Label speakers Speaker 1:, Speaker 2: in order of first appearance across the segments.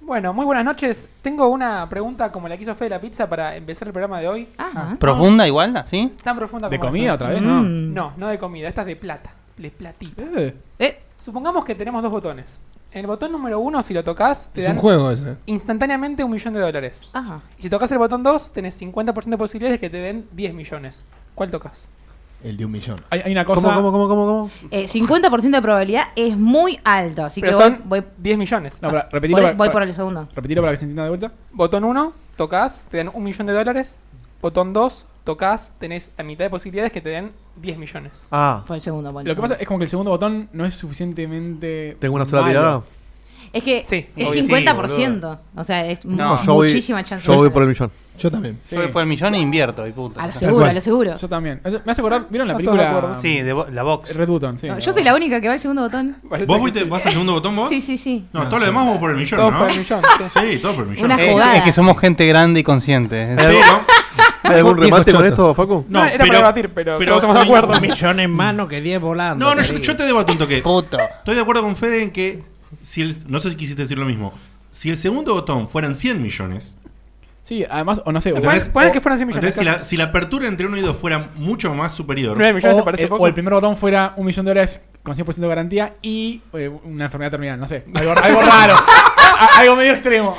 Speaker 1: Bueno, muy buenas noches. Tengo una pregunta como la que hizo Fede la Pizza para empezar el programa de hoy.
Speaker 2: Ajá.
Speaker 3: ¿Profunda igual? ¿Así?
Speaker 1: Es tan profunda
Speaker 4: ¿De
Speaker 1: como
Speaker 4: comida
Speaker 1: eso.
Speaker 4: otra vez? No.
Speaker 2: ah. Mm.
Speaker 1: No, no de comida, esta es de plata, de platita.
Speaker 4: Eh,
Speaker 2: Eh,
Speaker 1: Supongamos que tenemos dos botones. El botón número uno, si lo tocas, te
Speaker 5: Es un
Speaker 1: dan
Speaker 5: juego ese.
Speaker 1: instantáneamente un millón de dólares.
Speaker 2: ajá.
Speaker 1: Y si tocas el botón 2, tenés 50% de posibilidades de que te den 10 millones. ¿Cuál tocas?
Speaker 5: El de un millón.
Speaker 4: hay, hay una cosa.
Speaker 5: ¿Cómo, cómo, cómo, cómo?
Speaker 2: Eh, 50% de probabilidad es muy alto, así
Speaker 1: Pero
Speaker 2: que voy,
Speaker 1: son
Speaker 2: voy, Ah,
Speaker 1: 10 millones.
Speaker 4: No, para,
Speaker 2: voy,
Speaker 4: repetilo, para,
Speaker 2: voy
Speaker 4: para-
Speaker 2: por el segundo.
Speaker 4: repetilo para que se entienda de vuelta.
Speaker 1: Botón 1, tocas, te dan un millón de dólares. Botón 2, tocas, tenés la mitad de posibilidades que te den 10 millones.
Speaker 6: Ah,
Speaker 2: Por el segundo. por el
Speaker 4: Lo que
Speaker 2: segundo.
Speaker 4: pasa es como que el segundo botón no es suficientemente.
Speaker 6: ¿tengo una sola
Speaker 4: malo.
Speaker 6: tirada?
Speaker 2: Es que
Speaker 1: Sí,
Speaker 2: es
Speaker 3: obvio. Sí,
Speaker 2: 50%. o sea, es mu-
Speaker 3: No,
Speaker 6: Yo voy,
Speaker 2: muchísima chance.
Speaker 6: yo voy por el millón.
Speaker 5: Yo también.
Speaker 4: Sí.
Speaker 3: Yo voy por el millón e invierto, y
Speaker 2: A lo
Speaker 3: puta.
Speaker 2: seguro,
Speaker 5: cual.
Speaker 2: a lo seguro.
Speaker 4: Yo también. Hace- Me hace acordar, ¿vieron la
Speaker 1: No, todos de
Speaker 4: película?
Speaker 1: acuerdo.
Speaker 3: Sí, de bo- la box.
Speaker 4: Red Button, sí.
Speaker 2: No, yo soy la única que va al segundo botón.
Speaker 7: ¿Vos fuiste, vas al segundo botón vos?
Speaker 2: Sí, sí, sí.
Speaker 7: No, todo lo demás vos por el millón,
Speaker 1: Todos
Speaker 7: ¿no?
Speaker 1: por el millón. sí.
Speaker 7: Sí, todo por el millón.
Speaker 2: Una-
Speaker 3: Es,
Speaker 2: jugada.
Speaker 3: es que somos gente grande y consciente. Es-
Speaker 7: Pero,
Speaker 6: ¿Hay algún
Speaker 5: Viejo
Speaker 6: remate con
Speaker 5: choto.
Speaker 6: esto, Facu?
Speaker 1: No, era para debatir, pero todos estamos de
Speaker 7: hay-
Speaker 1: acuerdo.
Speaker 8: millón en mano que 10 volando.
Speaker 7: No, no, yo,
Speaker 8: querido.
Speaker 7: yo te debato un toque.
Speaker 3: Puto.
Speaker 7: Estoy de acuerdo con Fede en que, si el, no sé si quisiste decir lo mismo, si el segundo botón fueran 100 millones,
Speaker 4: Sí, además, o no sé. o-
Speaker 7: Entonces,
Speaker 1: Pon- poner que fueran 100 millones.
Speaker 7: entonces si la, si la apertura entre uno y dos fuera mucho más superior,
Speaker 1: 9 millones te
Speaker 4: o,
Speaker 1: parece
Speaker 4: el,
Speaker 1: poco.
Speaker 4: o el primer botón fuera un millón de dólares con 100% de garantía y eh, una enfermedad terminal, no sé. Algo, algo raro. A- Ah, algo medio extremo.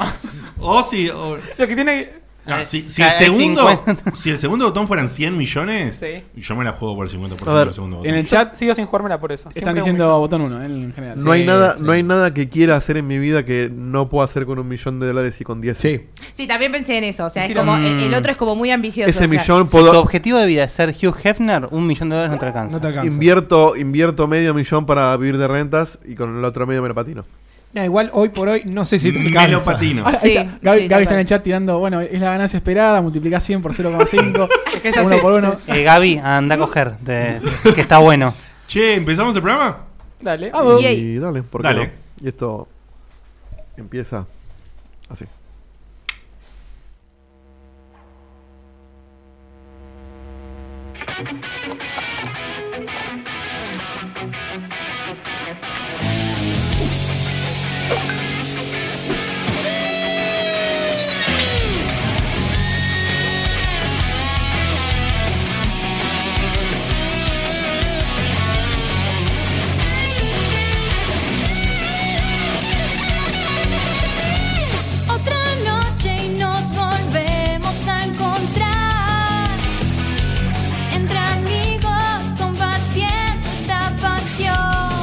Speaker 7: o si, o-
Speaker 1: Lo que tiene.
Speaker 7: Oh, no,
Speaker 3: Eh,
Speaker 7: si, si el
Speaker 4: Ah,
Speaker 3: eh,
Speaker 7: segundo
Speaker 3: 50.
Speaker 7: si el segundo botón fueran 100 millones,
Speaker 1: Sí.
Speaker 7: yo me la juego por el 50%
Speaker 6: A ver,
Speaker 7: del segundo botón.
Speaker 4: En el
Speaker 1: Yo
Speaker 4: chat
Speaker 1: sigo sin jugármela por eso.
Speaker 4: están
Speaker 1: Siempre un
Speaker 4: diciendo botón 1 en general.
Speaker 6: No hay,
Speaker 4: Sí,
Speaker 6: nada,
Speaker 4: sí.
Speaker 6: no hay nada que quiera hacer en mi vida que no pueda hacer con un millón de dólares y con 10.
Speaker 5: Sí.
Speaker 2: Sí, también pensé en eso. O sea,
Speaker 1: Sí,
Speaker 2: es como,
Speaker 3: mm.
Speaker 2: el, el otro es como muy ambicioso.
Speaker 6: Ese
Speaker 2: o sea,
Speaker 6: millón
Speaker 3: Si tu
Speaker 6: puedo...
Speaker 3: objetivo de vida es ser Hugh Hefner, un millón de dólares no te alcanza.
Speaker 5: No te alcanza.
Speaker 6: Invierto, invierto medio millón para vivir de rentas y con el otro medio me lo patino.
Speaker 8: No, igual hoy por hoy no sé si te
Speaker 7: Me
Speaker 8: alcanza.
Speaker 7: lo patino.
Speaker 4: Ah, ahí
Speaker 2: Sí,
Speaker 4: está. Gaby,
Speaker 2: sí,
Speaker 4: Gaby
Speaker 2: tal
Speaker 4: está en
Speaker 2: cual.
Speaker 4: el chat tirando, bueno, es la ganancia esperada, multiplica 100 por 0,5,
Speaker 1: Es que es así,
Speaker 4: uno por
Speaker 1: sí,
Speaker 4: uno.
Speaker 1: sí.
Speaker 3: Eh, Gaby, anda a coger, te- que está bueno.
Speaker 7: Che, ¿empezamos el programa?
Speaker 1: Dale.
Speaker 4: Ah,
Speaker 2: vos.
Speaker 6: Y dale, ¿por qué
Speaker 7: Dale.
Speaker 6: no? Y esto empieza así.
Speaker 9: Otra noche y nos volvemos a encontrar entre amigos compartiendo esta pasión.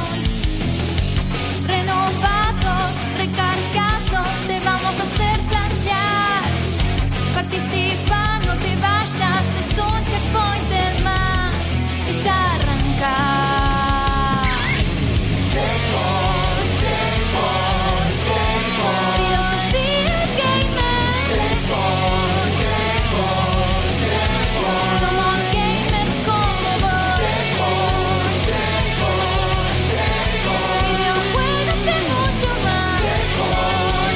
Speaker 9: Renovados, recargados, te vamos a hacer flashear. Participa, no te vayas, es un checkpointer más y ya arrancar. Filosofía gamer. Somos gamers como vos. Videojuegos y mucho más.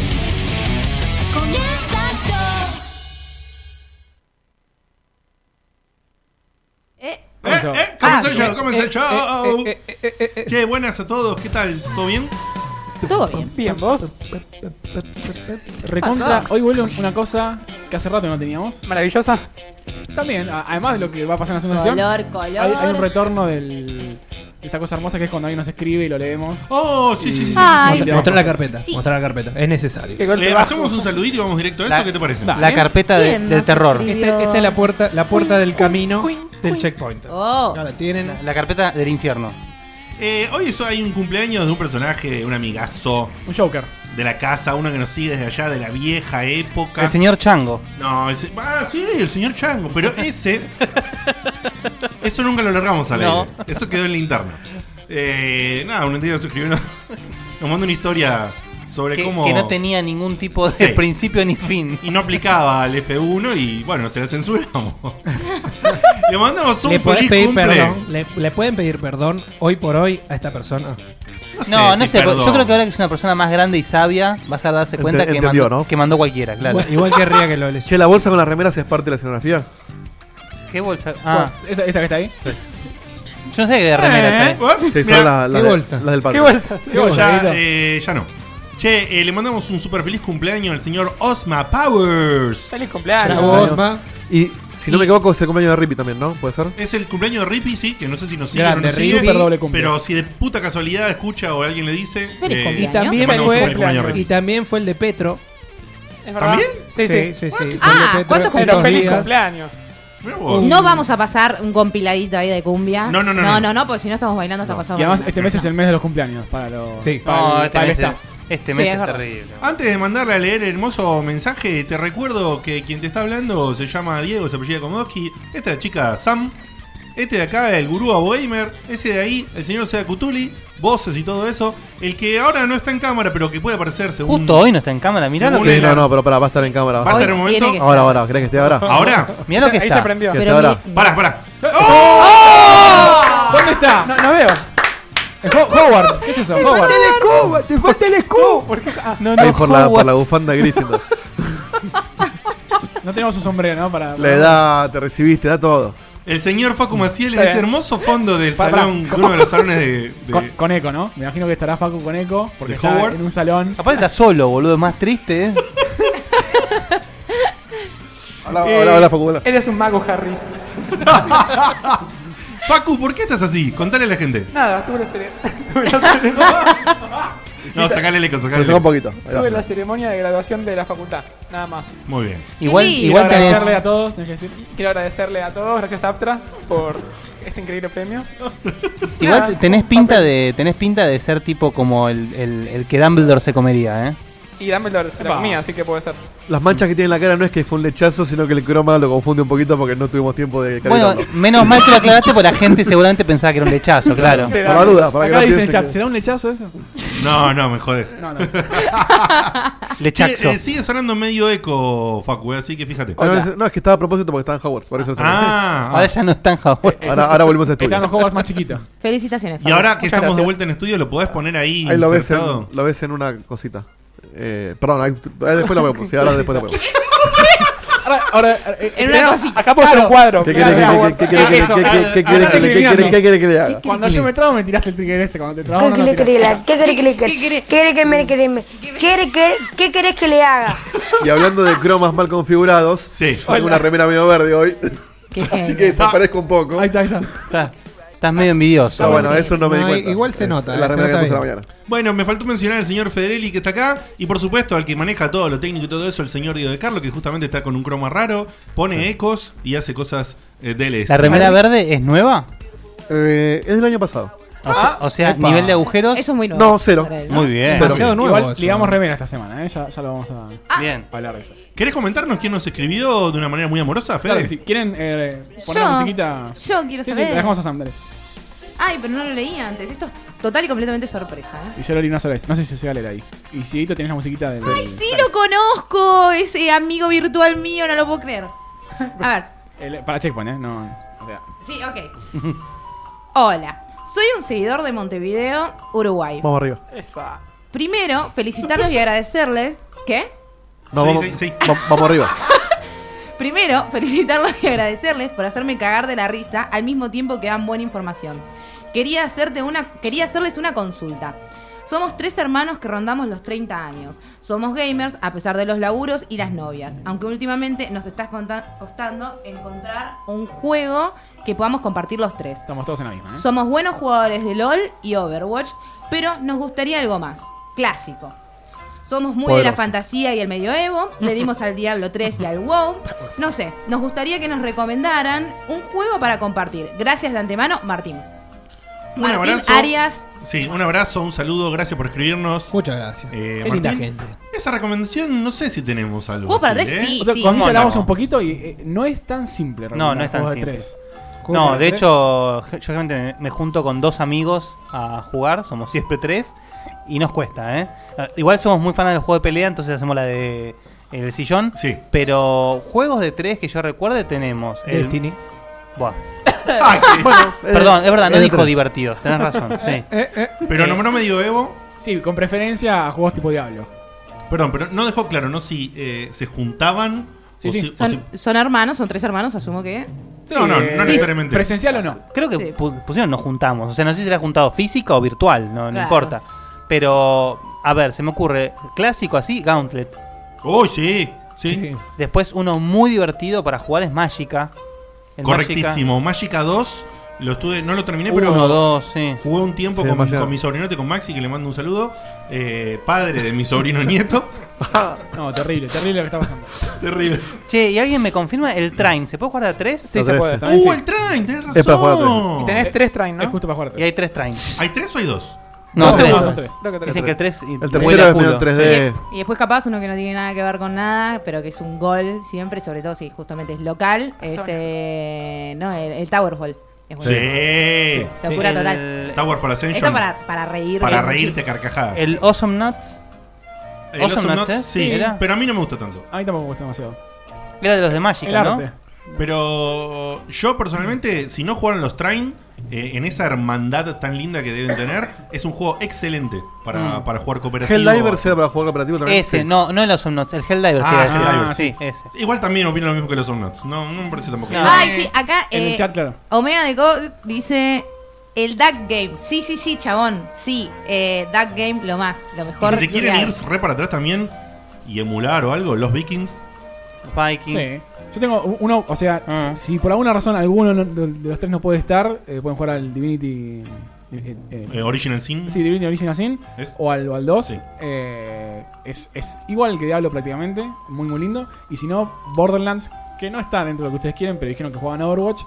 Speaker 9: Checkpoint. Comienza el show.
Speaker 2: eh,
Speaker 4: Comenzó.
Speaker 7: Eh, eh, comenzó
Speaker 2: Ah,
Speaker 7: el show, comenzó el show.
Speaker 5: Eh, eh, eh, eh, eh.
Speaker 7: Che, buenas a todos, ¿qué tal? ¿Todo bien?
Speaker 2: todo bien.
Speaker 1: Bien, vos.
Speaker 4: Recontra, hoy vuelve una cosa que hace rato no teníamos.
Speaker 1: Maravillosa.
Speaker 4: También, a- además de lo que va a pasar en la segunda sesión,
Speaker 2: Color, color.
Speaker 4: hay, hay un retorno del, de esa cosa hermosa que es cuando alguien nos escribe y lo leemos.
Speaker 7: Oh, sí, sí, sí. sí.
Speaker 2: Ay,
Speaker 4: Mostrá-
Speaker 5: Mostrar la carpeta. Mostrar la carpeta. Es necesario.
Speaker 1: Qué golpe
Speaker 7: Eh,
Speaker 1: bajo.
Speaker 7: ¿Hacemos un saludito y vamos directo a eso?
Speaker 3: La-
Speaker 7: ¿Qué te parece?
Speaker 4: Da.
Speaker 3: La carpeta de-
Speaker 2: Bien,
Speaker 3: del
Speaker 2: más
Speaker 3: terror.
Speaker 2: escrito.
Speaker 8: Esta, esta es la puerta, la puerta del camino
Speaker 1: cuin,
Speaker 8: del
Speaker 1: cuin.
Speaker 8: checkpoint.
Speaker 2: Oh,
Speaker 8: Ahora tienen.
Speaker 3: La carpeta del infierno.
Speaker 7: Eh, hoy eso hay un cumpleaños de un personaje, un amigazo
Speaker 4: Un Joker.
Speaker 7: de la casa, uno que nos sigue desde allá, de la vieja época.
Speaker 3: El señor Chango.
Speaker 7: No, ese- ah, sí, el señor Chango, pero ese. eso nunca lo largamos al
Speaker 3: No.
Speaker 7: aire. Eso quedó en la interna. Eh, nada, un entero suscribió, nos, nos manda una historia sobre
Speaker 3: Que,
Speaker 7: cómo.
Speaker 3: que no tenía ningún tipo de
Speaker 7: Sí.
Speaker 3: principio ni fin.
Speaker 7: Y no aplicaba al F1 y bueno, se la censuramos. Le mandamos un
Speaker 8: ¿Le podés
Speaker 7: feliz
Speaker 8: pedir
Speaker 7: cumple.
Speaker 8: perdón? ¿Le, le pueden pedir perdón hoy por hoy a esta persona?
Speaker 7: sé
Speaker 3: No, no
Speaker 7: si
Speaker 3: sé, pero yo
Speaker 7: perdón.
Speaker 3: creo que ahora que es una persona más grande y sabia, vas a darse cuenta
Speaker 6: Ente-
Speaker 3: que,
Speaker 6: entendió,
Speaker 3: mandó,
Speaker 6: ¿no?
Speaker 3: que mandó cualquiera, claro.
Speaker 8: Igual, igual querría que lo
Speaker 6: Che,
Speaker 8: leyera.
Speaker 6: la bolsa con las remeras es parte de la escenografía.
Speaker 3: ¿Qué bolsa? Ah,
Speaker 4: Esa, esa que está ahí.
Speaker 3: Yo no sé qué ¿eh? remeras hay.
Speaker 6: Sí, son
Speaker 7: ¿Eh? Mirá,
Speaker 6: las las
Speaker 8: ¿qué
Speaker 6: de-
Speaker 8: bolsa?
Speaker 6: las del
Speaker 1: ¿Qué
Speaker 6: patio.
Speaker 1: bolsas? ¿Qué bolsas?
Speaker 7: ya, eh, ya no. Che, eh, le mandamos un super feliz cumpleaños al señor Osma Powers.
Speaker 1: Feliz cumpleaños.
Speaker 8: Bravo, Osma.
Speaker 6: Y si no me equivoco, es el cumpleaños de Rippy también, ¿no? ¿Puede ser?
Speaker 7: Es el cumpleaños de Rippy, sí, que no sé si nos sigue o no
Speaker 4: Grande,
Speaker 7: nos sigue.
Speaker 4: Rippy. Super doble cumple.
Speaker 7: Pero si de puta casualidad escucha o alguien le dice.
Speaker 2: Feliz
Speaker 10: Y
Speaker 2: cumpleaños.
Speaker 7: eh,
Speaker 2: Cumpleaños.
Speaker 7: le
Speaker 10: también,
Speaker 7: mandamos un
Speaker 10: fue,
Speaker 7: feliz cumpleaños a Rippy.
Speaker 10: y también fue el de Petro.
Speaker 1: ¿Es verdad?
Speaker 7: ¿También?
Speaker 1: Sí, sí.
Speaker 10: sí. fue el de
Speaker 2: Ah,
Speaker 10: Petro
Speaker 2: ¿cuántos
Speaker 10: en
Speaker 2: Pero
Speaker 1: Pero
Speaker 10: dos
Speaker 1: feliz
Speaker 10: días.
Speaker 1: cumpleaños.
Speaker 7: Mirá vos.
Speaker 2: No vamos a pasar un compiladito ahí de cumbia.
Speaker 7: No, no, no,
Speaker 2: No,
Speaker 7: no.
Speaker 2: no, no, porque si no estamos bailando hasta pasado.
Speaker 4: Y además,
Speaker 2: mañana.
Speaker 4: este mes es el mes de los cumpleaños para los.
Speaker 8: Sí.
Speaker 4: para
Speaker 3: No,
Speaker 4: el-
Speaker 3: este
Speaker 4: para el
Speaker 3: mes, es,
Speaker 4: staff.
Speaker 3: este
Speaker 2: Sí,
Speaker 3: mes
Speaker 2: es
Speaker 3: es,
Speaker 2: verdad.
Speaker 3: terrible.
Speaker 7: Antes de mandarle a leer el hermoso mensaje, te recuerdo que quien te está hablando se llama Diego, se apellida Komodowski. Esta chica, Sam. Este de acá, el gurú Abogamer. Ese de ahí, el señor Sea Cutuli. Voces y todo eso. El que ahora no está en cámara, pero que puede aparecer según.
Speaker 3: Justo hoy no está en cámara, mirá lo
Speaker 7: Según
Speaker 3: que,
Speaker 6: Sí,
Speaker 7: el-
Speaker 6: no, no, pero pará, va a estar en cámara.
Speaker 7: Va a
Speaker 6: va a
Speaker 7: estar
Speaker 6: estar-
Speaker 7: en un
Speaker 2: Hoy
Speaker 7: momento.
Speaker 2: tiene
Speaker 6: Ahora, ahora, ¿crees que esté ahora?
Speaker 7: Ahora.
Speaker 3: mirá lo que
Speaker 1: Ahí se
Speaker 3: está.
Speaker 1: prendió.
Speaker 6: Que
Speaker 2: Pero
Speaker 6: hasta ahora.
Speaker 2: mi-
Speaker 7: Pará, pará.
Speaker 4: ¡Oh! ¿Dónde está?
Speaker 1: ¡Oh!
Speaker 4: Eh,
Speaker 1: No, no veo.
Speaker 4: Ho- Hogwarts, ¿qué es eso? Hogwarts.
Speaker 8: ¡Te falta el
Speaker 4: Uh,
Speaker 8: escudo!
Speaker 1: ¿Por qué? Ah,
Speaker 3: No,
Speaker 6: Ahí por la,
Speaker 3: no,
Speaker 6: por la
Speaker 3: Hogwarts.
Speaker 6: bufanda Gryffindor.
Speaker 4: No tenemos un sombrero, ¿no? Para.
Speaker 6: La edad, te recibiste, da todo.
Speaker 7: El señor Facu Maciel en
Speaker 4: Está
Speaker 7: ese
Speaker 4: bien.
Speaker 7: hermoso fondo del
Speaker 4: Pará, pará.
Speaker 7: salón, uno de los salones de. de-
Speaker 4: Con, con eco, ¿no? Me imagino que estará Facu con eco. Porque
Speaker 7: ¿De
Speaker 4: está
Speaker 7: Hogwarts?
Speaker 4: en un salón.
Speaker 3: Aparte está solo, boludo, es más triste. ¿eh?
Speaker 6: Ah, Hola,
Speaker 7: Eh,
Speaker 6: hola, hola, Facu, hola.
Speaker 1: eres un mago, Harry.
Speaker 7: Facu, ¿por qué estás así? Contale a la gente.
Speaker 1: Nada, tuve la, cere- tuve la ceremonia-
Speaker 7: No, sacale el eco,
Speaker 6: Pero
Speaker 7: sacale el
Speaker 6: saca un
Speaker 7: eco.
Speaker 6: poquito. Ahí va.
Speaker 1: tuve la ceremonia de graduación de la facultad. Nada más.
Speaker 7: Muy bien.
Speaker 3: Igual,
Speaker 2: lindo.
Speaker 3: igual
Speaker 4: Quiero
Speaker 3: tenés.
Speaker 4: agradecerle a todos, tenés que decir.
Speaker 1: Quiero agradecerle a todos, gracias Aptra por este increíble premio.
Speaker 3: Igual
Speaker 1: Nada,
Speaker 3: te- tenés
Speaker 1: un
Speaker 3: pinta
Speaker 1: papel.
Speaker 3: de. tenés pinta de ser tipo como el, el- el que Dumbledore se comería, eh.
Speaker 1: Y Dumbledore se la
Speaker 4: Epa.
Speaker 1: comía, así que puede ser.
Speaker 6: Las manchas que tiene en la cara no es que fue un lechazo, sino que el croma lo confunde un poquito porque no tuvimos tiempo de
Speaker 3: Bueno,
Speaker 6: calibrarlo.
Speaker 3: menos mal que lo aclaraste porque la gente seguramente pensaba que era un lechazo, claro.
Speaker 6: Para la duda, para que
Speaker 4: Acá
Speaker 6: no
Speaker 4: dicen en
Speaker 6: piensen
Speaker 4: chat,
Speaker 6: que-
Speaker 4: ¿será un lechazo eso?
Speaker 7: No, no, me jodes.
Speaker 4: No, no.
Speaker 3: Lechazo.
Speaker 7: Sí, eh, sigue sonando medio eco, Facu, eh, así que fíjate.
Speaker 6: Ah, no, es- no, es que estaba a propósito porque estaba en Hogwarts, por eso no se
Speaker 7: Ah,
Speaker 3: Ahora ya no están Hogwarts.
Speaker 6: me- ahora, ahora volvemos a estudiar.
Speaker 4: Están los Hogwarts más chiquitos.
Speaker 2: Felicitaciones.
Speaker 7: y ahora
Speaker 1: Muchas
Speaker 7: que estamos de
Speaker 1: gracias.
Speaker 7: vuelta en estudio, lo podés poner ahí.
Speaker 6: Ahí lo ves, en,
Speaker 7: insertado?
Speaker 6: lo ves en una cosita. Eh, perdón, ahí, ahí después lo veo. Sí, ahora después lo veo.
Speaker 1: Ahora, ahora eh,
Speaker 2: En una
Speaker 1: no,
Speaker 2: cosita.
Speaker 1: acá puedo hacer un cuadro.
Speaker 6: ¿Qué
Speaker 1: Claro,
Speaker 6: quiere
Speaker 1: Hogwarts.
Speaker 6: que- qué- qué quiere
Speaker 1: Eso,
Speaker 6: que- qué- qué quiere que- qué quiere- qué quiere que le haga?
Speaker 4: Cuando yo me trago, me tirás el trigger ese. Cuando te trago,
Speaker 9: ¿Qué
Speaker 4: no,
Speaker 9: querés
Speaker 4: no
Speaker 9: que le haga? ¿Qué querés que le
Speaker 2: ¿Qué querés?
Speaker 9: ¿Qué querés que me- que me- ¿Querés que- ¿Qué querés que le haga?
Speaker 6: Y hablando de cromas mal configurados,
Speaker 7: Sí.
Speaker 6: yo tengo una remera medio verde hoy,
Speaker 2: Qué
Speaker 6: así
Speaker 2: genio.
Speaker 6: que desaparezco un poco.
Speaker 4: Ahí está, ahí está.
Speaker 3: Estás- Estás medio envidioso.
Speaker 6: Pero Ah, bueno, eso no me di
Speaker 8: No,
Speaker 6: cuenta.
Speaker 8: igual se nota,
Speaker 6: Es la
Speaker 8: eh, se
Speaker 6: remera que
Speaker 8: nota
Speaker 6: puse a la
Speaker 8: bien.
Speaker 6: mañana.
Speaker 7: Bueno, me faltó mencionar al señor Federelli que está acá. Y por supuesto, al que maneja todo lo técnico y todo eso, el señor Diego de Carlo, que justamente está con un croma raro, pone ecos y hace cosas eh, del
Speaker 3: ¿La
Speaker 7: este.
Speaker 3: remera verde es nueva?
Speaker 6: Eh, es del año pasado.
Speaker 3: O sea, o sea, nivel de agujeros.
Speaker 2: Eso es muy nuevo.
Speaker 6: No, cero.
Speaker 2: para él, ¿no?
Speaker 3: Muy bien.
Speaker 8: Demasiado nuevo.
Speaker 4: Igual
Speaker 8: eso.
Speaker 4: ligamos remera esta semana, ¿eh? Ya, ya lo vamos a
Speaker 3: Ah. Bien.
Speaker 4: hablar de eso.
Speaker 7: ¿Querés comentarnos quién nos escribió de una manera muy amorosa, Fede?
Speaker 4: Claro que sí. ¿Quieren eh, poner
Speaker 2: Yo.
Speaker 4: musiquita?
Speaker 2: Yo quiero
Speaker 4: Sí, sí, la
Speaker 2: saber.
Speaker 4: dejamos a Sam, dale.
Speaker 2: Ay, pero no lo leí antes. Esto es total y completamente sorpresa. ¿eh?
Speaker 4: Y yo lo leí una sola vez. No sé si se va a leer ahí. Y si Dito tenés la musiquita del.
Speaker 2: Ay, sí, lo conozco. Ese amigo virtual mío, no lo puedo creer. A ver.
Speaker 4: El- para Checkpoint, ¿eh? No. O sea.
Speaker 2: Sí, ok. Hola. Soy un seguidor de Montevideo, Uruguay.
Speaker 6: Vamos arriba.
Speaker 1: Esa.
Speaker 2: Primero, felicitarlos y agradecerles. ¿Qué?
Speaker 6: No,
Speaker 7: Sí,
Speaker 6: vamos,
Speaker 7: sí, sí.
Speaker 6: va- vamos arriba.
Speaker 2: Primero, felicitarlos y agradecerles por hacerme cagar de la risa al mismo tiempo que dan buena información. Quería, hacerte una, quería hacerles una consulta. Somos tres hermanos que rondamos los 30 años. Somos gamers a pesar de los laburos y las novias. Aunque últimamente nos está conta- costando encontrar un juego que podamos compartir los tres.
Speaker 4: Estamos todos en la misma, ¿eh?
Speaker 2: Somos buenos jugadores de LOL y Overwatch, pero nos gustaría algo más, clásico. Somos muy de la
Speaker 6: Poderoso.
Speaker 2: fantasía y el medioevo, le dimos al Diablo 3 y al WoW. No sé, nos gustaría que nos recomendaran un juego para compartir. Gracias de antemano, Martín.
Speaker 7: Un
Speaker 2: Martín
Speaker 7: abrazo.
Speaker 2: Arias,
Speaker 7: Sí, un abrazo, un saludo, gracias por escribirnos.
Speaker 8: Muchas gracias.
Speaker 7: Eh,
Speaker 8: Qué linda
Speaker 7: Martín.
Speaker 8: gente.
Speaker 7: Esa recomendación no sé si tenemos algo.
Speaker 2: juego para
Speaker 7: así,
Speaker 2: tres,
Speaker 7: ¿eh?
Speaker 2: sí,
Speaker 4: O sea,
Speaker 2: sí.
Speaker 4: con Guille hablamos
Speaker 3: no.
Speaker 4: un poquito y eh, no es tan simple.
Speaker 3: No, no es
Speaker 4: recomendar
Speaker 3: tan
Speaker 4: juegos de
Speaker 3: simple.
Speaker 4: tres.
Speaker 3: No, de hecho, yo generalmente me- me junto con dos amigos a jugar, somos siempre tres, y nos cuesta, ¿eh? Ah, Igual somos muy fans del juego de pelea, entonces hacemos la de el sillón.
Speaker 7: Sí.
Speaker 3: Pero juegos de tres que yo recuerde tenemos. el-
Speaker 8: Destiny.
Speaker 3: Buah.
Speaker 7: Ah, que-
Speaker 3: Perdón, es verdad, no dijo divertidos, tenés razón,
Speaker 4: Eh,
Speaker 3: sí.
Speaker 7: pero nombró medio Evo.
Speaker 4: Sí, con preferencia a juegos tipo Diablo.
Speaker 7: Perdón, pero no dejó claro, ¿no? Si eh, se juntaban
Speaker 4: Sí,
Speaker 7: o,
Speaker 4: sí.
Speaker 7: Si, o
Speaker 2: Son, son hermanos, son tres hermanos, asumo que.
Speaker 7: si-
Speaker 3: No, no, no
Speaker 4: eh,
Speaker 3: necesariamente.
Speaker 4: ¿Presencial o no?
Speaker 3: Creo que pu- pusieron nos juntamos. O sea, no sé si será juntado física o virtual, no, no
Speaker 4: Claro.
Speaker 3: importa. Pero, a ver, se me ocurre, clásico así, Gauntlet.
Speaker 7: Uy, sí, sí.
Speaker 3: Después uno muy divertido para jugar es Magica. El
Speaker 7: Correctísimo. Mágica 2, lo estuve, no lo terminé, pero
Speaker 3: Uno, dos, sí.
Speaker 7: jugué un tiempo
Speaker 3: Sí,
Speaker 7: con,
Speaker 3: demasiado.
Speaker 7: con mi sobrinote, con Maxi, que le mando un saludo. eh, padre de mi sobrino nieto.
Speaker 4: No, terrible, terrible lo que está pasando.
Speaker 7: Terrible.
Speaker 3: Che, ¿y alguien me confirma el Train? ¿Se puede jugar a tres?
Speaker 4: Sí, se puede. También sí.
Speaker 7: Uh, Train! ¡Tenés
Speaker 3: Es para jugar a tres.
Speaker 4: Y
Speaker 1: tenés tres train, ¿no?
Speaker 4: Es justo para jugar a tres.
Speaker 3: Y hay tres Trains.
Speaker 7: ¿Hay tres o hay dos?
Speaker 3: No,
Speaker 7: No,
Speaker 3: tres.
Speaker 7: no, tres.
Speaker 1: Creo que tres.
Speaker 3: Dicen que el tres.
Speaker 6: El tercero es medio 3D.
Speaker 2: Y después capaz uno que no tiene nada que ver con nada, pero que es un gol siempre, sobre todo si justamente es local, es eh, no, el, el Towerfall. Es
Speaker 7: Sí.
Speaker 2: Locura
Speaker 3: Sí, el-
Speaker 2: total.
Speaker 7: Towerfall Ascension.
Speaker 2: Esto para, para reír.
Speaker 7: Para reírte carcajadas.
Speaker 3: El Awesome Nuts.
Speaker 7: El Awesome Nuts,
Speaker 3: ¿eh?
Speaker 7: sí,
Speaker 3: ¿Era?
Speaker 7: pero a mí no me gusta tanto.
Speaker 4: A mí tampoco me gusta demasiado.
Speaker 3: Era de los de Magica,
Speaker 4: El
Speaker 3: ¿no?
Speaker 4: arte.
Speaker 7: Pero yo personalmente, si no jugaron los Train, eh, en esa hermandad tan linda que deben tener, es un juego excelente para,
Speaker 3: Mm.
Speaker 7: para jugar cooperativo.
Speaker 6: Helldiver sea para jugar cooperativo también.
Speaker 3: Ese,
Speaker 6: Sí.
Speaker 3: no, no el Awesome Nuts, el Helldiver.
Speaker 7: Ah,
Speaker 3: te iba a decir.
Speaker 7: Helldiver,
Speaker 3: sí, ese.
Speaker 7: Igual también opino lo mismo que los Omnuts. No, no me parece tampoco.
Speaker 2: Ay, sí, acá
Speaker 7: En el
Speaker 2: eh,
Speaker 7: chat, claro.
Speaker 2: Omega de God dice el Duck Game. Sí, sí, sí, chabón. Sí, eh, Duck Game lo más, lo
Speaker 7: Y
Speaker 2: mejor.
Speaker 7: si se quieren
Speaker 2: real.
Speaker 7: ir re para atrás también y emular o algo, los Vikings.
Speaker 3: Vikings.
Speaker 4: Sí. Yo tengo u- uno, o sea,
Speaker 3: Ah.
Speaker 4: si si por alguna razón alguno no- de de los tres no puede estar, eh, pueden jugar al Divinity. eh, eh,
Speaker 7: Eh, Original Sin.
Speaker 4: Sí, Divinity Original Sin.
Speaker 7: Es-
Speaker 4: O al, o al 2.
Speaker 7: Sí.
Speaker 4: Eh, es, es igual que Diablo prácticamente. Muy, muy lindo. Y si no, Borderlands, que no está dentro de lo que ustedes quieren, pero dijeron que jugaban a Overwatch.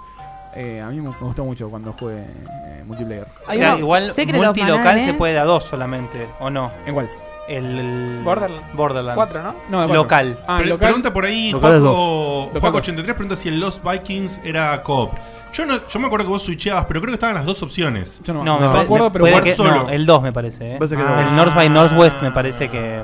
Speaker 4: eh, a mí me me gustó mucho cuando jugué eh, multiplayer.
Speaker 3: Hay Claro, uno- igual Secret of multilocal Mana, ¿eh? se puede a dos solamente, ¿o no?
Speaker 4: ¿En cuál?
Speaker 3: El, el-
Speaker 1: Borderlands.
Speaker 3: Borderlands.
Speaker 1: Cuatro, ¿no?
Speaker 4: No, de
Speaker 3: Local.
Speaker 4: cuatro. Ah,
Speaker 7: Pre-
Speaker 4: local.
Speaker 7: Pregunta por ahí,
Speaker 4: Local es
Speaker 7: Juaco,
Speaker 4: dos.
Speaker 7: Juaco 83 pregunta si el Lost Vikings era co-op. Yo, no, yo me acuerdo que vos switchabas, pero creo que estaban las dos opciones.
Speaker 4: Yo
Speaker 3: No, me, pare- me- puede que- no, el 2 me parece. ¿eh?
Speaker 7: Parece que
Speaker 3: Ah,
Speaker 7: no.
Speaker 3: El North by Northwest me parece que.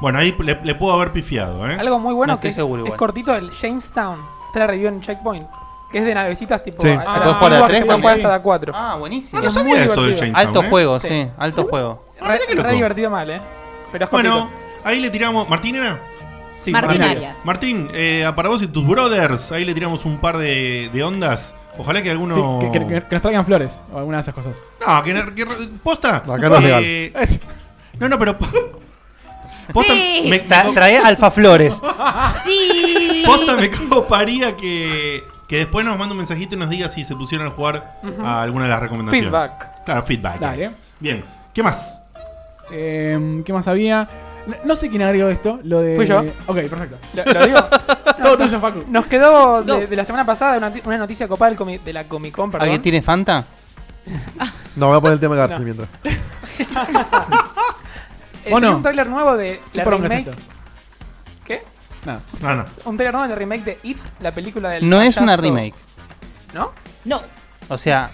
Speaker 7: Bueno, ahí le, le puedo haber pifiado, ¿eh?
Speaker 1: Algo muy bueno
Speaker 3: No
Speaker 1: que
Speaker 3: estoy
Speaker 1: es,
Speaker 3: seguro
Speaker 1: es
Speaker 3: igual.
Speaker 1: cortito, el Jamestown. Está la review en Checkpoint. Que es de navecitas tipo.
Speaker 3: Sí.
Speaker 1: a-
Speaker 3: Ah, ¿se puede jugar a tres
Speaker 1: Se puede jugar
Speaker 3: también?
Speaker 1: hasta la 4.
Speaker 3: Ah, buenísimo.
Speaker 1: Es muy divertido. Uh,
Speaker 3: Alto
Speaker 7: eh.
Speaker 3: juego, sí. alto juego.
Speaker 1: Re,
Speaker 7: que loco.
Speaker 1: re divertido mal, eh. Pero es
Speaker 7: Bueno,
Speaker 1: cortito.
Speaker 7: ahí le tiramos. ¿Martín era?
Speaker 1: Sí, Martín Martín Arias. Arias.
Speaker 7: Martín, eh, para vos y tus brothers, ahí le tiramos un par de, de ondas. Ojalá que alguno.
Speaker 4: Sí, que, que- que- que nos traigan flores o alguna de esas cosas.
Speaker 7: No, que, que- posta. Eh,
Speaker 4: Acá no es legal.
Speaker 7: No, no, pero.
Speaker 2: Sí.
Speaker 3: Tra- trae alfaflores.
Speaker 2: Sí.
Speaker 7: Posta me coparía que, que después nos mande un mensajito y nos diga si se pusieron a jugar
Speaker 1: Ujú.
Speaker 7: a alguna de las recomendaciones.
Speaker 1: Feedback.
Speaker 7: Claro,
Speaker 3: eh.
Speaker 7: feedback.
Speaker 4: Dale.
Speaker 7: Bien, ¿qué más?
Speaker 4: Eh, ¿Qué más había? No, no sé quién agregó esto. Lo de.
Speaker 1: Fui yo.
Speaker 4: Ok, perfecto.
Speaker 1: ¿Lo, lo digo?
Speaker 4: Todo tuyo, Facu.
Speaker 1: Nos quedó
Speaker 4: Go.
Speaker 1: de, de la semana pasada una, noti- una noticia copada del comi- de la Comic Con, perdón.
Speaker 3: ¿Alguien tiene Fanta?
Speaker 6: No, voy a poner el tema de Garfield
Speaker 1: No.
Speaker 6: mientras.
Speaker 1: Eh,
Speaker 6: ¿O
Speaker 1: salió
Speaker 6: no?
Speaker 1: un tráiler nuevo de
Speaker 4: ¿Qué
Speaker 1: la
Speaker 4: poronga es
Speaker 1: remake.
Speaker 4: esto?
Speaker 1: ¿Qué?
Speaker 4: No.
Speaker 7: Ah, No, no.
Speaker 1: Un tráiler nuevo del remake de It, la película del.
Speaker 3: No es una
Speaker 1: payaso.
Speaker 3: remake.
Speaker 1: ¿No?
Speaker 2: No.
Speaker 3: O sea.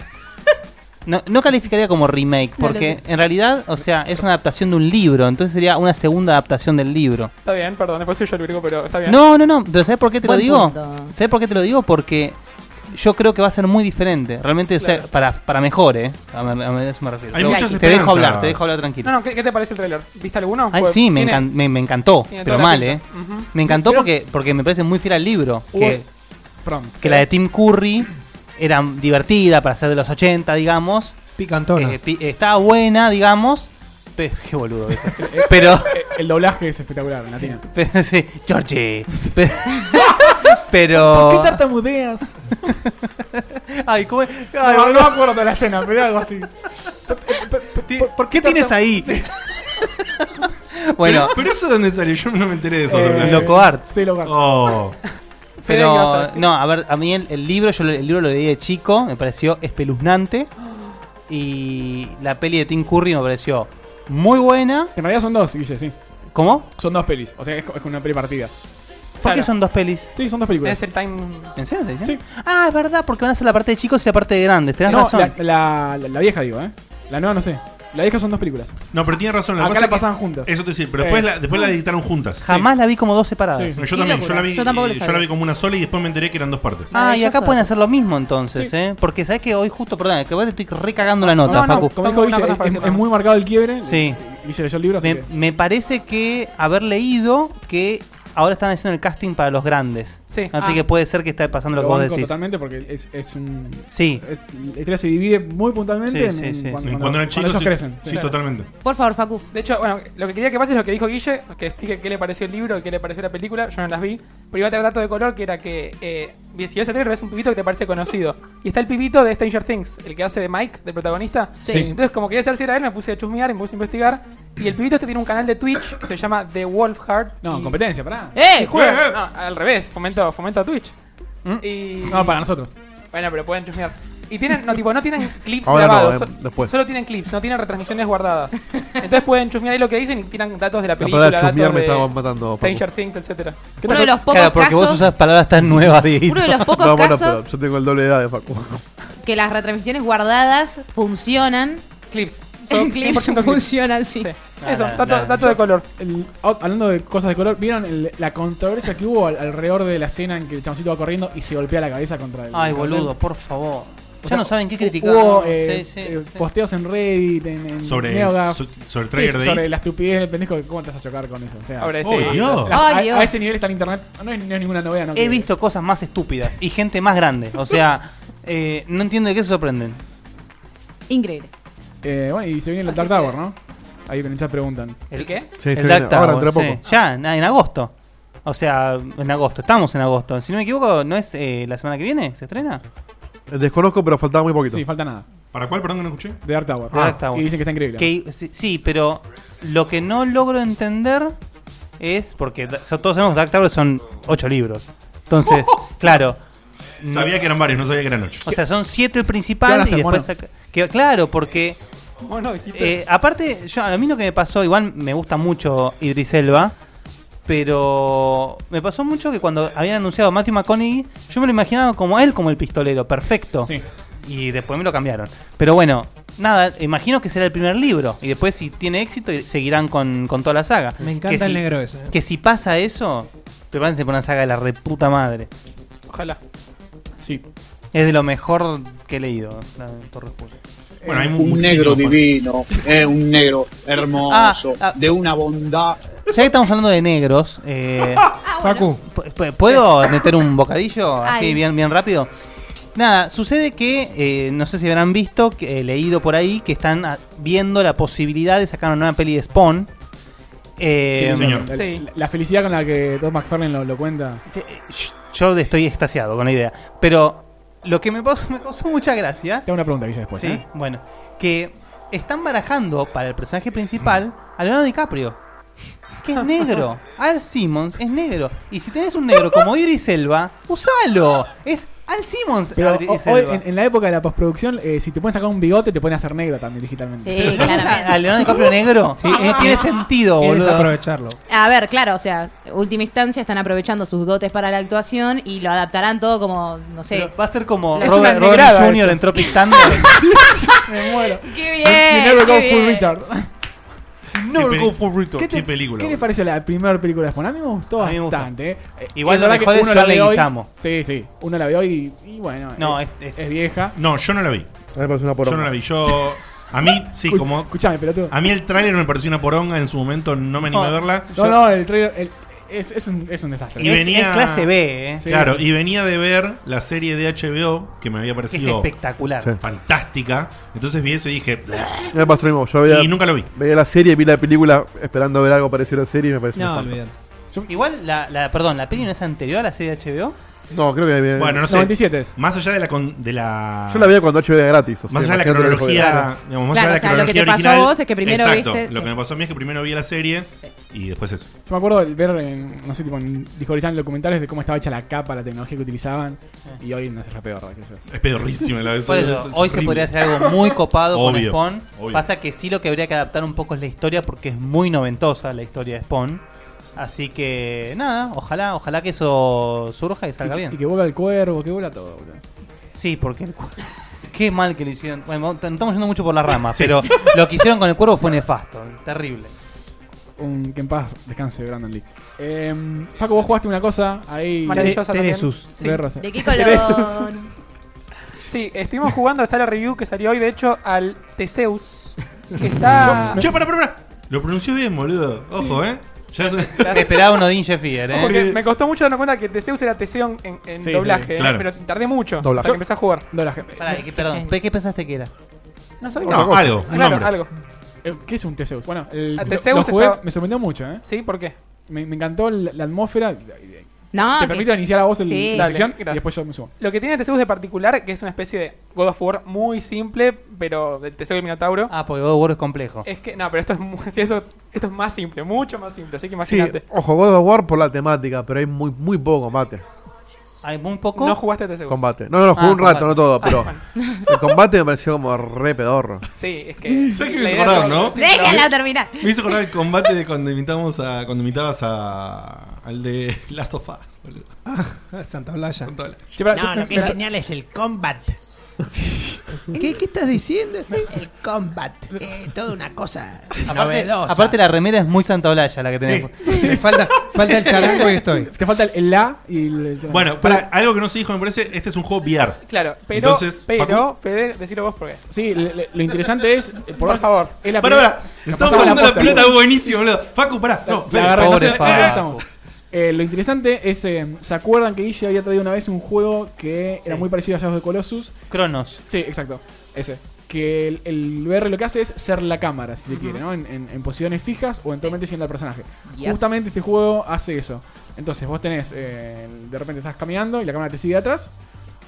Speaker 3: No, no calificaría como remake,
Speaker 1: No lo
Speaker 3: porque en realidad, o sea, es una adaptación de un libro, entonces sería una segunda adaptación del libro.
Speaker 1: Está bien, perdón, después soy yo el único, pero está bien.
Speaker 3: No, no, no. Pero ¿sabes por qué te lo
Speaker 1: Buen
Speaker 3: digo?
Speaker 1: punto.
Speaker 3: ¿Sabes por qué te lo digo? Porque yo creo que va a ser muy diferente. Realmente, o sea, para, para mejor, ¿eh? A, a- a eso me refiero. Pero te dejo hablar, te dejo hablar tranquilo.
Speaker 1: No, no, ¿qué, qué te parece el tráiler? ¿Viste alguno?
Speaker 3: Ay,
Speaker 1: Pues,
Speaker 3: sí, me,
Speaker 1: tiene-
Speaker 3: encan- me, me encantó,
Speaker 1: tiene
Speaker 3: pero
Speaker 1: toda la
Speaker 3: mal,
Speaker 1: pinta.
Speaker 3: ¿eh?
Speaker 1: Ujú.
Speaker 3: Me encantó porque, porque me parece muy fiel al libro.
Speaker 1: Hubo-
Speaker 3: Que,
Speaker 4: Perdón.
Speaker 3: que la de Tim Curry era divertida para ser de los 80, digamos.
Speaker 10: Picantona.
Speaker 3: Eh, pi- estaba buena, digamos. Pe- qué boludo eso. Pero.
Speaker 4: El doblaje es espectacular, Natina.
Speaker 3: pero sí, Georgie. Pe- Pero.
Speaker 4: ¿Por qué tartamudeas?
Speaker 3: Ay, ¿cómo es?
Speaker 4: Ay, no, no me acuerdo de la escena, pero algo así.
Speaker 3: ¿Por, qué tienes ahí? Bueno.
Speaker 7: Bueno. Pero, pero eso de dónde salió, yo no me enteré de eso.
Speaker 3: Eh, Loco Art.
Speaker 4: Sí, Loco Art.
Speaker 7: Oh.
Speaker 1: Fede, ¿qué vas a
Speaker 3: Pero
Speaker 1: decir?
Speaker 3: no, a ver, a mí el, el libro, yo lo- el libro lo leí de chico, me pareció espeluznante. Y la peli de Tim Curry me pareció muy buena.
Speaker 4: En realidad son dos, Guille, sí.
Speaker 3: ¿Cómo?
Speaker 4: Son dos pelis. O sea, es, co- es como una peli partida.
Speaker 3: ¿Por qué son dos pelis?
Speaker 4: Sí, son dos películas.
Speaker 1: Es el time.
Speaker 3: ¿En serio te dicen? Ah, es verdad, porque van a hacer la parte de chicos y la parte de grandes. Tenés
Speaker 4: No,
Speaker 3: razón.
Speaker 4: La, la- la- la vieja, digo, ¿eh? La nueva, no sé. La vieja son dos películas.
Speaker 7: No, pero tiene razón. lo que
Speaker 4: Acá
Speaker 7: pasa
Speaker 4: la
Speaker 7: es que-
Speaker 4: pasaban juntas.
Speaker 7: Eso te decía, pero después,
Speaker 4: Eh.
Speaker 7: la, después la editaron juntas.
Speaker 3: Jamás la vi como dos separadas.
Speaker 7: Sí. Yo también, yo la, vi,
Speaker 3: Yo tampoco lo
Speaker 7: yo
Speaker 3: sabía.
Speaker 7: la vi como una sola y después me enteré que eran dos partes.
Speaker 3: Ah, y acá pueden hacer lo mismo entonces, ¿eh? Porque sabes que hoy justo, perdón, que vos te estoy recagando la nota,
Speaker 4: No, no,
Speaker 3: Facu.
Speaker 4: como dijo Guille, es- es, es muy marcado el quiebre.
Speaker 3: Sí.
Speaker 4: Guille leyó el libro, así
Speaker 3: Me, me parece que haber leído que ahora están haciendo el casting para los grandes.
Speaker 1: Sí.
Speaker 3: Así
Speaker 4: Ah.
Speaker 3: que puede ser que está pasando lo,
Speaker 4: Lo
Speaker 3: que vos
Speaker 4: banco
Speaker 3: decís.
Speaker 4: Totalmente porque es, es un.
Speaker 3: Sí.
Speaker 4: es- la historia se divide muy puntualmente
Speaker 3: Sí,
Speaker 4: en,
Speaker 3: sí, sí,
Speaker 4: cuando,
Speaker 3: sí.
Speaker 4: cuando-
Speaker 7: Cuando
Speaker 4: cuando
Speaker 7: eran chicos,
Speaker 4: ellos
Speaker 7: sí.
Speaker 4: crecen.
Speaker 7: Sí, totalmente.
Speaker 2: Por favor, Facu.
Speaker 1: De hecho, bueno, lo que quería que pase es lo que dijo Guille, que explique qué le pareció el libro y qué le pareció la película. Yo no las vi. Pero iba a tener dato de color que era que eh, si ves el trailer ves un pibito que te parece conocido. Y está el pibito de Stranger Things, el que hace de Mike, del protagonista.
Speaker 4: Sí.
Speaker 1: Entonces, como quería saber si era él, me puse a chusmear y me puse a investigar. Y el pibito este tiene un canal de Twitch que se llama The Wolf Heart.
Speaker 4: No,
Speaker 1: y-
Speaker 4: competencia, pará.
Speaker 1: y
Speaker 2: ¡Eh!
Speaker 1: juega- no, al revés, fomento, fomento a Twitch. Y...
Speaker 4: No, para nosotros.
Speaker 1: Bueno, pero pueden chusmear. Y tienen, no, tipo, no tienen clips
Speaker 6: Ahora no,
Speaker 1: grabados.
Speaker 6: eh,
Speaker 1: so-
Speaker 6: después.
Speaker 1: Solo tienen clips, no tienen retransmisiones guardadas. Entonces pueden chusmear ahí lo que dicen y tiran datos de la
Speaker 6: La
Speaker 1: película,
Speaker 6: palabra
Speaker 1: datos
Speaker 6: chusmear me
Speaker 1: de
Speaker 6: estaba matando. Facu.
Speaker 1: Stranger Things, etcétera.
Speaker 2: Uno de los pocos
Speaker 3: Claro, porque
Speaker 2: casos.
Speaker 3: vos usas palabras tan nuevas, Dieguito.
Speaker 2: Uno de los pocos
Speaker 6: No, bueno,
Speaker 2: casos
Speaker 6: pero yo tengo el doble de edad de Facu.
Speaker 2: que las retransmisiones guardadas funcionan.
Speaker 1: Clips. Son
Speaker 2: En clips
Speaker 1: 100% clips.
Speaker 2: funcionan, sí.
Speaker 1: Sí.
Speaker 3: No,
Speaker 1: Eso,
Speaker 3: Ah, no,
Speaker 1: dato,
Speaker 3: no, no.
Speaker 1: dato de color.
Speaker 4: El- o- hablando de cosas de color, ¿vieron el- la controversia que hubo al- alrededor de la escena en que el chaboncito va corriendo y se golpea la cabeza contra el. contra
Speaker 3: Ay,
Speaker 4: el-
Speaker 3: boludo, por favor. Ya
Speaker 4: O sea,
Speaker 3: no saben qué criticar.
Speaker 4: Hubo
Speaker 3: ¿no?
Speaker 4: eh,
Speaker 3: Sí, sí,
Speaker 4: eh,
Speaker 3: sí.
Speaker 4: posteos en Reddit, en, en
Speaker 7: Sobre,
Speaker 4: NeoGAF.
Speaker 7: so- sobre el
Speaker 4: Sí,
Speaker 7: trailer de
Speaker 4: sobre
Speaker 7: It.
Speaker 4: la estupidez del pendejo, que ¿cómo te vas a chocar con eso? O sea,
Speaker 1: Ahora
Speaker 7: Oh,
Speaker 1: este.
Speaker 7: Dios.
Speaker 4: la- a-
Speaker 2: Ay, Dios.
Speaker 4: a, ese nivel está el internet. No es, no es ninguna novedad, ¿no?
Speaker 3: He
Speaker 4: Que-
Speaker 3: visto cosas más estúpidas y gente más grande. O sea, eh, no entiendo de qué se sorprenden.
Speaker 2: Increíble.
Speaker 4: Eh, bueno, y se viene el
Speaker 2: Así
Speaker 4: Dark
Speaker 2: que-
Speaker 4: Tower, ¿no? Ahí en el chat preguntan.
Speaker 1: ¿El qué?
Speaker 6: Sí,
Speaker 3: el
Speaker 6: se
Speaker 3: Dark
Speaker 6: viene. Ahora,
Speaker 3: Tower,
Speaker 6: entre
Speaker 3: sí.
Speaker 6: poco.
Speaker 3: Ya, na- en agosto. O sea, en agosto. Estamos en agosto. Si no me equivoco, ¿no es eh, la semana que viene? ¿Se estrena?
Speaker 6: Desconozco, pero faltaba muy poquito.
Speaker 4: Sí, falta nada.
Speaker 7: ¿Para cuál? Perdón que no escuché.
Speaker 4: The Dark Tower.
Speaker 3: The Ah. Dark Tower.
Speaker 4: Y dicen que está increíble.
Speaker 3: Que, sí, sí, pero lo que no logro entender es. Porque da- so- todos sabemos que Dark Tower son ocho libros. Entonces, claro. no-
Speaker 7: Sabía que eran varios, no sabía que eran ocho.
Speaker 3: o sea, son siete el
Speaker 4: ¿Qué van
Speaker 3: principal
Speaker 4: a hacer,
Speaker 3: y después.
Speaker 4: mono?
Speaker 3: saca- que- claro, porque.
Speaker 1: Bueno, dijiste.
Speaker 3: Eh, aparte, yo, a mí lo que me pasó, igual me gusta mucho Idris Elba, pero me pasó mucho que cuando habían anunciado a Matthew McConaughey, yo me lo imaginaba como a él, como el pistolero, perfecto.
Speaker 4: Sí.
Speaker 3: Y después me lo cambiaron. Pero bueno, nada, imagino que será el primer libro. Y después, si tiene éxito, seguirán con, con toda la saga.
Speaker 10: Me encanta
Speaker 3: Que
Speaker 10: el
Speaker 3: si-
Speaker 10: negro ese.
Speaker 3: Que si pasa eso, prepárense por una saga de la reputa madre.
Speaker 1: Ojalá.
Speaker 4: Sí.
Speaker 3: Es de lo mejor que he leído. la- por respuesta.
Speaker 4: eh,
Speaker 7: Bueno, hay
Speaker 11: Un
Speaker 7: muchísimos
Speaker 11: negro
Speaker 7: fans.
Speaker 11: divino, eh, un negro hermoso,
Speaker 3: Ah, ah.
Speaker 11: de una bondad.
Speaker 3: Ya que estamos hablando de negros, eh,
Speaker 2: Ah, bueno.
Speaker 10: Facu,
Speaker 3: P- p- ¿Puedo meter un bocadillo así
Speaker 2: Ay.
Speaker 3: bien, bien rápido? Nada, sucede que, eh, no sé si habrán visto, que he leído por ahí, que están ah, viendo la posibilidad de sacar una nueva peli de Spawn. Eh,
Speaker 7: Sí, señor.
Speaker 4: La,
Speaker 1: Sí.
Speaker 4: la felicidad con la que Todd McFarlane lo, lo cuenta.
Speaker 3: te- Yo estoy extasiado con la idea. Pero lo que me causó, me causó mucha gracia
Speaker 4: Te hago una pregunta que ya después.
Speaker 3: Sí,
Speaker 4: ¿eh?
Speaker 3: bueno. Que están barajando para el personaje principal a Leonardo DiCaprio. Que es negro. Al Simmons es negro. Y si tenés un negro como Idris Elba, usalo. Es Al Simmons.
Speaker 4: Pero
Speaker 3: Idris
Speaker 4: ho- hoy,
Speaker 3: Elba.
Speaker 4: en, en la época de la postproducción, eh, si te pueden sacar un bigote, te pueden hacer negro también digitalmente.
Speaker 2: Sí,
Speaker 3: ¿Pones
Speaker 2: claramente.
Speaker 3: a, a Leonardo DiCaprio negro? Ah,
Speaker 10: Sí,
Speaker 3: no
Speaker 10: es-
Speaker 3: tiene sentido,
Speaker 10: quieres
Speaker 3: boludo.
Speaker 10: aprovecharlo.
Speaker 2: A ver, claro, o sea, última instancia están aprovechando sus dotes para la actuación y lo adaptarán todo como, no sé.
Speaker 3: Pero Va a ser como
Speaker 1: Es
Speaker 3: Robert,
Speaker 1: una
Speaker 3: Robert
Speaker 1: negrada
Speaker 3: Jr.
Speaker 1: eso.
Speaker 3: en Tropic Thunder.
Speaker 4: Me muero.
Speaker 2: ¡Qué
Speaker 4: You never go full
Speaker 2: bien!
Speaker 4: retard.
Speaker 7: Qué peli-
Speaker 4: ¿Qué,
Speaker 7: Qué
Speaker 4: te-
Speaker 7: película.
Speaker 4: ¿Qué les
Speaker 7: boludo.
Speaker 4: pareció la primera película de Spawn? A mí me gustó
Speaker 3: A mí me gustó.
Speaker 4: bastante. eh. Eh,
Speaker 3: Igual
Speaker 4: y
Speaker 3: lo
Speaker 4: la verdad
Speaker 3: mejor
Speaker 4: que
Speaker 3: es
Speaker 4: uno
Speaker 3: John
Speaker 4: la ve hoy-
Speaker 3: Leguizamo.
Speaker 4: Sí, sí. Uno la vio hoy y, y bueno.
Speaker 3: No,
Speaker 4: eh,
Speaker 3: es- es-
Speaker 4: vieja.
Speaker 7: No, yo no la
Speaker 6: A
Speaker 7: vi.
Speaker 6: mí me parece una
Speaker 7: Yo
Speaker 6: poronga.
Speaker 7: no la vi. Yo. A mí, sí,
Speaker 4: Escu-
Speaker 7: como.
Speaker 4: Escuchame, pelotudo.
Speaker 7: A mí el tráiler me pareció una poronga en su momento, no me animé a
Speaker 3: Oh.
Speaker 7: verla.
Speaker 4: No, no, el trailer. el- es, es un, es un desastre.
Speaker 7: Y
Speaker 3: es,
Speaker 7: venía-
Speaker 3: es clase B, eh.
Speaker 4: Sí,
Speaker 7: claro,
Speaker 4: sí.
Speaker 7: y venía de ver la serie de HBO, que me había
Speaker 3: que es
Speaker 7: parecido
Speaker 3: espectacular.
Speaker 6: Sí.
Speaker 7: fantástica. Entonces vi eso y dije. "Bleh",
Speaker 6: Me pasó lo mismo. Yo veía,
Speaker 7: Y nunca lo vi.
Speaker 6: veía la serie, vi la película esperando ver algo parecido a la serie y me pareció
Speaker 10: No,
Speaker 6: una
Speaker 10: olvídate.
Speaker 3: Igual, la, la- perdón, la peli no es anterior a la serie de HBO.
Speaker 6: poronga. No, creo que había-
Speaker 7: Bueno, no sé.
Speaker 4: 97 es.
Speaker 7: Más allá de la. con- de la
Speaker 6: Yo la veía cuando HBO era gratis. o
Speaker 7: Más
Speaker 6: sea,
Speaker 7: allá de la
Speaker 6: imagínate lo que
Speaker 7: cronología. digamos,
Speaker 2: Claro,
Speaker 7: más allá de la
Speaker 2: o sea, lo que
Speaker 7: cronología
Speaker 2: te pasó a
Speaker 7: original.
Speaker 2: vos es que primero
Speaker 7: Exacto,
Speaker 2: viste-
Speaker 7: Lo
Speaker 2: sí.
Speaker 7: que me pasó a mí es que primero vi la serie y después eso.
Speaker 4: Yo me acuerdo de ver, en, no sé, tipo, en Discovery Channel documentales de cómo estaba hecha la capa, la tecnología que utilizaban. Y hoy no se rapea, ¿verdad? Que yo-
Speaker 7: Es pedorrísima la vez.
Speaker 3: Por eso, hoy se podría hacer algo muy copado con
Speaker 7: Obvio,
Speaker 3: Spawn.
Speaker 7: obvio.
Speaker 3: Pasa que sí lo que habría que adaptar un poco es la historia porque es muy noventosa la historia de Spawn. Así que nada, ojalá, ojalá que eso surja y salga
Speaker 4: y,
Speaker 3: bien.
Speaker 4: y que vuelva el cuervo, que vuelva todo, boludo.
Speaker 3: Sí, porque el cu- qué mal que lo hicieron. Bueno, no estamos yendo mucho por las ramas, pero lo que hicieron con el cuervo fue nefasto, terrible.
Speaker 4: Un, que en paz descanse Brandon Lee. Eh, Facu, vos jugaste una cosa ahí.
Speaker 1: Maravillosa
Speaker 10: Tere-
Speaker 1: también.
Speaker 10: Teresus.
Speaker 1: Sí.
Speaker 4: Berra, sí.
Speaker 2: ¿De qué
Speaker 4: Teresus.
Speaker 2: color?
Speaker 1: Sí, estuvimos jugando, está la review que salió hoy, de hecho, al Teseus. Que está.
Speaker 7: Che, pará, pará, pará. Lo pronunció bien, boludo. Ojo, eh.
Speaker 3: Esperaba uno de Inge Fier, ¿eh?
Speaker 1: Ojo que me costó mucho darme cuenta que Teseus era Teseo en, en
Speaker 3: Sí,
Speaker 1: doblaje,
Speaker 3: sí,
Speaker 1: ¿eh?
Speaker 3: claro.
Speaker 1: pero tardé mucho
Speaker 3: Doblaje.
Speaker 1: hasta que empecé a jugar. Eh.
Speaker 4: Doblaje.
Speaker 3: Pará, ¿qué- perdón, ¿qué pensaste que era?
Speaker 1: No sabía.
Speaker 4: Otra
Speaker 1: No,
Speaker 4: cosa.
Speaker 1: algo, un Claro, nombre. algo.
Speaker 4: Eh, ¿Qué es un Teseus? Bueno, el,
Speaker 1: Ah,
Speaker 4: lo-
Speaker 1: Teseus
Speaker 4: lo jugué,
Speaker 1: estaba-
Speaker 4: me sorprendió mucho, ¿eh?
Speaker 1: Sí, ¿por qué?
Speaker 4: Me, me encantó el- la atmósfera.
Speaker 1: No,
Speaker 4: Te
Speaker 1: que-
Speaker 4: permito iniciar a vos el,
Speaker 1: Sí.
Speaker 4: la
Speaker 1: Dale,
Speaker 4: sección y
Speaker 1: gracias.
Speaker 4: después yo me subo.
Speaker 1: Lo que tiene Teseus de particular, que es una especie de God of War muy simple, pero de Teseo y el Minotauro.
Speaker 3: Ah, porque God of War es complejo.
Speaker 1: Es que, no, pero esto es, mu- sí, eso, esto es más simple, mucho más simple, así que
Speaker 6: Sí,
Speaker 1: imagínate.
Speaker 6: ojo, God of War por la temática, pero hay muy, muy poco combate.
Speaker 3: ¿Hay muy poco?
Speaker 1: No jugaste a Teseus.
Speaker 6: Combate. No, no, lo jugué
Speaker 1: Ah,
Speaker 6: un rato,
Speaker 1: combate.
Speaker 6: no todo,
Speaker 1: Ah,
Speaker 6: pero
Speaker 1: bueno.
Speaker 6: el combate me pareció como re pedorro.
Speaker 1: Sí, es que.
Speaker 7: ¿Sabes qué
Speaker 1: la
Speaker 7: me hizo
Speaker 1: idea
Speaker 7: acordar,
Speaker 1: es-
Speaker 7: no?
Speaker 1: sí,
Speaker 2: Déjenla terminar.
Speaker 7: Me hizo acordar el combate de cuando invitamos a. cuando invitabas a. al de las sofás, boludo.
Speaker 8: Santa Blaya.
Speaker 12: No, lo que es genial es el combat.
Speaker 8: ¿Qué, ¿Qué estás diciendo?
Speaker 12: El combat. Eh, toda una cosa
Speaker 3: Aparte,
Speaker 12: novedosa.
Speaker 3: aparte la remera es muy Santa Olalla la que tenemos. Me falta, falta el charango y estoy.
Speaker 4: Te falta el, la y el.
Speaker 7: Bueno, para algo que no se dijo, me parece, este es un juego VR.
Speaker 1: Claro, pero,
Speaker 7: Entonces,
Speaker 1: pero
Speaker 7: Facu-
Speaker 1: Fede, decilo vos porque.
Speaker 4: Sí, le- le- lo interesante es. eh, Por favor. Es la
Speaker 7: Pará,
Speaker 4: primera-
Speaker 7: pará.
Speaker 4: la
Speaker 7: Estamos
Speaker 4: pasamos
Speaker 7: pasando la,
Speaker 4: posta,
Speaker 7: pelota
Speaker 4: boludo.
Speaker 7: buenísimo, boludo. Facu, pará. No,
Speaker 4: La
Speaker 7: Fede,
Speaker 4: agarré,
Speaker 7: no
Speaker 4: no sé,
Speaker 7: se-
Speaker 4: ahí
Speaker 7: eh,
Speaker 4: estamos. Eh, lo interesante es, eh, ¿se acuerdan que Guille había traído una vez un juego que era muy parecido a Shadow de Colossus?
Speaker 3: Cronos.
Speaker 4: Sí, exacto. Ese. Que el, el VR lo que hace es ser la cámara, si se
Speaker 3: Ujú.
Speaker 4: quiere, ¿no? En, en- en posiciones fijas o eventualmente siendo el personaje.
Speaker 3: Yes.
Speaker 4: Justamente este juego hace eso. Entonces vos tenés, eh, de repente estás caminando y la cámara te sigue atrás.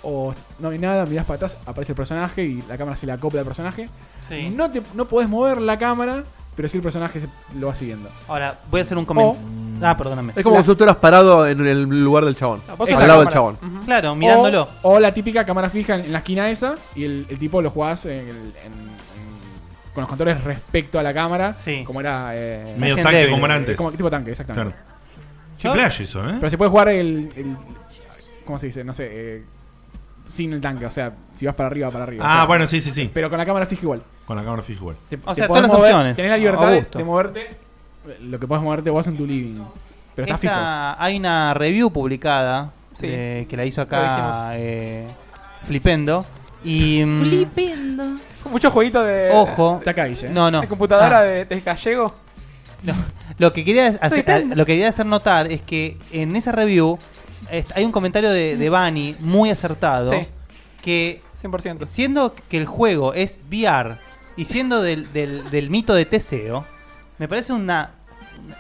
Speaker 4: O no hay nada, mirás para atrás, aparece el personaje y la cámara se la acopla al personaje.
Speaker 3: Sí.
Speaker 4: No, te, no podés mover la cámara, pero sí el personaje se- lo va siguiendo.
Speaker 3: Ahora, voy a hacer un comentario.
Speaker 4: Oh.
Speaker 3: Ah, perdóname.
Speaker 6: Es como si tú estuvieras parado en el lugar del chabón.
Speaker 3: vos
Speaker 6: al
Speaker 3: sos
Speaker 6: lado
Speaker 3: la
Speaker 6: del chabón.
Speaker 3: cámara. Ujú. Claro, mirándolo.
Speaker 4: O, o la típica cámara fija en, en la esquina esa y el, el tipo lo jugás en- en- en- con los controles respecto a la cámara. Como era. eh,
Speaker 7: Medio tanque
Speaker 4: Evil,
Speaker 7: como era
Speaker 4: eh,
Speaker 7: antes.
Speaker 4: Como tipo tanque, exactamente.
Speaker 7: Claro. Qué flash eso, ¿eh?
Speaker 4: Pero se puede jugar el. el- ¿Cómo se dice? No sé. eh, sin el tanque, o sea, si vas para arriba, para arriba.
Speaker 7: Ah,
Speaker 4: O sea,
Speaker 7: bueno, sí, sí, sí.
Speaker 4: Pero con la cámara fija igual.
Speaker 7: Con la cámara fija igual.
Speaker 4: Te-
Speaker 7: O
Speaker 4: te podés
Speaker 7: sea, todas las
Speaker 4: mover,
Speaker 7: opciones.
Speaker 4: Tenés la
Speaker 7: A
Speaker 4: libertad de,
Speaker 7: gusto.
Speaker 4: de moverte. Lo que puedes moverte vos en tu living. Pero estás fijo.
Speaker 3: Esta- Hay una review publicada
Speaker 4: Sí.
Speaker 3: eh, que la hizo
Speaker 1: Lo
Speaker 3: acá eh, Flipendo. Y, mm,
Speaker 1: Flipendo. Muchos jueguitos de.
Speaker 3: Ojo.
Speaker 1: de-
Speaker 3: ¿eh? No, no.
Speaker 1: De computadora de, de gallego.
Speaker 3: Lo que quería hacer,
Speaker 1: Flipendo.
Speaker 3: lo que quería hacer notar es que en esa review est- hay un comentario de, de Bani muy acertado.
Speaker 1: Sí.
Speaker 3: Que
Speaker 1: 100%.
Speaker 3: siendo que el juego es VR y siendo del, del- del mito de Teseo, me parece una,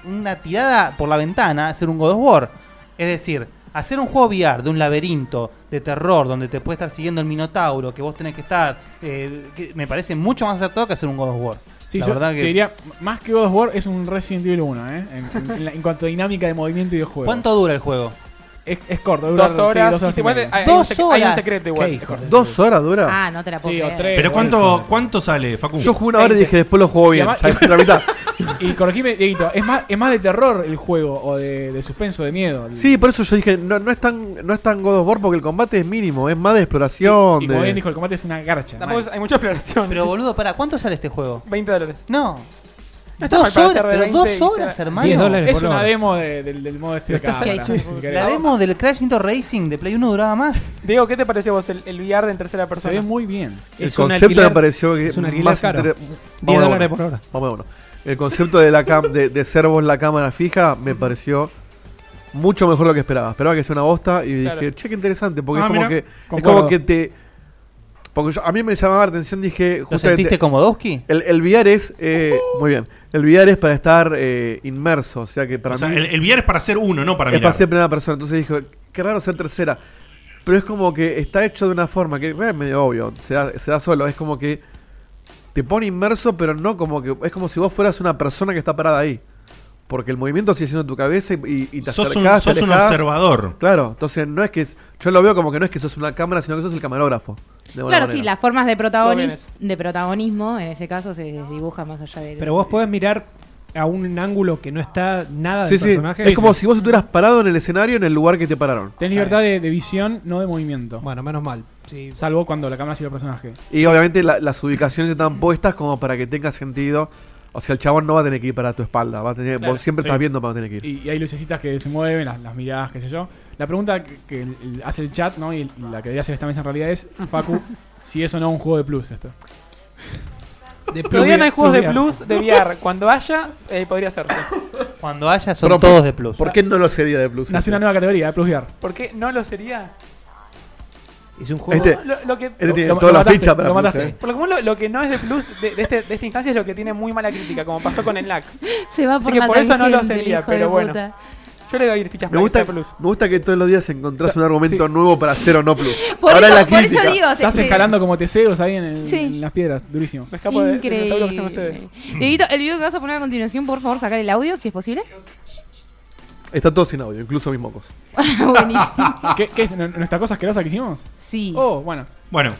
Speaker 3: una tirada por la ventana hacer un God of War. Es decir, hacer un juego VR de un laberinto de terror donde te puede estar siguiendo el Minotauro, que vos tenés que estar, eh, que me parece mucho más acertado que hacer un God of War.
Speaker 4: Sí,
Speaker 3: la
Speaker 4: yo
Speaker 3: verdad que...
Speaker 4: te diría, más que God of War es un Resident Evil 1, ¿eh? En, en- en la- en cuanto a dinámica de movimiento y de juego.
Speaker 3: ¿Cuánto dura el juego?
Speaker 4: Es, es corto, dura
Speaker 1: Dos horas.
Speaker 4: sí,
Speaker 1: y se puede-
Speaker 4: media.
Speaker 1: hay, un sec- hay un secreto igual.
Speaker 6: ¿Dos horas dura?
Speaker 2: Ah, no te la puedo
Speaker 4: Sí, o
Speaker 2: creer.
Speaker 4: tres,
Speaker 7: Pero
Speaker 4: o
Speaker 7: ¿cuánto,
Speaker 4: eso.
Speaker 7: ¿cuánto sale, Facu?
Speaker 6: Yo jugué una hora y dije, después lo juego
Speaker 4: Y
Speaker 6: bien.
Speaker 4: además-
Speaker 6: Ya, la mitad.
Speaker 4: Y corregime, Dieguito, es más, es más de terror el juego o de, de suspenso, de miedo.
Speaker 6: Sí, por eso yo dije, no, no, es tan, no es tan God of War porque el combate es mínimo, es más de exploración.
Speaker 4: Y como
Speaker 6: de-
Speaker 4: bien dijo, el combate es una garcha.
Speaker 1: Tampoco es- hay mucha exploración.
Speaker 3: Pero boludo, para ¿cuánto sale este juego?
Speaker 1: 20 dólares.
Speaker 3: No.
Speaker 1: No está mal
Speaker 3: Dos
Speaker 1: para
Speaker 3: horas,
Speaker 1: hacer de
Speaker 3: pero
Speaker 1: 20
Speaker 3: dos
Speaker 1: y
Speaker 3: horas,
Speaker 1: ser-
Speaker 3: hermano.
Speaker 4: es una demo de- del, del modo este de cámara. si querés.
Speaker 3: La demo del Crash Into Racing de Play 1 duraba más.
Speaker 1: Diego, ¿qué te pareció a vos el, el VR en tercera persona?
Speaker 4: ve muy bien.
Speaker 6: El concepto me pareció que
Speaker 1: es un alquiler
Speaker 6: más
Speaker 1: caro.
Speaker 6: inter-
Speaker 1: 10
Speaker 6: a
Speaker 1: dólares
Speaker 6: uno.
Speaker 1: por hora.
Speaker 6: Vamos a uno. El concepto de la cam- de, de ser vos la cámara fija me pareció mucho mejor lo que esperaba. Esperaba que sea una bosta y
Speaker 4: Claro.
Speaker 6: dije, che, qué interesante, porque
Speaker 4: Ah,
Speaker 6: es como
Speaker 4: mira.
Speaker 6: que es
Speaker 4: Concuerdo.
Speaker 6: como que te porque yo- a mí me llamaba la atención, dije,
Speaker 3: sentiste como Dowski?
Speaker 6: El, el VR es eh, muy bien. El VR es para estar eh, inmerso, o sea que para
Speaker 7: O sea,
Speaker 6: mí
Speaker 7: el, el VR es para ser uno, no para
Speaker 6: es para
Speaker 7: mirar.
Speaker 6: ser primera persona. Entonces dije, qué raro ser tercera. Pero es como que está hecho de una forma que es medio obvio. Se da, se da solo. Es como que te pone inmerso, pero no como que. Es como si vos fueras una persona que está parada ahí. Porque el movimiento sigue siendo en tu cabeza y, y- y te
Speaker 7: Sos un-
Speaker 6: acercás, te
Speaker 7: sos un
Speaker 6: alejás.
Speaker 7: observador.
Speaker 6: Claro, entonces no es que. es- yo lo veo como que no es que sos una cámara, sino que sos el camarógrafo. de alguna
Speaker 2: Claro,
Speaker 6: manera.
Speaker 2: sí, las formas de,
Speaker 1: Todo bien
Speaker 2: protagonismo
Speaker 1: eso.
Speaker 2: de protagonismo en ese caso se dibuja más allá de.
Speaker 10: Pero vos podés mirar a un ángulo que no está nada
Speaker 6: Sí,
Speaker 10: del
Speaker 6: sí.
Speaker 10: personaje.
Speaker 6: Es como si vos estuvieras parado en el escenario, en el lugar que te pararon.
Speaker 4: Tenés libertad de, de visión, no de movimiento.
Speaker 10: Bueno, menos mal. Sí.
Speaker 4: Salvo cuando la cámara sigue al personaje.
Speaker 6: Y obviamente la- las ubicaciones están puestas como para que tenga sentido. O sea, el chabón no va a tener que ir para tu espalda. Va a tener,
Speaker 4: Claro,
Speaker 6: vos siempre
Speaker 4: sí.
Speaker 6: estás viendo para dónde tiene que ir.
Speaker 4: Y, y hay lucecitas que se mueven, las, las miradas, qué sé yo. La pregunta que, que el- el- hace el chat, ¿no? Y, el- y la que debería hacer esta mesa en realidad es, Facu, si eso no es un juego de plus esto.
Speaker 1: Todavía no hay juegos de plus de VR. Cuando haya, eh, podría hacerse.
Speaker 3: Cuando haya son
Speaker 6: Propio.
Speaker 3: todos de plus.
Speaker 6: ¿Por qué no lo sería de plus?
Speaker 4: Nace una nueva categoría, de Plus VR.
Speaker 1: ¿Por qué no lo sería?
Speaker 6: Es un juego- Este-
Speaker 1: No, lo, lo que,
Speaker 6: este tiene todas las
Speaker 4: mataste,
Speaker 6: fichas para
Speaker 4: lo
Speaker 6: Plus,
Speaker 4: mataste.
Speaker 6: eh.
Speaker 1: Por lo común, lo, lo que no es de plus de, de este- de esta instancia es lo que tiene muy mala crítica, como pasó con el LAC.
Speaker 2: Se va
Speaker 1: Así
Speaker 2: por
Speaker 1: que
Speaker 2: la
Speaker 1: por eso no lo
Speaker 2: tangente, el
Speaker 1: sería,
Speaker 2: hijo de
Speaker 1: pero bueno.
Speaker 2: puta.
Speaker 1: Yo le doy fichas
Speaker 6: Me
Speaker 1: para que
Speaker 6: gusta,
Speaker 1: sea
Speaker 6: me
Speaker 1: plus.
Speaker 6: gusta que todos los días encontrás un argumento
Speaker 1: sí.
Speaker 6: nuevo para hacer o no plus.
Speaker 2: Por
Speaker 6: Ahora
Speaker 2: eso-
Speaker 6: la
Speaker 2: por eso
Speaker 6: crítica.
Speaker 2: digo, te-
Speaker 4: Estás
Speaker 2: te-
Speaker 4: escalando como teseos ahí en, el-
Speaker 2: Sí.
Speaker 4: en las piedras, durísimo. Me
Speaker 1: escapo de-
Speaker 2: Increíble.
Speaker 1: tablo que son ustedes.
Speaker 2: Dieguito, el video que vas a poner a continuación, por favor, sacar el audio, si es posible.
Speaker 6: Está todo sin audio, incluso mis mocos.
Speaker 4: ¿Qué, qué es n- nuestra cosa asquerosa que hicimos?
Speaker 2: Sí.
Speaker 4: Oh, bueno.
Speaker 7: Bueno.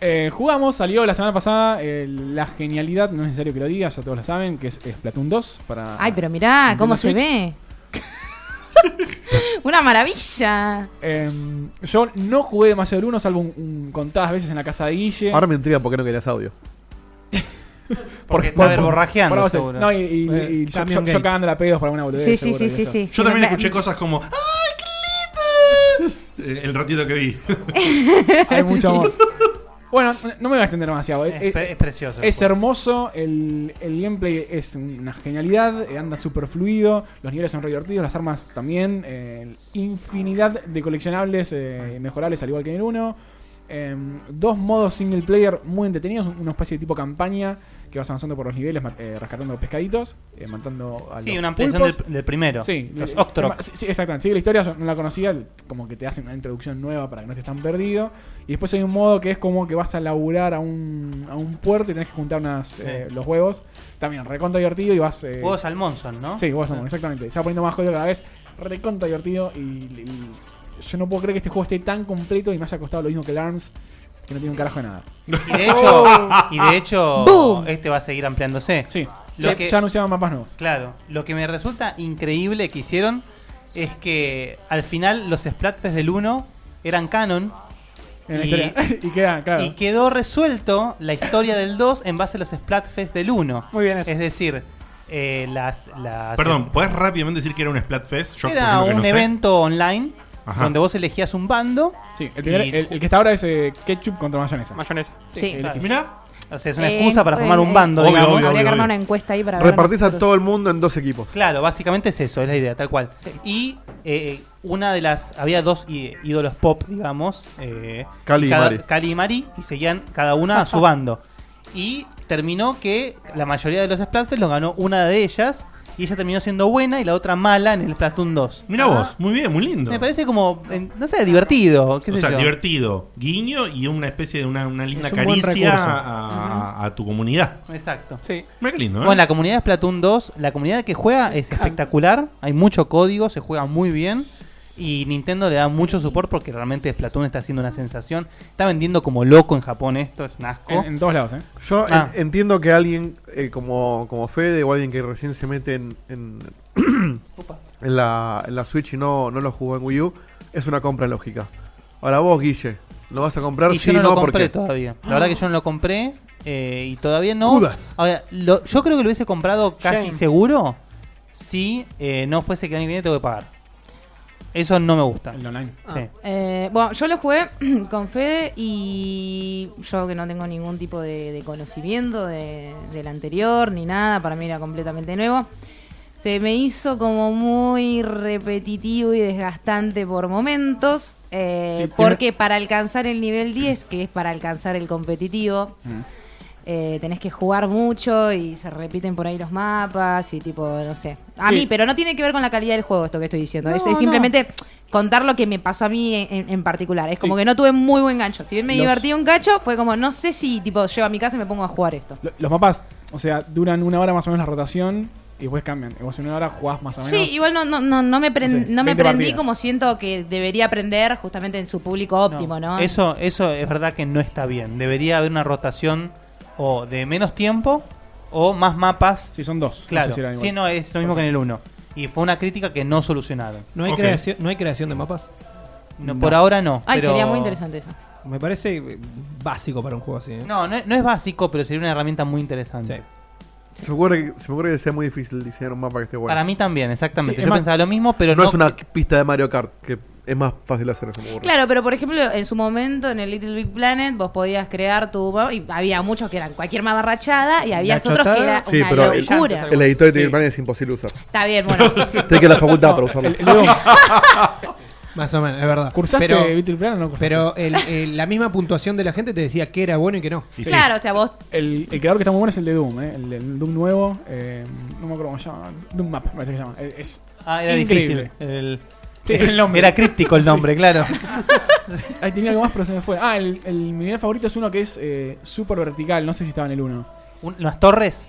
Speaker 4: Eh, jugamos, salió la semana pasada eh, la genialidad, no es necesario que lo diga, ya todos la saben, que es Splatoon 2 para...
Speaker 2: Ay, pero mirá
Speaker 4: Nintendo
Speaker 2: cómo se
Speaker 4: Switch.
Speaker 2: ve. Una maravilla.
Speaker 4: Em, yo no jugué demasiado el 1, salvo un, un- contadas veces en la casa de Guille.
Speaker 6: Ahora me intriga por qué no querías audio.
Speaker 3: Porque
Speaker 4: Por-
Speaker 3: está verborrajeando,
Speaker 4: por algo así.
Speaker 3: seguro.
Speaker 4: No, y, y-
Speaker 3: Eh,
Speaker 4: y yo,
Speaker 3: Camion
Speaker 4: yo- yo
Speaker 3: Gate.
Speaker 4: cagando la pedos para una boludez.
Speaker 2: Sí, sí,
Speaker 4: seguro
Speaker 2: sí,
Speaker 4: que
Speaker 2: sí,
Speaker 4: eso.
Speaker 2: sí.
Speaker 7: Yo también escuché cosas como ¡Ay, qué lindo! Eh, El ratito que vi.
Speaker 4: Hay mucho amor. Bueno, no me voy a extender demasiado.
Speaker 3: Es pre- es precioso el
Speaker 4: Es
Speaker 3: juego.
Speaker 4: hermoso. El, el gameplay es una genialidad. eh, Anda súper fluido. Los niveles son re divertidos. Las armas también. eh, infinidad de coleccionables eh, mejorables, al igual que en el 1. Em, dos modos single player muy entretenidos. Una especie de tipo campaña que vas avanzando por los niveles, ma- eh, rescatando pescaditos, eh, matando a
Speaker 3: Sí,
Speaker 4: los
Speaker 3: una ampliación
Speaker 4: pulpos.
Speaker 3: del- del primero,
Speaker 4: Sí, eh,
Speaker 3: los
Speaker 4: el-
Speaker 3: Octrok.
Speaker 4: el- sí, sí, exactamente. Sigue la historia, yo no la conocía. el- Como que te hacen una introducción nueva para que no estés tan perdido. Y después hay un modo que es como que vas a laburar a un, a un puerto y tenés que juntar unas, eh, los huevos. También recontra divertido y vas. eh,
Speaker 3: Huevos al Monzón, ¿no?
Speaker 4: Sí, huevos al Monzón, exactamente. Se va poniendo más jodido cada vez. Recontra divertido y, y Yo no puedo creer que este juego esté tan completo y me haya costado lo mismo que el ARMS, que no tiene un carajo de nada.
Speaker 3: Y de hecho,
Speaker 4: Oh.
Speaker 3: y de hecho
Speaker 4: Boom.
Speaker 3: este va a seguir ampliándose.
Speaker 4: Sí.
Speaker 3: Lo
Speaker 4: Ya-
Speaker 3: que-
Speaker 4: ya anunciaban mapas nuevos.
Speaker 3: Claro, lo que me resulta increíble que hicieron es que al final los Splatfest del 1 eran canon.
Speaker 4: En la historia. Y queda, claro.
Speaker 3: y quedó resuelto la historia del 2 en base a los Splatfest del 1. Muy bien Es decir, eh, las, las...
Speaker 7: Perdón, ¿podés rápidamente decir que era un Splatfest? Yo
Speaker 3: Era
Speaker 7: imagino que
Speaker 3: un
Speaker 7: no sé.
Speaker 3: evento online
Speaker 7: Ajá.
Speaker 3: donde vos elegías un bando.
Speaker 4: Sí, El, primer- el- el que está ahora es eh, ketchup contra mayonesa.
Speaker 1: Mayonesa.
Speaker 2: sí. Sí. Claro.
Speaker 3: Mirá. O sea, es una
Speaker 2: Eh,
Speaker 3: excusa para
Speaker 2: eh,
Speaker 3: formar un
Speaker 2: eh,
Speaker 3: bando,
Speaker 2: obvio,
Speaker 3: digamos.
Speaker 2: obvio, Habría que obvio. armar una encuesta ahí para ver
Speaker 6: Repartís a
Speaker 2: nosotros.
Speaker 6: todo el mundo en dos equipos.
Speaker 3: Claro, básicamente es eso, es la idea, tal cual. Y eh, una de las. Había dos i- ídolos pop, digamos. eh,
Speaker 6: Cali y
Speaker 3: cada-
Speaker 6: Mari.
Speaker 3: Cali y Mari, y seguían cada una a su bando. Y terminó que la mayoría de los Splatfest los ganó una de ellas. Y ella terminó siendo buena y la otra mala en el Splatoon 2.
Speaker 7: Mira vos, muy bien, muy lindo.
Speaker 3: Me parece como, en- no sé, divertido. qué
Speaker 7: o
Speaker 3: sé
Speaker 7: sea,
Speaker 3: yo.
Speaker 7: divertido, guiño y una especie de una, una linda
Speaker 3: Es un buen
Speaker 7: caricia
Speaker 3: recurso.
Speaker 7: a, a- a tu comunidad.
Speaker 3: Exacto.
Speaker 1: Sí.
Speaker 7: Mira qué lindo, ¿eh?
Speaker 3: Bueno, la comunidad de Splatoon 2, la comunidad que juega es espectacular. Hay mucho código, se juega muy bien. Y Nintendo le da mucho support porque realmente Splatoon está haciendo una sensación. Está vendiendo como loco en Japón esto, es un asco.
Speaker 4: En- en todos lados, ¿eh?
Speaker 6: Yo en-
Speaker 3: Ah.
Speaker 6: entiendo que alguien eh, como, como Fede o alguien que recién se mete en, en, en la, en la Switch y no, no lo jugó en Wii U, es una compra lógica. Ahora vos, Guille, ¿lo vas a comprar?
Speaker 3: Y
Speaker 6: sí,
Speaker 3: yo no lo
Speaker 6: ¿por
Speaker 3: compré
Speaker 6: qué?
Speaker 3: todavía. La verdad que yo no lo compré eh, y todavía no. Ahora, lo- yo creo que lo hubiese comprado casi
Speaker 12: Shame.
Speaker 3: seguro si eh, no fuese que el año que viene tengo que pagar. Eso no me gusta. El
Speaker 4: online.
Speaker 3: Sí.
Speaker 8: Ah.
Speaker 2: Eh, bueno, yo lo jugué con Fede y yo que no tengo ningún tipo de, de conocimiento de- del anterior ni nada, para mí era completamente nuevo. Se me hizo como muy repetitivo y desgastante por momentos,
Speaker 13: Sí,
Speaker 2: eh,
Speaker 13: tiene-
Speaker 2: porque para alcanzar el nivel 10, que es para alcanzar el competitivo,
Speaker 9: Mm.
Speaker 2: eh, tenés que jugar mucho y se repiten por ahí los mapas y tipo, no sé. A
Speaker 13: Sí.
Speaker 2: mí, pero no tiene que ver con la calidad del juego esto que estoy diciendo. es,
Speaker 13: No,
Speaker 2: es
Speaker 13: no.
Speaker 2: simplemente contar lo que me pasó a mí en, en- en particular. Es como que no tuve muy buen gancho. Si bien me
Speaker 4: Los-
Speaker 2: divertí un cacho, fue como, no sé si tipo llego a mi casa y me pongo a jugar esto.
Speaker 4: Lo- Los mapas, o sea, duran una hora más o menos la rotación y después cambian. Y vos en una hora jugás más o menos.
Speaker 2: Sí, igual no, no, no, no me, pren-
Speaker 4: No sé,
Speaker 2: no me
Speaker 4: 20
Speaker 2: prendí
Speaker 4: partidas.
Speaker 2: como siento que debería aprender justamente en su público óptimo,
Speaker 8: Ah.
Speaker 2: ¿no?
Speaker 3: Eso, eso es verdad que no está bien. Debería haber una rotación o de menos tiempo o más mapas.
Speaker 4: Sí, son dos.
Speaker 3: Claro.
Speaker 4: No sé si era igual.
Speaker 3: sí, no, es lo mismo que en el 1. Y fue una crítica que no solucionaron.
Speaker 8: ¿No hay, creación, ¿No hay creación de mapas?
Speaker 3: No, por ahora no, Ay, pero- sería muy
Speaker 2: interesante eso.
Speaker 8: Me parece eh, básico para un juego así. ¿eh?
Speaker 3: No, no, es- no es básico, pero sería una herramienta muy interesante.
Speaker 6: Se me, ocurre, que- se me ocurre que sea muy difícil diseñar un mapa que esté bueno.
Speaker 3: Para mí también, exactamente.
Speaker 6: Sí, es
Speaker 3: Yo
Speaker 6: más-
Speaker 3: pensaba lo mismo, pero no.
Speaker 6: es una pista de Mario Kart, que es más fácil hacer eso. me ocurre.
Speaker 2: Claro, pero por ejemplo, en su momento en el Little Big Planet vos podías crear tu y había muchos que eran cualquier mamarrachada y había otros que era
Speaker 6: Sí,
Speaker 2: una
Speaker 6: pero el,
Speaker 2: locura.
Speaker 6: el editor de Tilly Planet es imposible usar.
Speaker 2: Está bien, bueno.
Speaker 6: Tienes que ir a la facultad para usarlo.
Speaker 8: Más o menos, es verdad.
Speaker 4: ¿Cursaste
Speaker 8: pero,
Speaker 4: Little Planet o no cursaste?
Speaker 8: Pero el- el- la misma puntuación de la gente te decía que era bueno y que no.
Speaker 4: Sí.
Speaker 2: Claro, o sea, vos
Speaker 4: El, el creador que está muy bueno es el de Doom, ¿eh? el, el Doom nuevo. eh, no me acuerdo cómo se llama. Doom Map, me parece que se llama. Es- es
Speaker 3: Ah, era
Speaker 4: increíble.
Speaker 3: difícil. El-
Speaker 4: Sí, el nombre.
Speaker 3: Era críptico el nombre, claro.
Speaker 4: Ahí tenía algo más, pero se me fue. Ah, el, el mineral favorito es uno que es eh, súper vertical. No sé si estaba en el 1.
Speaker 3: ¿Las torres?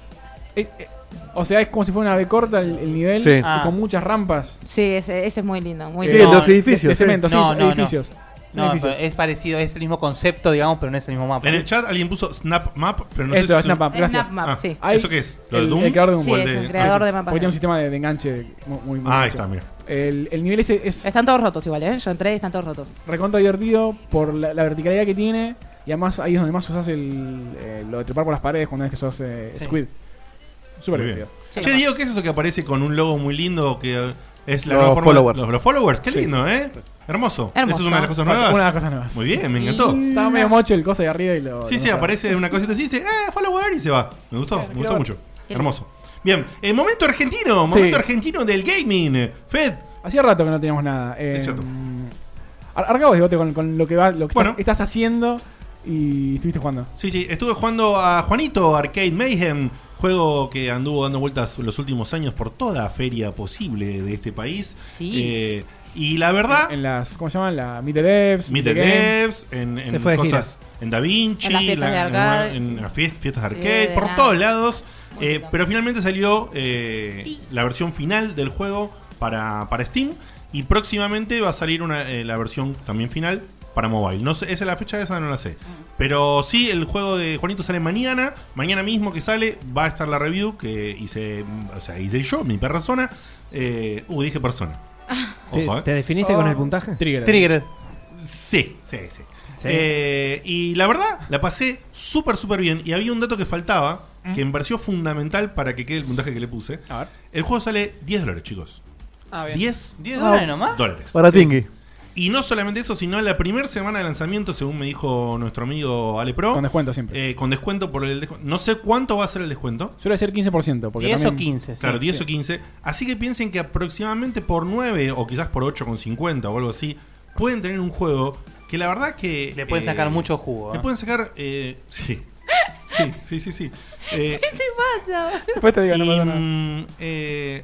Speaker 4: o sea, es como si fuera una B corta el, el nivel.
Speaker 6: Sí.
Speaker 4: y
Speaker 6: Ah.
Speaker 4: Con muchas rampas.
Speaker 2: Sí, ese, ese es muy lindo, muy
Speaker 4: Sí,
Speaker 2: lindo.
Speaker 4: los edificios, De- de sí. cemento, sí, son edificios. Son
Speaker 3: No,
Speaker 4: edificios.
Speaker 3: pero es parecido, es el mismo concepto, digamos, pero no es el mismo mapa.
Speaker 7: En el chat alguien puso Snap Map, pero no
Speaker 4: Eso,
Speaker 7: sé si.
Speaker 4: Snap Map,
Speaker 7: Ah,
Speaker 4: gracias.
Speaker 2: sí.
Speaker 4: Hay-
Speaker 7: ¿Eso qué es? ¿Lo de
Speaker 4: el,
Speaker 7: Doom?
Speaker 4: el creador de Doom.
Speaker 2: Sí,
Speaker 4: ¿O
Speaker 2: es
Speaker 7: de-
Speaker 2: el creador de mapas.
Speaker 4: Porque tiene un sistema de, de enganche muy, muy muy
Speaker 7: Ah, ahí
Speaker 4: mucho.
Speaker 7: está, mira.
Speaker 4: El, el nivel ese es
Speaker 2: Están todos rotos igual, ¿eh? Yo entré y están todos rotos.
Speaker 4: recontra divertido por la, la verticalidad que tiene. Y además ahí es donde más usas el, eh, lo de trepar por las paredes cuando es que sos eh,
Speaker 7: Sí.
Speaker 4: Squid. Súper
Speaker 7: Muy bien.
Speaker 4: divertido.
Speaker 7: Che, Diego, ¿qué es eso que aparece con un logo muy lindo que eh, es la
Speaker 6: Los
Speaker 7: nueva forma-
Speaker 6: followers.
Speaker 7: Los, los followers, qué
Speaker 6: Sí.
Speaker 7: lindo, ¿eh? Hermoso.
Speaker 4: Hermoso.
Speaker 7: Eso es una de las cosas
Speaker 4: Una
Speaker 7: nuevas.
Speaker 4: de las cosas nuevas.
Speaker 7: Muy bien, me encantó.
Speaker 4: Estaba medio mocho el cosa de arriba y lo.
Speaker 7: Sí, sí, aparece una cosita así, dice, "Ah, follower" y se va. Me gustó, me gustó
Speaker 4: ver.
Speaker 7: mucho.
Speaker 4: Qué lindo.
Speaker 7: Hermoso. Bien, el momento argentino,
Speaker 4: Sí.
Speaker 7: momento argentino del gaming. Fed.
Speaker 4: Hacía rato que no teníamos nada. Eh,
Speaker 7: Es cierto.
Speaker 4: ar- arrancamos de bote con, con lo que, va, lo que estás, estás haciendo y estuviste jugando.
Speaker 7: Sí, sí, estuve jugando a Juanito Arcade Mayhem, juego que anduvo dando vueltas los últimos años por toda feria posible de este país.
Speaker 4: Sí.
Speaker 7: Eh, y la verdad,
Speaker 4: En, en las, ¿cómo se llaman? La Meet the Devs.
Speaker 7: Meet the
Speaker 4: Game.
Speaker 7: Devs, en, en
Speaker 4: Se fue de
Speaker 7: cosas, en Da Vinci,
Speaker 4: En las fiestas de
Speaker 7: la-
Speaker 4: arcade,
Speaker 7: en las fies- fiestas de
Speaker 4: Sí,
Speaker 7: arcade,
Speaker 4: de
Speaker 7: por
Speaker 4: nada.
Speaker 7: todos lados. Eh, pero finalmente salió eh, la versión final del juego para, para Steam y próximamente va a salir una, eh, la versión también final para mobile. No sé, esa es la fecha esa, no la sé.
Speaker 4: Ah.
Speaker 7: Pero sí, el juego de Juanito sale mañana. Mañana mismo que sale va a estar la review que hice, o sea, hice yo, mi persona. Eh, uh, dije persona.
Speaker 4: Ah.
Speaker 8: ¿Te,
Speaker 7: Ojo, eh.
Speaker 8: te definiste con el puntaje?
Speaker 4: Trigger.
Speaker 7: Sí, sí, sí. Eh, y la verdad, la pasé súper, súper bien. Y había un dato que faltaba, que me pareció fundamental para que quede el puntaje que le puse. El juego sale 10 dólares, chicos.
Speaker 1: Ah, bien.
Speaker 7: 10,
Speaker 1: ¿10 dólares nomás?
Speaker 7: Dólares.
Speaker 6: Para
Speaker 7: Sí,
Speaker 6: Tingui.
Speaker 7: sí. Y no solamente eso, sino la primera semana de lanzamiento, según me dijo nuestro amigo Ale Pro.
Speaker 4: Con descuento siempre.
Speaker 7: eh, con descuento por el descu- No sé cuánto va a ser el descuento.
Speaker 4: Suele ser 15%. Porque también-
Speaker 7: Claro, 10
Speaker 4: Sí.
Speaker 7: o 15. Así que piensen que aproximadamente por 9 o quizás por 8,50 o algo así, pueden tener un juego que la verdad que... Le
Speaker 3: pueden sacar mucho jugo,
Speaker 7: Le
Speaker 3: ¿eh?
Speaker 7: pueden sacar... eh, sí. Sí, sí, sí, sí. Eh,
Speaker 2: ¿Qué te pasa?
Speaker 4: Después te digo, no
Speaker 7: y,
Speaker 4: pasa nada.
Speaker 7: mm, eh,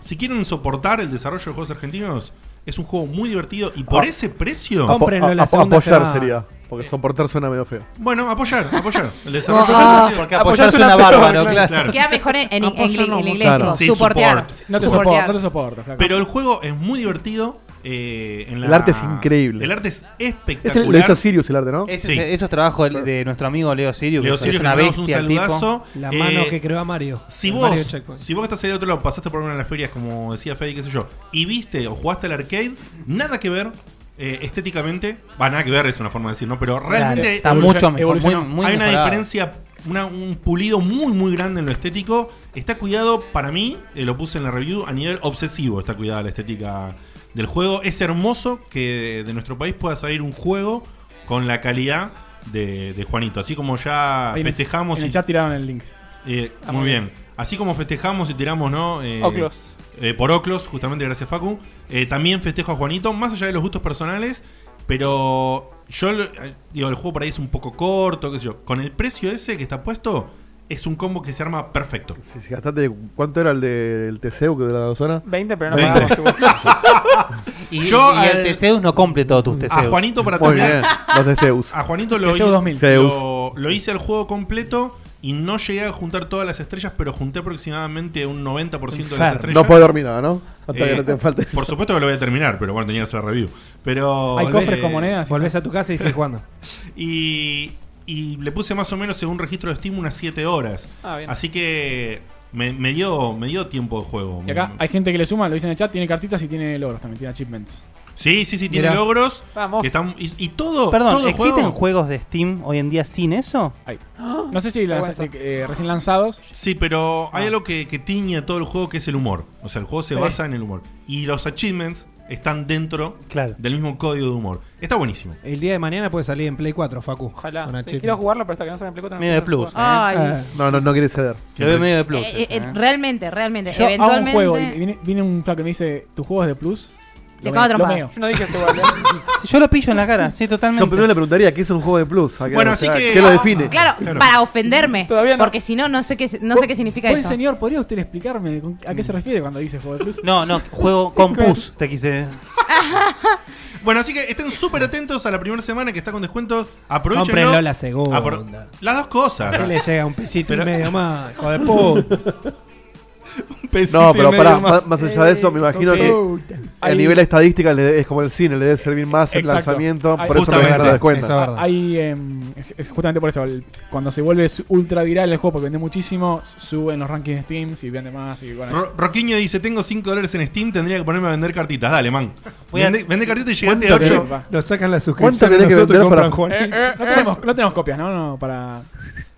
Speaker 7: si quieren soportar el desarrollo de juegos argentinos, es un juego muy divertido y por
Speaker 6: Ah.
Speaker 7: ese precio...
Speaker 6: Apo- a- Apoyar sería. Porque soportar suena medio feo.
Speaker 7: Bueno, apoyar, apoyar. El desarrollo
Speaker 6: Ah,
Speaker 7: de juegos argentinos.
Speaker 6: porque apoyar Apoyar suena suena bárbaro, bárbaro, claro. claro.
Speaker 2: Queda mejor en, Eh, en, en- en- en inglés.
Speaker 7: Claro.
Speaker 2: tipo,
Speaker 7: Sí,
Speaker 2: suportear.
Speaker 7: support.
Speaker 4: No te
Speaker 2: Suportear.
Speaker 4: soporto, no te soporto, flaco.
Speaker 7: Pero el juego es muy divertido. eh, en la-
Speaker 6: El arte es increíble.
Speaker 7: El arte es
Speaker 6: Es el-
Speaker 7: espectacular.
Speaker 6: lo hizo Sirius el arte, ¿no?
Speaker 3: Ese
Speaker 7: Sí.
Speaker 3: es- eso es trabajo de, de nuestro amigo Leo Sirio, que
Speaker 7: Leo
Speaker 3: es
Speaker 7: Sirio, que
Speaker 3: una
Speaker 7: le mandamos un
Speaker 3: bestia el tipo.
Speaker 7: saludazo.
Speaker 8: La
Speaker 7: Eh,
Speaker 8: mano que creó a Mario.
Speaker 7: Si
Speaker 8: El
Speaker 7: vos,
Speaker 8: Mario Checkpoint.
Speaker 7: si vos que estás ahí de otro lado, pasaste por una de las ferias, como decía Fede, qué sé yo, y viste o jugaste al arcade, nada que ver eh, estéticamente. Va, nada que ver, es una forma de decir, ¿no? Pero realmente
Speaker 3: está
Speaker 7: evolucionó-
Speaker 3: mucho mejor,
Speaker 7: evolucionó.
Speaker 3: muy- muy
Speaker 7: Hay una
Speaker 3: mejorado.
Speaker 7: diferencia, una- un pulido muy, muy grande en lo estético. Está cuidado, para mí, eh, lo puse en la review, a nivel obsesivo está cuidada la estética del juego. Es hermoso que de, de nuestro país pueda salir un juego con la calidad de, de Juanito. Así como ya
Speaker 4: Ahí en-
Speaker 7: festejamos
Speaker 4: En
Speaker 7: y
Speaker 4: el chat tiraron el link.
Speaker 7: eh,
Speaker 4: Ah,
Speaker 7: muy
Speaker 4: muy
Speaker 7: bien. Así como festejamos y tiramos, ¿no? Eh,
Speaker 4: Oclos.
Speaker 7: eh, por Oclos, justamente gracias Facu. Eh, también festejo a Juanito, más allá de los gustos personales, pero yo lo- eh, digo, el juego por ahí es un poco corto, qué sé yo. Con el precio ese que está puesto, es un combo que se arma perfecto.
Speaker 6: Si- si gastaste- ¿Cuánto era el del Teseo que de la dosona?
Speaker 1: 20, pero no
Speaker 3: Y- y el Teseus no cumple todos tus
Speaker 7: A
Speaker 3: Teseus.
Speaker 7: Juanito para
Speaker 6: Muy
Speaker 7: terminar.
Speaker 6: bien, los de Zeus.
Speaker 7: A Juanito lo,
Speaker 6: Teseus
Speaker 7: hi-
Speaker 6: 2000.
Speaker 7: lo, lo hice el juego completo y no llegué a juntar todas las estrellas, pero junté aproximadamente un 90% de
Speaker 6: Enfermo.
Speaker 7: las estrellas. Eh,
Speaker 6: No puede dormir nada, ¿no? Hasta que no te falte.
Speaker 7: Por supuesto que lo voy a terminar, pero bueno, tenía que hacer la review. Pero
Speaker 8: Hay cofres
Speaker 7: eh,
Speaker 8: con monedas. Volvés a tu casa y sigues jugando.
Speaker 7: y, y le puse más o menos, según registro de Steam, unas 7 horas.
Speaker 1: Ah, bien.
Speaker 7: Así que me, me dio, me dio tiempo de juego.
Speaker 4: Y acá hay gente que le suma, lo dice en el chat, tiene cartitas y tiene logros también, tiene achievements.
Speaker 7: Sí, sí, sí, tiene
Speaker 4: Mirá.
Speaker 7: logros.
Speaker 4: Vamos.
Speaker 7: que están- y, y todo.
Speaker 3: Perdón,
Speaker 7: todo el
Speaker 3: ¿existen
Speaker 7: juego-
Speaker 3: juegos de Steam hoy en día sin eso?
Speaker 4: No sé si lanz- eh, recién lanzados. Ah.
Speaker 7: Sí, pero hay algo que, que tiñe a todo el juego que es el humor. O sea, el juego se
Speaker 4: Sí.
Speaker 7: basa en el humor. Y los achievements están dentro del mismo código de humor. Está buenísimo.
Speaker 8: El día de mañana puede salir en Play 4, Facu.
Speaker 1: Ojalá.
Speaker 8: Con
Speaker 1: Sí,
Speaker 8: H P.
Speaker 1: quiero jugarlo, pero hasta que no se me explico.
Speaker 8: Medio de plus, eh.
Speaker 2: Ay.
Speaker 6: No, no, no quiere ceder.
Speaker 7: Lo veo medio
Speaker 6: de
Speaker 2: Eh, eh, eh, realmente, realmente.
Speaker 4: Yo hago un
Speaker 2: eventualmente.
Speaker 4: juego y viene, viene un flaco que me dice, tu juego es de plus.
Speaker 2: Te
Speaker 4: Lo
Speaker 2: cago
Speaker 4: meo, lo
Speaker 2: trompada.
Speaker 4: meo.
Speaker 1: Yo no dije eso,
Speaker 4: ¿eh?
Speaker 1: ¿vale?
Speaker 3: Yo lo pillo en la cara, sí, totalmente.
Speaker 6: Yo primero le preguntaría qué es un juego de plus. ¿A qué-
Speaker 3: Bueno,
Speaker 6: o
Speaker 3: así
Speaker 6: sea,
Speaker 3: que-
Speaker 4: Ah,
Speaker 6: ¿Qué lo define?
Speaker 2: Claro, para ofenderme. Porque si no, no sé qué, no sé qué significa
Speaker 4: Oye,
Speaker 2: eso.
Speaker 4: señor, ¿podría usted explicarme con- a qué se refiere cuando dice juego de plus?
Speaker 3: No, no, juego con pus, te quise.
Speaker 7: Bueno, así que estén súper atentos a la primera semana que está con descuentos. Aprovechenlo.
Speaker 8: Cómprenlo la segunda.
Speaker 7: Apro- Las dos cosas.
Speaker 8: Así le llega un pesito
Speaker 7: Pero-
Speaker 8: y medio más, hijo de puta.
Speaker 6: No, pero pará, más, más allá de eso, me imagino que a
Speaker 4: Ahí-
Speaker 6: nivel estadística le de- es como el cine, le debe servir más el
Speaker 4: Exacto.
Speaker 6: lanzamiento,
Speaker 4: Ahí-
Speaker 6: por eso me dar descuento.
Speaker 4: Ahí, em, es- es justamente por eso, el- cuando se vuelve su- ultra viral el juego porque vende muchísimo, suben los rankings de Steam y vende más. Y bueno,
Speaker 7: Ro- Roquiño dice: Tengo 5 dólares en Steam, tendría que ponerme a vender cartitas. Dale, man.
Speaker 4: Voy a-
Speaker 7: Vende, vende cartitas y llegaste a
Speaker 8: ¿Cuánto
Speaker 7: 8.
Speaker 8: que- Nos sacan la suscripción a
Speaker 6: tenés que
Speaker 8: nosotros y
Speaker 6: vender
Speaker 8: compran
Speaker 6: para-
Speaker 8: Juan.
Speaker 4: no, tenemos, no tenemos copias, ¿no? no para...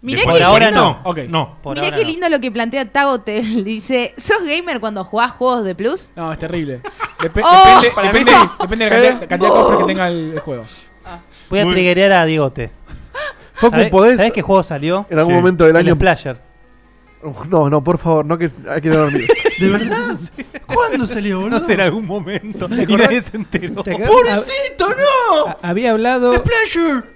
Speaker 2: Mirá que- Por
Speaker 7: ahora no. No.
Speaker 2: Mirá qué lindo lo que plantea Tagotel. Dice: ¿Sos gamer cuando jugás juegos de plus?
Speaker 4: No, es terrible. Depe-
Speaker 2: Oh.
Speaker 4: depende,
Speaker 2: Para
Speaker 4: depende,
Speaker 2: mí Eh, no.
Speaker 4: depende de la cantidad, la cantidad de cofres que tenga el, el juego.
Speaker 2: Ah.
Speaker 3: Voy a
Speaker 4: Muy-
Speaker 3: triggerear a Diegote. ¿Sabes
Speaker 6: ¿podés-
Speaker 3: sabés qué juego salió?
Speaker 6: En algún momento del
Speaker 3: El
Speaker 6: año-
Speaker 3: Splasher.
Speaker 6: No, no, por favor, no que hay que dormir.
Speaker 3: ¿De verdad?
Speaker 7: ¿Cuándo salió,
Speaker 3: boludo? No sé, en algún momento.
Speaker 8: ¿Te
Speaker 3: Y
Speaker 8: acordás?
Speaker 3: nadie se enteró.
Speaker 8: ¿Te acordás?
Speaker 7: no!
Speaker 8: Ha- Había hablado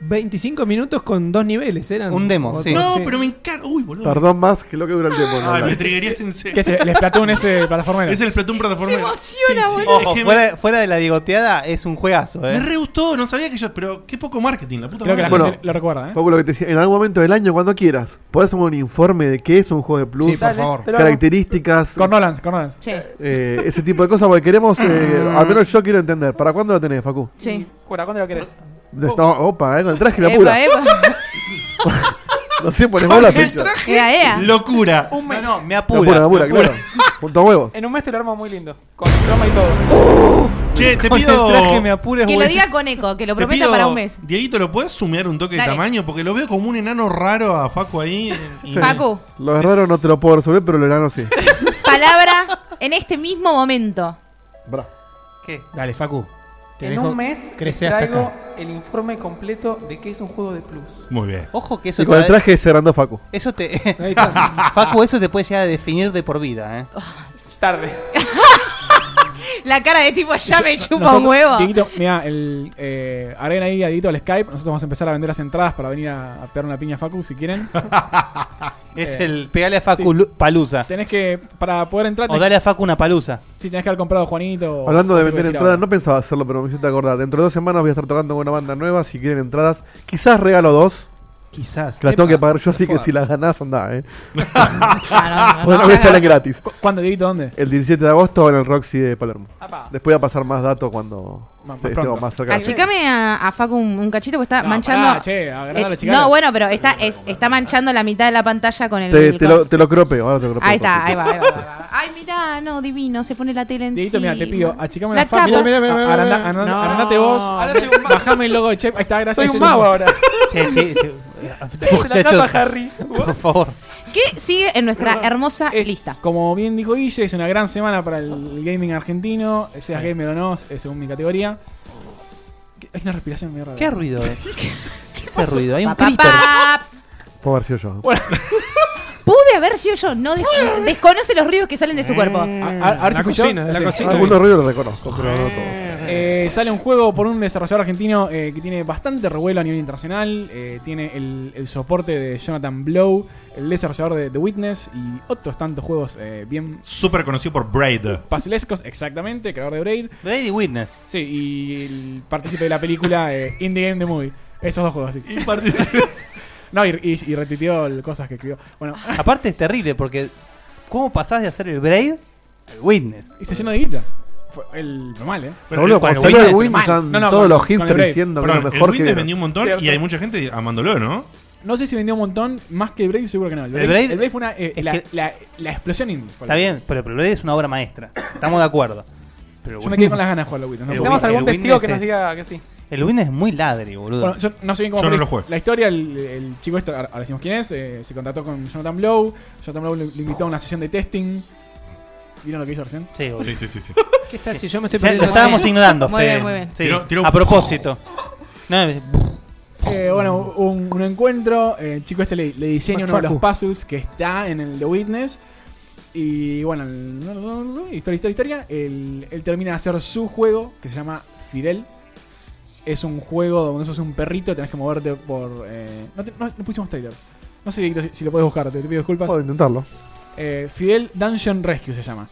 Speaker 8: 25 minutos con dos niveles, eran
Speaker 3: Un demo, sí.
Speaker 7: No, pero me encanta. Uy, boludo.
Speaker 6: Tardó más que lo que dura el tiempo.
Speaker 7: Ay, me triggeríaste en serio.
Speaker 4: ¿Qué es el, el Splatoon ese plataformero?
Speaker 7: Es el Splatoon plataformero.
Speaker 4: Se
Speaker 7: emociona,
Speaker 3: Ojo, fuera, fuera de la digoteada es un juegazo,
Speaker 7: Me
Speaker 3: eh.
Speaker 7: re gustó, no sabía que yo. Pero qué poco marketing, la puta madre.
Speaker 4: lo recuerda, ¿eh?
Speaker 6: Facu, lo que te decía, en algún momento del año, cuando quieras, podés hacer un informe de qué es un juego de plus,
Speaker 4: Sí, por Dale, favor. te lo hago.
Speaker 6: características,
Speaker 4: Cornolans, Cornolans.
Speaker 2: Sí.
Speaker 6: eh, ese tipo de cosas, porque queremos, eh, al menos yo quiero entender. ¿Para cuándo lo tenés, Facu?
Speaker 2: Sí.
Speaker 1: ¿Para cuándo lo querés?
Speaker 6: No, opa, eh, con el traje me
Speaker 2: Epa,
Speaker 6: apura.
Speaker 2: epa.
Speaker 6: No sé, ponemos la fecha.
Speaker 2: Ea, ea.
Speaker 7: Locura.
Speaker 1: Un mes.
Speaker 3: No, no, me
Speaker 6: Me apura, me apura, claro. Punto a huevo.
Speaker 1: En un mes te lo armo muy lindo. Con croma y todo.
Speaker 7: Che, te
Speaker 1: Con el
Speaker 7: pido.
Speaker 1: traje me
Speaker 3: apures,
Speaker 2: Que lo diga con eco, que lo
Speaker 7: Te
Speaker 2: prometa
Speaker 7: pido,
Speaker 2: para un mes.
Speaker 7: Dieguito, ¿lo puedes sumear un toque
Speaker 2: Dale.
Speaker 7: de tamaño? Porque lo veo como un enano raro a Facu ahí. eh, y-
Speaker 2: Facu,
Speaker 6: Lo raro no te lo puedo resolver, pero lo enano sí.
Speaker 2: palabra en este mismo momento.
Speaker 8: Dale, Facu. te
Speaker 1: En
Speaker 8: dejo-
Speaker 1: un mes
Speaker 8: crece
Speaker 1: les
Speaker 8: hasta acá.
Speaker 1: traigo el informe completo de qué es un juego de plus.
Speaker 7: Muy bien.
Speaker 3: Ojo que eso
Speaker 6: Y con el
Speaker 3: te va-
Speaker 6: traje se agrandó Facu.
Speaker 3: Eso te. Facu, eso te puede llegar a definir de por vida, eh.
Speaker 1: Tarde.
Speaker 2: La cara de tipo ya me chupa
Speaker 4: Nosotros-
Speaker 2: un huevo.
Speaker 4: Dieguito, mira, el, eh, agreguen ahí a Dieguito al Skype. Nosotros vamos a empezar a vender las entradas para venir a, a pegar una piña a Facu si quieren.
Speaker 3: Es
Speaker 4: Eh,
Speaker 3: el pegale a Facu lu- palusa.
Speaker 4: Tenés que, para poder entrar,
Speaker 3: O dale a Facu una palusa.
Speaker 4: si tenés que haber comprado Juanito. o-
Speaker 6: Hablando de
Speaker 4: o
Speaker 6: vender
Speaker 4: algo
Speaker 6: entradas, no pensaba hacerlo, pero me hiciste acordar. Dentro de dos semanas voy a estar tocando con una banda nueva. Si quieren entradas, quizás regalo dos.
Speaker 8: Quizás.
Speaker 6: Que las tengo
Speaker 4: Epa,
Speaker 6: que pagar yo, así que
Speaker 4: fuck.
Speaker 6: si las ganás, andá, eh.
Speaker 4: no, no,
Speaker 6: Bueno,
Speaker 4: no.
Speaker 6: me salen gratis.
Speaker 4: ¿Cu- ¿Cuándo, Dieguito? ¿Dónde?
Speaker 6: El 17 de agosto en el Roxy de Palermo. Después voy a pasar más datos cuando se-
Speaker 4: Más- más
Speaker 6: estemos
Speaker 4: pronto.
Speaker 6: más cerca.
Speaker 2: Achicame a, a Facu un, un cachito porque está
Speaker 4: No,
Speaker 2: manchando.
Speaker 4: pará, che, agrandalo,
Speaker 2: Eh,
Speaker 4: achicalo.
Speaker 2: no, bueno, pero está, es- está manchando la mitad de la pantalla con el.
Speaker 6: Te,
Speaker 2: el-
Speaker 6: te lo, te lo cropeo, ahora te lo cropeo.
Speaker 2: ahí está, ahí va, ahí va, ahí va. Ay, mirá, no, divino, se pone la tele en
Speaker 4: Dieguito, mira, te pido, achicame la,
Speaker 2: La
Speaker 4: Facu.
Speaker 2: capa. Mirá,
Speaker 8: mirá, mirá,
Speaker 4: aranda-
Speaker 8: mirá.
Speaker 4: aranda-
Speaker 8: No.
Speaker 4: Arandate vos. Bajame el logo de Chep. Ahí está, gracias.
Speaker 1: Soy un mago ahora.
Speaker 3: Che, che, che.
Speaker 1: la
Speaker 3: Muchachos,
Speaker 1: tapa, Harry.
Speaker 3: por favor.
Speaker 2: ¿Qué sigue en nuestra hermosa lista?
Speaker 4: Como bien dijo Guille, es una gran semana para el gaming argentino, seas gamer o no, eh, según mi categoría. ¿Qué- Hay una respiración muy rara.
Speaker 3: ¿Qué ruido eh. es? ¿Qué es ese ruido? Hay un
Speaker 2: Pa, pa,
Speaker 3: critter.
Speaker 2: pa.
Speaker 6: Puedo haber sido yo.
Speaker 2: Pude haber sido yo, no des- desconoce los ruidos que salen de su cuerpo.
Speaker 4: Eh,
Speaker 6: Ah,
Speaker 4: A, a ver si fui yo. Sí.
Speaker 6: Algunos ruidos los reconozco, pero no todos.
Speaker 4: Eh, sale un juego por un desarrollador argentino eh, que tiene bastante revuelo a nivel internacional. eh, tiene el, el soporte de Jonathan Blow, el desarrollador de The Witness y otros tantos juegos eh, bien
Speaker 7: Súper conocido por Braid.
Speaker 4: Pasilescos, exactamente, creador de Braid.
Speaker 3: Braid y Witness.
Speaker 4: Sí, y el partícipe de la película eh, In the Game The Movie. Esos dos juegos, sí. no, y, y, y retuiteó el- cosas que escribió. Bueno,
Speaker 3: Aparte es terrible porque. ¿Cómo pasás de hacer el Braid al Witness?
Speaker 4: y se llenó de guita. Fue el normal, ¿eh?
Speaker 6: Pero, boludo,
Speaker 4: Con
Speaker 6: cuando salió el
Speaker 4: Witness,
Speaker 6: Witness,
Speaker 4: mal.
Speaker 6: están
Speaker 4: No, no,
Speaker 6: todos
Speaker 4: con-
Speaker 6: los
Speaker 4: con el
Speaker 6: hipsters
Speaker 4: Braid.
Speaker 6: diciendo que
Speaker 7: Perdón,
Speaker 6: es lo
Speaker 7: el
Speaker 6: mejor que
Speaker 7: Windows
Speaker 6: vieron.
Speaker 7: vendió un montón y
Speaker 4: Cierto.
Speaker 7: hay mucha gente amándolo, ¿no?
Speaker 4: No sé si vendió un montón, más que el Braid seguro que no. El Braid,
Speaker 3: Braid-
Speaker 4: el Braid fue una, eh,
Speaker 3: es
Speaker 4: la,
Speaker 3: que-
Speaker 4: la- la explosión indie. fue
Speaker 3: Está
Speaker 4: la-
Speaker 3: bien, pero el Braid es una obra maestra. Estamos de acuerdo. Pero
Speaker 4: Yo me quedé con las ganas de jugarlo, Witness. No
Speaker 3: El
Speaker 4: puedo-
Speaker 1: Tenemos
Speaker 3: Win-
Speaker 1: algún
Speaker 3: el
Speaker 1: testigo que nos
Speaker 3: Windows es-
Speaker 1: diga que sí.
Speaker 3: El Witness es muy ladri, boludo.
Speaker 4: Bueno, yo no sé bien cómo
Speaker 7: Yo
Speaker 4: fue
Speaker 7: no lo
Speaker 4: la-
Speaker 7: jugué.
Speaker 4: la historia, el, el chico este, ahora ahora decimos quién es, eh, se contactó con Jonathan Blow, Jonathan Blow le, le invitó a una sesión de testing, ¿Vieron lo que hizo recién?
Speaker 3: Sí,
Speaker 7: Sí, sí, sí. sí.
Speaker 8: ¿Qué está si yo me
Speaker 3: Sí,
Speaker 8: estoy perdiendo?
Speaker 3: Lo estábamos ignorando, Fede. Sí,
Speaker 7: Tiró- tiró-
Speaker 3: a propósito. No, es-
Speaker 4: Eh, bueno, un, un encuentro. eh, el chico este le, le diseña uno de
Speaker 3: McFarcu.
Speaker 4: los pasos que está en el The Witness. Y bueno, el- historia, historia, historia. Él, él termina de hacer su juego que se llama Fidel. Es un juego donde sos un perrito, tenés que moverte por. eh, no, te- no- no pusimos trailer. No sé Dieguito, si, si lo puedes buscar, te, te pido disculpas.
Speaker 6: Puedo intentarlo.
Speaker 4: Eh, Fidel Dungeon Rescue se llama.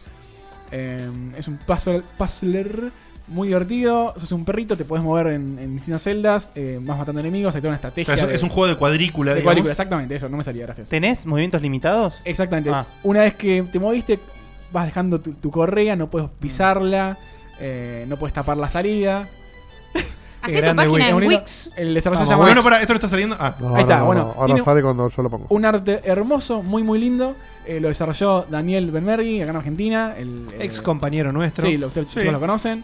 Speaker 4: Eh, es un puzzle, puzzler muy divertido. Sos un perrito, te puedes mover en, en distintas celdas, eh, vas matando enemigos, hay toda una estrategia.
Speaker 7: O sea, es- es un juego de cuadrícula,
Speaker 4: De
Speaker 7: digamos.
Speaker 4: cuadrícula, exactamente, eso, no me salía, gracias.
Speaker 3: ¿Tenés movimientos limitados?
Speaker 4: Exactamente.
Speaker 3: Ah.
Speaker 4: Una vez que te moviste, vas dejando tu, tu correa, no
Speaker 3: Mm.
Speaker 4: puedes pisarla, eh, no puedes tapar la salida.
Speaker 2: Hacé
Speaker 4: Eh,
Speaker 2: tu
Speaker 4: grande,
Speaker 2: página
Speaker 4: Wix.
Speaker 2: en
Speaker 4: Es bonito.
Speaker 2: Wix.
Speaker 4: El desarrollo se
Speaker 7: Vamos,
Speaker 4: llama
Speaker 7: bueno,
Speaker 4: Wix.
Speaker 7: pará, esto no está saliendo. Ah.
Speaker 6: No,
Speaker 4: Ahí está,
Speaker 6: no, no,
Speaker 4: bueno.
Speaker 6: no. Ahora
Speaker 4: tiene
Speaker 6: sale cuando yo lo pongo.
Speaker 4: Un arte hermoso, muy muy lindo. Eh, lo desarrolló Daniel Benmergui acá en Argentina. El, eh,
Speaker 8: Ex compañero nuestro.
Speaker 4: Sí, lo- ustedes
Speaker 8: Sí.
Speaker 4: chicos lo conocen.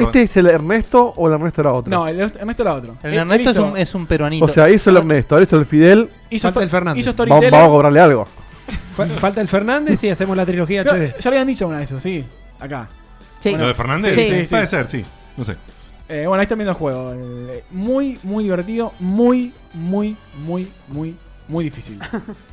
Speaker 6: ¿Este es el Ernesto o el Ernesto era otro?
Speaker 4: No, el Ernesto era otro.
Speaker 3: El
Speaker 4: Él- él
Speaker 3: Ernesto es
Speaker 4: hizo-
Speaker 3: un, es un peruanito.
Speaker 6: O sea, hizo el Ernesto, ahora hizo el Fidel.
Speaker 4: Hizo Falta esto- el Fernández. hizo
Speaker 6: Va-
Speaker 4: Storyteller.
Speaker 6: Vamos a cobrarle algo.
Speaker 8: Fa- Falta el Fernández y hacemos la trilogía
Speaker 4: Pero,
Speaker 8: HD.
Speaker 4: Ya habían dicho una de esas, sí. Acá. Bueno,
Speaker 7: ¿Lo de Fernández?
Speaker 4: Sí, sí, sí.
Speaker 7: Puede ser, sí. No sé.
Speaker 4: Eh, bueno, ahí también el juego. El- Muy, muy divertido. Muy, muy, muy, muy, muy difícil.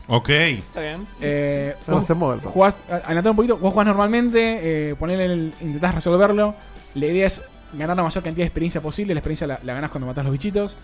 Speaker 7: Ok.
Speaker 1: Está bien.
Speaker 4: Eh,
Speaker 6: No
Speaker 4: vos
Speaker 6: se mueve.
Speaker 4: jugás, a- adelantar un poquito, vos jugás normalmente, eh, ponele el, intentás resolverlo. La idea es ganar la mayor cantidad de experiencia posible. La experiencia la, la ganás cuando matás los bichitos.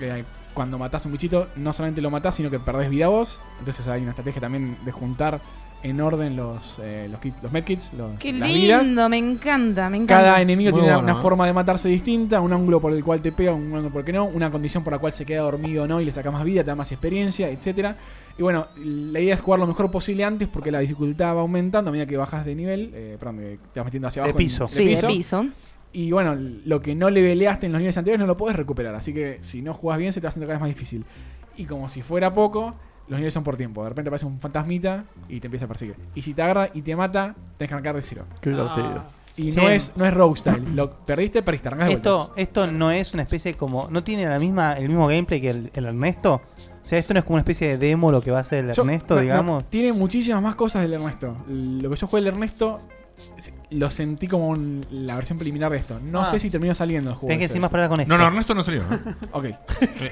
Speaker 4: Eh, cuando matás un bichito, no solamente lo matás, sino que perdés vida vos. Entonces hay una estrategia también de juntar en orden los, eh, los, kits- los medkits, los,
Speaker 2: Qué
Speaker 4: las vidas.
Speaker 2: lindo, me encanta, me encanta.
Speaker 4: Cada enemigo
Speaker 8: Muy
Speaker 4: tiene una-
Speaker 8: bueno,
Speaker 4: una
Speaker 8: ¿eh?
Speaker 4: forma de matarse distinta, un ángulo por el cual te pega, un ángulo por el que no, una condición por la cual se queda dormido o no y le saca más vida, te da más experiencia, etcétera. Y bueno, la idea es jugar lo mejor posible antes porque la dificultad va aumentando a medida que bajas de nivel, eh, perdón, que te vas metiendo hacia
Speaker 3: De
Speaker 4: abajo.
Speaker 3: piso.
Speaker 4: en-
Speaker 2: Sí, de piso.
Speaker 4: Y bueno, lo que no leveleaste en los niveles anteriores no lo podés recuperar, así que si no jugás bien se te va haciendo cada vez más difícil. Y como si fuera poco, los niveles son por tiempo. De repente aparece un fantasmita y te empieza a perseguir. Y si te agarra y te mata, tenés que arrancar de cero.
Speaker 6: Qué divertido.
Speaker 4: Y
Speaker 2: Ah.
Speaker 3: Sí.
Speaker 4: no es, no es Rogue Style. Lo perdiste, perdiste, arrancás de vuelta.
Speaker 3: Esto, esto no es una especie como. ¿No tiene la misma, el mismo gameplay que el, el Ernesto? O sea, esto no es como una especie de demo lo que va a hacer el
Speaker 4: Yo-
Speaker 3: Ernesto,
Speaker 4: no, no,
Speaker 3: digamos.
Speaker 4: tiene muchísimas más cosas del Ernesto. Lo que yo jugué del Ernesto es- lo sentí como un- la versión preliminar de esto. No
Speaker 3: Ah.
Speaker 4: sé si terminó saliendo el juego.
Speaker 3: Tenés que decir más palabras con esto.
Speaker 7: No, no, Ernesto no salió. ¿no?
Speaker 4: Ok.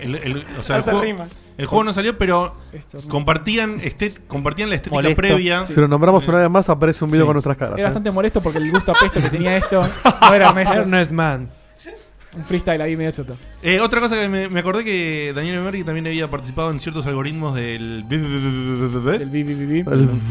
Speaker 7: El, el- o sea, el
Speaker 4: Hace
Speaker 7: juego,
Speaker 4: rima.
Speaker 7: el juego no salió, pero
Speaker 4: Esto, Ernesto.
Speaker 7: compartían, este, compartían la estética
Speaker 3: Molesto.
Speaker 7: previa.
Speaker 6: Si lo nombramos una vez más, aparece un video
Speaker 7: Sí.
Speaker 6: con nuestras caras.
Speaker 4: Era
Speaker 6: ¿eh?
Speaker 4: bastante molesto porque el gusto apesto que tenía esto no era Ernesto.
Speaker 8: Ernest Man.
Speaker 4: Un freestyle ahí medio choto.
Speaker 7: Eh, otra cosa que me, me acordé que Daniel Emery también había participado en ciertos algoritmos del.
Speaker 4: Del BBBB.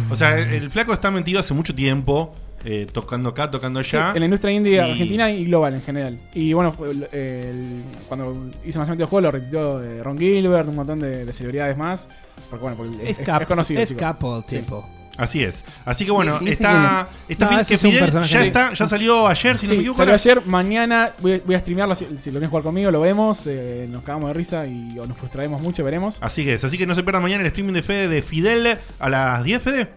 Speaker 7: O sea, el flaco está metido hace mucho tiempo, eh, tocando acá, tocando
Speaker 4: Sí,
Speaker 7: allá.
Speaker 4: en la industria indie
Speaker 7: Y-
Speaker 4: argentina y global en general. Y bueno, fue el- el- cuando hizo lanzamiento del juego lo retiró eh, Ron Gilbert, un montón de, de celebridades más. Porque bueno, porque es, es- es conocido. el chico.
Speaker 8: Escapo,
Speaker 4: Sí.
Speaker 8: tipo.
Speaker 7: Así es. Así que bueno,
Speaker 8: Ni- ni sé
Speaker 7: está.
Speaker 8: quién es.
Speaker 7: Está
Speaker 8: No,
Speaker 7: Fidel-
Speaker 8: ese
Speaker 7: que
Speaker 8: es un
Speaker 7: Fidel
Speaker 8: personaje
Speaker 7: ya,
Speaker 8: que-
Speaker 7: está, ya salió ayer, si no
Speaker 4: Sí,
Speaker 7: me equivoco.
Speaker 4: salió ayer, mañana voy, a- voy a streamearlo si, si lo quieren jugar conmigo, lo vemos, eh, nos cagamos de risa y o nos frustraremos mucho, veremos.
Speaker 7: Así que es, así que no se pierdan mañana el streaming de Fede de Fidel a las 10, Fede.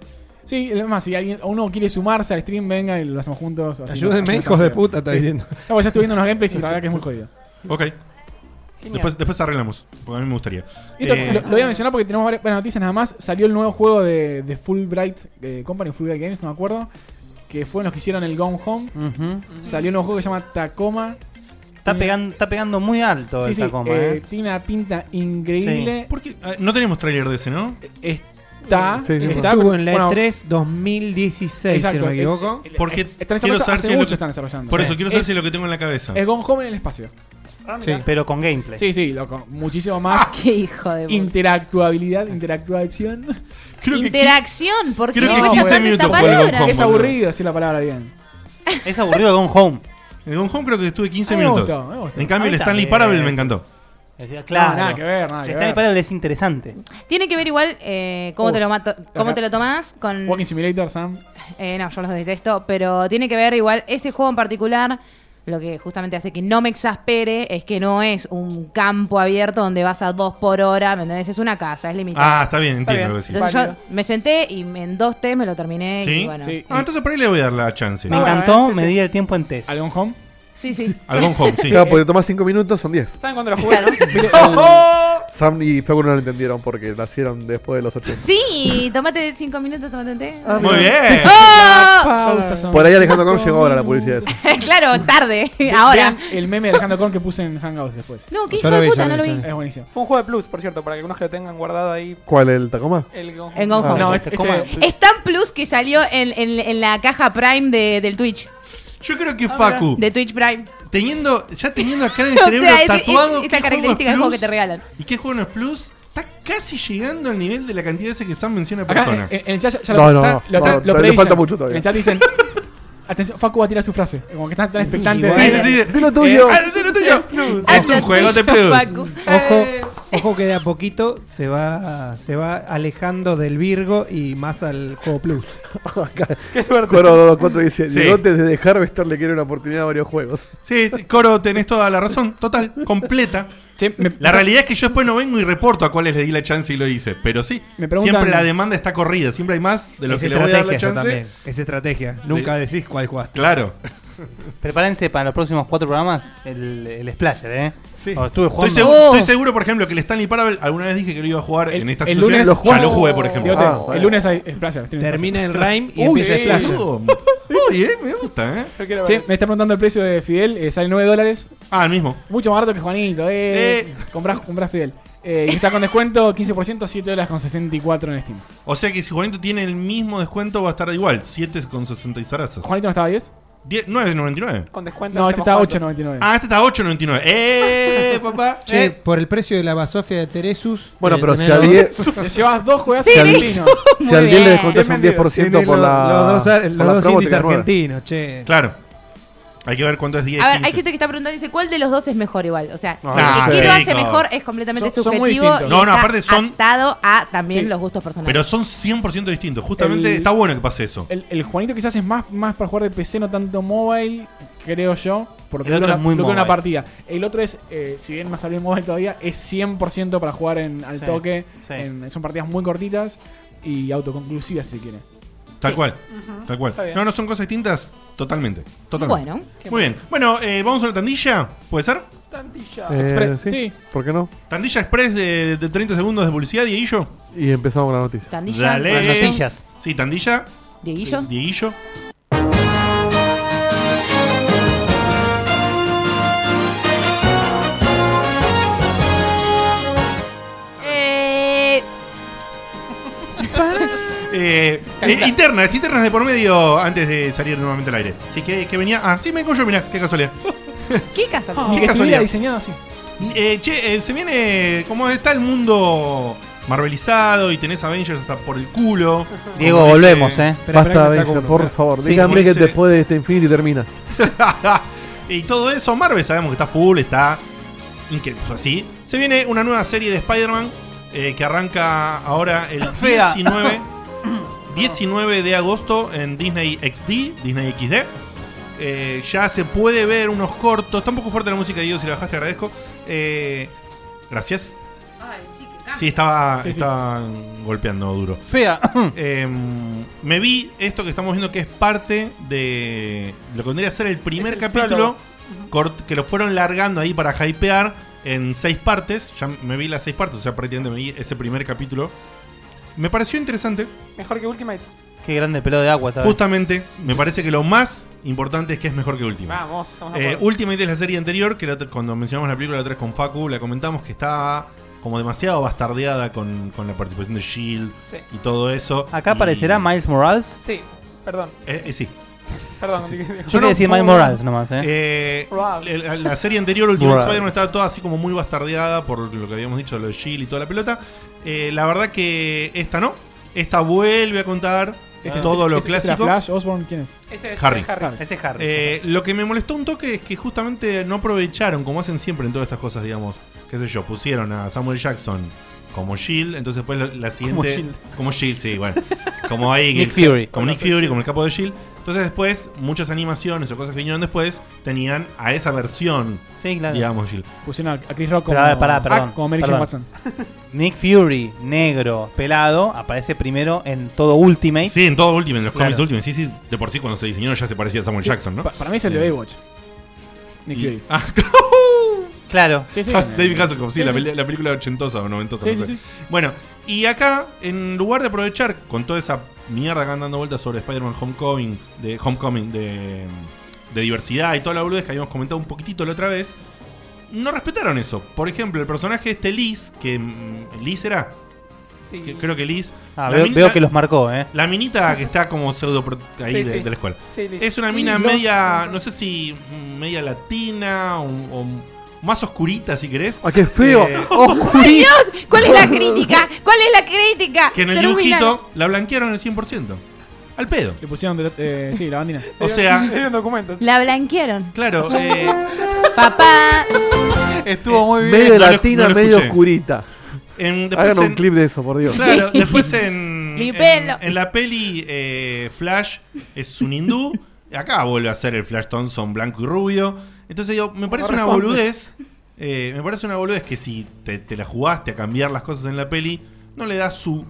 Speaker 4: Sí, es más, si alguien, uno quiere sumarse al stream, venga y lo hacemos juntos. así
Speaker 8: Ayúdenme,
Speaker 4: nos- nos
Speaker 8: hijos de
Speaker 4: hacemos
Speaker 8: puta, está
Speaker 4: Sí.
Speaker 8: diciendo.
Speaker 4: No, pues ya estoy viendo unos gameplays y la verdad que es muy jodido.
Speaker 7: Ok. Después, después arreglamos, porque a mí me gustaría.
Speaker 4: Y esto
Speaker 7: Eh,
Speaker 4: lo, lo voy a mencionar porque tenemos varias, varias noticias nada más. Salió el nuevo juego de, de Fulbright eh, Company, Fulbright Games, no me acuerdo. Que fueron los que hicieron el Gone Home.
Speaker 3: Ujú.
Speaker 7: Mm.
Speaker 4: Salió un nuevo juego que se llama Tacoma.
Speaker 3: Está, pegando, está pegando muy alto
Speaker 4: Sí,
Speaker 3: el
Speaker 4: sí,
Speaker 3: Tacoma.
Speaker 4: eh,
Speaker 3: ¿eh?
Speaker 4: tiene una pinta increíble.
Speaker 7: ¿Por qué? Ah, No tenemos trailer de ese, ¿no?
Speaker 4: Está,
Speaker 6: Sí, sí, sí.
Speaker 4: está
Speaker 8: Estuvo en la E
Speaker 4: bueno,
Speaker 8: E3 2016,
Speaker 4: Exacto,
Speaker 8: si no me
Speaker 4: eh,
Speaker 8: equivoco.
Speaker 4: eh,
Speaker 7: Porque
Speaker 4: están
Speaker 7: quiero
Speaker 4: desarrollando-
Speaker 7: saber
Speaker 4: hace
Speaker 7: si es lo
Speaker 4: mucho
Speaker 7: que-
Speaker 4: están desarrollando.
Speaker 7: Por eso
Speaker 4: Sí.
Speaker 7: quiero saber
Speaker 4: Es-
Speaker 7: si es lo que tengo en la cabeza.
Speaker 4: Es Gone Home en el espacio.
Speaker 3: Sí, pero con gameplay.
Speaker 4: Sí, sí, loco. Muchísimo más
Speaker 2: Ah, Qué hijo de puta.
Speaker 4: interactuabilidad, interactuación.
Speaker 7: Creo que
Speaker 2: Interacción, porque
Speaker 7: creo
Speaker 2: me
Speaker 7: que
Speaker 2: cuesta
Speaker 7: 15
Speaker 2: tanto esta
Speaker 7: minutos juego
Speaker 2: palabra.
Speaker 7: con-
Speaker 4: es aburrido decir la palabra bien.
Speaker 3: Es aburrido el Gone Home.
Speaker 7: En Gone Home creo que estuve 15
Speaker 4: A mí me
Speaker 7: minutos.
Speaker 4: gustó, me gustó.
Speaker 7: En cambio,
Speaker 3: A mí
Speaker 7: el Stanley
Speaker 3: también.
Speaker 7: Parable me encantó.
Speaker 3: Es- Claro.
Speaker 4: No, nada que ver, nada que
Speaker 3: Está
Speaker 4: ver.
Speaker 3: disparable, es interesante.
Speaker 2: Tiene que ver igual eh, cómo,
Speaker 4: Uh,
Speaker 2: te lo mato, cómo
Speaker 4: acá.
Speaker 2: te lo tomás
Speaker 1: Mm.
Speaker 2: con...
Speaker 4: Walking Simulator, Sam.
Speaker 2: Eh, no, yo los detesto, pero tiene que ver igual ese juego en particular. Lo que justamente hace que no me exaspere es que no es un campo abierto donde vas a dos por hora, ¿me entendés? Es una casa, es limitada.
Speaker 7: Ah, está bien, entiendo
Speaker 4: bien.
Speaker 7: lo que decís.
Speaker 2: Entonces yo
Speaker 4: válido.
Speaker 2: me senté y me- en dos T me lo terminé
Speaker 7: ¿Sí?
Speaker 2: y bueno.
Speaker 4: Sí.
Speaker 7: Ah, entonces por ahí le voy a dar la chance.
Speaker 3: Me
Speaker 4: bueno,
Speaker 3: encantó,
Speaker 4: eh, sí,
Speaker 3: me
Speaker 4: sí.
Speaker 3: di el tiempo en test.
Speaker 4: ¿Al Gone Home?
Speaker 2: Sí, Sí, sí.
Speaker 7: Algún home, sí.
Speaker 6: Claro, porque tomás 5 minutos, son 10.
Speaker 1: ¿Saben cuándo lo jugaron?
Speaker 6: Sam y Facu no lo entendieron porque nacieron después de los 80.
Speaker 2: Sí, tomate cinco minutos, tomate un té.
Speaker 6: Ah, Muy bien.
Speaker 2: Sí, sí. ¡Oh!
Speaker 6: Por ahí Alejandro Con llegó ahora a la publicidad. esa.
Speaker 2: claro, tarde, ahora.
Speaker 4: Vean El meme de Alejandro Korn que puse en Hangouts después.
Speaker 2: No, qué Yo hijo lo de vi, puta, yo lo no vi, lo yo vi. vi.
Speaker 4: Es buenísimo.
Speaker 1: Fue un juego de plus, por cierto, para que algunos que lo tengan guardado ahí.
Speaker 6: ¿Cuál? ¿El Tacoma? Ah,
Speaker 1: El Gone
Speaker 2: En Gone Home.
Speaker 4: No, este- este-
Speaker 2: Es tan plus que salió en, en- en la caja Prime de- del Twitch.
Speaker 7: Yo creo
Speaker 2: Ah,
Speaker 7: que Facu,
Speaker 2: De Twitch Prime.
Speaker 7: teniendo, ya teniendo acá en el
Speaker 2: O sea,
Speaker 7: cerebro
Speaker 2: es- es-
Speaker 7: tatuado.
Speaker 2: esta
Speaker 7: qué juego
Speaker 2: característica
Speaker 7: es
Speaker 2: del juego
Speaker 7: Plus
Speaker 2: que te regalan.
Speaker 7: ¿Y qué juego no es Plus? Está casi llegando al nivel de la cantidad de veces que Sam menciona personas.
Speaker 4: en, en el chat ya, ya
Speaker 6: No,
Speaker 4: lo,
Speaker 6: no,
Speaker 4: está-
Speaker 6: no,
Speaker 4: lo,
Speaker 6: no,
Speaker 4: lo
Speaker 6: todavía le
Speaker 4: predicen.
Speaker 6: falta mucho todavía.
Speaker 4: En el chat dicen, atención, Facu va a tirar su frase. Como que están tan expectantes.
Speaker 6: bueno. Sí, sí, sí. Dilo tuyo.
Speaker 4: Eh,
Speaker 8: Eh,
Speaker 7: ah, dilo
Speaker 2: Eh,
Speaker 7: tuyo. Plus.
Speaker 4: Es un juego de plus.
Speaker 8: Ojo, ojo que de a poquito se va, se va alejando del Virgo y más al juego Plus.
Speaker 1: Qué suerte.
Speaker 6: Coro 224 dice:
Speaker 7: Sí.
Speaker 6: Llegó desde de Harvester le quiere una oportunidad a varios juegos.
Speaker 7: Sí, sí, Coro, tenés toda la razón, total, completa. La realidad es que yo después no vengo y reporto a cuáles le di la chance y lo hice, pero sí,
Speaker 8: Me preguntan-
Speaker 7: siempre la demanda está corrida, siempre hay más de los
Speaker 8: Es
Speaker 7: que le voy a dar la
Speaker 8: estrategia eso
Speaker 7: chance.
Speaker 8: también, es estrategia, nunca decís cuál jugaste.
Speaker 7: Claro.
Speaker 3: Prepárense para los próximos cuatro programas el, el Splasher, ¿eh?
Speaker 7: Sí.
Speaker 3: O estuve
Speaker 7: estoy,
Speaker 3: jugando. Oh,
Speaker 7: seguro, estoy seguro, por ejemplo, que el Stanley Parable alguna vez dije que lo iba a jugar en esta
Speaker 4: Oh. el
Speaker 7: situación.
Speaker 4: lunes-
Speaker 7: lo
Speaker 4: ¿Lo
Speaker 7: ya
Speaker 4: jugaste?
Speaker 7: lo jugué, por ejemplo.
Speaker 4: Diote, el lunes hay Splasher.
Speaker 8: Ah, Termina el rhyme y
Speaker 7: Uy,
Speaker 8: empieza
Speaker 7: sí,
Speaker 8: Splasher.
Speaker 7: boludo. Uy, eh, me gusta, eh.
Speaker 1: Yo quiero
Speaker 4: Sí,
Speaker 1: ver.
Speaker 4: me está preguntando el precio de Fidel, eh, sale 9 dólares.
Speaker 7: Ah, el mismo.
Speaker 4: Mucho más barato que Juanito, eh. Comprás, comprás Fidel. Eh, y está con descuento 15%, 7 dólares con 64 en Steam.
Speaker 7: O sea que si Juanito tiene el mismo descuento va a estar igual, 7,66 zarazas.
Speaker 4: ¿Juanito no estaba 10?
Speaker 7: 10, 9,99.
Speaker 1: Con descuento.
Speaker 4: No, este está
Speaker 1: hacemos
Speaker 4: 8.99.
Speaker 7: Ah, este está 8,99. ¡Eh, papá!
Speaker 8: Che,
Speaker 7: Eh.
Speaker 8: por el precio de la basofia de Teresus.
Speaker 6: Bueno,
Speaker 8: eh,
Speaker 6: pero
Speaker 8: tenelo-
Speaker 6: si a diez-
Speaker 4: Te llevas dos juegazos
Speaker 6: si al,
Speaker 4: argentinos.
Speaker 6: si al 10 le descontás un
Speaker 4: Bienvenido.
Speaker 6: 10% por la.
Speaker 8: Tiene los- los dos-
Speaker 6: por
Speaker 8: los
Speaker 6: la
Speaker 8: dos
Speaker 6: promo,
Speaker 8: indies
Speaker 6: tiene nueve.
Speaker 8: argentinos, che.
Speaker 7: Claro. Hay que ver cuánto es 10.
Speaker 2: A ver, hay
Speaker 7: 15.
Speaker 2: gente que está preguntando, dice, ¿cuál de los dos es mejor igual? O sea,
Speaker 7: Ah,
Speaker 2: el que lo
Speaker 7: sí,
Speaker 2: hace
Speaker 7: claro.
Speaker 2: mejor es completamente
Speaker 7: Son- son muy
Speaker 2: subjetivo y
Speaker 7: distintos. No, no,
Speaker 2: está
Speaker 7: aparte son-
Speaker 2: atado a también los gustos personales.
Speaker 7: Pero son 100% distintos. Justamente
Speaker 4: El-
Speaker 7: está bueno que pase eso.
Speaker 4: El, el Juanito quizás es más, más para jugar de PC, no tanto mobile, creo yo. Porque
Speaker 3: El otro
Speaker 4: dura
Speaker 3: es muy
Speaker 4: dura una
Speaker 3: mobile.
Speaker 4: partida. El otro es, eh, si bien no salió en mobile todavía, es 100% para jugar en, al
Speaker 3: Sí,
Speaker 4: toque.
Speaker 3: sí.
Speaker 4: en- son partidas muy cortitas y autoconclusivas si quiere.
Speaker 7: Tal
Speaker 4: Sí.
Speaker 7: cual.
Speaker 1: Ujú.
Speaker 7: Tal cual.
Speaker 1: Está bien.
Speaker 7: No, no son cosas distintas. Totalmente. Totalmente.
Speaker 2: Bueno.
Speaker 7: Muy bien. Bueno, eh, vamos a una tandilla. ¿Puede ser?
Speaker 1: Tantilla.
Speaker 6: Eh,
Speaker 4: Express-
Speaker 6: sí.
Speaker 4: sí.
Speaker 6: ¿Por qué no?
Speaker 7: Tandilla Express de, de 30 segundos de publicidad, Dieguillo.
Speaker 6: Y empezamos con la noticia.
Speaker 2: Tandilla,
Speaker 7: Dale.
Speaker 3: Las noticias.
Speaker 7: Sí, Tandilla.
Speaker 2: Dieguillo.
Speaker 7: Dieguillo.
Speaker 2: Eh,
Speaker 7: Eh, eh, internas, internas de por medio antes de salir nuevamente al aire. Así que, que venía. Ah, sí, me encoyo, mirá, qué casualidad.
Speaker 2: ¿Qué casualidad?
Speaker 4: Y
Speaker 7: qué
Speaker 4: que estuviera
Speaker 7: casualidad.
Speaker 4: diseñado así.
Speaker 7: Eh, che, eh, se viene. ¿Cómo está el mundo marvelizado y tenés Avengers hasta por el culo?
Speaker 3: Diego,
Speaker 7: Como dice-
Speaker 3: volvemos, eh.
Speaker 8: Espera,
Speaker 6: Basta,
Speaker 8: espera que me
Speaker 6: Benja,
Speaker 8: saco uno,
Speaker 6: por
Speaker 8: espera.
Speaker 6: favor.
Speaker 7: Sí,
Speaker 6: Díganme
Speaker 7: sí,
Speaker 6: que
Speaker 7: sí.
Speaker 6: después de este Infinity termina.
Speaker 7: Ah, y todo eso, Marvel sabemos que está full, está increíble. Así. Se viene una nueva serie de Spider-Man eh, que arranca ahora el
Speaker 3: Fea.
Speaker 7: 19, 19 de agosto en Disney XD, Disney XD. Eh, ya se puede ver unos cortos. Está un poco fuerte la música, Diego, si la bajaste, agradezco. Eh, gracias. Sí, estaba,
Speaker 4: Sí, sí.
Speaker 7: estaba golpeando duro.
Speaker 3: Fea.
Speaker 7: Em, me vi esto que estamos viendo que es parte de Eh, lo que vendría a ser el primer
Speaker 1: Es el
Speaker 7: capítulo
Speaker 1: prólogo.
Speaker 7: cort- que lo fueron largando ahí para hypear en seis partes. Ya me vi las seis partes, o sea, prácticamente me vi ese primer capítulo. Me pareció interesante.
Speaker 1: Mejor que Ultimate.
Speaker 3: Qué grande pelo de agua está.
Speaker 7: Justamente, me parece que lo más importante es que es mejor que Ultimate.
Speaker 1: Vamos, vamos.
Speaker 7: Eh,
Speaker 1: a por-
Speaker 7: Ultimate es la serie anterior, que la otra- cuando mencionamos la película la otra vez con Facu, la comentamos que estaba como demasiado bastardeada con, con la participación de Shield
Speaker 1: Sí.
Speaker 7: y todo eso.
Speaker 3: Acá
Speaker 7: Y-
Speaker 3: aparecerá Miles Morales.
Speaker 1: Sí, perdón.
Speaker 7: Eh, eh, sí.
Speaker 1: Perdón.
Speaker 3: Yo quería decir Miles Morales nomás, eh.
Speaker 7: Eh, la, la serie anterior, Ultimate
Speaker 6: Morales.
Speaker 7: Spider-Man, estaba toda así como muy bastardeada por lo que habíamos dicho, lo de Shield y toda la pelota. Eh, la verdad que esta no. Esta vuelve a contar
Speaker 4: Este-
Speaker 7: todo lo
Speaker 4: este- este era
Speaker 7: clásico.
Speaker 4: Flash, Osborn, ¿quién es?
Speaker 1: Ese es
Speaker 7: Harry.
Speaker 3: Ese es Harry.
Speaker 7: Eh, lo que me molestó un toque es que justamente no aprovecharon, como hacen siempre en todas estas cosas, digamos, qué sé yo, pusieron a Samuel Jackson como Shield, entonces después la, la siguiente... Como
Speaker 3: Shield.
Speaker 7: sí, bueno. Como ahí...
Speaker 3: Nick Fury.
Speaker 7: Como Nick Fury, como el capo de Shield. Entonces después, muchas animaciones o cosas que vinieron después, tenían a esa versión,
Speaker 3: Sí, claro.
Speaker 7: digamos, Shield.
Speaker 4: Pusieron a a Chris Rock
Speaker 3: Pero,
Speaker 4: como, Ah,
Speaker 3: a ver, pará, perdón,
Speaker 4: como Mary Jane
Speaker 3: perdón.
Speaker 4: Watson.
Speaker 3: Nick Fury, negro, pelado, aparece primero en todo Ultimate.
Speaker 7: Sí, en todo Ultimate, en los
Speaker 3: Claro.
Speaker 7: cómics Ultimate. Sí, sí, de por sí cuando se diseñó ya se parecía a Samuel Jackson, ¿no? Eh.
Speaker 4: Pa- para mí es el de Baywatch. Nick
Speaker 7: Y-
Speaker 4: Fury.
Speaker 7: Ah,
Speaker 3: Claro.
Speaker 4: Sí, sí.
Speaker 7: Has- David Hasselhoff, sí,
Speaker 4: Sí,
Speaker 7: la,
Speaker 4: sí.
Speaker 7: peli- la película ochentosa o noventosa,
Speaker 4: Sí,
Speaker 7: no sé.
Speaker 4: sí, sí.
Speaker 7: Bueno, y acá, en lugar de aprovechar con toda esa mierda que andan dando vueltas sobre Spider-Man Homecoming, de, Homecoming de, de diversidad y toda la boludez que habíamos comentado un poquitito la otra vez, no respetaron eso. Por ejemplo, el personaje este Liz, que mm, Liz era... Que- Creo que Liz...
Speaker 3: Ah,
Speaker 7: la
Speaker 3: veo-
Speaker 7: min-
Speaker 3: veo
Speaker 7: la-
Speaker 3: que los marcó, ¿eh?
Speaker 7: La minita que está como pseudo pro- ahí
Speaker 3: Sí,
Speaker 7: de,
Speaker 3: sí.
Speaker 7: de la escuela.
Speaker 1: Sí, Liz.
Speaker 7: es una
Speaker 1: Y
Speaker 7: mina
Speaker 1: los-
Speaker 7: media, no sé si mm, media latina o, o más oscurita, si querés. Eh,
Speaker 6: ¡Ah, qué feo!
Speaker 7: Oh,
Speaker 2: ¡Ay, ¡Oh, Dios! ¿Cuál es la crítica? ¿Cuál es la crítica?
Speaker 7: Que en el
Speaker 2: Termina.
Speaker 7: dibujito la blanquearon el 100%. Al pedo.
Speaker 4: Le pusieron, de- eh, sí, la bandina.
Speaker 7: O sea,
Speaker 2: La blanquearon.
Speaker 7: Claro, eh,
Speaker 2: Papá.
Speaker 3: Estuvo muy
Speaker 7: bien.
Speaker 6: Medio
Speaker 7: No lo-
Speaker 6: latina,
Speaker 7: no lo
Speaker 6: medio
Speaker 7: escuché.
Speaker 6: oscurita.
Speaker 7: En- después
Speaker 6: Hagan un
Speaker 7: en-
Speaker 6: clip de eso, por Dios.
Speaker 7: Claro, después en, en,
Speaker 2: Clipelo.
Speaker 7: en la peli eh, Flash es un hindú. Acá vuelve a ser el Flash Thompson blanco y rubio. Entonces digo, me parece una
Speaker 4: Corresponde.
Speaker 7: boludez. eh, me parece una boludez que si te, te la jugaste a cambiar las cosas en la peli, no le das su,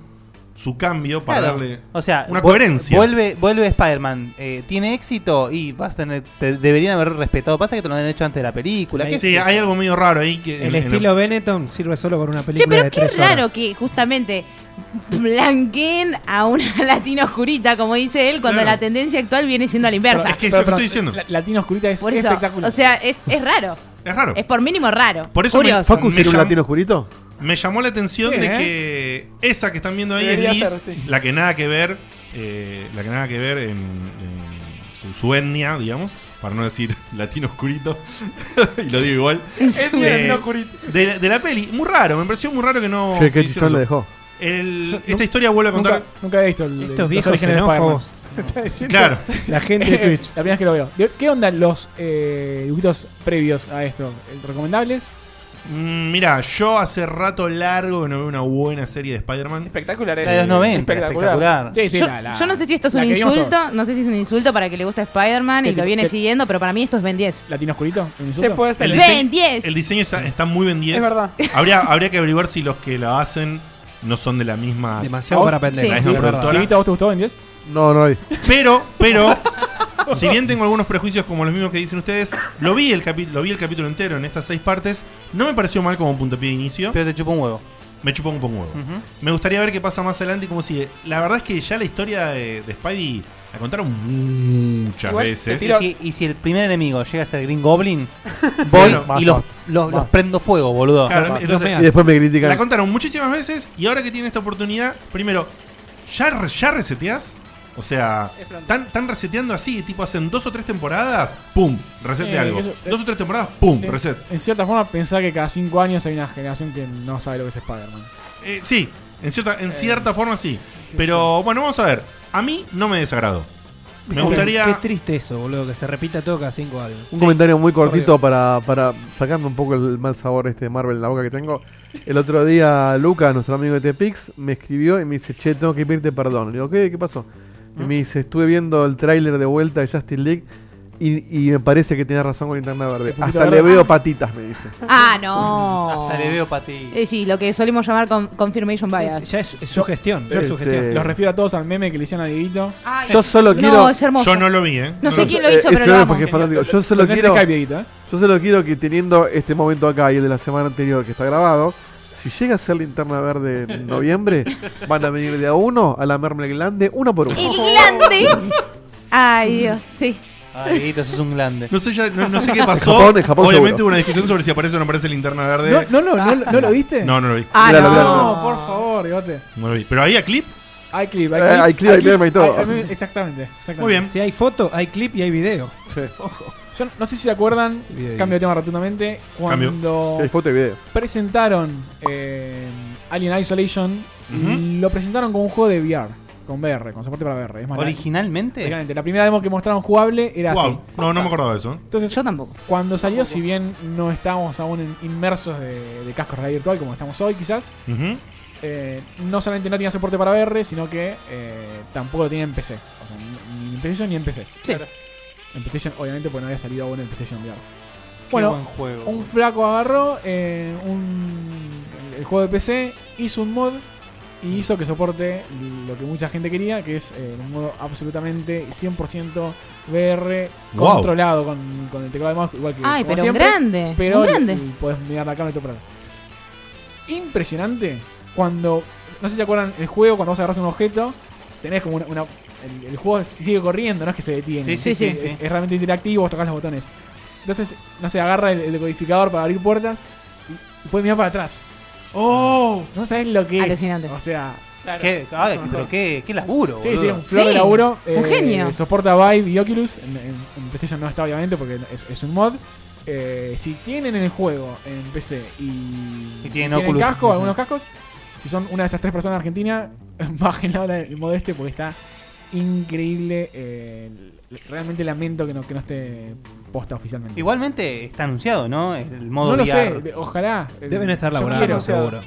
Speaker 7: su cambio para
Speaker 3: Claro.
Speaker 7: darle
Speaker 3: o sea,
Speaker 7: una
Speaker 3: vu-
Speaker 7: coherencia.
Speaker 3: Vuelve, vuelve Spider-Man, eh, tiene éxito y vas a tener, te deberían haber respetado. Pasa que te lo han hecho antes de la película.
Speaker 7: Sí, hay algo medio raro ahí que-
Speaker 3: El
Speaker 8: El estilo Benetton sirve solo para una
Speaker 2: Che,
Speaker 8: película
Speaker 2: pero
Speaker 8: de
Speaker 2: qué
Speaker 8: tres horas.
Speaker 2: raro que justamente blanqueen a una latina oscurita, como dice él, cuando la tendencia actual viene siendo a la inversa.
Speaker 4: La, latina oscurita es
Speaker 2: Por eso,
Speaker 4: espectacular.
Speaker 2: o sea, es, es raro.
Speaker 7: Es raro.
Speaker 2: Es por mínimo raro.
Speaker 7: Por eso me,
Speaker 2: Curioso.
Speaker 7: me
Speaker 6: era un
Speaker 7: llam-
Speaker 6: latino oscurito?
Speaker 7: me llamó la atención
Speaker 2: Sí,
Speaker 7: de
Speaker 2: ¿eh?
Speaker 7: que esa que están viendo ahí
Speaker 1: Debería
Speaker 7: es Liz,
Speaker 1: ser, sí.
Speaker 7: la que nada que ver, eh, la que nada que ver en, en su, su etnia, digamos, para no decir latino oscurito, y lo digo igual.
Speaker 1: Etnia
Speaker 7: Eh,
Speaker 1: latino oscurito.
Speaker 7: de, de la peli, muy raro, me pareció muy raro que no.
Speaker 6: Che, qué
Speaker 7: que hicieron
Speaker 6: chichón le
Speaker 7: eso.
Speaker 6: dejó.
Speaker 7: El-
Speaker 4: Yo
Speaker 7: esta historia vuelve a contar.
Speaker 4: Nunca, nunca he visto el,
Speaker 8: Estos
Speaker 4: los
Speaker 8: viejos
Speaker 4: orígenes de Spider-Man.
Speaker 8: xenófobos. No.
Speaker 4: Está diciendo-
Speaker 8: Claro. La gente de Twitch.
Speaker 4: La primera vez que lo veo. De- ¿Qué onda los eh, dibujitos previos a esto? ¿Recomendables?
Speaker 7: Mm, Mira, yo hace rato largo que no veo una buena serie de Spider-Man.
Speaker 1: Espectacular
Speaker 3: La de los 90, espectacular.
Speaker 7: Sí, sí,
Speaker 2: yo,
Speaker 7: la- la-
Speaker 2: yo no sé si esto es un
Speaker 7: la que vimos
Speaker 2: insulto, no sé si es un insulto para que le gusta Spider-Man y
Speaker 7: ¿Qué-
Speaker 2: lo viene
Speaker 7: qué-
Speaker 2: siguiendo, pero para mí esto es Ben 10.
Speaker 4: ¿Latino oscurito? ¿Un
Speaker 2: insulto? Sí, puede ser.
Speaker 7: El
Speaker 2: Ben
Speaker 7: diseño-
Speaker 2: 10.
Speaker 7: El diseño está, está muy Ben 10.
Speaker 2: Es verdad.
Speaker 7: Habría, habría que averiguar si los que la hacen no son de la misma.
Speaker 4: Demasiado para
Speaker 7: aprender.
Speaker 4: pendejos.
Speaker 7: La
Speaker 4: Sí.
Speaker 7: misma
Speaker 4: Sí, es verdad.
Speaker 7: productora.
Speaker 4: Dieguito, ¿a vos te gustó Ben 10?
Speaker 6: No, no hay.
Speaker 7: Pero, pero, si bien tengo algunos prejuicios como los mismos que dicen ustedes, lo vi el, capi- lo vi el capítulo entero en estas seis partes. No me pareció mal como puntapié de inicio.
Speaker 3: Pero te chupó un huevo. Mm.
Speaker 7: Me chupó un poco un huevo. Me gustaría ver qué pasa más adelante y cómo sigue. La verdad es que ya la historia de, de Spidey la contaron muchas veces.
Speaker 3: Y si, y si el primer enemigo llega a ser Green Goblin, voy
Speaker 7: Bueno,
Speaker 3: y los,
Speaker 7: basta.
Speaker 3: los- los
Speaker 7: Basta.
Speaker 3: prendo fuego, boludo.
Speaker 7: Claro, entonces-
Speaker 6: Y después me critican.
Speaker 7: La contaron muchísimas veces y ahora que tienen esta oportunidad, primero, ¿ya, re- ya reseteás? O sea, están tan reseteando así, tipo hacen dos o tres temporadas, pum, resete
Speaker 4: Eh,
Speaker 7: algo.
Speaker 4: eso-
Speaker 7: dos o tres temporadas, pum,
Speaker 4: En-
Speaker 7: reset.
Speaker 4: En cierta forma, pensar que cada 5 años hay una generación que no sabe lo que es Spider-Man.
Speaker 7: Eh, sí, en cierta,
Speaker 4: Eh,
Speaker 7: en cierta forma sí. Pero bueno, vamos a ver. A mí no me desagradó. Me
Speaker 8: Qué- Qué
Speaker 7: gustaría.
Speaker 8: triste eso, boludo, que se repita todo cada cinco años.
Speaker 6: Un comentario muy cortito para, para sacarme un poco el mal sabor este de Marvel en la boca que tengo. El otro día Luca, nuestro amigo de Tepix, me escribió y me dice, che, tengo que pedirte perdón. Le digo, ¿qué? ¿Qué pasó? Y me dice, estuve viendo el tráiler de vuelta de Justin League y, y me parece que tenés razón con Linterna Verde.
Speaker 3: poquito
Speaker 6: Hasta le
Speaker 3: verde.
Speaker 6: veo patitas, me dice.
Speaker 2: Ah, no.
Speaker 3: Hasta le veo patitas.
Speaker 2: Eh, sí, lo que solemos llamar con- confirmation bias.
Speaker 8: Ya es su gestión.
Speaker 4: Yo
Speaker 6: Este-
Speaker 4: sugestión. Los refiero a todos al meme que le hicieron a Dieguito.
Speaker 2: Ay.
Speaker 6: Yo solo
Speaker 2: No,
Speaker 6: quiero.
Speaker 2: es hermoso. Yo no lo vi, ¿eh? No sé quién lo hizo,
Speaker 6: Eh,
Speaker 2: pero
Speaker 6: ese
Speaker 2: lo
Speaker 6: meme
Speaker 2: amo.
Speaker 6: fue fantástico. Yo solo
Speaker 4: Lo tenés en
Speaker 6: quiero.
Speaker 4: Skype, Dieguito, ¿eh?
Speaker 6: Yo solo quiero que teniendo este momento acá y el de la semana anterior que está grabado, si llega a ser linterna verde en noviembre, van a venir de a uno a lamerme el glande uno por uno.
Speaker 2: El glande. Ay, Dios, sí.
Speaker 4: Ah,
Speaker 3: Ay, Dieguito, sos un glande.
Speaker 7: No sé, ya- no, no sé qué
Speaker 3: En
Speaker 7: pasó.
Speaker 3: Japón, en Japón
Speaker 7: Obviamente
Speaker 3: seguro.
Speaker 7: hubo una discusión sobre si aparece o no aparece linterna verde.
Speaker 4: No, no, no, no, ¿no lo viste?
Speaker 7: No, no lo vi.
Speaker 4: Ah,
Speaker 7: Miralo,
Speaker 4: no,
Speaker 7: miralo, miralo.
Speaker 4: por favor, Diegote.
Speaker 7: No lo vi. Pero había clip.
Speaker 4: Hay clip,
Speaker 7: Eh, hay clip, hay meme y todo.
Speaker 4: hay meme, exactamente, exactamente.
Speaker 7: Muy bien.
Speaker 8: Si hay foto, hay clip y hay video.
Speaker 4: Ojo. Yo no sé si se acuerdan,
Speaker 8: Video.
Speaker 4: cambio de tema rotundamente,
Speaker 8: Cambio.
Speaker 4: cuando
Speaker 6: Sí, hay foto y video.
Speaker 4: presentaron eh, Alien Isolation, lo presentaron como un juego de VR, con VR, con soporte para VR. Es más, la-
Speaker 3: ¿Originalmente?
Speaker 4: Originalmente. La primera demo que mostraron jugable era
Speaker 7: Wow.
Speaker 4: así.
Speaker 7: No, no me acordaba de eso.
Speaker 4: Entonces,
Speaker 2: Yo tampoco.
Speaker 4: Cuando salió, si bien no estábamos aún en- inmersos de, de cascos realidad virtual como estamos hoy, quizás,
Speaker 7: Ujú.
Speaker 4: eh, no solamente no tenía soporte para VR, sino que eh, tampoco lo tenía en PC. O sea, ni ni en PlayStation ni en PC. En PlayStation, obviamente, porque no había salido aún en PlayStation VR. Bueno,
Speaker 8: buen juego,
Speaker 4: un
Speaker 8: boludo.
Speaker 4: flaco agarró eh, un, el, el juego de PC, hizo un mod y hizo que soporte lo que mucha gente quería, que es eh, en un modo absolutamente 100% VR,
Speaker 7: Guau.
Speaker 4: controlado con, con el teclado de mouse, igual que
Speaker 2: Ay,
Speaker 4: como
Speaker 2: pero un
Speaker 4: siempre,
Speaker 2: grande,
Speaker 4: Pero
Speaker 2: un
Speaker 4: l-
Speaker 2: grande.
Speaker 4: l- podés mirar la cámara y todo para atrás. Impresionante cuando, no sé si se acuerdan, el juego cuando vos agarras un objeto, tenés como una... una- el, el juego sigue corriendo, no es que se detiene.
Speaker 3: Sí, sí,
Speaker 4: Es-
Speaker 3: sí,
Speaker 4: es-
Speaker 3: sí.
Speaker 4: es realmente interactivo, vos tocas los botones. Entonces, no sé, agarra el, el decodificador para abrir puertas y, y puede mirar para atrás.
Speaker 7: ¡Oh!
Speaker 4: No sabes lo que
Speaker 2: Alucinante.
Speaker 4: es. O sea.
Speaker 3: Qué- ah, pero qué- qué laburo,
Speaker 4: Sí,
Speaker 3: boludo.
Speaker 4: sí, un flor de
Speaker 3: Sí,
Speaker 4: laburo. eh,
Speaker 3: un genio.
Speaker 4: Soporta Vive y Oculus. En, en- en PlayStation no está, obviamente, porque es, es un mod. Eh, si tienen el juego en PC y, y
Speaker 3: tienen Oculus.
Speaker 4: casco,
Speaker 3: Ujú.
Speaker 4: algunos cascos, si son una de esas tres personas de Argentina, bajen ahora el mod este porque está increíble. eh, realmente lamento que no, que no esté posta oficialmente.
Speaker 3: Igualmente está anunciado, ¿no? El modo
Speaker 4: no lo
Speaker 3: VR.
Speaker 4: sé, ojalá. Eh,
Speaker 8: Deben estar
Speaker 4: Yo
Speaker 8: laburando,
Speaker 4: quiero, o sea,
Speaker 8: seguro.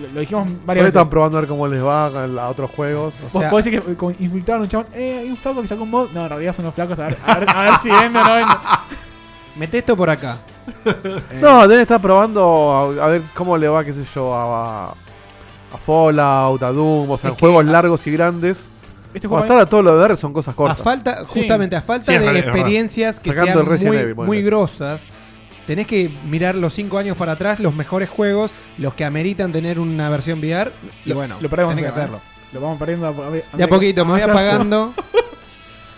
Speaker 4: Lo, lo dijimos
Speaker 6: Ahora
Speaker 4: varias veces.
Speaker 6: están probando a ver cómo les va a a otros juegos.
Speaker 4: Vos podés decir que con- infiltraron a un chabón, eh, hay un flaco que sacó un mod. No, en realidad son los flacos, a ver, a ver, a ver si vende o no vende.
Speaker 8: Mete esto por acá. Eh,
Speaker 6: No, deben estar probando a, a ver cómo le va, qué sé yo, a, a Fallout, a Doom, o sea,
Speaker 8: Es que
Speaker 6: juegos largos y grandes.
Speaker 8: Este juego
Speaker 6: Cuando estar a todo lo de VR son cosas
Speaker 8: A
Speaker 6: cortas.
Speaker 8: falta, justamente, a falta de experiencias que
Speaker 6: Sacando el
Speaker 8: sean
Speaker 6: Resident
Speaker 8: muy,
Speaker 6: Evil, ponele.
Speaker 8: muy grosas, tenés que mirar los cinco años para atrás, los mejores juegos, los que ameritan tener una versión VR, y
Speaker 4: Lo-
Speaker 8: bueno,
Speaker 4: lo perdemos
Speaker 8: tenés que
Speaker 4: acá,
Speaker 8: hacerlo.
Speaker 4: ¿eh? Lo vamos perdiendo a, a-
Speaker 8: De a poquito, me voy
Speaker 4: a-
Speaker 8: apagando.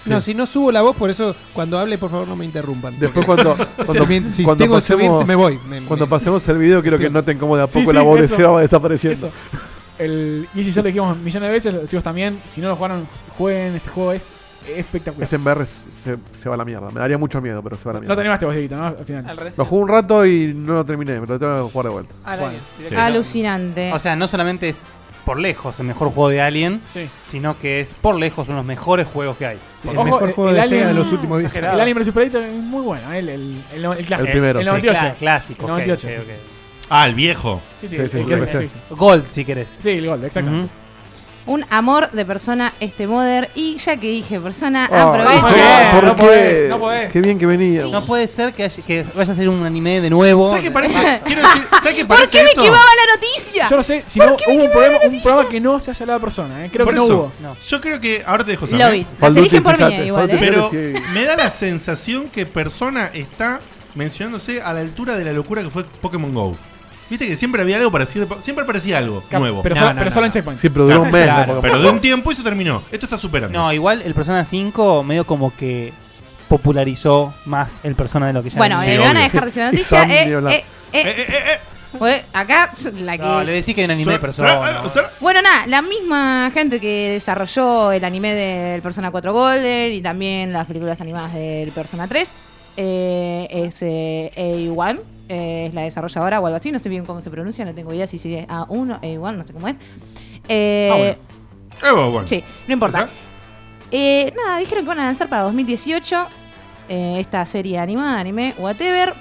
Speaker 8: No,
Speaker 4: Sí.
Speaker 8: si no subo la voz, por eso cuando hable, por favor, no me interrumpan.
Speaker 6: Después
Speaker 8: porque-
Speaker 6: cuando, cuando,
Speaker 8: si, si
Speaker 6: cuando
Speaker 8: tengo que subir, se me voy. Me-
Speaker 6: cuando
Speaker 8: me-
Speaker 6: pasemos el video quiero que noten cómo de a
Speaker 4: Sí,
Speaker 6: poco
Speaker 4: sí,
Speaker 6: la voz de
Speaker 4: eso.
Speaker 6: Seba va desapareciendo.
Speaker 4: Eso. El Easy ya lo dijimos millones de veces, los chicos también. Si no lo jugaron, jueguen. Este juego es espectacular.
Speaker 6: Este en VR se, se va a la mierda. Me daría mucho miedo, pero se va a la
Speaker 4: No
Speaker 6: mierda.
Speaker 4: te animaste vos, Dieguito, ¿no? Al final.
Speaker 6: Lo jugué un rato y no lo terminé, me lo tengo que jugar de vuelta.
Speaker 1: Al
Speaker 4: Bueno,
Speaker 3: Sí.
Speaker 2: Alucinante.
Speaker 3: O sea, no solamente es por lejos el mejor juego de Alien, sino que es por lejos uno de los mejores juegos que hay.
Speaker 4: Ojo, Alien- El Alien
Speaker 3: Alien
Speaker 4: vs Predator es muy bueno, ¿eh? el, el, el, el clásico.
Speaker 3: El primero,
Speaker 4: El
Speaker 3: sí.
Speaker 4: 98.
Speaker 3: Cla- clásico,
Speaker 4: El
Speaker 3: ok,
Speaker 4: 98.
Speaker 3: ok,
Speaker 4: sí,
Speaker 3: ok.
Speaker 4: sí.
Speaker 7: Ah, el viejo.
Speaker 4: Sí, sí, Sí, el sí, que- el viejo. sí, sí.
Speaker 3: Gold, si querés.
Speaker 4: Sí, el gol, exactamente.
Speaker 2: Un amor de persona este modder. Y ya que dije persona,
Speaker 3: Ah,
Speaker 2: aprovecho.
Speaker 3: ¿por
Speaker 6: no
Speaker 3: qué?
Speaker 6: podés, no podés. Qué bien que venía.
Speaker 3: No puede ser que, haya- que vaya a ser un anime de nuevo.
Speaker 7: ¿Sabes qué parece? Quiero
Speaker 3: qué
Speaker 2: ¿Por
Speaker 3: parece
Speaker 2: qué me
Speaker 3: esto?
Speaker 2: quemaba la noticia?
Speaker 4: Yo no sé si
Speaker 2: ¿Por
Speaker 4: no
Speaker 2: qué me
Speaker 4: hubo un
Speaker 2: quemaba
Speaker 4: programa,
Speaker 2: la
Speaker 4: un programa que no se haya dado persona, ¿eh? creo
Speaker 7: Por
Speaker 4: que no
Speaker 7: eso,
Speaker 4: hubo.
Speaker 7: Yo creo que. Ahora te dejo
Speaker 4: Lo
Speaker 7: saber.
Speaker 4: vi. Las Falduti, eligen por mí, fíjate, igual, Falduti, ¿eh?
Speaker 7: Pero
Speaker 4: creo que sí.
Speaker 7: me da la sensación que Persona está mencionándose a la altura de la locura que fue Pokémon Go. Viste que siempre había algo parecido. Siempre aparecía algo
Speaker 3: Cap-
Speaker 7: nuevo.
Speaker 3: pero No, solo- no, pero no, solo en no. Checkpoint. Sí, pero duró
Speaker 7: Claro,
Speaker 3: un mes,
Speaker 7: claro,
Speaker 3: ¿no?
Speaker 7: pero de un tiempo y se terminó. Esto está superando.
Speaker 3: No, igual el Persona 5 medio como que popularizó más el Persona de lo que ya
Speaker 2: Bueno, eh,
Speaker 3: era.
Speaker 2: le van a dejar decir la noticia. Eh, eh, eh. Bueno, acá la que.
Speaker 3: No, le decís que hay un anime de Persona.
Speaker 2: Bueno, nada, la misma gente que desarrolló el anime del Persona 4 Golden y también las películas animadas del Persona 3 eh, es eh, A1, eh, es la desarrolladora o algo así, no sé bien cómo se pronuncia, no tengo idea si sigue A1, A1, no sé cómo es. Eh,
Speaker 7: Ah, bueno. Eh, bueno, bueno.
Speaker 2: Sí, no importa. Eh, nada, dijeron que van a lanzar para 2018 eh, esta serie animada, anime, whatever.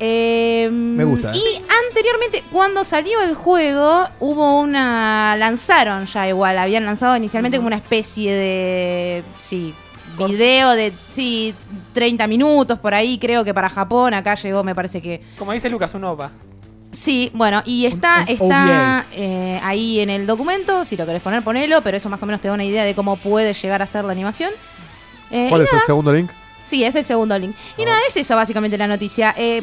Speaker 2: Eh,
Speaker 8: Me gusta, ¿eh?
Speaker 2: Y anteriormente, cuando salió el juego, hubo una. Lanzaron ya igual, habían lanzado inicialmente como una especie de. Sí, video de. Sí, 30 minutos por ahí, creo que para Japón. Acá llegó, me parece que.
Speaker 1: Como dice Lucas, un OVA.
Speaker 2: Sí, bueno, y está, está eh, ahí en el documento. Si lo querés poner, ponelo, pero eso más o menos te da una idea de cómo puede llegar a ser la animación. Eh,
Speaker 6: ¿Cuál
Speaker 2: y
Speaker 6: es el
Speaker 2: nada,
Speaker 6: segundo link?
Speaker 2: Sí, es el segundo link. Y nada, es eso básicamente la noticia. Eh,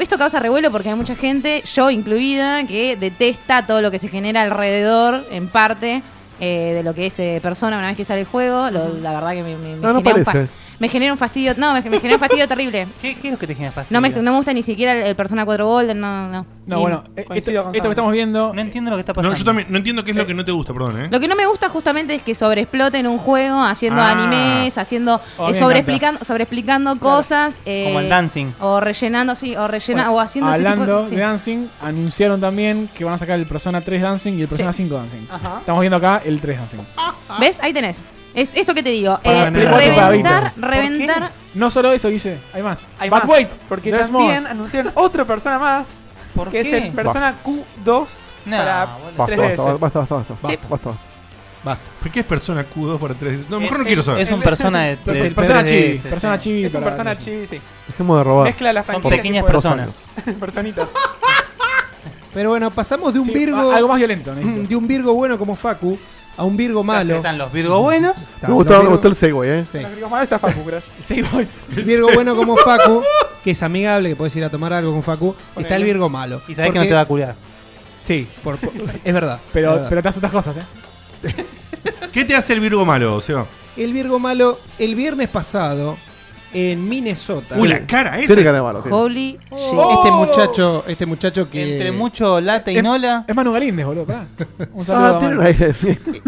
Speaker 2: esto causa revuelo porque hay mucha gente, yo incluida, que detesta todo lo que se genera alrededor, en parte, eh, de lo que es eh, persona una vez que sale el juego. Lo- la verdad que me, me- me
Speaker 6: No, no
Speaker 2: genera un fa-
Speaker 6: parece.
Speaker 2: me genera un fastidio. No, me, me genera un fastidio terrible.
Speaker 3: ¿Qué, qué es lo que te genera fastidio?
Speaker 2: No me, no me gusta ni siquiera el, el Persona 4 Golden, no, no.
Speaker 4: No,
Speaker 2: Ni-
Speaker 4: bueno, eh, esto, esto que estamos viendo. No
Speaker 3: entiendo lo que está
Speaker 7: No, yo también no entiendo qué es lo que no te gusta, perdón, ¿eh?
Speaker 2: Lo que no me gusta justamente es que sobreexploten un juego haciendo
Speaker 7: Ah.
Speaker 2: animes, haciendo
Speaker 7: Oh, a mí
Speaker 2: eh,
Speaker 7: me
Speaker 2: sobreexplicando, sobreexplicando cosas. eh,
Speaker 3: Como el dancing.
Speaker 2: O rellenando, sí, o rellenando, o haciendo ese tipo de-
Speaker 4: Hablando
Speaker 2: sí.
Speaker 4: de Dancing, anunciaron también que van a sacar el Persona 3 Dancing y el Persona
Speaker 2: Sí.
Speaker 4: 5 Dancing.
Speaker 2: Ajá.
Speaker 4: Estamos viendo acá el 3 Dancing.
Speaker 2: ¿Ves? Ahí tenés. Es, esto que te digo, eh,
Speaker 4: Para ganar.
Speaker 2: reventar,
Speaker 4: ¿Por qué?
Speaker 2: reventar.
Speaker 4: No solo eso, Guille, hay más.
Speaker 1: Hay
Speaker 4: But
Speaker 1: más,
Speaker 4: wait,
Speaker 1: Ah, porque
Speaker 4: there's
Speaker 1: también
Speaker 4: more.
Speaker 1: anunciaron otro persona más. que
Speaker 3: qué?
Speaker 1: es el Persona Q2
Speaker 3: No,
Speaker 1: para
Speaker 3: boludo.
Speaker 6: Basta,
Speaker 1: 3DS.
Speaker 6: basta, basta, basta, basta,
Speaker 1: Sí.
Speaker 6: basta, basta.
Speaker 7: ¿Por qué es Persona Q2 para 3? No, mejor
Speaker 1: Es-
Speaker 7: no quiero
Speaker 1: es-
Speaker 7: saber.
Speaker 1: es un Persona de-
Speaker 7: Es el
Speaker 1: del
Speaker 7: Persona
Speaker 1: 3DS,
Speaker 7: chibi,
Speaker 1: sí.
Speaker 7: Persona chibi.
Speaker 1: Es un
Speaker 7: para-
Speaker 1: Persona chibi, sí.
Speaker 6: Dejemos de robar.
Speaker 1: Mezcla las
Speaker 6: Son
Speaker 1: franquicias
Speaker 6: pequeñas
Speaker 1: que puedes-
Speaker 6: personas.
Speaker 1: Personitas.
Speaker 8: Pero bueno, pasamos de un
Speaker 4: Sí,
Speaker 8: Virgo.
Speaker 4: a- algo más violento, necesito.
Speaker 8: De un Virgo bueno como Facu a un Virgo malo.
Speaker 3: Están los Virgo buenos.
Speaker 8: Están
Speaker 6: Me
Speaker 8: los
Speaker 6: gustó, me
Speaker 8: Virgo-
Speaker 6: gustó el Segway, eh.
Speaker 8: Sí.
Speaker 1: Los malos está Facu, gracias.
Speaker 4: Sí, voy.
Speaker 8: Virgo bueno como Facu, que es amigable, que puedes ir a tomar algo con Facu. Está el Virgo malo.
Speaker 3: Y sabés que no te va a culiar.
Speaker 8: Sí, por- por- es verdad.
Speaker 4: Pero-
Speaker 8: es verdad.
Speaker 4: pero te hace otras cosas, ¿eh?
Speaker 7: ¿Qué te hace el Virgo malo, Seba?
Speaker 8: El Virgo malo, el viernes pasado, en Minnesota.
Speaker 7: Uy, la cara esa. Tiene cara de malo, tiene.
Speaker 2: Holy
Speaker 8: Oh. Este muchacho, este muchacho que.
Speaker 3: Entre mucho lata y
Speaker 8: Es-
Speaker 3: nola.
Speaker 4: Es Manu Galíndez, boludo. pará. Un
Speaker 8: Ah,
Speaker 4: saludo. a
Speaker 8: tiene
Speaker 4: Manu.
Speaker 8: un aire,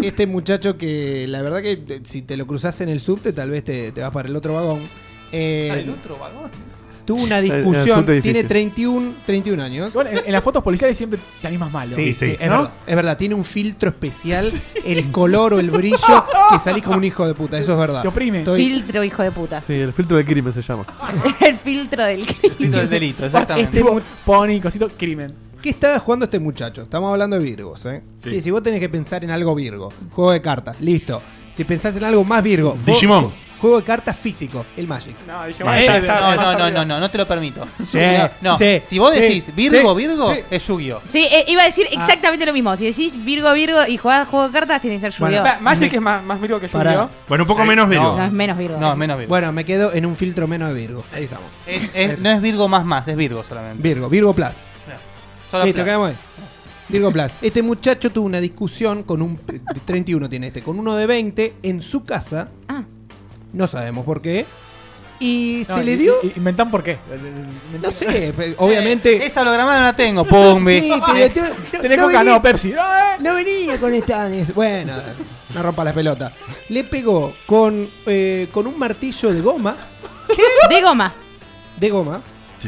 Speaker 8: Este muchacho que la verdad que eh, si te lo cruzas en el subte, tal vez te, te vas para el otro vagón. Eh,
Speaker 3: ¿Al otro vagón?
Speaker 8: Tuvo una
Speaker 4: El- el
Speaker 8: discusión,
Speaker 4: subte difícil.
Speaker 8: tiene 31, 31 años.
Speaker 4: Igual, en, en las fotos policiales siempre te animas malo.
Speaker 8: Sí, sí, es,
Speaker 4: ¿No?
Speaker 8: verdad, es verdad, tiene un filtro especial, el color o el brillo, que salís como un hijo de puta, eso es verdad.
Speaker 4: Te oprime.
Speaker 8: Estoy-
Speaker 2: Filtro, hijo de puta.
Speaker 6: Sí, el filtro del crimen se llama.
Speaker 2: El filtro del crimen.
Speaker 3: del delito, exactamente.
Speaker 8: Este
Speaker 4: Tipo, Pony, cosito, crimen.
Speaker 8: ¿Qué estaba jugando este muchacho? Estamos hablando de Virgos, ¿eh?
Speaker 4: Sí.
Speaker 8: Sí, si vos tenés que pensar en algo Virgo, juego de cartas, listo. Si pensás en algo más Virgo, jue-
Speaker 3: Digimon.
Speaker 8: Juego de cartas físico, el Magic.
Speaker 4: No,
Speaker 3: Eh, no, no, no, no, no, no te lo permito.
Speaker 8: Sí,
Speaker 3: no,
Speaker 8: sí,
Speaker 3: si vos decís
Speaker 8: sí,
Speaker 3: Virgo,
Speaker 8: sí,
Speaker 3: Virgo,
Speaker 8: sí.
Speaker 3: es Yu-Gi-Oh.
Speaker 2: Sí, eh, iba a decir exactamente lo mismo. Si decís Virgo, Virgo y jugás juego de cartas, tiene que ser
Speaker 8: Bueno,
Speaker 2: Yu-Gi-Oh.
Speaker 8: pa- Magic
Speaker 1: es más, más Virgo que
Speaker 8: Pará. Yu-Gi-Oh.
Speaker 7: Bueno, un poco menos Virgo.
Speaker 2: No, es menos Virgo.
Speaker 3: menos Virgo.
Speaker 8: Bueno, me quedo en un filtro menos de Virgo. Ahí estamos.
Speaker 3: Es- es- no es Virgo más más, es Virgo solamente.
Speaker 8: Virgo, Virgo Plus.
Speaker 3: Solo
Speaker 8: Listo,
Speaker 3: Plus.
Speaker 8: quedamos ahí. Virgo Plus. Este muchacho tuvo una discusión con un. de 31 tiene este, con uno de 20 en su casa.
Speaker 2: Ah.
Speaker 8: No sabemos por qué. Y
Speaker 4: No,
Speaker 8: se le
Speaker 4: y-
Speaker 8: dio.
Speaker 4: y- Inventan por qué.
Speaker 8: no sé, pe- Eh, obviamente.
Speaker 3: Esa hologramada no la tengo, Pumbi.
Speaker 8: Sí, te- te-
Speaker 4: Tenés coca,
Speaker 8: venía-
Speaker 4: no, Pepsi.
Speaker 8: No venía con esta. Bueno, no rompa las pelotas. Le pegó con, eh, con un martillo de goma.
Speaker 2: De goma.
Speaker 8: De goma.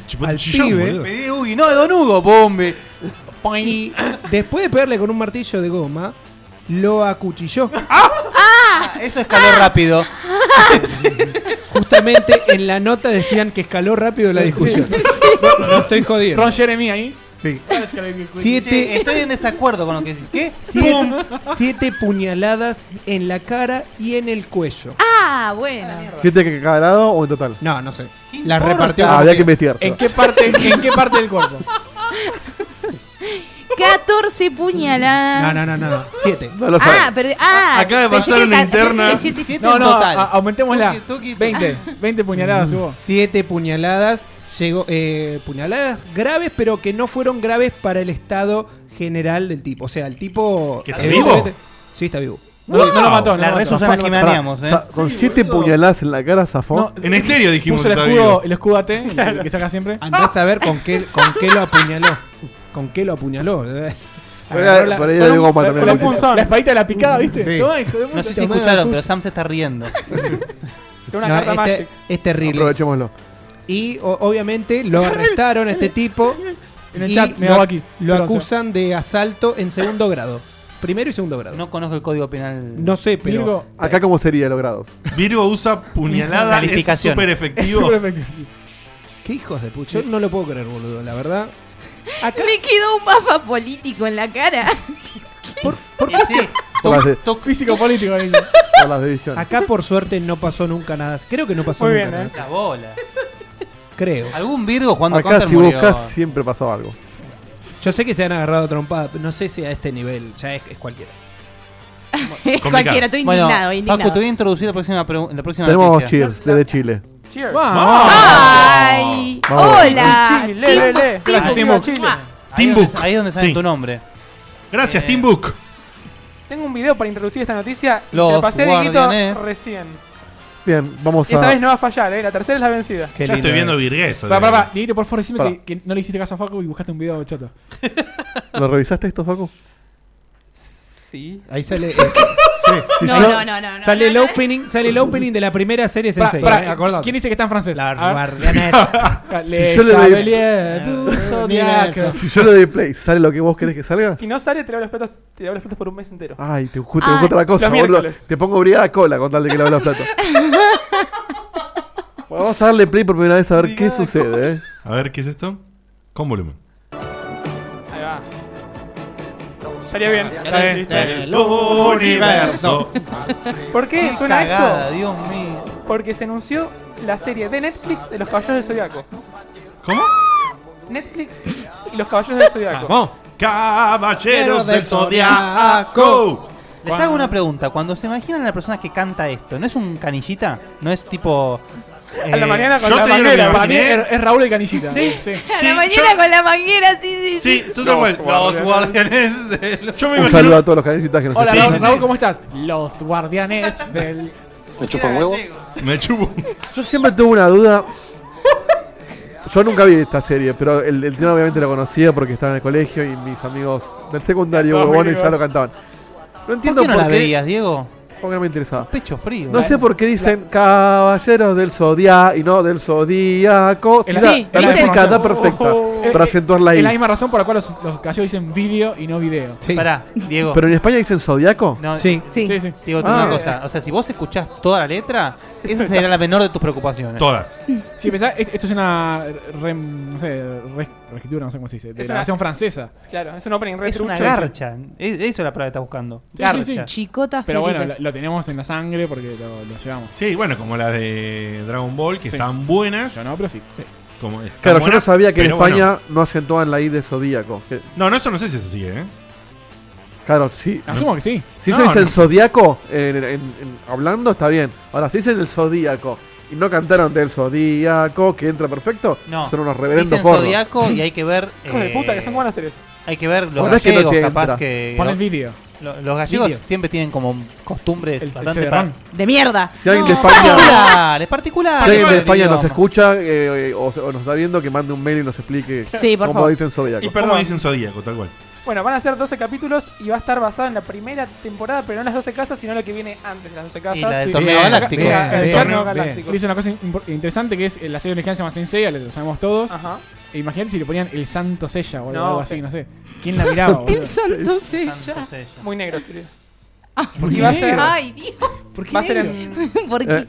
Speaker 7: chupó
Speaker 8: al
Speaker 7: el chillón,
Speaker 8: pibe.
Speaker 7: boludo.
Speaker 3: Pedí Ugi, no, de Don Hugo, Pumbi.
Speaker 8: Y después de pegarle con un martillo de goma, lo acuchilló.
Speaker 3: Ah, Eso escaló rápido.
Speaker 2: Ah.
Speaker 8: Justamente en la nota decían que escaló rápido la discusión. No, no estoy jodiendo.
Speaker 4: Ron Jeremy ahí.
Speaker 8: Sí.
Speaker 3: Siete.
Speaker 8: Siete-
Speaker 3: estoy en desacuerdo con lo que decís. ¿Qué?
Speaker 8: Siete, siete puñaladas en la cara y en el cuello.
Speaker 2: Ah, bueno.
Speaker 6: ¿Siete que cada lado o en total?
Speaker 8: No, no sé. La
Speaker 6: importa?
Speaker 8: repartió.
Speaker 6: Ah,
Speaker 8: como
Speaker 6: había que investigar.
Speaker 8: quiera.
Speaker 4: ¿En qué parte, en qué parte del cuerpo?
Speaker 2: 14
Speaker 8: No,
Speaker 2: puñaladas.
Speaker 8: no, no, no. Siete.
Speaker 6: No lo
Speaker 2: Ah, pero. Ah,
Speaker 7: Acaba de
Speaker 2: pensé
Speaker 7: pasar
Speaker 2: que
Speaker 7: una
Speaker 2: ca-
Speaker 7: interna.
Speaker 2: pensé que siete-
Speaker 4: No, no,
Speaker 3: total.
Speaker 4: a- aumentémosla.
Speaker 3: Tuki, tuki, tuki.
Speaker 4: 20. 20 puñaladas hubo.
Speaker 8: Siete puñaladas. Llegó, eh, puñaladas graves, pero que no fueron graves para el estado general del tipo. O sea, el tipo.
Speaker 7: ¿Que está
Speaker 8: evidentemente-
Speaker 7: vivo?
Speaker 8: Sí, está vivo.
Speaker 4: No, no lo mató, no
Speaker 3: La
Speaker 4: lo
Speaker 3: re
Speaker 4: mató.
Speaker 3: Susana
Speaker 4: No,
Speaker 3: Jimeneamos, eh.
Speaker 6: Sa- con siete puñaladas en la cara, zafó.
Speaker 4: No,
Speaker 7: En estéreo dijimos
Speaker 4: Puso el
Speaker 7: que está
Speaker 4: escudo,
Speaker 7: vivo.
Speaker 4: el escudo AT, el que saca siempre.
Speaker 8: Andás a ver con qué, con qué lo apuñaló. Con qué lo apuñaló. Agarró
Speaker 6: Por
Speaker 8: la-
Speaker 6: ahí era de goma
Speaker 4: Con la,
Speaker 6: también.
Speaker 4: la espadita de la picada, ¿viste?
Speaker 8: Sí.
Speaker 4: Tomá, hijo de puta.
Speaker 3: No sé si escucharon, pero Sam se está riendo.
Speaker 1: Era una
Speaker 8: No,
Speaker 1: carta
Speaker 8: este-
Speaker 1: Magic.
Speaker 8: es terrible.
Speaker 6: Aprovechémoslo.
Speaker 8: Y o- obviamente lo arrestaron a este tipo.
Speaker 4: En el
Speaker 8: y
Speaker 4: chat, me
Speaker 8: lo,
Speaker 4: hago aquí.
Speaker 8: Lo
Speaker 4: Perdón,
Speaker 8: acusan de asalto en segundo grado. Primero y segundo grado. No,
Speaker 3: No conozco el código penal.
Speaker 8: sé, pero.
Speaker 4: Virgo,
Speaker 6: Acá, ¿cómo sería logrado?
Speaker 7: Virgo usa puñalada, es
Speaker 3: Calificación.
Speaker 7: súper
Speaker 4: es
Speaker 7: efectivo.
Speaker 4: súper efectivo.
Speaker 8: ¿Qué hijos de pucha? Yo no lo puedo creer, boludo, la verdad. Acá,
Speaker 2: Le quedó un mapa político en la cara.
Speaker 8: por, por-
Speaker 3: Sí, sí.
Speaker 6: Por las, de-
Speaker 4: Físico político. ahí.
Speaker 6: por las divisiones.
Speaker 8: acá, por suerte, no pasó nunca nada. Creo que no pasó
Speaker 1: Muy
Speaker 8: nunca
Speaker 1: bien,
Speaker 8: nada.
Speaker 1: ¿eh?
Speaker 3: La bola.
Speaker 4: ¿eh?
Speaker 8: Creo.
Speaker 3: Algún Virgo jugando
Speaker 6: Acá,
Speaker 3: Counter
Speaker 6: si
Speaker 3: murió.
Speaker 6: buscas, siempre pasó algo.
Speaker 8: Yo sé que se han agarrado a trompada, pero no sé si a este nivel. Ya es, es cualquiera.
Speaker 2: Es
Speaker 7: Complicado.
Speaker 2: cualquiera, estoy
Speaker 3: Bueno,
Speaker 2: indignado,
Speaker 3: Facu, te
Speaker 2: indignado.
Speaker 3: voy a introducir la próxima, pregu- la próxima
Speaker 6: Tenemos
Speaker 3: noticia.
Speaker 6: Cheers desde Chile.
Speaker 1: Cheers.
Speaker 2: ¡Ay!
Speaker 6: Vamos.
Speaker 2: ¡Hola!
Speaker 1: Chile, le, le. Gracias,
Speaker 2: Timbu.
Speaker 1: Timbu. Chile.
Speaker 2: Mua.
Speaker 3: Ahí
Speaker 7: Team
Speaker 3: donde-
Speaker 7: Book.
Speaker 3: Ahí es donde sale
Speaker 7: Sí.
Speaker 3: tu nombre.
Speaker 7: Gracias,
Speaker 3: Eh,
Speaker 7: Team Book.
Speaker 1: Tengo un video para introducir esta noticia. y
Speaker 3: Los
Speaker 1: te la pasé de
Speaker 3: guardianes.
Speaker 1: Guito recién.
Speaker 6: Bien, vamos
Speaker 1: Y esta vez
Speaker 6: a.
Speaker 1: no va a fallar, ¿eh? La tercera es la vencida.
Speaker 8: Qué
Speaker 7: ya
Speaker 8: lindo,
Speaker 7: estoy viendo
Speaker 8: eh.
Speaker 7: virguesa.
Speaker 4: Pará,
Speaker 7: digamos.
Speaker 4: pará, pará. Dieguito, por favor, decime
Speaker 6: Pará.
Speaker 4: que, que no le hiciste caso a Facu y buscaste un video choto.
Speaker 6: ¿Lo revisaste esto, Facu?
Speaker 1: Sí.
Speaker 8: Ahí sale.
Speaker 6: Si
Speaker 2: No,
Speaker 6: yo-
Speaker 2: no, no, no. no,
Speaker 8: sale el
Speaker 2: no, no.
Speaker 8: opening, sale el opening de la primera serie
Speaker 4: Pará,
Speaker 8: Sensei.
Speaker 4: pará,
Speaker 8: eh, acordate.
Speaker 4: ¿Quién dice que está en francés?
Speaker 8: La
Speaker 4: A ver.
Speaker 8: guardianeta.
Speaker 4: Le
Speaker 8: eh,
Speaker 6: Si yo le doy-
Speaker 3: Eh,
Speaker 4: Chevalier du Zodiaco.
Speaker 6: Si yo le doy play, ¿sale lo que vos querés que salga?
Speaker 1: Si no sale, te lavo los platos, te lavo los platos por un mes entero.
Speaker 6: Ay, te, ju- te
Speaker 2: Ay,
Speaker 6: busco otra cosa,
Speaker 1: los
Speaker 6: boludo.
Speaker 1: miércoles.
Speaker 6: Te pongo brigada a cola con tal de que lave los platos. Bueno, vamos a darle play por primera vez a ver qué sucede, eh.
Speaker 7: A ver, ¿qué es esto? Con volumen.
Speaker 1: Ahí va. Salió bien. Está bien, está bien.
Speaker 3: El universo.
Speaker 1: ¿Por qué suena
Speaker 3: Cagada,
Speaker 1: esto?
Speaker 3: Dios mío.
Speaker 1: Porque se anunció la serie de Netflix de los Caballeros del Zodiaco.
Speaker 7: ¿Cómo?
Speaker 3: Ah,
Speaker 1: Netflix y los Caballeros del Zodiaco.
Speaker 8: Vamos.
Speaker 7: Oh, Caballeros del Zodiaco.
Speaker 3: Les hago una pregunta. Cuando se imaginan a la persona que canta esto, ¿no es un canillita? ¿No es tipo.
Speaker 1: A la mañana con Yo la te digo lo que manguera. me Para mí imaginé. es-
Speaker 3: Raúl el canillita. Sí,
Speaker 1: Sí.
Speaker 2: A la mañana con la manguera, sí, sí.
Speaker 7: Sí, tú te
Speaker 6: Los
Speaker 7: acuerdas. Los guardianes del. Yo
Speaker 6: Un saludo a todos los canillitas que nos
Speaker 4: Hola,
Speaker 6: escuchan.
Speaker 4: Raúl, Raúl, ¿cómo estás? Los guardianes del.
Speaker 6: ¿Me chupan huevos?
Speaker 7: Me chupo.
Speaker 6: Yo siempre tuve una duda. Yo nunca vi esta serie, pero el, el tema obviamente lo conocía porque estaba en el colegio y mis amigos del secundario
Speaker 3: Los
Speaker 6: huevones ya
Speaker 3: amigos.
Speaker 6: lo cantaban. No entiendo
Speaker 3: ¿Por qué no
Speaker 6: por
Speaker 3: la
Speaker 6: qué-
Speaker 3: veías, Diego?
Speaker 6: Porque no me interesaba.
Speaker 3: Pecho frío.
Speaker 6: No sé por qué dicen caballeros del zodiaco y no del zodíaco.
Speaker 4: Sí,
Speaker 6: Sí, la-
Speaker 4: ¿viste?
Speaker 6: la música está
Speaker 4: Oh,
Speaker 6: perfecta
Speaker 4: oh, oh.
Speaker 6: para acentuarla
Speaker 4: Es
Speaker 6: ahí.
Speaker 4: la misma razón por la cual los, los gallegos dicen vídeo y no video.
Speaker 3: Pará, Diego.
Speaker 6: Pero en España dicen zodiaco.
Speaker 3: No,
Speaker 2: Sí.
Speaker 3: Digo, te
Speaker 4: Ah.
Speaker 3: digo una cosa. O sea, si vos escuchás toda la letra, esa será la menor de tus preocupaciones.
Speaker 4: Sí, pensá, et- esto es una. re- no sé, re- reescritura, no sé cómo se dice. De
Speaker 1: Es
Speaker 4: la
Speaker 1: una-
Speaker 4: versión francesa.
Speaker 1: Claro, es un opening re
Speaker 3: Es una
Speaker 1: trucho.
Speaker 3: garcha. Es- Eso es la palabra que está buscando.
Speaker 4: Sí,
Speaker 3: garcha.
Speaker 4: sí, sí.
Speaker 2: Chicota
Speaker 4: Pero bueno, lo,
Speaker 2: Felipe.
Speaker 4: lo tenemos en la sangre porque lo, lo llevamos.
Speaker 7: Sí, bueno, como las de Dragon Ball, que están buenas.
Speaker 4: No, no, pero sí.
Speaker 7: Como están
Speaker 6: Claro, yo no
Speaker 7: buenas,
Speaker 6: sabía que en
Speaker 7: pero
Speaker 6: España
Speaker 7: bueno.
Speaker 6: no acentuaban la I de zodíaco. que-
Speaker 7: No, no, eso no sé si es así, ¿eh?
Speaker 6: Claro, sí.
Speaker 7: Asumo que sí.
Speaker 6: Si
Speaker 7: No,
Speaker 6: se dice
Speaker 7: no.
Speaker 6: el zodíaco en- en- en- hablando, está bien. Ahora, si dicen el zodíaco y no cantaron del zodíaco, que entra perfecto,
Speaker 3: No.
Speaker 6: son unos reverendos
Speaker 3: Dicen
Speaker 6: forros.
Speaker 3: Zodíaco y hay que ver. eh,
Speaker 1: Hijo de puta, que son buenas series.
Speaker 3: Hay que ver los
Speaker 6: Bueno, es que no
Speaker 3: gallegos,
Speaker 6: te entra.
Speaker 3: capaz que.
Speaker 6: Pon el
Speaker 3: lo-
Speaker 6: vídeo.
Speaker 3: lo- los gallegos
Speaker 6: Vídeo.
Speaker 3: siempre tienen como costumbres bastante.
Speaker 6: cederrón.
Speaker 2: De mierda.
Speaker 6: Si alguien de
Speaker 3: No,
Speaker 6: España-
Speaker 3: particular, es particular.
Speaker 6: Si
Speaker 7: Ah,
Speaker 6: alguien de
Speaker 3: el
Speaker 6: España nos
Speaker 3: idioma.
Speaker 6: escucha eh, eh, o, o nos está viendo, que mande un mail y nos explique
Speaker 1: Sí, por
Speaker 6: cómo
Speaker 1: favor.
Speaker 6: dicen zodíaco.
Speaker 1: Y perdón. ¿Cómo dicen
Speaker 7: Zodíaco, tal cual.
Speaker 1: Bueno, van a ser 12 capítulos y va a estar basado en la primera temporada, pero no en las 12 casas, sino lo que viene antes de las 12 casas.
Speaker 3: la del
Speaker 1: Sí.
Speaker 3: torneo
Speaker 1: Bien,
Speaker 3: galáctico.
Speaker 1: bien,
Speaker 3: Bien,
Speaker 1: el
Speaker 3: bien,
Speaker 1: torneo
Speaker 3: bien.
Speaker 1: galáctico.
Speaker 4: Él hizo una cosa impor- interesante que es eh, la serie original se llama Senseiya, lo sabemos todos.
Speaker 1: Ajá.
Speaker 4: E imagínate si le ponían el Santo Sella o algo-
Speaker 1: No,
Speaker 4: algo
Speaker 1: sí.
Speaker 4: así, no sé. ¿Quién la miraba? boludo?
Speaker 1: El santo sello. Muy negro, sí. ¿Por
Speaker 4: qué
Speaker 1: va a
Speaker 4: Ah, negro?
Speaker 1: ser,
Speaker 4: Ay,
Speaker 2: Dios.
Speaker 1: ¿Por qué va a ser en...
Speaker 2: ¿Por qué?
Speaker 6: Eh,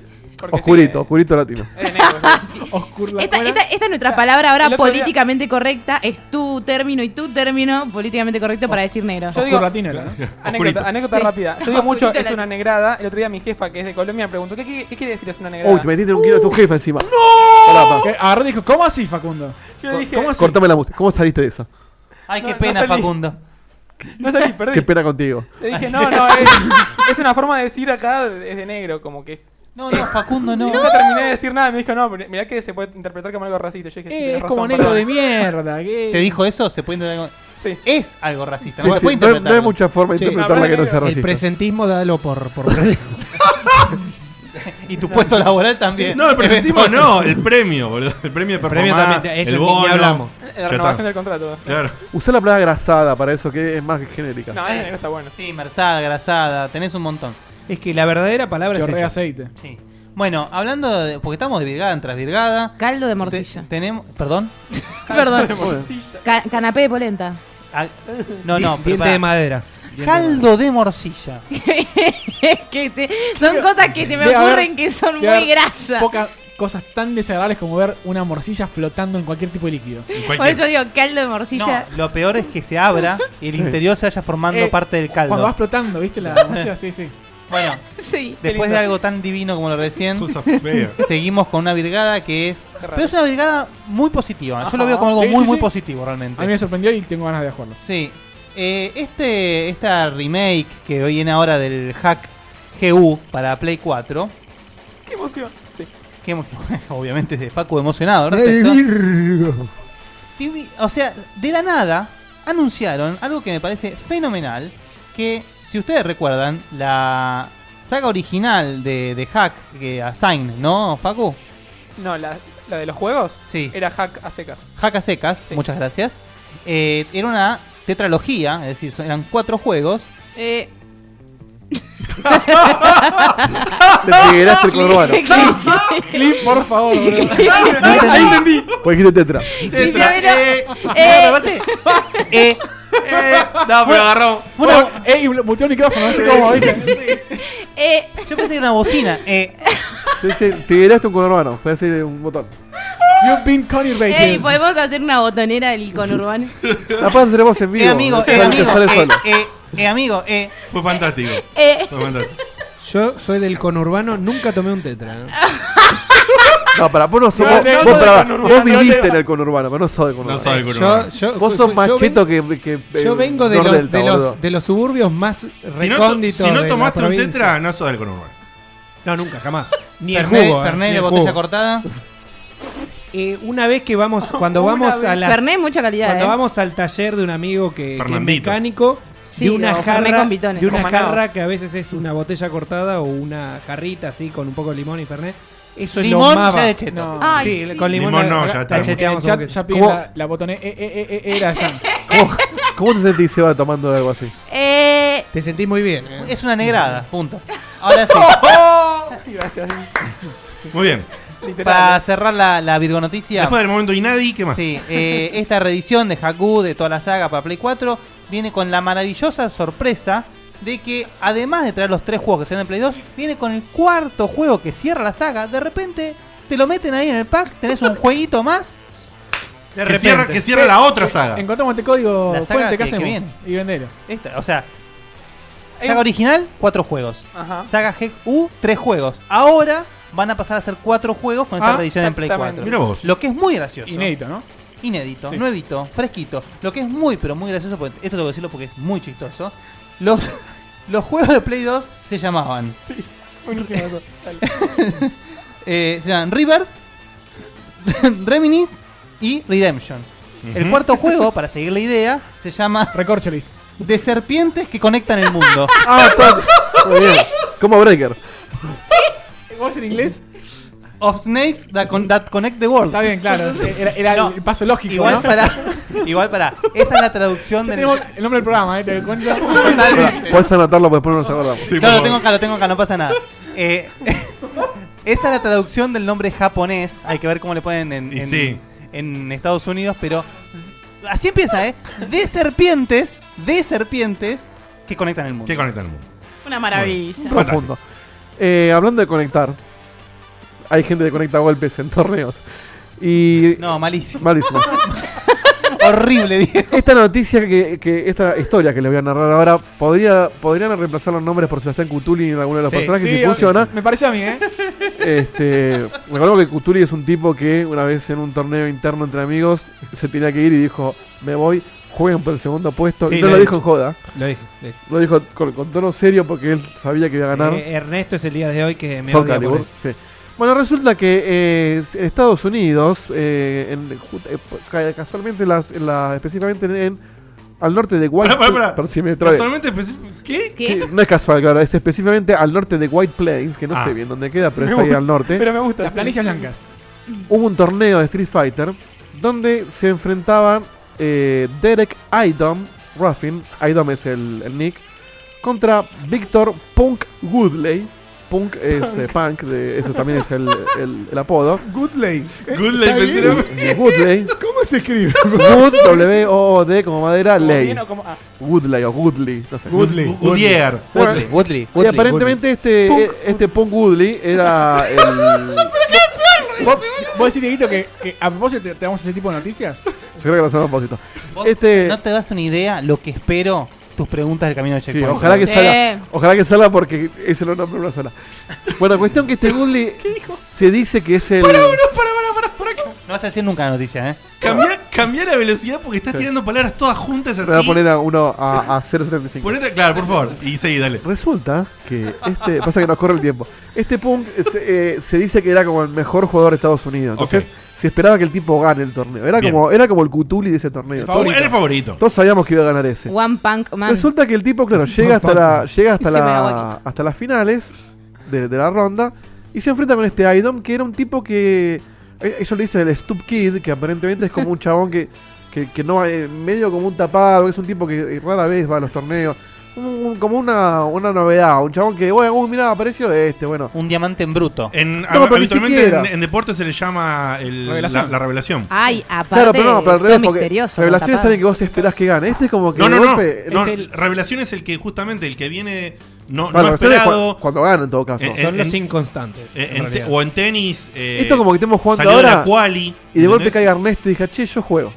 Speaker 6: oscurito, oscurito latino.
Speaker 2: Esta, esta- esta es nuestra palabra
Speaker 1: El
Speaker 2: ahora
Speaker 1: otro día-
Speaker 2: políticamente correcta. Es tu término y tu término políticamente correcto para decir negro.
Speaker 1: Yo digo, anécdota, anécdota
Speaker 2: Sí.
Speaker 1: rápida. Yo digo mucho,
Speaker 2: Oscurito
Speaker 1: es una negrada. El otro día mi jefa, que es de Colombia, me preguntó, ¿qué, qui- qué quiere decir es una negrada?
Speaker 6: Uy, te metiste un kilo
Speaker 7: Uh.
Speaker 6: de tu jefa encima.
Speaker 4: ¡No! Agarró y dijo, ¿cómo así, Facundo?
Speaker 1: Yo dije-
Speaker 4: ¿Cómo así?
Speaker 6: Cortame la música. ¿Cómo saliste de eso?
Speaker 3: Ay, qué
Speaker 1: No, no
Speaker 3: pena,
Speaker 1: salí.
Speaker 3: Facundo.
Speaker 1: No salí, perdí.
Speaker 6: Qué pena contigo.
Speaker 1: Le dije, no, no, es, es una forma de decir acá es de negro, como que.
Speaker 3: No, no, Facundo, no.
Speaker 1: Nunca terminé de decir nada, me dijo, no, mirá que se puede interpretar como algo racista. Yo dije, sí,
Speaker 4: Eh,
Speaker 1: tenés
Speaker 4: es
Speaker 1: razón,
Speaker 4: como negro
Speaker 1: perdón.
Speaker 4: de mierda. ¿qué?
Speaker 3: ¿Te dijo eso? ¿Se puede interpretar? como- Es algo racista.
Speaker 6: Sí,
Speaker 3: no se
Speaker 6: sí,
Speaker 3: puede
Speaker 6: no hay- no hay
Speaker 3: interpretar.
Speaker 6: mucha forma de Sí. interpretarla que no sea racista.
Speaker 10: El presentismo dalo por. por
Speaker 3: Y tu puesto laboral también.
Speaker 7: No, el presentismo no, el premio, boludo. El premio
Speaker 10: El premio
Speaker 7: de performance.
Speaker 10: también,
Speaker 7: El,
Speaker 10: eso ni- ni
Speaker 7: bono.
Speaker 10: hablamos.
Speaker 1: La
Speaker 7: Ya
Speaker 1: renovación
Speaker 7: está.
Speaker 1: del contrato.
Speaker 7: Claro.
Speaker 6: Usá la palabra grasada para eso, que es más genérica.
Speaker 1: No, es negro está bueno.
Speaker 3: Sí, merzada, grasada, tenés un montón.
Speaker 10: Es que la verdadera palabra
Speaker 3: es
Speaker 4: Chorrea
Speaker 3: esa.
Speaker 4: aceite.
Speaker 3: Sí. Bueno, hablando de. Porque estamos de virgada tras virgada.
Speaker 2: Caldo de morcilla.
Speaker 3: Te- tenemos. ¿Perdón?
Speaker 2: Perdón. Ca- canapé de polenta.
Speaker 3: Ah, no, no,
Speaker 10: Diente
Speaker 3: pero pará.
Speaker 10: de madera.
Speaker 3: Caldo de morcilla.
Speaker 2: que te- son cosas que te me
Speaker 4: Debe haber-
Speaker 2: ocurren que son
Speaker 4: debe haber
Speaker 2: muy grasas.
Speaker 4: Pocas cosas tan desagradables como ver una morcilla flotando en cualquier tipo de líquido.
Speaker 2: Por eso digo caldo de morcilla.
Speaker 3: Lo peor es que se abra y el interior se vaya formando
Speaker 4: Eh,
Speaker 3: parte del caldo.
Speaker 4: Cuando vas flotando, ¿viste? La morcilla, sí, sí.
Speaker 3: Bueno,
Speaker 2: Sí.
Speaker 3: Después de algo tan divino como lo recién,
Speaker 7: fea.
Speaker 3: seguimos con una virgada que es. Pero es una virgada muy positiva. Yo lo veo como algo
Speaker 4: Sí,
Speaker 3: muy,
Speaker 4: sí,
Speaker 3: muy
Speaker 4: sí.
Speaker 3: positivo realmente.
Speaker 4: A mí me sorprendió y tengo ganas de jugarlo.
Speaker 3: Sí. Eh, este, esta remake que viene ahora del hack GU para Play 4.
Speaker 1: Qué emoción. Sí.
Speaker 3: Que hemos- obviamente es de Facu emocionado. al respecto.
Speaker 10: Virgo.
Speaker 3: Tibi- O sea, de la nada anunciaron algo que me parece fenomenal. Que si ustedes recuerdan, la saga original de, de Hack, que Assign, ¿no, Facu?
Speaker 1: No, la, la de los juegos
Speaker 3: Sí.
Speaker 1: era hack a secas.
Speaker 3: Hack a secas, muchas gracias. Eh, era una tetralogía, es decir, son- eran cuatro juegos.
Speaker 2: Eh,
Speaker 6: Te trigueraste el conurbano.
Speaker 4: Clip, por favor, boludo.
Speaker 6: Ahí entendí. Pues dijiste tetra.
Speaker 3: Tetra, eh,
Speaker 2: eh.
Speaker 3: no, aparte, eh,
Speaker 7: No,
Speaker 3: fue-
Speaker 7: pero agarró.
Speaker 3: fue una-
Speaker 4: Ey, muteó el micrófono, no sé cómo, ¿viste?
Speaker 2: eh,
Speaker 3: Yo pensé que era una bocina. eh.
Speaker 6: Sí, sí, trigueraste un conurbano. Fue así de un botón.
Speaker 4: You've been
Speaker 2: ey,
Speaker 4: conurbated.
Speaker 2: podemos hacer una botonera del conurbano.
Speaker 6: La paz tenemos en vivo.
Speaker 3: Eh, amigo,
Speaker 6: Te
Speaker 3: eh,
Speaker 6: sale- te
Speaker 3: amigo,
Speaker 6: sale
Speaker 3: eh,
Speaker 6: solo.
Speaker 3: eh, eh, amigo, eh.
Speaker 7: Fue fantástico.
Speaker 2: Eh.
Speaker 7: Fue fantástico.
Speaker 10: Yo soy del conurbano, nunca tomé un tetra. ¿eh?
Speaker 6: No, para, vos no sos.
Speaker 7: No,
Speaker 6: vos,
Speaker 7: no
Speaker 6: vos,
Speaker 7: sos de
Speaker 6: pará,
Speaker 7: conurbano,
Speaker 6: vos
Speaker 7: no
Speaker 6: viviste
Speaker 7: lleva.
Speaker 6: en el conurbano, pero no sos de conurbano.
Speaker 7: No soy de
Speaker 6: Yo-
Speaker 7: conurbano.
Speaker 8: yo-
Speaker 6: vos sos más
Speaker 8: yo
Speaker 6: cheto que, que.
Speaker 8: Yo
Speaker 6: eh,
Speaker 8: vengo de,
Speaker 6: Nor
Speaker 8: los,
Speaker 6: Delta,
Speaker 8: de, los-
Speaker 6: boludo.
Speaker 8: de los suburbios más
Speaker 7: Si no, to-
Speaker 8: recónditos.
Speaker 7: si no
Speaker 8: de la
Speaker 7: tomaste un
Speaker 8: provincia.
Speaker 7: tetra, no sos del conurbano.
Speaker 8: No, nunca, jamás. Ni el
Speaker 3: Fernet,
Speaker 8: jugo. eh,
Speaker 3: Fernet
Speaker 8: ni
Speaker 3: de
Speaker 8: el
Speaker 3: botella
Speaker 8: jugo.
Speaker 3: cortada.
Speaker 8: Eh, una vez que vamos, cuando vamos
Speaker 2: Una
Speaker 8: a
Speaker 2: vez.
Speaker 8: la.
Speaker 2: Fernet, mucha calidad,
Speaker 8: Cuando
Speaker 2: eh.
Speaker 8: vamos al taller de un amigo que, que es
Speaker 7: Fernandito.
Speaker 8: mecánico,
Speaker 2: Sí,
Speaker 8: de una
Speaker 2: o Fernet
Speaker 8: jarra.
Speaker 2: con bitones.
Speaker 8: De una
Speaker 2: Con manados.
Speaker 8: jarra que a veces es una botella cortada o una jarrita así con un poco de limón y Fernet. Eso es
Speaker 3: Limón
Speaker 8: lo más
Speaker 3: ya de
Speaker 8: va-
Speaker 3: cheto.
Speaker 8: No.
Speaker 3: Ay,
Speaker 8: sí,
Speaker 3: sí.
Speaker 8: con limón,
Speaker 7: Limón no,
Speaker 8: la-
Speaker 7: ya
Speaker 8: la
Speaker 7: está.
Speaker 8: cheteamos
Speaker 4: En el chat
Speaker 8: un poquito.
Speaker 4: ya piden
Speaker 8: ¿Cómo?
Speaker 4: la, la botón E, E, E, E, E, era Sam.
Speaker 6: ¿Cómo, ¿Cómo te sentís, Seba, tomando algo así?
Speaker 2: Eh,
Speaker 8: Te sentís muy bien.
Speaker 3: Es una negrada, punto. Ahora sí.
Speaker 7: Muy bien.
Speaker 4: ¿eh?
Speaker 3: Para cerrar la, la virgonoticia.
Speaker 7: Después del momento Inadi, ¿qué más?
Speaker 3: Sí, eh, esta reedición de Haku, de toda la saga para Play 4, viene con la maravillosa sorpresa de que, además de traer los tres juegos que se dan en Play 2, viene con el cuarto juego que cierra la saga. De repente te lo meten ahí en el pack, tenés un jueguito más.
Speaker 7: Que cierra- que cierra la otra saga.
Speaker 4: Encontramos este código
Speaker 3: La saga
Speaker 4: fuente, ¿qué
Speaker 3: que- que
Speaker 4: hacemos?
Speaker 3: viene.
Speaker 4: Y vendelo.
Speaker 3: Esta, o sea, saga original, cuatro juegos.
Speaker 1: Ajá.
Speaker 3: Saga GU, tres juegos. Ahora van a pasar a ser cuatro juegos con esta
Speaker 1: Ah,
Speaker 3: reedición en Play
Speaker 1: exactamente.
Speaker 3: 4.
Speaker 1: Mirá vos.
Speaker 3: Lo que es muy gracioso.
Speaker 1: Inédito,
Speaker 4: ¿no?
Speaker 3: Inédito,
Speaker 1: Sí.
Speaker 3: nuevito, fresquito. Lo que es muy, pero muy gracioso, porque esto tengo que decirlo porque es muy chistoso. Los, los juegos de Play 2 se llamaban.
Speaker 1: Buenísimo eso. Dale.
Speaker 3: eh, se llaman Rebirth, Reminis y Redemption. El
Speaker 4: Ujú.
Speaker 3: cuarto juego, para seguir la idea, se llama
Speaker 4: Recorcholis.
Speaker 3: De serpientes que conectan el mundo.
Speaker 6: Ah, Muy bien. Como Breaker.
Speaker 4: ¿Vos en inglés?
Speaker 3: Of Snakes that, con- that Connect the World. Está
Speaker 4: bien, claro. Era, era el paso lógico,
Speaker 3: Igual
Speaker 4: ¿no?
Speaker 3: para. Igual para. Esa es la traducción
Speaker 4: Ya
Speaker 3: del.
Speaker 4: tenemos el nombre del programa, ¿eh? Te cuento.
Speaker 6: Puedes anotarlo, porque después no nos acordamos.
Speaker 3: no, lo tengo acá, lo tengo acá, no pasa nada. Eh, esa es la traducción del nombre japonés. Hay que ver cómo le ponen en,
Speaker 7: Y
Speaker 3: en-
Speaker 7: sí.
Speaker 3: en Estados Unidos, pero. Así empieza, ¿eh? De serpientes, de serpientes que conectan el mundo.
Speaker 7: Que conectan el mundo.
Speaker 2: Una maravilla.
Speaker 6: Profundo. Eh, hablando de conectar, hay gente que conecta golpes en torneos. Y
Speaker 3: no, malísimo.
Speaker 6: Malísimo.
Speaker 3: Horrible, Diego.
Speaker 6: Esta noticia, que, que- esta historia que les voy a narrar ahora, podría, podrían reemplazar los nombres por Sebastián Cutuli en alguno de los
Speaker 4: Sí.
Speaker 6: personajes
Speaker 4: Sí,
Speaker 6: si funciona.
Speaker 4: Me pareció a mí, ¿eh?
Speaker 6: Este, me acuerdo que Cutuli es un tipo que una vez en un torneo interno entre amigos se tenía que ir y dijo, me voy, jueguen por el segundo puesto.
Speaker 8: Sí,
Speaker 6: y no
Speaker 8: lo
Speaker 6: lo,
Speaker 8: he
Speaker 6: dijo
Speaker 8: dicho.
Speaker 6: en joda.
Speaker 8: Lo dije, lo dije.
Speaker 6: Lo dijo con, con tono serio porque él sabía que iba a ganar.
Speaker 8: Eh, Ernesto es el día de hoy que me
Speaker 6: Soul
Speaker 8: odia por
Speaker 6: Calibur,
Speaker 8: eso.
Speaker 6: sí. Bueno, resulta que eh, en Estados Unidos, eh, en- ju- eh, ca- casualmente, las, en la- específicamente en, en- al norte de White
Speaker 7: Pará, pará, pará.
Speaker 6: Pero si me trae-
Speaker 7: Casualmente, pues, especi- ¿qué?
Speaker 6: Sí, No es casual, claro, es específicamente al norte de White Plains, que no
Speaker 7: Ah.
Speaker 6: sé bien dónde queda, pero
Speaker 7: Me
Speaker 6: es ahí
Speaker 7: gusta,
Speaker 6: al norte.
Speaker 1: Pero me gusta.
Speaker 4: Las
Speaker 1: sí.
Speaker 4: planillas blancas.
Speaker 6: Hubo un torneo de Street Fighter donde se enfrentaban eh, Derek Idom, Ruffin, Idom es el, el nick, contra Victor Punk Goodley. Punk es eh, punk, de, eso también es el, el- el apodo.
Speaker 13: Goodley. Eh,
Speaker 7: Goodley,
Speaker 13: ¿está
Speaker 7: pensé
Speaker 13: bien?
Speaker 6: Eh, Goodley.
Speaker 13: ¿Cómo se escribe?
Speaker 6: Good, W-O-O-D como madera,
Speaker 13: Como
Speaker 6: ley.
Speaker 13: bien o como- ah.
Speaker 6: Goodley o Goodley, no sé.
Speaker 13: Goodley, Gu- Goodyear. Goodley,
Speaker 6: Bueno,
Speaker 13: Goodley, Goodley,
Speaker 6: Y
Speaker 13: Goodley,
Speaker 6: aparentemente este eh, este Punk Goodley era el...
Speaker 4: ¿Vos, vos decís, Dieguito, que, que a propósito te, te damos ese tipo de noticias?
Speaker 6: Yo creo que lo hacemos a propósito.
Speaker 3: Vos
Speaker 6: Este-
Speaker 3: No te das una idea lo que espero tus preguntas del camino de
Speaker 6: Sí,
Speaker 3: Checkpoint.
Speaker 6: ojalá que
Speaker 3: Sí.
Speaker 6: salga. Ojalá que salga porque ese lo nombra una sola. Bueno, cuestión que este Goodley se dice que es el.
Speaker 3: No vas a decir nunca la noticia, ¿eh?
Speaker 7: Cambiá, cambiá la velocidad porque estás tirando palabras todas juntas
Speaker 6: Le voy a
Speaker 7: así.
Speaker 6: poner a uno a, a 0.75.
Speaker 7: Ponete, claro, por favor. Y seguí, dale.
Speaker 6: Resulta que este. Pasa que nos corre el tiempo. Este punk es, eh, se dice que era como el mejor jugador de Estados Unidos. Entonces se esperaba que el tipo gane el torneo. Era,
Speaker 7: Bien.
Speaker 6: como, era como el Cutuli de ese torneo.
Speaker 7: El favorito. Era el favorito.
Speaker 6: Todos sabíamos que iba a ganar ese.
Speaker 2: One Punk Man.
Speaker 6: Resulta que el tipo, claro, llega hasta, la, llega hasta,
Speaker 2: Se me da
Speaker 6: la, hasta las finales de, de la ronda y se enfrenta con este Idom, que era un tipo que. eh, Ellos le dicen el Stup Kid, que aparentemente es como un chabón que, que, que no va, eh, medio como un tapado, es un tipo que eh, rara vez va a los torneos. Un- un- como una, una novedad, un chabón que, bueno, uy, mirá, apareció este, bueno.
Speaker 3: Un diamante en bruto.
Speaker 7: En,
Speaker 6: No, pero ni
Speaker 7: habitualmente
Speaker 6: siquiera.
Speaker 7: en, en deporte se le llama el-
Speaker 6: Revelación.
Speaker 7: La, la revelación.
Speaker 6: Ah,
Speaker 2: Ay, aparte.
Speaker 6: Claro, pero no, pero al
Speaker 2: todo
Speaker 6: revés, porque
Speaker 2: misterioso.
Speaker 6: revelación es
Speaker 2: tapado.
Speaker 6: alguien que vos esperás que gane. Este es como que
Speaker 7: No,
Speaker 6: de
Speaker 7: no, no.
Speaker 6: golpe-
Speaker 7: no,
Speaker 6: es
Speaker 7: Revelación es el que justamente el que viene no,
Speaker 6: Bueno,
Speaker 7: no
Speaker 6: Revelación es
Speaker 7: esperado.
Speaker 6: cu- cuando gana, en todo caso. Son los
Speaker 8: inconstantes. en
Speaker 7: eh, en te-
Speaker 8: realidad.
Speaker 7: o en tenis. eh,
Speaker 6: Esto como que estamos jugando
Speaker 7: salió de
Speaker 6: ahora.
Speaker 7: la quali,
Speaker 6: y de golpe
Speaker 7: ¿entendés?
Speaker 6: cae Ernesto y dije, che, yo juego.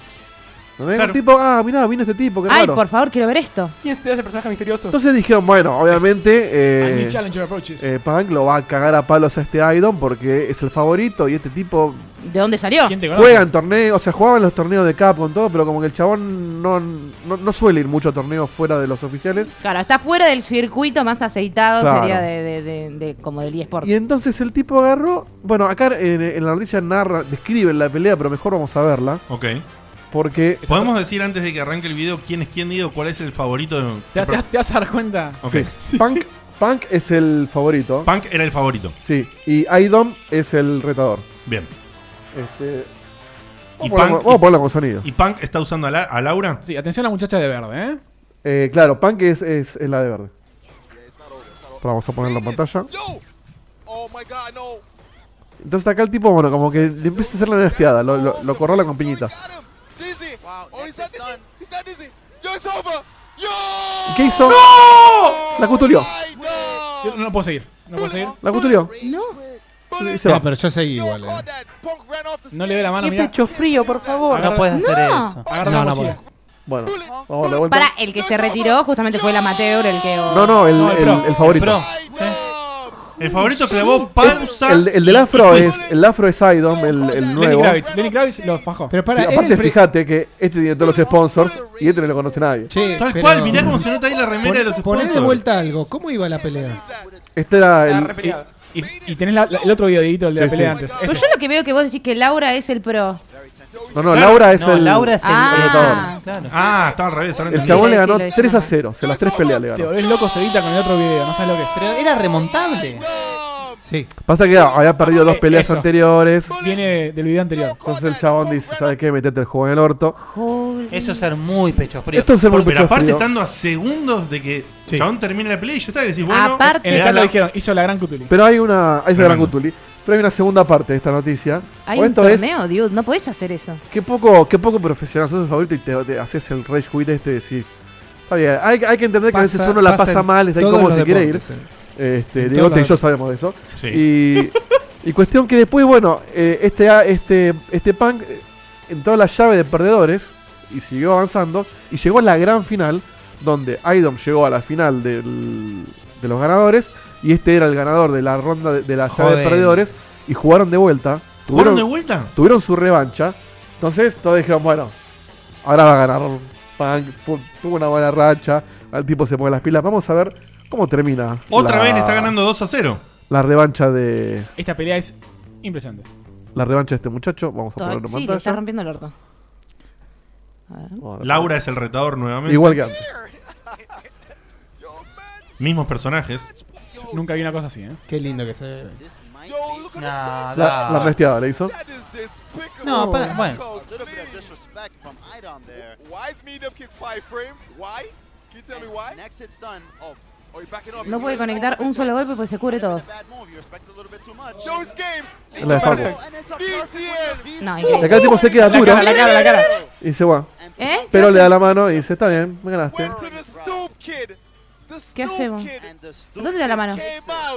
Speaker 6: ¿Entendés?
Speaker 1: Claro.
Speaker 6: Un tipo, ah, mirá, vino este tipo, qué
Speaker 2: Ay,
Speaker 6: raro.
Speaker 2: por favor, quiero ver esto.
Speaker 1: ¿Quién será ese personaje misterioso?
Speaker 6: Entonces dijeron, bueno, obviamente. Eh,
Speaker 1: new challenger approaches.
Speaker 6: eh, Punk lo va a cagar a palos a este Aidon porque es el favorito y este tipo
Speaker 2: ¿De dónde salió?
Speaker 6: juega en torneos, o sea, jugaba en los torneos de Capcom, todo, pero como que el chabón no, no, no suele ir mucho a torneos fuera de los oficiales.
Speaker 2: Claro, está fuera del circuito más aceitado,
Speaker 6: Claro.
Speaker 2: sería de, de- de- de- como del eSport.
Speaker 6: Y entonces el tipo agarró. Bueno, acá en, en la noticia narra, describen la pelea, pero mejor vamos a verla.
Speaker 7: Ok.
Speaker 6: Porque.
Speaker 7: ¿Podemos decir antes de que arranque el video quién es quién, Diego? ¿Cuál es el favorito? de-
Speaker 4: ¿Te, te- te vas a dar cuenta?
Speaker 7: Ok.
Speaker 6: Sí. Punk, Punk es el favorito.
Speaker 7: Punk era el favorito.
Speaker 6: Sí. Y Aidom es el retador.
Speaker 7: Bien.
Speaker 6: Este.
Speaker 7: Y
Speaker 6: Vamos a ponerlo-
Speaker 7: Punk-
Speaker 6: vamos a ponerlo con sonido.
Speaker 7: ¿Y Punk está usando a, la- a Laura?
Speaker 4: Sí, atención a la muchacha de verde, ¿eh?
Speaker 6: Eh, claro, Punk es, es, es la de verde. Pero vamos a ponerlo en pantalla. Entonces acá el tipo, bueno, como que le empieza a hacer la nerfeada, lo, lo, lo corrola con piñita. ¿Y ¿Qué hizo? La cutulió.
Speaker 4: Yo No, puedo seguir. No puedo seguir.
Speaker 6: La cutulió. Y se va.
Speaker 10: No, pero yo seguí igual.
Speaker 4: No le ve la mano,
Speaker 1: Qué
Speaker 4: mira.
Speaker 1: pecho frío, por favor.
Speaker 4: No puedes hacer
Speaker 2: No. eso.
Speaker 4: Agarra
Speaker 10: No,
Speaker 4: la
Speaker 10: no
Speaker 4: mochila.
Speaker 6: Bueno, vamos de vuelta.
Speaker 2: Para el que se retiró, justamente fue el amateur, el que.
Speaker 6: No, no, el, el, el favorito.
Speaker 7: El favorito clavó pausa.
Speaker 6: El, el del afro es el afro es Idom, el, el
Speaker 4: Lenny
Speaker 6: nuevo.
Speaker 4: Kravitz. Lenny Kravitz lo fajó.
Speaker 8: Pero
Speaker 6: Sí, aparte, fíjate que este tiene todos los sponsors y este no lo conoce nadie.
Speaker 7: Tal cual, mirá cómo se nota ahí la remera de los
Speaker 8: Poné de
Speaker 7: sponsors.
Speaker 8: vuelta algo. ¿Cómo iba la pelea?
Speaker 6: Este era
Speaker 8: Ah,
Speaker 6: el.
Speaker 8: repeleado.
Speaker 4: Y, y tenés la- la- el otro videito, el de
Speaker 6: Sí,
Speaker 4: la pelea
Speaker 6: sí.
Speaker 4: antes.
Speaker 2: Pero yo lo que veo que vos decís que Laura es el pro.
Speaker 6: No, no, Laura es
Speaker 3: No,
Speaker 6: el.
Speaker 3: Laura es el-
Speaker 2: Ah.
Speaker 7: Ah, está al revés. ahora
Speaker 6: El
Speaker 7: entendí.
Speaker 6: chabón
Speaker 2: Sí,
Speaker 6: le
Speaker 2: sí,
Speaker 6: ganó
Speaker 2: lo hizo
Speaker 6: 3 a
Speaker 2: mal.
Speaker 6: 0. Se las tres peleas le
Speaker 4: Te
Speaker 6: ganó.
Speaker 4: volvés loco Cevita con el otro video, no sabes lo que es. Pero
Speaker 3: era remontable.
Speaker 8: Sí.
Speaker 6: Pasa que había perdido dos
Speaker 4: Eh,
Speaker 6: peleas
Speaker 4: eso.
Speaker 6: anteriores.
Speaker 4: Viene del video anterior.
Speaker 6: Entonces el chabón dice: ¿Sabes qué? Metete el juego en el orto.
Speaker 3: Eso es ser muy pecho frío.
Speaker 6: Esto es ser muy
Speaker 7: Pero
Speaker 6: pecho
Speaker 7: aparte,
Speaker 6: frío.
Speaker 7: estando a segundos de que Chabón termine la pelea y ya está, y decís, bueno.
Speaker 2: Aparte-
Speaker 4: En el chat lo dijeron, hizo la gran cutuli.
Speaker 6: Pero hay una. Hay esa gran
Speaker 7: Tremendo.
Speaker 6: Gutuli. Pero hay una segunda parte de esta noticia.
Speaker 2: Hay
Speaker 6: O
Speaker 2: un
Speaker 6: esto es-
Speaker 2: torneo, dude. No podés hacer eso.
Speaker 6: Qué poco, qué poco profesional sos el favorito y te, te haces el rage quit este y decís. Está bien, hay, hay que entender que a veces
Speaker 8: Pasa-
Speaker 6: uno la
Speaker 8: pasa
Speaker 6: pasa
Speaker 8: en
Speaker 6: mal, está ahí
Speaker 8: todos
Speaker 6: como
Speaker 8: los
Speaker 6: se quiere ir.
Speaker 8: deportes, eh.
Speaker 6: Este,
Speaker 8: En
Speaker 6: Diegote y
Speaker 8: todos
Speaker 6: yo
Speaker 8: los
Speaker 6: sabemos de eso.
Speaker 7: Sí.
Speaker 6: Y, y cuestión que después, bueno, eh, este, a- este, este punk eh, entró a la llave de perdedores y siguió avanzando y llegó a la gran final, donde Idom llegó a la final del- de los ganadores y este era el ganador de la ronda de, de la llave de
Speaker 3: Joder.
Speaker 6: perdedores y jugaron de vuelta.
Speaker 7: ¿Jugaron
Speaker 6: Tuvieron-
Speaker 7: de vuelta?
Speaker 6: tuvieron su revancha. Entonces todos dijeron, bueno, ahora va a ganar Punk, pu- tuvo una buena racha, el tipo se pone las pilas, vamos a ver cómo termina.
Speaker 7: Otra
Speaker 6: la-
Speaker 7: vez le está ganando 2 a 0.
Speaker 6: La revancha de
Speaker 4: Esta pelea es impresionante.
Speaker 6: la revancha de este muchacho, vamos a
Speaker 2: Todo-
Speaker 6: ponerlo en
Speaker 2: Sí, le está
Speaker 6: pantalla.
Speaker 2: rompiendo el orto.
Speaker 6: Ahora,
Speaker 7: Laura es el retador nuevamente.
Speaker 6: Igual que antes.
Speaker 7: Mismos personajes.
Speaker 4: Nunca vi una cosa así, ¿eh?
Speaker 8: Qué lindo que se ve.
Speaker 6: La, la resteada le hizo.
Speaker 3: No, para, bueno. Oh,
Speaker 2: No puede conectar un solo golpe porque se cubre todo.
Speaker 6: La de Facu.
Speaker 2: No,
Speaker 6: Y acá el tipo se queda
Speaker 4: La
Speaker 6: duro.
Speaker 4: cara, la cara, la cara.
Speaker 6: Y se va.
Speaker 2: ¿Eh?
Speaker 6: Pero le da la mano y dice, está bien, me ganaste.
Speaker 2: ¿Qué hacemos? ¿Dónde da la mano?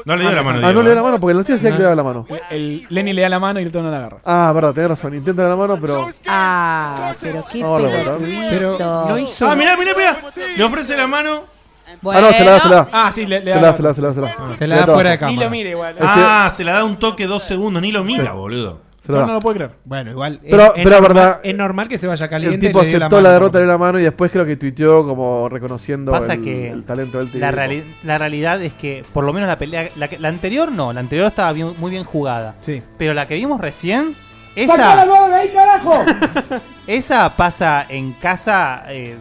Speaker 7: No le dio la mano,
Speaker 6: Ah, no
Speaker 7: Diego,
Speaker 6: le
Speaker 7: ¿eh?
Speaker 6: dio la mano porque la noticia decía que le daba la mano.
Speaker 4: El, el Lenny le da la mano y el tono la agarra.
Speaker 6: Ah, verdad, tenés razón. Intenta dar la mano, pero.
Speaker 2: Ah, pero qué
Speaker 6: No, la verdad.
Speaker 2: pelotudito.
Speaker 8: Pero no hizo.
Speaker 7: Ah, mirá, mirá, mirá. Le ofrece la mano.
Speaker 6: Ah, no, se la da, se la da.
Speaker 4: Ah, sí, le, le
Speaker 6: Se
Speaker 4: da
Speaker 6: la da, se la da, se la da, se la da.
Speaker 8: Se la da
Speaker 6: todo.
Speaker 8: fuera de
Speaker 1: Ni lo
Speaker 8: cámara.
Speaker 1: mire igual.
Speaker 7: Ah, se la da un toque dos segundos. Ni lo mira, boludo.
Speaker 6: Se la
Speaker 4: Yo
Speaker 6: da.
Speaker 4: no lo puedo creer.
Speaker 8: Bueno, igual. eh,
Speaker 6: Pero-
Speaker 8: es-
Speaker 6: pero
Speaker 8: es, normal,
Speaker 6: verdad,
Speaker 8: es normal que se vaya caliente.
Speaker 6: El tipo
Speaker 8: le dio
Speaker 6: aceptó la,
Speaker 8: mano,
Speaker 6: derrota de
Speaker 8: por-
Speaker 6: la mano y después creo que tuiteó como reconociendo
Speaker 3: Pasa
Speaker 6: el,
Speaker 3: que
Speaker 6: el talento del tipo.
Speaker 3: La, reali- la realidad es que, por lo menos la pelea. La, que- la anterior no, la anterior estaba bien- muy bien jugada.
Speaker 8: Sí.
Speaker 3: Pero la que vimos recién,
Speaker 1: ¡Sacá la
Speaker 3: esa,
Speaker 1: mano de ahí, carajo!
Speaker 3: esa pasa en casa, eh,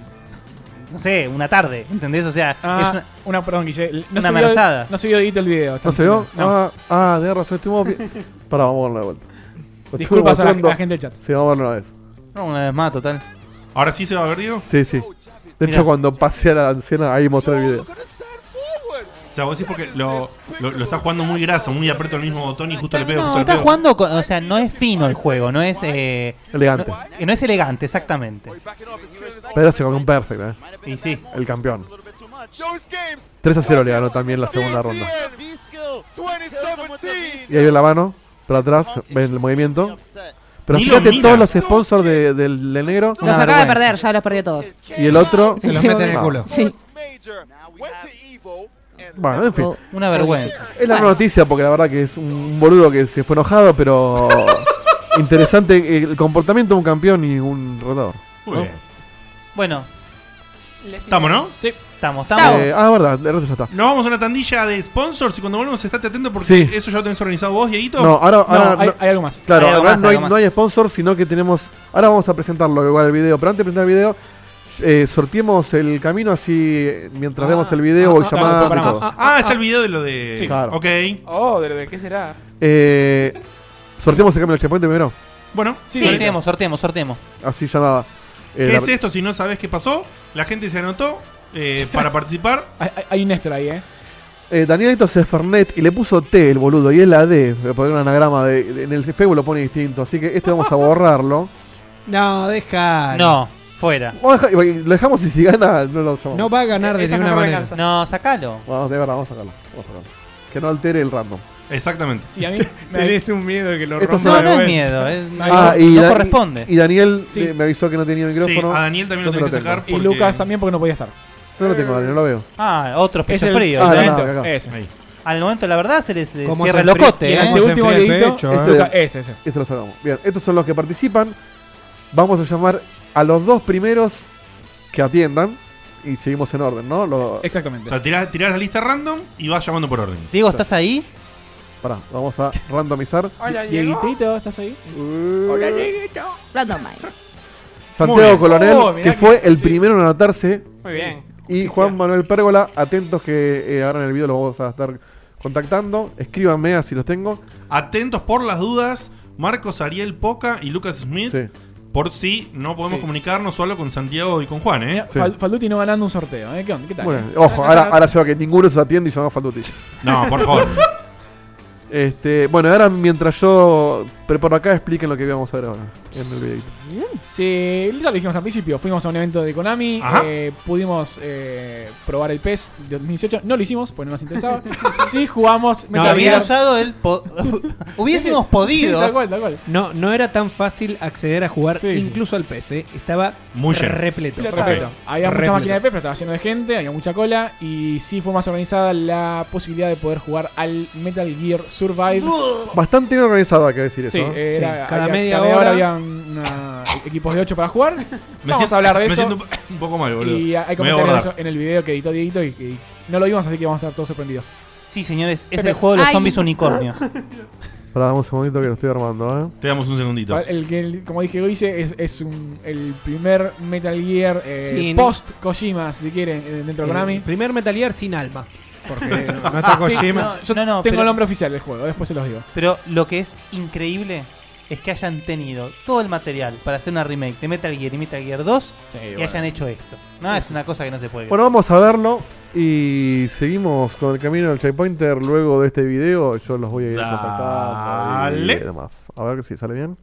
Speaker 3: no sé, una tarde. ¿Entendés? O sea,
Speaker 4: Ah,
Speaker 3: es
Speaker 4: una,
Speaker 3: una-
Speaker 4: perdón, Guille. No
Speaker 3: Una
Speaker 4: se vio-
Speaker 3: embarazada.
Speaker 4: No se vio edito el video. está
Speaker 6: ¿No se
Speaker 4: bien.
Speaker 6: vio?
Speaker 4: No.
Speaker 6: Ah, ah, de razón, estuvimos bien. Pará, vamos a verlo de vuelta. Lo
Speaker 4: Disculpas
Speaker 6: estuvimos
Speaker 4: a la,
Speaker 6: votando.
Speaker 4: a la gente del chat.
Speaker 6: Sí, vamos a verlo una vez.
Speaker 3: no, una vez más, total.
Speaker 7: Ahora sí se va a ver, Diego.
Speaker 6: Sí, sí. De
Speaker 3: Mirá.
Speaker 6: hecho, cuando pasé a la anciana, ahí mostré el video.
Speaker 7: O sea, vos decís porque lo, lo, lo está jugando muy graso, muy aprieto el mismo botón y justo le pego,
Speaker 3: No,
Speaker 7: justo le
Speaker 3: está
Speaker 7: pego.
Speaker 3: jugando, con- o sea, no es fino el juego, no es. eh,
Speaker 6: Elegante.
Speaker 3: no- no es elegante, exactamente.
Speaker 6: Pero se comió un perfect, eh.
Speaker 3: Y sí.
Speaker 6: El campeón. 3 a 0 le ganó también la segunda ronda. Y ahí ven la mano, para atrás, ven el movimiento. Pero
Speaker 7: Ni lo
Speaker 6: fíjate
Speaker 7: mira.
Speaker 6: todos los sponsors de- del, del negro.
Speaker 2: Los acaba de perder, ya los perdió todos.
Speaker 6: Y el otro.
Speaker 2: Sí, sí,
Speaker 6: Ah.
Speaker 2: bueno. Sí.
Speaker 6: Bueno, en fin.
Speaker 2: Oh.
Speaker 3: Una vergüenza.
Speaker 6: Es la noticia porque la verdad que es un boludo que se fue enojado, pero interesante el comportamiento de un campeón y un rotador.
Speaker 7: Muy
Speaker 6: ¿no?
Speaker 7: bien.
Speaker 3: Bueno.
Speaker 7: ¿Estamos, no?
Speaker 1: Sí.
Speaker 3: Estamos,
Speaker 6: Eh, ah, verdad, el otro ya está.
Speaker 7: Nos vamos a una tandilla de sponsors y cuando volvemos estate atento porque
Speaker 6: Sí.
Speaker 7: eso ya lo tenés organizado vos, Dieguito.
Speaker 6: No, ahora, ahora no- Claro,
Speaker 7: Hay algo
Speaker 6: ahora
Speaker 7: más,
Speaker 6: no, hay,
Speaker 7: algo más.
Speaker 6: no hay sponsor, sino que tenemos. Ahora vamos a presentarlo igual el video, pero antes de presentar el video. Eh, sorteemos el camino así eh, mientras vemos el video voy llamando. y todo.
Speaker 7: Ah, está el video de lo de.
Speaker 6: Sí. Claro.
Speaker 7: Ok.
Speaker 1: Oh, de lo de qué será.
Speaker 7: ah.
Speaker 6: Eh, sorteemos el camino del checkpoint primero.
Speaker 7: Bueno, eh,
Speaker 1: Sí.
Speaker 3: Sorteemos, sorteemos, sorteemos.
Speaker 6: Así llamaba. Eh,
Speaker 7: ¿Qué
Speaker 6: la-
Speaker 7: es esto? Si no sabes qué pasó, la gente se anotó eh, para participar.
Speaker 4: Hay, un extra ahí, ¿eh?
Speaker 6: Eh, Danielito se Fernet y le puso T el boludo y es la D. Voy a poner un anagrama de, de- en el Facebook lo pone distinto, así que este vamos a borrarlo.
Speaker 8: No, deja.
Speaker 3: No, fuera.
Speaker 6: Vamos a dejar- lo dejamos y si gana no lo llamamos.
Speaker 8: No va a ganar de Esa ninguna no me manera. alcanza.
Speaker 3: No, sacalo.
Speaker 6: Vamos, de verdad, vamos a sacarlo. Vamos a sacarlo. Que no altere el random.
Speaker 7: Exactamente.
Speaker 4: Sí, a mí me-
Speaker 8: Tenés un miedo de que lo
Speaker 6: Esto
Speaker 8: rompa.
Speaker 6: se- Ah, y Da- Y Daniel
Speaker 4: Sí.
Speaker 6: eh, me avisó que no tenía micrófono. No te lo tengo.
Speaker 4: Y Lucas también porque no podía estar.
Speaker 6: No lo tengo, Daniel, no lo veo.
Speaker 3: Ah, otros
Speaker 4: Es
Speaker 3: pechos
Speaker 4: el-
Speaker 3: fríos.
Speaker 4: ah,
Speaker 3: ¿eh?
Speaker 4: acá, acá. Ese.
Speaker 3: Al momento, la verdad, se les eh,
Speaker 6: Cómo
Speaker 3: cierra
Speaker 6: se
Speaker 3: el
Speaker 6: enfría-
Speaker 3: locote.
Speaker 6: y
Speaker 3: ¿eh?
Speaker 6: cómo se enfría el pecho,
Speaker 3: Este-
Speaker 6: ¿eh?
Speaker 3: Lucas,
Speaker 4: ese, ese.
Speaker 6: Este lo sacamos. Bien, estos son los que participan. Vamos a llamar a los dos primeros que atiendan. Y seguimos en orden, ¿no? Lo-
Speaker 7: O sea, tirás, tirás la lista random y vas llamando por orden.
Speaker 3: Diego, ¿estás ahí?
Speaker 6: Pará, vamos a randomizar.
Speaker 1: Hola,
Speaker 7: Diego.
Speaker 4: Dieguitito, ¿estás ahí?
Speaker 6: Hola,
Speaker 1: Dieguito.
Speaker 2: Random Mike.
Speaker 7: Muy bien.
Speaker 6: Santiago Coronel,
Speaker 7: Oh, mirá
Speaker 6: que
Speaker 7: que-
Speaker 6: fue el primero en anotarse.
Speaker 1: Muy bien.
Speaker 6: Y Juan Manuel Pérgola, atentos que eh, ahora en el video los vamos a estar contactando. Escríbanme así los tengo.
Speaker 7: Atentos por las dudas, Marcos Ariel Poca y Lucas Smith.
Speaker 6: Sí.
Speaker 7: Por si no podemos
Speaker 4: Sí.
Speaker 7: comunicarnos solo con Santiago y con Juan, ¿eh?
Speaker 4: Fal- Falduti no ganando un sorteo, ¿eh? ¿Qué onda? ¿Qué tal?
Speaker 6: Bueno, ojo, ahora, ahora lleva que ninguno se atiende y llamamos Falduti.
Speaker 7: No, por favor.
Speaker 6: Este, bueno, ahora mientras yo preparo acá, expliquen lo que vamos a ver ahora en el videito.
Speaker 4: Sí, ya lo dijimos al principio. Fuimos a un evento de Konami.
Speaker 6: Ajá.
Speaker 4: eh, pudimos eh, probar el PES de 2018. No lo hicimos porque no nos interesaba. sí jugamos.
Speaker 3: No, había usado el. po- Hubiésemos podido.
Speaker 8: No, no era tan fácil acceder a jugar
Speaker 4: Sí, sí.
Speaker 8: incluso al PC. Estaba
Speaker 7: Muy lleno.
Speaker 8: repleto.
Speaker 4: Repleto. Había mucha
Speaker 8: Repleto.
Speaker 4: máquina de PES, pero estaba lleno de gente, había mucha cola. Y sí fue más organizada la posibilidad de poder jugar al Metal Gear Survive.
Speaker 6: Bastante bien organizado, hay que decir eso.
Speaker 4: Sí,
Speaker 6: ¿eh?
Speaker 4: era-
Speaker 8: cada
Speaker 4: había-
Speaker 8: media
Speaker 4: cada
Speaker 8: hora.
Speaker 4: había una- equipos de 8 para jugar. Vamos
Speaker 7: siento-
Speaker 4: a hablar de
Speaker 7: me
Speaker 4: eso.
Speaker 7: siento un poco mal, boludo.
Speaker 4: Y
Speaker 7: Me
Speaker 4: hay
Speaker 7: voy a
Speaker 4: comentarios de
Speaker 7: abordar.
Speaker 4: eso en el video que editó Dieguito y, y no lo vimos, así que vamos a estar todos sorprendidos.
Speaker 3: Sí, señores, es
Speaker 4: Pepe.
Speaker 3: el juego de los
Speaker 4: Ay.
Speaker 3: zombies unicornios.
Speaker 6: Pará, dame un segundito que lo estoy armando, ¿eh?
Speaker 7: Te damos un segundito.
Speaker 4: El que, el- como dije, Guille es, es un- el primer Metal Gear eh,
Speaker 8: Sin-
Speaker 4: post Kojima, si quieren, eh, dentro de Konami.
Speaker 8: El primer Metal Gear sin alma.
Speaker 4: Porque Ah,
Speaker 8: no está Kojima.
Speaker 4: yo
Speaker 3: No, no,
Speaker 4: tengo
Speaker 3: pero-
Speaker 4: el nombre oficial del juego, después se los digo.
Speaker 3: Pero lo que es increíble es que hayan tenido todo el material para hacer una remake de Metal Gear y Metal Gear 2 y
Speaker 4: bueno.
Speaker 3: hayan hecho esto. No, es una cosa que no se puede.
Speaker 6: Bueno, vamos a verlo y seguimos con el camino del checkpointer luego de este video. Yo los voy a ir contactando y
Speaker 7: Dale.
Speaker 6: demás. A ver si sale bien.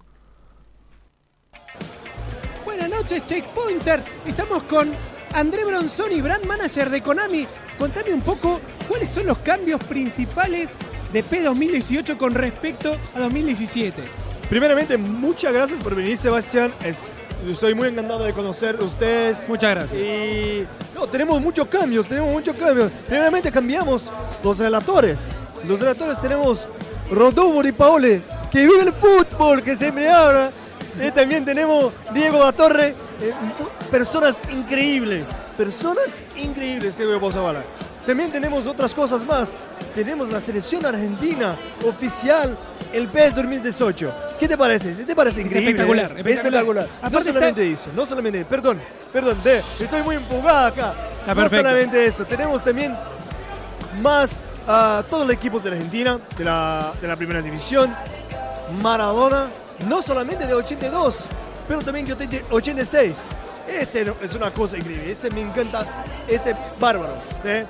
Speaker 10: Buenas noches, Checkpointers. Estamos con André Bronzoni, brand manager de Konami. Contame un poco cuáles son los cambios principales de P2018 con respecto a 2017.
Speaker 14: Primeramente, muchas gracias por venir, Sebastián. Es, estoy muy encantado de conocer a ustedes.
Speaker 10: Muchas gracias.
Speaker 14: Y no, tenemos muchos cambios, tenemos muchos cambios. Primeramente, cambiamos los relatores. Los relatores tenemos Rodolfo Di Paoli, que vive el fútbol, que siempre habla. Y Eh, también tenemos Diego La Torre, eh, personas increíbles, personas increíbles que vamos a hablar. También tenemos otras cosas más. Tenemos la selección argentina oficial, el E PES 2018. ¿Qué te parece? ¿Qué te parece
Speaker 10: Es
Speaker 14: increíble?
Speaker 10: espectacular,
Speaker 14: Es
Speaker 10: espectacular.
Speaker 14: espectacular. No
Speaker 10: Aparte está-
Speaker 14: solamente eso, no solamente, perdón, perdón, de- estoy muy empujada acá.
Speaker 10: Está
Speaker 14: no
Speaker 10: perfecto.
Speaker 14: solamente eso, tenemos también más a todos los equipos de la Argentina, de la, de la primera división, Maradona, no solamente de 82, pero también que de 86. Este no- es una cosa increíble, este me encanta, este bárbaro. ¿sí?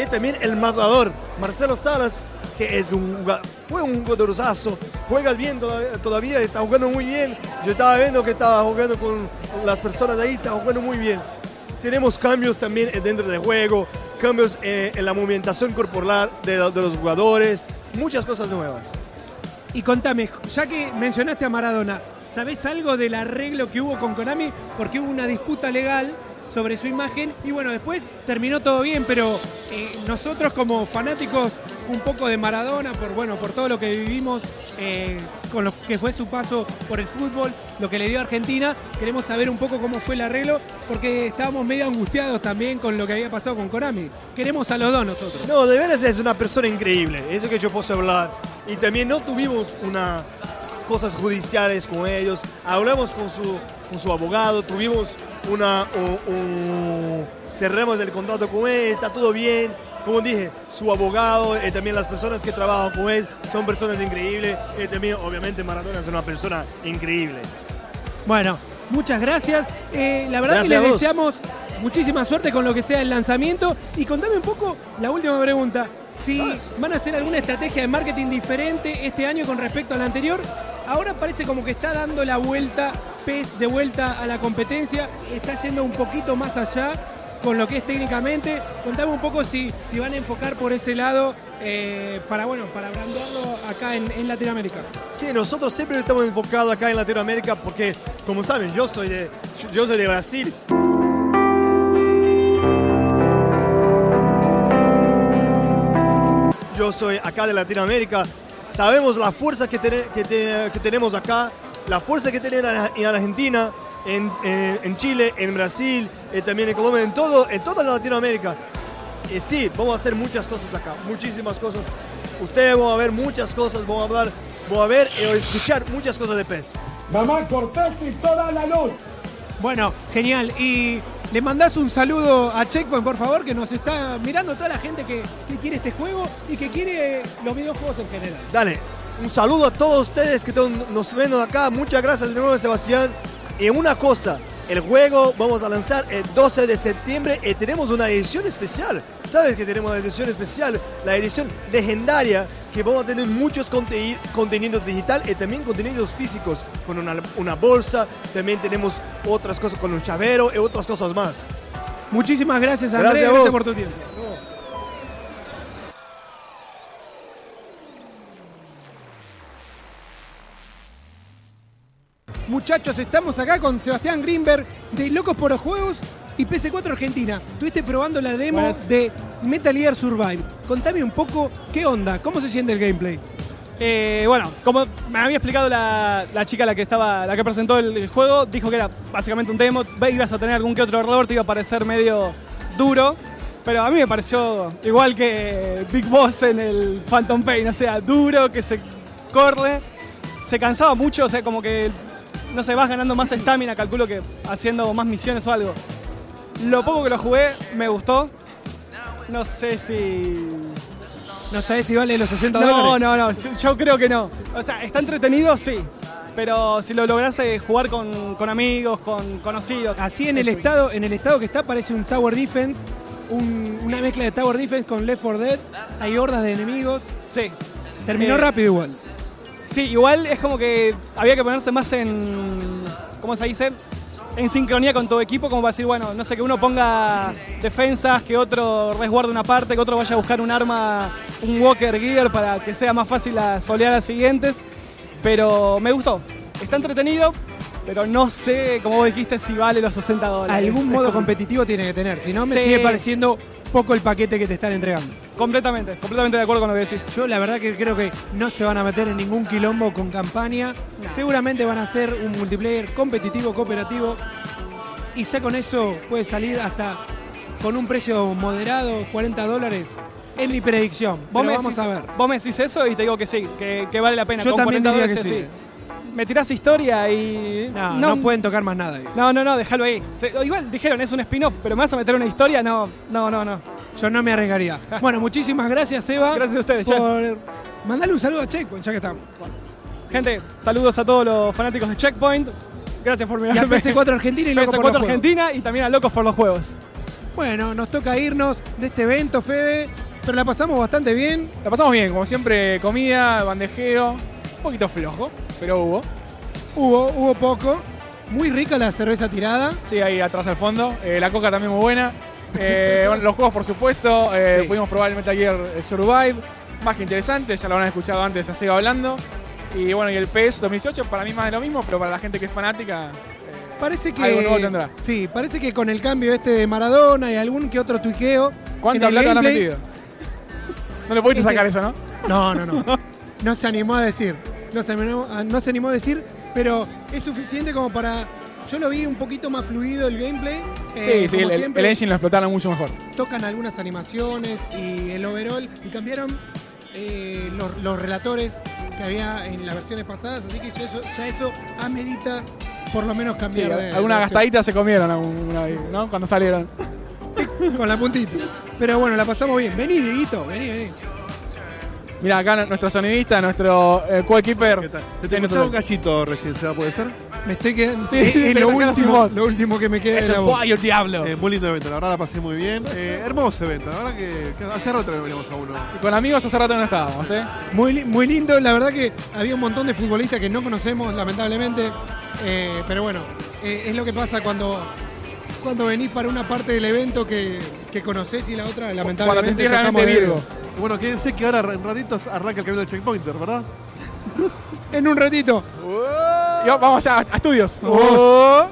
Speaker 14: Y también el matador, Marcelo Salas, que es un, juga- fue un godorazo, juega bien todavía, todavía, está jugando muy bien. Yo estaba viendo que estaba jugando con las personas de ahí, está jugando muy bien. Tenemos cambios también eh, dentro del juego, cambios eh, en la movimentación corporal de, la- de los jugadores, muchas cosas nuevas.
Speaker 10: Y contame, ya que mencionaste a Maradona,
Speaker 8: ¿Sabés algo del arreglo que hubo con Konami? Porque hubo una disputa legal sobre su imagen y bueno, después terminó todo bien, pero eh, nosotros como fanáticos un poco de Maradona, por bueno, por todo lo que vivimos eh, con lo que fue su paso por el fútbol, lo que le dio a Argentina, queremos saber un poco cómo fue el arreglo, porque estábamos medio angustiados también con lo que había pasado con Konami. Queremos a los dos nosotros.
Speaker 14: No, de veras es una persona increíble, eso que yo puedo hablar. Y también no tuvimos una cosas judiciales con ellos, hablamos con su, con su abogado, tuvimos una... o- un- cerramos el contrato con él, está todo bien. Como dije, su abogado, eh, también las personas que trabajan con él, son personas increíbles. Y también, obviamente, Maradona es una persona increíble.
Speaker 8: Bueno, muchas gracias. Eh, la verdad
Speaker 14: Gracias
Speaker 8: que
Speaker 14: a
Speaker 8: les
Speaker 14: vos.
Speaker 8: deseamos muchísima suerte con lo que sea el lanzamiento. Y contame un poco la última pregunta. Si van a hacer alguna estrategia de marketing diferente este año con respecto a la anterior, ahora parece como que está dando la vuelta, PES de vuelta a la competencia, está yendo un poquito más allá con lo que es técnicamente. Contame un poco si, si van a enfocar por ese lado eh, para, bueno, para brandearlo acá en- en Latinoamérica.
Speaker 14: Sí, nosotros siempre estamos enfocados acá en Latinoamérica porque, como saben, yo soy de, yo- yo soy de Brasil. Yo soy acá de Latinoamérica. Sabemos la fuerza que, tiene- que tiene- que tenemos acá, la fuerza que tienen en Ar- en Argentina, en, en- en Chile, en Brasil, eh, también en Colombia, en, todo, en toda Latinoamérica. Y Eh, sí, vamos a hacer muchas cosas acá, muchísimas cosas. Ustedes van a ver muchas cosas, van a hablar, van a ver y escuchar muchas cosas de pez.
Speaker 8: Mamá, cortaste toda la luz. Bueno, genial. Y le mandás un saludo a Checkpoint, por favor, que nos está mirando toda la gente que, que quiere este juego y que quiere los videojuegos en general.
Speaker 14: Dale, un saludo a todos ustedes que ton- nos ven acá. Muchas gracias de nuevo, Sebastián. Y una cosa, el juego vamos a lanzar el 12 de septiembre y tenemos una edición especial. ¿Sabes que tenemos una edición especial? La edición legendaria que vamos a tener muchos conte- contenidos digital y también contenidos físicos. Con una, una bolsa, también tenemos otras cosas con un chavero y otras cosas más.
Speaker 8: Muchísimas gracias, Andrés.
Speaker 14: Gracias a
Speaker 8: Gracias
Speaker 14: vos.
Speaker 8: por tu tiempo. Muchachos, estamos acá con Sebastián Greenberg de Locos por los Juegos y PS4 Argentina. Estuviste probando la demo
Speaker 15: Buenas.
Speaker 8: de Metal Gear Survive. Contame un poco qué onda, cómo se siente el gameplay.
Speaker 16: Eh, bueno, como me había explicado la, la chica la que estaba, la que presentó el, el juego, dijo que era básicamente un demo, ve, ibas a tener algún que otro error, te iba a parecer medio duro, pero a mí me pareció igual que Big Boss en el Phantom Pain, o sea, duro, que se corre, se cansaba mucho, o sea, como que, no sé, vas ganando más estamina, calculo que haciendo más misiones o algo. Lo poco que lo jugué me gustó, no sé si
Speaker 8: No sabés si vale los 60
Speaker 16: no,
Speaker 8: dólares.
Speaker 16: No, no, yo- yo creo que no. O sea, está entretenido, sí. Pero si lo lográs eh, jugar con, con amigos, con conocidos.
Speaker 8: Así en el estado, en el estado que está parece un Tower Defense, un- una mezcla de Tower Defense con Left 4 Dead. Hay hordas de enemigos.
Speaker 16: Sí.
Speaker 8: Terminó
Speaker 16: Eh,
Speaker 8: rápido igual.
Speaker 16: Sí, igual es como que había que ponerse más en. ¿Cómo se dice? En sincronía con tu equipo, como para decir, bueno, no sé, que uno ponga defensas, que otro resguarde una parte, que otro vaya a buscar un arma, un Walker Gear, para que sea más fácil la solear las siguientes. Pero me gustó. Está entretenido, pero no sé, como vos dijiste, si vale los 60 dólares.
Speaker 8: Algún modo
Speaker 16: competitivo.
Speaker 8: competitivo tiene que tener, si no me
Speaker 16: Sí.
Speaker 8: sigue pareciendo poco el paquete que te están entregando.
Speaker 16: Completamente, completamente de acuerdo con lo que decís.
Speaker 8: Yo la verdad que creo que no se van a meter en ningún quilombo con campaña. Seguramente van a ser un multiplayer competitivo, cooperativo. Y ya con eso puede salir hasta con un precio moderado, 40 dólares. Es mi predicción.
Speaker 16: Vos
Speaker 8: Pero
Speaker 16: me,
Speaker 8: vamos
Speaker 16: decís,
Speaker 8: a ver.
Speaker 16: vos me decís eso y te digo que sí, que, que vale la pena.
Speaker 8: Yo
Speaker 16: Con
Speaker 8: también
Speaker 16: 40
Speaker 8: diría
Speaker 16: dólares
Speaker 8: que
Speaker 16: es así. Me tirás historia y.
Speaker 8: No, no pueden tocar más nada. ahí.
Speaker 16: No, no, no, déjalo ahí. Se- igual dijeron, es un spin-off, pero me vas a meter una historia, no, no, no, no.
Speaker 8: Yo no me arriesgaría. Bueno, muchísimas gracias, Eva.
Speaker 16: Gracias a ustedes,
Speaker 8: Por... Mandale un saludo a Checkpoint, ya que estamos.
Speaker 16: Gente, saludos a todos los fanáticos de Checkpoint. Gracias por
Speaker 8: Y a
Speaker 16: mirarme.
Speaker 8: PS4 Argentina y Locos por
Speaker 16: PS4
Speaker 8: los Juegos.
Speaker 16: Argentina y también a Locos por los Juegos.
Speaker 8: Bueno, nos toca irnos de este evento, Fede. Pero la pasamos bastante bien.
Speaker 4: La pasamos bien, como siempre, comida, bandejero, un poquito flojo, pero hubo.
Speaker 8: Hubo, hubo poco. Muy rica la cerveza tirada.
Speaker 4: Sí, ahí atrás al fondo. Eh, la coca también muy buena. Eh, bueno, los juegos, por supuesto. Eh, Pudimos probar el Metal Gear Survive. Más que interesante, ya lo han escuchado antes a Seba hablando. Y bueno, y el E PES 2018 para mí más de lo mismo, pero para la gente que es fanática,
Speaker 8: Parece que.
Speaker 4: Algo nuevo tendrá.
Speaker 8: Sí, parece que con el cambio este de Maradona y algún que otro tuiqueo.
Speaker 4: ¿cuánta
Speaker 8: en el
Speaker 4: plata habrá
Speaker 8: gameplay-
Speaker 4: metido? No le pudiste
Speaker 8: Este-
Speaker 4: sacar eso, ¿no?
Speaker 8: No, no, no. No se animó a decir. No se animó a, no se animó a decir, pero es suficiente como para. Yo lo vi un poquito más fluido el gameplay. eh,
Speaker 4: sí, sí,
Speaker 8: como
Speaker 4: el, el-
Speaker 8: siempre,
Speaker 4: el engine lo explotaron mucho mejor.
Speaker 8: Tocan algunas animaciones y el overall. Y cambiaron eh, los, los relatores que había en las versiones pasadas. Así que ya eso, ya eso amerita por lo menos
Speaker 4: Sí,
Speaker 8: cambiar. de-
Speaker 4: alguna
Speaker 8: de opción.
Speaker 4: gastadita se comieron alguna vez, ¿no? Cuando salieron.
Speaker 8: Con la puntita. Pero bueno, la pasamos bien. Vení, Dieguito, vení, vení.
Speaker 4: Mira, acá no- nuestro sonidista, nuestro eh, coequiper.
Speaker 8: Se
Speaker 6: escuchaba
Speaker 4: tiene otro-
Speaker 6: un gallito recién, ¿se va a poder ser?
Speaker 8: Me estoy quedando.
Speaker 4: Sí,
Speaker 8: es-
Speaker 4: te
Speaker 8: es lo
Speaker 4: lo quedas sin
Speaker 8: último,
Speaker 4: voz.
Speaker 8: lo último que me queda.
Speaker 6: Es
Speaker 8: de la
Speaker 6: el
Speaker 8: voz.
Speaker 6: pollo, Eh, muy lindo evento, la verdad la pasé muy bien. Eh, hermoso evento, la verdad que, que hace rato que no veníamos a uno.
Speaker 4: Con amigos hace rato no estábamos, ¿eh?
Speaker 8: Muy, li- muy lindo, la verdad que había un montón de futbolistas que no conocemos, lamentablemente. Eh, pero bueno, eh, es lo que pasa cuando, cuando venís para una parte del evento que, que conocés y la otra, lamentablemente. tocamos dedo.
Speaker 6: Y Bueno, quédense que ahora en ratitos arranca el camino del checkpointer, ¿verdad?
Speaker 8: En un ratito.
Speaker 4: Y va- vamos ya a, a estudios.
Speaker 6: Vamos.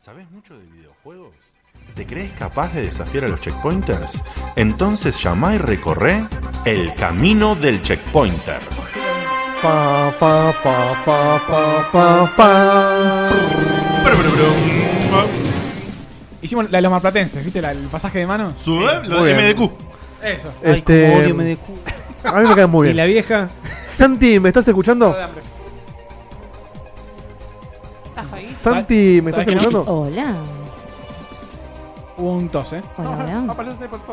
Speaker 7: ¿Sabes mucho de videojuegos? ¿Te crees capaz de desafiar a los checkpointers? Entonces llamá y recorre el camino del checkpointer.
Speaker 6: Pa, pa, pa, pa, pa, pa, pa.
Speaker 4: Hicimos la de los marplatenses, ¿viste? La- el pasaje de mano.
Speaker 7: Sube
Speaker 4: Sí.
Speaker 7: lo de
Speaker 6: Muy bien.
Speaker 7: MDQ.
Speaker 4: Eso.
Speaker 6: Este,
Speaker 4: como odio
Speaker 6: A mí me cae muy bien.
Speaker 17: ¿Y la vieja?
Speaker 6: Santi, ¿me estás escuchando? Santi, ¿me estás
Speaker 4: ¿Sabes que no?
Speaker 6: escuchando?
Speaker 2: Hola.
Speaker 4: Hubo un tos, ¿eh?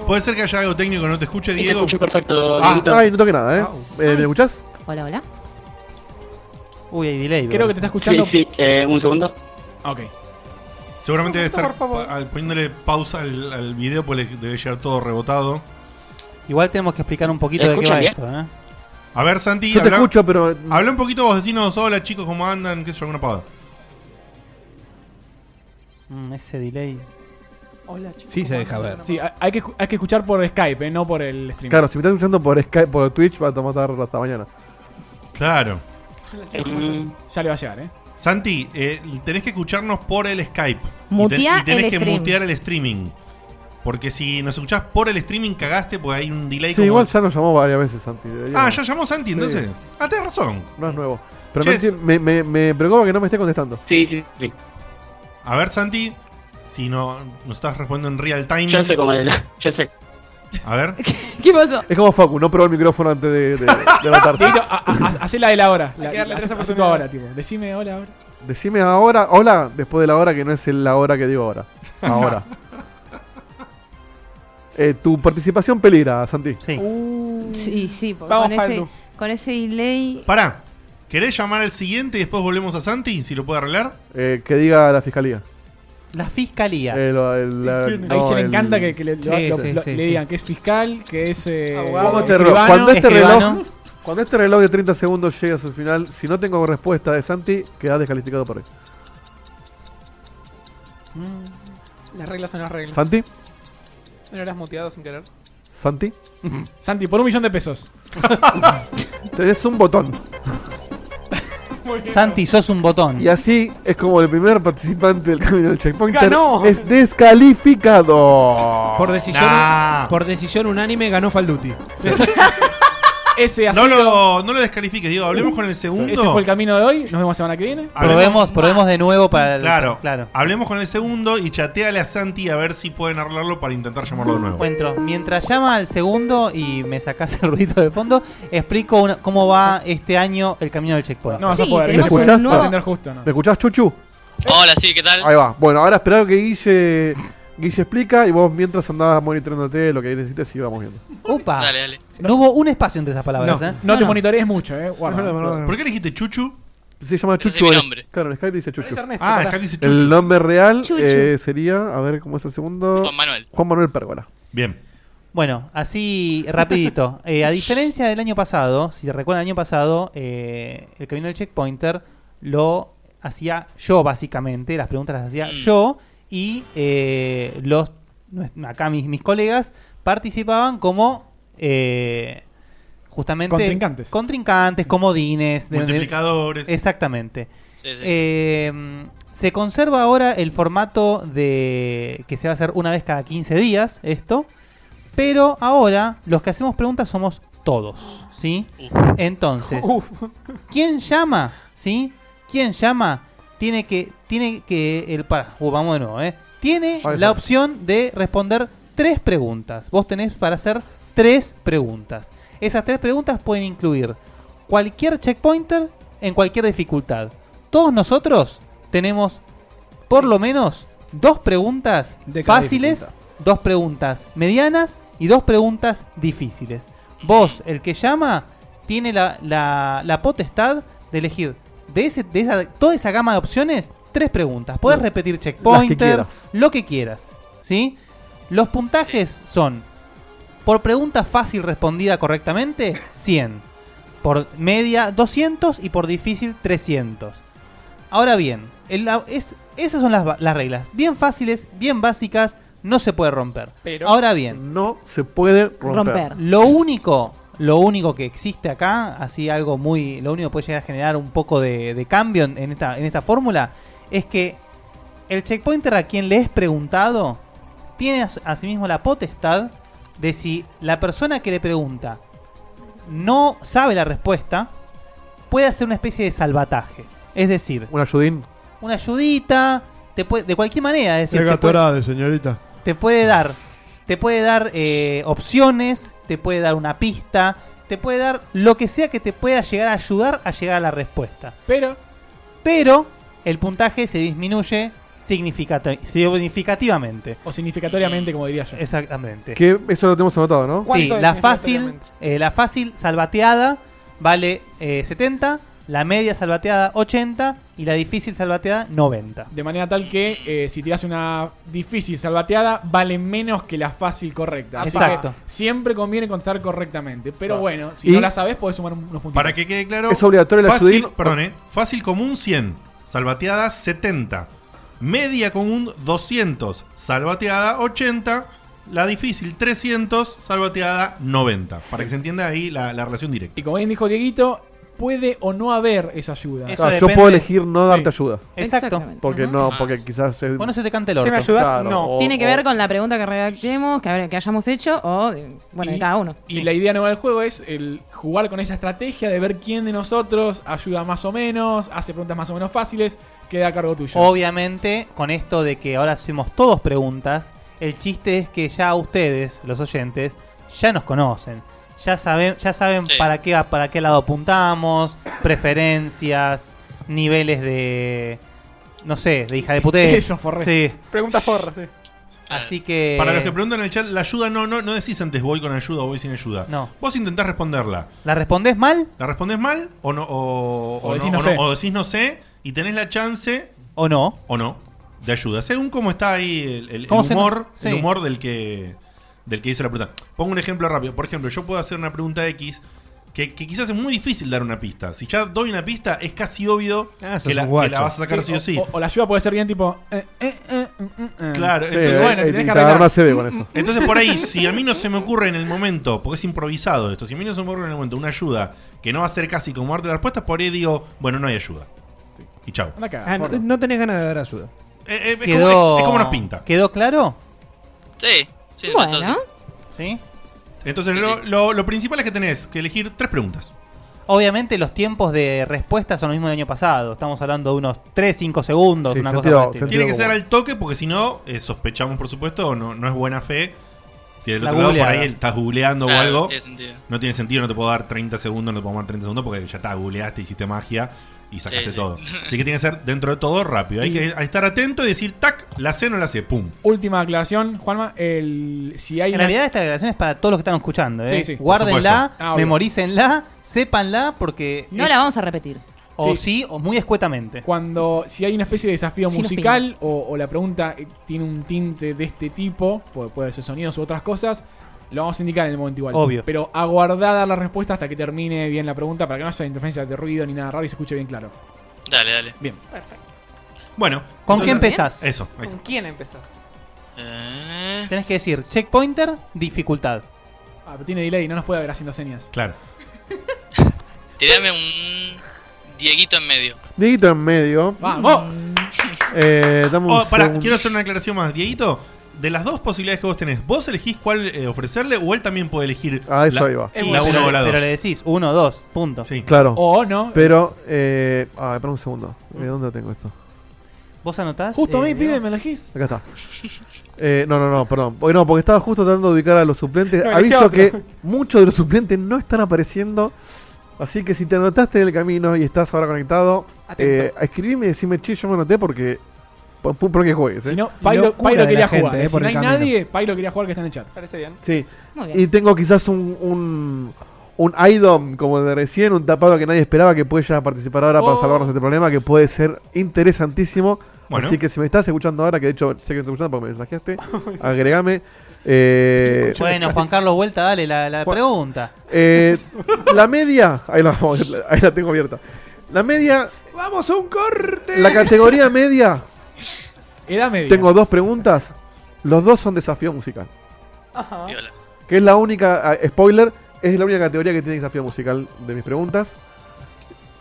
Speaker 7: Puede ser que haya algo técnico que no te escuche,
Speaker 4: Sí, te
Speaker 7: Diego.
Speaker 4: escucho perfecto,
Speaker 7: Ah,
Speaker 6: Ah, ay, Pues, no toque nada, ¿eh? Eh, ¿Me escuchás?
Speaker 2: Hola, hola.
Speaker 6: Uy, hay delay.
Speaker 4: Creo que te está escuchando.
Speaker 18: Sí, sí, eh, un segundo.
Speaker 4: Ok.
Speaker 7: Seguramente debe estar pa- al- poniéndole pausa al, al video porque le debe llegar todo rebotado.
Speaker 3: Igual tenemos que explicar un poquito de qué va esto, ¿eh?
Speaker 7: A ver, Santi,
Speaker 3: Yo te escucho, pero-
Speaker 7: Habla un poquito vos, decinos, hola chicos, ¿cómo andan? ¿Qué es alguna pavada?
Speaker 3: Mm, ese delay.
Speaker 4: Hola, chicos.
Speaker 17: Sí, se deja ver.
Speaker 4: Sí, hay que, hay que escuchar por Skype, ¿eh? no por el stream.
Speaker 6: Claro, si me estás escuchando por Skype, por Twitch, va a tomar hasta mañana.
Speaker 7: Claro.
Speaker 4: Ya le va a llegar, ¿eh?
Speaker 7: Santi, eh, tenés que escucharnos por el Skype.
Speaker 2: Mutea
Speaker 7: y, tenés
Speaker 2: el
Speaker 7: que
Speaker 2: stream.
Speaker 7: mutear el streaming. Porque si nos escuchás por el streaming, cagaste porque hay un delay
Speaker 6: Sí,
Speaker 7: como-
Speaker 6: igual ya nos llamó varias veces Santi. deberíamos-
Speaker 7: Ah, ya llamó Santi, entonces.
Speaker 6: Sí.
Speaker 7: Ah, tenés razón.
Speaker 6: No es nuevo. Pero
Speaker 7: Che,
Speaker 6: no enti- me, me, me preocupa que no me esté contestando.
Speaker 18: Sí, sí, sí.
Speaker 7: A ver, Santi, si no nos estás respondiendo en real time.
Speaker 18: Ya sé cómo es, ya sé.
Speaker 7: A ver.
Speaker 2: ¿Qué pasó?
Speaker 6: Es como Facu, no probó el micrófono antes de, de, de matarse.
Speaker 4: Dieguito, a- a- a- hacé la de la hora.
Speaker 1: Hay que darle tres
Speaker 4: Hacé tú ahora,
Speaker 1: oportunidades.
Speaker 4: tipo. Decime hola ahora.
Speaker 6: Decime ahora, hola, después de la hora que no es la hora que digo ahora. Ahora. Eh, tu participación peligra, Santi.
Speaker 3: Sí.
Speaker 4: Uh.
Speaker 2: Sí, sí, porque
Speaker 4: Vamos,
Speaker 2: con, ese,
Speaker 4: Faldu.
Speaker 2: con ese delay.
Speaker 7: Pará. ¿Querés llamar al siguiente y después volvemos a Santi? Si lo puede arreglar.
Speaker 6: Eh, que diga la fiscalía.
Speaker 3: La fiscalía.
Speaker 6: Eh, lo- el- la-
Speaker 4: A
Speaker 6: no,
Speaker 4: Guille le
Speaker 6: el-
Speaker 4: encanta que, que le, lo-
Speaker 6: Sí,
Speaker 4: lo-
Speaker 6: sí,
Speaker 4: lo-
Speaker 6: sí,
Speaker 4: le
Speaker 6: sí.
Speaker 4: digan que es fiscal, que es eh,
Speaker 6: Pongo este reloj.
Speaker 4: escribano.
Speaker 6: Cuando este reloj, cuando este reloj de 30 segundos llegue a su final, si no tengo respuesta de Santi, queda descalificado por él.
Speaker 1: Mm. Las reglas son las reglas.
Speaker 6: Santi,
Speaker 1: No eras muteado sin querer.
Speaker 6: Santi,
Speaker 4: Santi, por un millón de pesos.
Speaker 6: tenés un botón.
Speaker 3: Santi, sos un botón.
Speaker 6: Y así es como el primer participante del camino del checkpoint
Speaker 17: ¡Ganó!
Speaker 6: es descalificado.
Speaker 17: Por decisión,
Speaker 7: Nah.
Speaker 17: por decisión unánime ganó Falduti.
Speaker 4: Ese
Speaker 7: No lo, no lo descalifiques, digo, hablemos con el segundo.
Speaker 4: Ese fue el camino de hoy. Nos vemos semana que viene.
Speaker 3: Probemos, probemos de nuevo para el.
Speaker 7: Claro,
Speaker 3: claro.
Speaker 7: Hablemos con el segundo y chateale a Santi a ver si pueden arreglarlo para intentar llamarlo de nuevo.
Speaker 3: Encuentro. Mientras llama al segundo y me sacas el ruido de fondo, explico una- cómo va este año el camino del checkpoint.
Speaker 4: No vas a poder.
Speaker 6: ¿Me
Speaker 4: Guille,
Speaker 6: escuchás?
Speaker 4: no va a entender justo, no.
Speaker 6: ¿Me escuchás, Chuchu?
Speaker 18: Hola, sí, ¿qué tal?
Speaker 6: Ahí va. Bueno, ahora esperar que Guille, Guille explica y vos mientras andabas monitoreándote lo que necesites y vamos viendo.
Speaker 3: Upa. No hubo un espacio entre esas palabras,
Speaker 6: No,
Speaker 3: ¿eh?
Speaker 4: No te monitorees mucho, eh. Guarda.
Speaker 7: ¿Por qué le dijiste Chuchu?
Speaker 6: Se llama Chuchu. en- Claro, en Skype dice Chuchu.
Speaker 7: Ernesto, Ah, pará. en Skype dice Chuchu.
Speaker 6: El nombre real
Speaker 7: Chuchu.
Speaker 6: eh, sería, a ver cómo es el segundo.
Speaker 18: Juan Manuel.
Speaker 6: Juan Manuel Pérgola.
Speaker 7: Bien.
Speaker 3: Bueno, así rapidito. Eh, a diferencia del año pasado, si se recuerdan el año pasado, eh, el camino del checkpointer lo hacía yo básicamente, las preguntas las hacía yo y eh, los acá mis, mis colegas participaban como eh, justamente
Speaker 4: Contrincantes.
Speaker 3: contrincantes, comodines, de- de-
Speaker 7: Multiplicadores.
Speaker 3: exactamente.
Speaker 7: Sí, sí.
Speaker 3: Eh, se conserva ahora el formato de que se va a hacer una vez cada 15 días esto, pero ahora los que hacemos preguntas somos todos, ¿sí? Entonces, ¿quién llama? ¿Sí? ¿Quién llama? Tiene que tiene que el para, uh, vamos de nuevo, ¿eh? Tiene la opción de responder tres preguntas. Vos tenés para hacer tres preguntas. Esas tres preguntas pueden incluir cualquier checkpointer en cualquier dificultad. Todos nosotros tenemos por lo menos dos preguntas
Speaker 8: cada
Speaker 3: fáciles, dos preguntas medianas y dos preguntas difíciles. Vos, el que llama, tiene la, la- la potestad de elegir de, ese, de esa, toda esa gama de opciones tres preguntas. Podés repetir checkpointer,
Speaker 6: quieras.
Speaker 3: lo que quieras. ¿sí? Los puntajes son por pregunta fácil respondida correctamente, 100. Por media, 200 y por difícil, 300. Ahora bien, el- la- es- esas son las, ba- las reglas. Bien fáciles, bien básicas, no se puede romper.
Speaker 6: Pero-
Speaker 3: Ahora bien.
Speaker 6: No se puede romper.
Speaker 3: Lo único, lo único que existe acá, así algo muy. Lo único que puede llegar a generar un poco de, de cambio en, en esta, en esta fórmula es que el checkpointer a quien le es preguntado tiene as- asimismo la potestad de si la persona que le pregunta no sabe la respuesta, puede hacer una especie de salvataje. Es decir,
Speaker 6: un ayudín.
Speaker 3: Una ayudita, te puede- de cualquier manera. Es decir,
Speaker 13: Qué
Speaker 3: te puede-
Speaker 13: gatorade, señorita.
Speaker 3: te puede dar, te puede dar eh, opciones, te puede dar una pista, te puede dar lo que sea que te pueda llegar a ayudar a llegar a la respuesta.
Speaker 4: Pero,
Speaker 3: pero el puntaje se disminuye significata- significativamente.
Speaker 4: O significatoriamente, como diría yo.
Speaker 3: Exactamente.
Speaker 6: Que eso lo tenemos anotado, ¿no?
Speaker 3: Sí, la fácil, eh, la fácil salvateada vale eh, 70, la media salvateada 80 y la difícil salvateada 90.
Speaker 4: De manera tal que eh, si tiras una difícil salvateada, vale menos que la fácil correcta. Así
Speaker 3: Exacto.
Speaker 4: que siempre conviene contestar correctamente. Pero
Speaker 7: Claro.
Speaker 4: bueno, si no
Speaker 7: Y-
Speaker 4: la sabes, podés sumar un- unos puntitos.
Speaker 7: Para que quede claro.
Speaker 6: Es obligatorio el
Speaker 7: fácil,
Speaker 6: ayudín.
Speaker 7: Perdón, eh, Fácil común 100. Salvateada 70. Media común 200. Salvateada 80. La difícil 300. Salvateada 90. Para que se entienda ahí la, la relación directa.
Speaker 4: Y como bien dijo Dieguito, puede o no haber esa ayuda.
Speaker 6: O sea, Ah, yo puedo elegir no darte ayuda.
Speaker 4: Exacto.
Speaker 6: Porque no, porque quizás. Es,
Speaker 3: Vos no se Ah. te cante el
Speaker 6: orto.
Speaker 3: orto. Claro,
Speaker 4: Oh,
Speaker 6: o-
Speaker 2: Tiene que
Speaker 6: o-
Speaker 2: ver con la pregunta que redactemos, que, habrá- que hayamos hecho, o de- bueno, de cada uno.
Speaker 4: Y la idea nueva del juego es el jugar con esa estrategia de ver quién de nosotros ayuda más o menos, hace preguntas más o menos fáciles, queda a cargo tuyo.
Speaker 3: Obviamente, con esto de que ahora hacemos todos preguntas, el chiste es que ya ustedes, los oyentes, ya nos conocen. Ya saben, ya saben para qué para qué lado apuntamos, preferencias, niveles de no sé, de hija de putés.
Speaker 7: Eso, forré.
Speaker 3: Sí.
Speaker 1: Pregunta forra, sí.
Speaker 3: Así
Speaker 4: Ah.
Speaker 3: que
Speaker 7: Para los que preguntan en el chat, la ayuda no, no, no decís antes voy con ayuda o voy sin ayuda.
Speaker 3: No.
Speaker 7: Vos intentás responderla.
Speaker 3: ¿La respondés mal?
Speaker 7: ¿La respondés mal o no? O,
Speaker 3: O
Speaker 7: o
Speaker 3: decís no
Speaker 7: no, o no-
Speaker 3: sé.
Speaker 7: o decís no sé y tenés la chance.
Speaker 3: O no.
Speaker 7: O no. De ayuda. Según cómo está ahí el, el- el
Speaker 3: ¿Cómo se no-
Speaker 7: humor,
Speaker 3: sí.
Speaker 7: el humor del que del que hizo la pregunta. Pongo un ejemplo rápido. Por ejemplo, yo puedo hacer una pregunta X que, que quizás es muy difícil dar una pista. Si ya doy una pista, es casi obvio
Speaker 4: Ah, sos
Speaker 7: que, la,
Speaker 4: un guacho.
Speaker 7: que la vas a sacar sí, o sí.
Speaker 4: O, o la ayuda puede ser bien tipo. eh, eh, eh, mm, mm, eh.
Speaker 7: Claro,
Speaker 4: Sí,
Speaker 7: entonces,
Speaker 4: bueno, te tenés que arreglar.
Speaker 7: Entonces por ahí, si a mí no se me ocurre en el momento, porque es improvisado esto, si a mí no se me ocurre en el momento una ayuda que no va a ser casi como arte de respuestas, por ahí digo, bueno, no hay ayuda. Y chao.
Speaker 8: Ah, no, no tenés ganas de dar ayuda.
Speaker 3: Eh,
Speaker 7: Eh, es como-
Speaker 3: quedó
Speaker 7: es como nos pinta.
Speaker 3: ¿Quedó claro?
Speaker 19: Sí, sí.
Speaker 3: Bueno. Sí.
Speaker 7: Entonces lo, lo- lo principal es que tenés que elegir tres preguntas.
Speaker 3: Obviamente los tiempos de respuesta son los mismos del año pasado. Estamos hablando de unos 3 5 segundos, una cosa por el estilo.
Speaker 7: Tiene que ser al toque porque si no, eh, sospechamos por supuesto, no, no es buena fe. Que del
Speaker 3: La
Speaker 7: otro lado por
Speaker 3: googleada.
Speaker 7: ahí estás googleando
Speaker 19: Claro,
Speaker 7: o algo.
Speaker 19: no tiene sentido.
Speaker 7: No tiene sentido, no te puedo dar 30 segundos, no te puedo dar 30 segundos porque ya está, googleaste, hiciste magia y sacaste
Speaker 19: Sí, sí.
Speaker 7: todo. Así que tiene que ser dentro de todo rápido. Hay
Speaker 4: Y-
Speaker 7: que estar atento y decir, tac, la C no la C, pum.
Speaker 4: Última aclaración, Juanma. El, si hay
Speaker 3: En
Speaker 4: una-
Speaker 3: realidad esta declaración es para todos los que están escuchando. ¿eh?
Speaker 4: Sí, sí, por
Speaker 3: Guárdenla,
Speaker 4: supuesto. Ah, obvio.
Speaker 3: memorícenla, sépanla porque...
Speaker 2: No la vamos a repetir.
Speaker 3: O sí. o muy escuetamente.
Speaker 4: Cuando, si hay una especie de desafío
Speaker 2: Sí, nos
Speaker 4: musical o, o la pregunta eh, tiene un tinte de este tipo, pu- puede ser sonidos u otras cosas, lo vamos a indicar en el momento igual.
Speaker 3: Obvio.
Speaker 4: Pero aguardada la respuesta hasta que termine bien la pregunta para que no haya interferencias de ruido ni nada raro y se escuche bien claro.
Speaker 19: Dale, dale.
Speaker 4: Bien.
Speaker 7: Bueno.
Speaker 3: ¿Con qué empezás?
Speaker 7: Eso. ahí
Speaker 1: ¿Con quién empezás?
Speaker 19: Eh.
Speaker 3: Tenés que decir checkpointer, dificultad.
Speaker 4: Ah, pero tiene delay, no nos puede ver haciendo señas.
Speaker 7: Claro.
Speaker 19: Tirame un Dieguito en medio.
Speaker 6: Dieguito en medio.
Speaker 19: Vamos.
Speaker 6: Eh, dame un
Speaker 7: Oh, pará,
Speaker 6: segun-
Speaker 7: quiero hacer una aclaración más. Dieguito, de las dos posibilidades que vos tenés, ¿vos elegís cuál eh, ofrecerle o él también puede elegir
Speaker 6: A eso
Speaker 7: la,
Speaker 6: iba.
Speaker 7: la 1 o la 2?
Speaker 3: Pero le decís uno, dos, punto.
Speaker 6: Claro.
Speaker 4: O no.
Speaker 6: Pero, eh. A ver, espera un segundo. ¿De dónde tengo esto?
Speaker 3: ¿Vos anotás?
Speaker 4: Justo a
Speaker 3: eh,
Speaker 4: mí,
Speaker 3: Diego?
Speaker 4: pibe, me elegís.
Speaker 6: Acá está. Eh, no, no, no, perdón. Porque, no, porque estaba justo tratando de ubicar a los suplentes.
Speaker 4: No, elegí
Speaker 6: Aviso
Speaker 4: otro.
Speaker 6: que muchos de los suplentes no están apareciendo. Así que si te anotaste en el camino y estás ahora conectado, eh, escribime y decime, che, yo me anoté porque. por- por- Porque juegues. eh".
Speaker 4: Si no, Pailo, Pailo quería jugar. eh,
Speaker 3: eh,
Speaker 4: si no hay nadie, Pailo quería jugar que está en el chat.
Speaker 1: Parece bien.
Speaker 6: Sí.
Speaker 1: Muy bien.
Speaker 6: Y tengo quizás un. un un IDOM como el de recién, un tapado que nadie esperaba que puede ya participar ahora para
Speaker 7: Oh.
Speaker 6: salvarnos este problema que puede ser interesantísimo.
Speaker 7: Bueno.
Speaker 6: Así que si me estás escuchando ahora, que de hecho sé que me estás escuchando porque me mensajeaste, agregame. Eh,
Speaker 3: Bueno, Juan Carlos Vuelta, dale la, la pregunta.
Speaker 6: eh, la media, ahí la, ahí la tengo abierta. La media,
Speaker 8: Vamos a un corte.
Speaker 6: la categoría media,
Speaker 4: Edad media.
Speaker 6: tengo dos preguntas. Los dos son desafío musical. Que es la única, ah, spoiler, es la única categoría que tiene desafío musical de mis preguntas.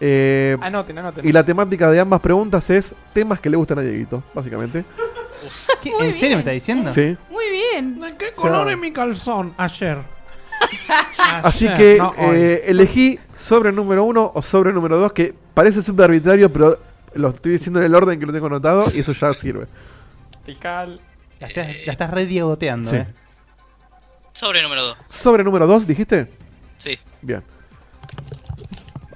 Speaker 6: Eh,
Speaker 1: Anoten, anoten.
Speaker 6: Y la temática de ambas preguntas es temas que le gustan a Dieguito, básicamente.
Speaker 3: ¿Qué? ¿En serio me está diciendo?
Speaker 6: Sí.
Speaker 2: Muy bien.
Speaker 8: ¿De qué
Speaker 6: color es
Speaker 8: mi calzón? Ayer.
Speaker 3: Ah,
Speaker 6: Así que eh, elegí sobre el número uno o sobre el número dos, que parece súper arbitrario, pero lo estoy diciendo en el orden que lo tengo anotado y eso ya sirve.
Speaker 1: Fiscal.
Speaker 3: La estás, la estás re diegoteando,
Speaker 6: Sí.
Speaker 3: eh.
Speaker 19: Sobre número 2.
Speaker 6: Sobre el número dos, dijiste.
Speaker 19: Sí.
Speaker 6: Bien.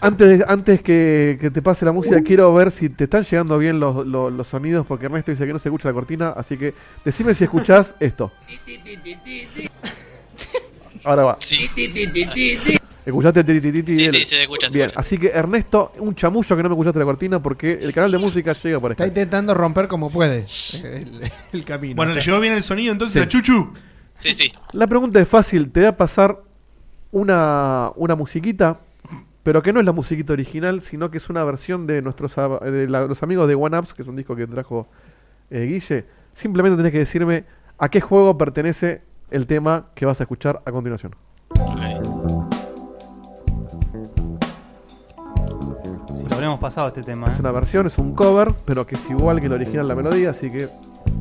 Speaker 6: Antes, de- antes que, que te pase la música, quiero ver si te están llegando bien los, los- los sonidos, porque Ernesto dice que no se escucha la cortina, así que decime si escuchás esto. Ahora va. ¿Escuchaste? el ti, ti, ti, ti?
Speaker 19: Sí, sí, se escucha, se
Speaker 6: Bien, así que Ernesto, un chamullo que no me escuchaste la cortina, porque el canal de música llega por
Speaker 8: Está
Speaker 6: acá.
Speaker 8: intentando romper como puede el, el camino.
Speaker 7: Bueno, le llegó bien el sonido entonces
Speaker 6: Sí.
Speaker 7: a Chuchu.
Speaker 19: Sí, sí.
Speaker 6: La pregunta es fácil, te da a pasar una, una musiquita, pero que no es la musiquita original, sino que es una versión de nuestros ab- de la- los amigos de One Ups, que es un disco que trajo eh, Guille. Simplemente tenés que decirme a qué juego pertenece el tema que vas a escuchar a continuación.
Speaker 3: Si lo habremos pasado este tema.
Speaker 6: Es una versión, es un cover, pero que es igual que el original la melodía, así que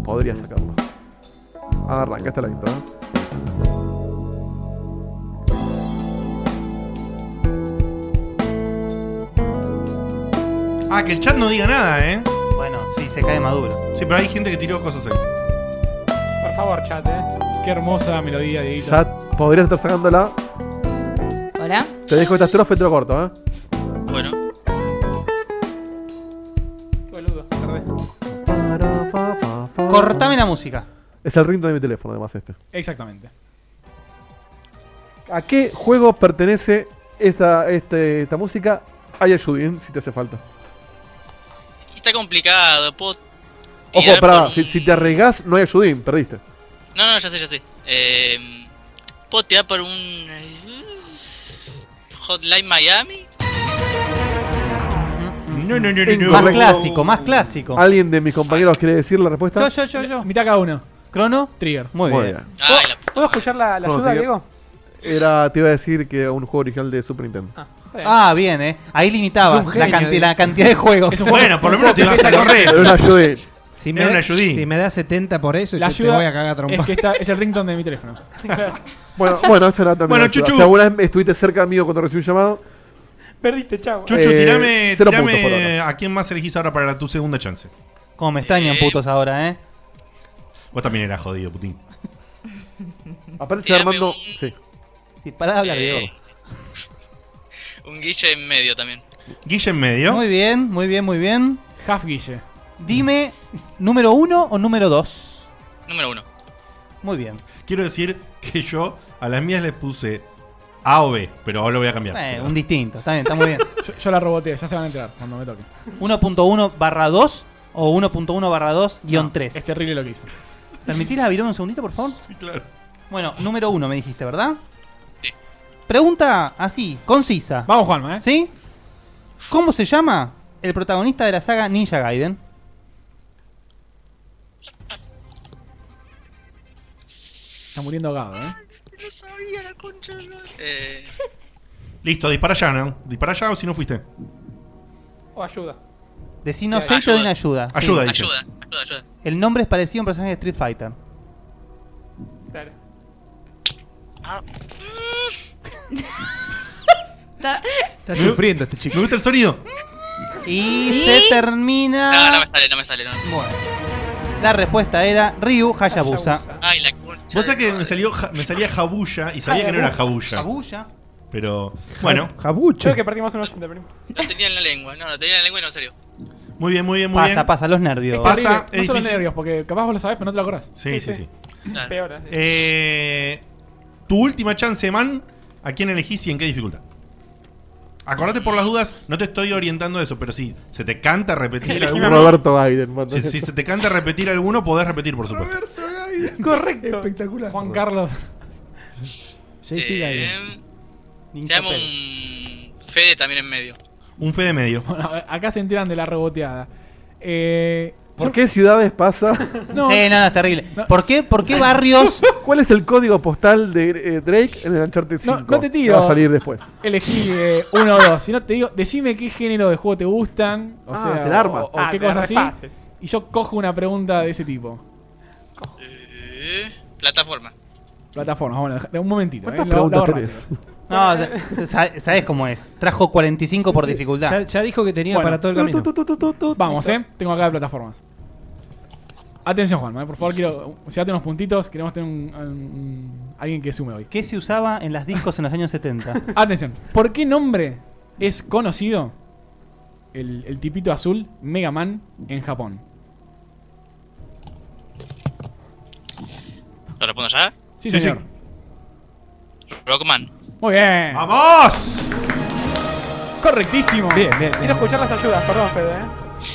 Speaker 6: podría sacarlo. Arranca, está la intro. ¿eh?
Speaker 7: Ah, que el chat no diga nada, ¿eh?
Speaker 3: Bueno, sí, se cae Maduro.
Speaker 7: Sí, pero hay gente que tiró cosas ahí.
Speaker 1: Por favor, chat, eh.
Speaker 4: Qué hermosa melodía, Dieguito.
Speaker 6: Ya podrías estar sacándola.
Speaker 2: Hola.
Speaker 6: Te dejo esta estrofa y te lo corto, ¿eh?
Speaker 19: Bueno.
Speaker 1: Boludo, tardé.
Speaker 3: Cortame la música.
Speaker 6: Es el ringtone de mi teléfono, además, este.
Speaker 4: Exactamente.
Speaker 6: ¿A qué juego pertenece esta, este, esta música? Hay ayudín si te hace falta.
Speaker 19: Está complicado. Puedo
Speaker 6: Ojo,
Speaker 19: tirar
Speaker 6: pará,
Speaker 19: por
Speaker 6: si,
Speaker 19: un-
Speaker 6: si te arriesgás, no hay ayudín, perdiste.
Speaker 19: No, no, ya sé, ya sé. Eh, ¿Puedo tirar por un. Hotline Miami?
Speaker 7: No, no, no,
Speaker 3: no, no. Más clásico, más clásico.
Speaker 6: ¿Alguien de mis compañeros quiere decir la respuesta?
Speaker 3: Yo, yo, yo, yo.
Speaker 4: Mitad cada uno.
Speaker 3: ¿Crono?
Speaker 4: Trigger.
Speaker 3: Muy,
Speaker 6: Muy
Speaker 3: bien.
Speaker 6: bien.
Speaker 1: ¿Puedo escuchar la, la
Speaker 6: No,
Speaker 1: ayuda,
Speaker 6: te-
Speaker 1: Diego?
Speaker 6: Era, te iba a decir que un juego original de Super Nintendo.
Speaker 3: Ah, bien, eh. Ahí limitabas
Speaker 8: Es un
Speaker 3: la,
Speaker 8: genio,
Speaker 3: canti-
Speaker 8: Diego.
Speaker 3: la cantidad de juegos.
Speaker 8: Es un juego- Bueno, por lo
Speaker 3: menos te vas a correr.
Speaker 6: Era un ayudín.
Speaker 8: Si
Speaker 3: Era una
Speaker 8: me,
Speaker 3: ayudín.
Speaker 8: si me da 70 por eso,
Speaker 4: La
Speaker 8: yo
Speaker 4: ayuda
Speaker 8: te voy a cagar a trompa.
Speaker 4: es que está- es el ringtone de mi teléfono.
Speaker 6: Bueno, bueno, esa era también.
Speaker 4: Bueno,
Speaker 6: la ayuda.
Speaker 4: Chuchu.
Speaker 6: Si alguna vez estuviste cerca mío cuando recibí un llamado,
Speaker 1: Perdiste, chao.
Speaker 7: Chuchu,
Speaker 6: Eh,
Speaker 7: tirame,
Speaker 6: cero
Speaker 7: tirame
Speaker 6: puntos por ahora.
Speaker 7: a quién más elegís ahora para la- tu segunda chance.
Speaker 3: Como me extrañan putos ahora, eh.
Speaker 7: Vos también eras jodido, Putin.
Speaker 6: aparte se va armando. Sí.
Speaker 3: Sí, pará de hablar,
Speaker 19: Eh,
Speaker 3: Diego.
Speaker 19: Un Guille en medio también.
Speaker 7: Guille en medio.
Speaker 3: Muy bien, muy bien, muy bien.
Speaker 4: Half Guille.
Speaker 3: Dime, ¿número uno o número dos?
Speaker 19: Número uno.
Speaker 3: Muy bien.
Speaker 7: Quiero decir que yo a las mías les puse A o B, pero ahora lo voy a cambiar.
Speaker 3: Eh, un distinto, está bien, está muy bien.
Speaker 4: Yo, yo la roboteé, ya se van a enterar cuando me toque.
Speaker 3: 1.1 barra 2 o 1.1 barra 2 guión 3.
Speaker 4: Es terrible lo que hizo.
Speaker 3: ¿Permitís a Virón un segundito, por favor?
Speaker 7: Sí, claro.
Speaker 3: Bueno, número 1 me dijiste, ¿verdad? Pregunta así, concisa.
Speaker 4: Vamos, Juanma, ¿eh?
Speaker 3: ¿Sí? ¿Cómo se llama el protagonista de la saga Ninja Gaiden?
Speaker 4: Está muriendo ahogado, ¿eh?
Speaker 19: Eh,
Speaker 7: Listo, dispara ya, ¿no? Dispara ya o si no fuiste.
Speaker 1: O Oh, ayuda.
Speaker 3: Decinos sé y te doy una ayuda. sí.
Speaker 7: Ayuda, dice.
Speaker 19: ayuda, ayuda.
Speaker 3: El nombre es parecido a un personaje de Street Fighter.
Speaker 19: Ah,
Speaker 2: Está-
Speaker 8: Está sufriendo este chico.
Speaker 7: Me gusta el sonido.
Speaker 3: Y
Speaker 2: ¿Sí?
Speaker 3: se termina.
Speaker 19: No, no me sale, no me sale. No.
Speaker 3: La respuesta era Ryu Hayabusa.
Speaker 19: Ay, la concha.
Speaker 7: Vos sabés que me, salió, ja- me salía jabulla y sabía que no era jabulla.
Speaker 3: Jabulla.
Speaker 7: Pero, bueno.
Speaker 8: Jabucha.
Speaker 1: Creo que perdimos un oyente, primo.
Speaker 19: Lo tenía en la lengua, no, lo tenía en la lengua y no salió.
Speaker 7: Muy bien, muy bien, muy
Speaker 3: pasa,
Speaker 7: bien.
Speaker 3: pasa, los nervios.
Speaker 7: Pasa,
Speaker 4: Pasa,
Speaker 7: es
Speaker 4: no solo
Speaker 7: difícil.
Speaker 4: nervios, porque capaz vos lo sabés, pero no te lo acordás.
Speaker 7: Sí, sí, sí.
Speaker 1: Peor. así.
Speaker 7: Eh, tu última chance, man. ¿A quién elegís y en qué dificultad? Acordate por las dudas, no te estoy orientando a eso, pero si se te canta repetir
Speaker 6: Elegime
Speaker 7: alguno.
Speaker 6: a mí. Roberto Biden, man.
Speaker 7: Si, si se te canta repetir alguno, podés repetir, por supuesto.
Speaker 1: Correcto.
Speaker 8: Espectacular.
Speaker 4: Juan Carlos.
Speaker 8: JC
Speaker 19: Eh, te amo un Fede también en medio.
Speaker 7: Un fe de medio.
Speaker 4: Bueno, acá se enteran de la reboteada. Eh,
Speaker 6: ¿Por qué ciudades pasa?
Speaker 4: No.
Speaker 3: sí, no, no, es terrible. ¿Por qué, por qué barrios?
Speaker 6: ¿Cuál es el código postal de eh, Drake en el Uncharted 5?
Speaker 4: No, no te tiro.
Speaker 6: Va a salir después.
Speaker 4: Elegí eh, uno o dos. Si no te digo, decime qué género de juego te gustan. O
Speaker 6: Ah,
Speaker 4: sea,
Speaker 6: te la arma.
Speaker 4: o- o
Speaker 6: Ah,
Speaker 4: qué
Speaker 6: te la
Speaker 4: cosa
Speaker 6: re
Speaker 4: así.
Speaker 6: fácil.
Speaker 4: Y yo cojo una pregunta de ese tipo.
Speaker 19: Eh, plataforma.
Speaker 4: Plataformas, bueno, deja- un momentito.
Speaker 19: ¿Cuántas
Speaker 4: eh, lo- lo
Speaker 3: preguntas
Speaker 4: ahorraste.
Speaker 3: tenés? No, sabes cómo es. Trajo 45 por dificultad.
Speaker 4: Ya-
Speaker 8: dijo que tenía
Speaker 4: Bueno,
Speaker 8: para todo el camino.
Speaker 4: tu, tu, tu, tu, tu, tu. Vamos,
Speaker 8: Listo.
Speaker 4: eh. Tengo acá de plataformas. Atención, Juan, por favor, quiero. Llegate unos puntitos. Queremos tener un- un- alguien que sume hoy.
Speaker 3: ¿Qué se usaba en las discos en los años 70?
Speaker 4: Atención, ¿por qué nombre es conocido el, el tipito azul Mega Man en Japón?
Speaker 19: ¿Lo respondo ya?
Speaker 4: Sí, señor.
Speaker 19: Rockman.
Speaker 4: Muy bien.
Speaker 7: ¡Vamos!
Speaker 4: Correctísimo.
Speaker 8: Bien, bien, bien.
Speaker 1: Quiero escuchar las ayudas, perdón, Fede. ¿eh?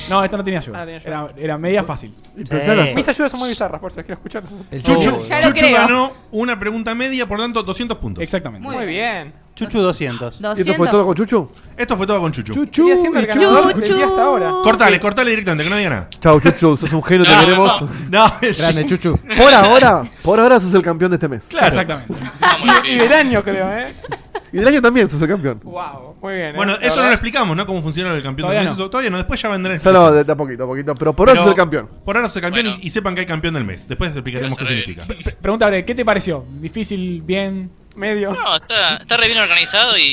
Speaker 4: No, esta no tenía
Speaker 1: Ah,
Speaker 4: ayuda.
Speaker 1: no tenía
Speaker 4: Era, era media fácil.
Speaker 1: Mis ayudas son muy bizarras, por eso las quiero escuchar.
Speaker 8: El
Speaker 7: Chuchu,
Speaker 1: Ya lo
Speaker 7: Chuchu
Speaker 1: creo.
Speaker 7: ganó una pregunta media, por tanto, 200 puntos.
Speaker 4: Exactamente.
Speaker 1: Muy bien.
Speaker 3: Chuchu 200.
Speaker 1: ¿Y esto fue 200.
Speaker 6: todo
Speaker 7: con Chuchu? Esto fue todo con Chuchu.
Speaker 1: Chuchu. Y haciendo el ganador del día hasta ahora.
Speaker 7: Cortale, cortale directamente, que no diga nada.
Speaker 6: Chao, Chuchu, sos un genio, te queremos.
Speaker 7: No,
Speaker 8: Grande, Chuchu.
Speaker 6: Por ahora, por ahora sos el campeón de este mes.
Speaker 7: Claro.
Speaker 4: Exactamente.
Speaker 1: Y del año, creo, ¿eh?
Speaker 6: Y del año también sos el campeón.
Speaker 1: Wow, muy bien. ¿eh?
Speaker 7: Bueno,
Speaker 1: La
Speaker 7: eso no
Speaker 1: verdad.
Speaker 7: lo explicamos, ¿no? Cómo funciona el campeón
Speaker 1: Todavía
Speaker 7: del mes.
Speaker 1: no.
Speaker 7: Eso todavía no, después ya vendrán
Speaker 6: Solo de,
Speaker 7: explicaciones.
Speaker 6: de a poquito, a poquito. Pero por ahora
Speaker 7: Pero
Speaker 6: sos el campeón.
Speaker 7: Por ahora sos el campeón y, y sepan que hay campeón del mes. Después explicaremos qué significa.
Speaker 4: Pre- Pregunta breve, ¿qué te pareció? ¿Difícil, bien, medio?
Speaker 19: No, está, está re bien organizado y.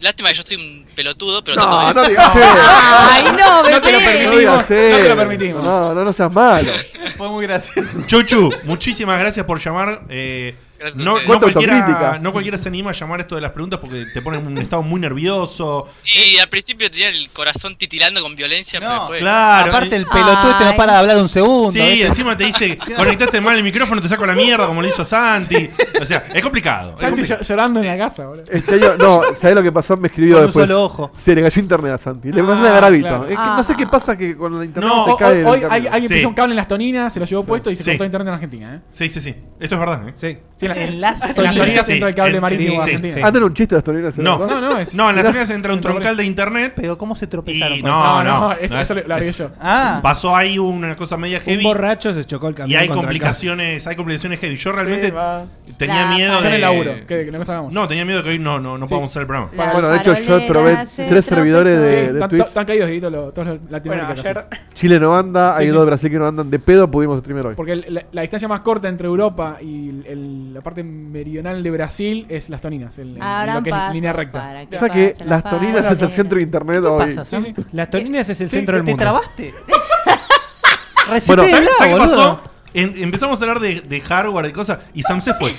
Speaker 19: Lástima que yo soy un pelotudo, pero.
Speaker 4: No,
Speaker 19: trato de-
Speaker 4: no digas eso. Ay,
Speaker 6: No
Speaker 4: no,
Speaker 6: te lo
Speaker 4: bebé.
Speaker 6: permitimos.
Speaker 4: No digas
Speaker 6: te
Speaker 4: eso.
Speaker 6: lo permitimos. No, no, no seas malo.
Speaker 3: Fue muy gracioso.
Speaker 7: Chuchu, muchísimas gracias por llamar. Eh,
Speaker 19: Gracias a
Speaker 7: no,
Speaker 19: ustedes.
Speaker 7: no,
Speaker 19: Cuánta
Speaker 7: cualquiera,
Speaker 19: autocrítica.
Speaker 7: no cualquiera se anima a llamar esto de las preguntas porque te pone en un estado muy nervioso.
Speaker 19: Y al principio tenía el corazón titilando con violencia, pero después.
Speaker 7: Claro.
Speaker 3: Aparte, el pelotudo este no para de hablar un segundo.
Speaker 7: Sí,
Speaker 3: ¿viste?
Speaker 7: encima te dice, conectaste mal el micrófono, te saco la mierda, como le hizo a Santi. O sea, es complicado. es
Speaker 4: Santi
Speaker 7: complicado.
Speaker 4: llo- llorando en la casa, boludo.
Speaker 6: Este año, no, ¿sabés lo que pasó? Me escribió
Speaker 4: Con un
Speaker 6: después.
Speaker 4: solo ojo.
Speaker 6: Se le cayó internet a Santi. Le
Speaker 4: Ah,
Speaker 6: mandó una gravita. ¿eh?
Speaker 4: claro.
Speaker 6: Es que No sé qué pasa que con la internet
Speaker 7: No,
Speaker 6: se
Speaker 4: Hoy,
Speaker 6: cae. el
Speaker 4: hoy
Speaker 6: camino.
Speaker 4: alguien, alguien
Speaker 7: Sí.
Speaker 4: puso un cable en las toninas, se lo llevó puesto y se
Speaker 7: Sí.
Speaker 4: cortó internet en Argentina, ¿eh?
Speaker 7: Sí, sí, sí. Esto es verdad, ¿eh?
Speaker 8: Sí.
Speaker 4: Sí, en, la-
Speaker 3: En las
Speaker 4: en
Speaker 3: toninas.
Speaker 4: las toninas
Speaker 7: Sí,
Speaker 4: entró el cable
Speaker 7: en-
Speaker 4: marítimo
Speaker 7: sí,
Speaker 4: a
Speaker 7: sí,
Speaker 4: Argentina.
Speaker 7: sí.
Speaker 6: Ah, no era un chiste de las torinas.
Speaker 7: No,
Speaker 6: ¿verdad?
Speaker 4: No, no, es-
Speaker 7: no, en las
Speaker 6: Mirá.
Speaker 7: toninas entra un troncal de internet.
Speaker 3: Pero ¿cómo se tropezaron
Speaker 7: Y
Speaker 3: con
Speaker 7: no,
Speaker 3: eso?
Speaker 7: no,
Speaker 4: pues, no, eso- eso lo- lo haría yo.
Speaker 3: Ah.
Speaker 7: Pasó ahí una cosa media
Speaker 8: Un
Speaker 7: heavy.
Speaker 8: borracho se chocó el
Speaker 7: Y
Speaker 8: camino.
Speaker 7: hay
Speaker 8: contra el
Speaker 7: complicaciones, hay complicaciones heavy. Yo realmente
Speaker 1: va.
Speaker 7: tenía
Speaker 4: La
Speaker 7: miedo
Speaker 4: Yo en
Speaker 7: de
Speaker 4: el laburo, que- que no nos hagamos.
Speaker 7: No, tenía miedo de que hoy no no no podamos hacer el programa.
Speaker 4: La
Speaker 6: bueno, de hecho, yo probé
Speaker 4: farolera se
Speaker 6: tres servidores
Speaker 4: Sí,
Speaker 6: de, de
Speaker 4: están, to-
Speaker 6: Twitch.
Speaker 4: están caídos, Dieguito, lo- todos los latinoamericanos.
Speaker 1: Bueno,
Speaker 4: sí.
Speaker 6: Chile no anda,
Speaker 4: Sí,
Speaker 6: hay
Speaker 4: sí.
Speaker 6: dos de Brasil que no andan. De pedo pudimos streamer hoy.
Speaker 4: Porque el- la, la distancia más corta entre Europa y el- el- la parte meridional de Brasil es las Toninas, el, el-
Speaker 8: Habrán
Speaker 4: lo que es
Speaker 8: paso
Speaker 4: línea recta.
Speaker 6: O sea que las toninas es el centro de internet hoy.
Speaker 3: pasa,
Speaker 4: Sí, sí.
Speaker 8: Las toninas es el
Speaker 3: Sí,
Speaker 8: centro del
Speaker 3: ¿Te
Speaker 8: mundo.
Speaker 3: trabaste?
Speaker 7: Bueno,
Speaker 3: Recité
Speaker 7: ¿sabes,
Speaker 3: la,
Speaker 7: sabes qué
Speaker 3: boludo.
Speaker 7: pasó? En- empezamos a hablar de, de hardware, de cosas, y Sam se fue.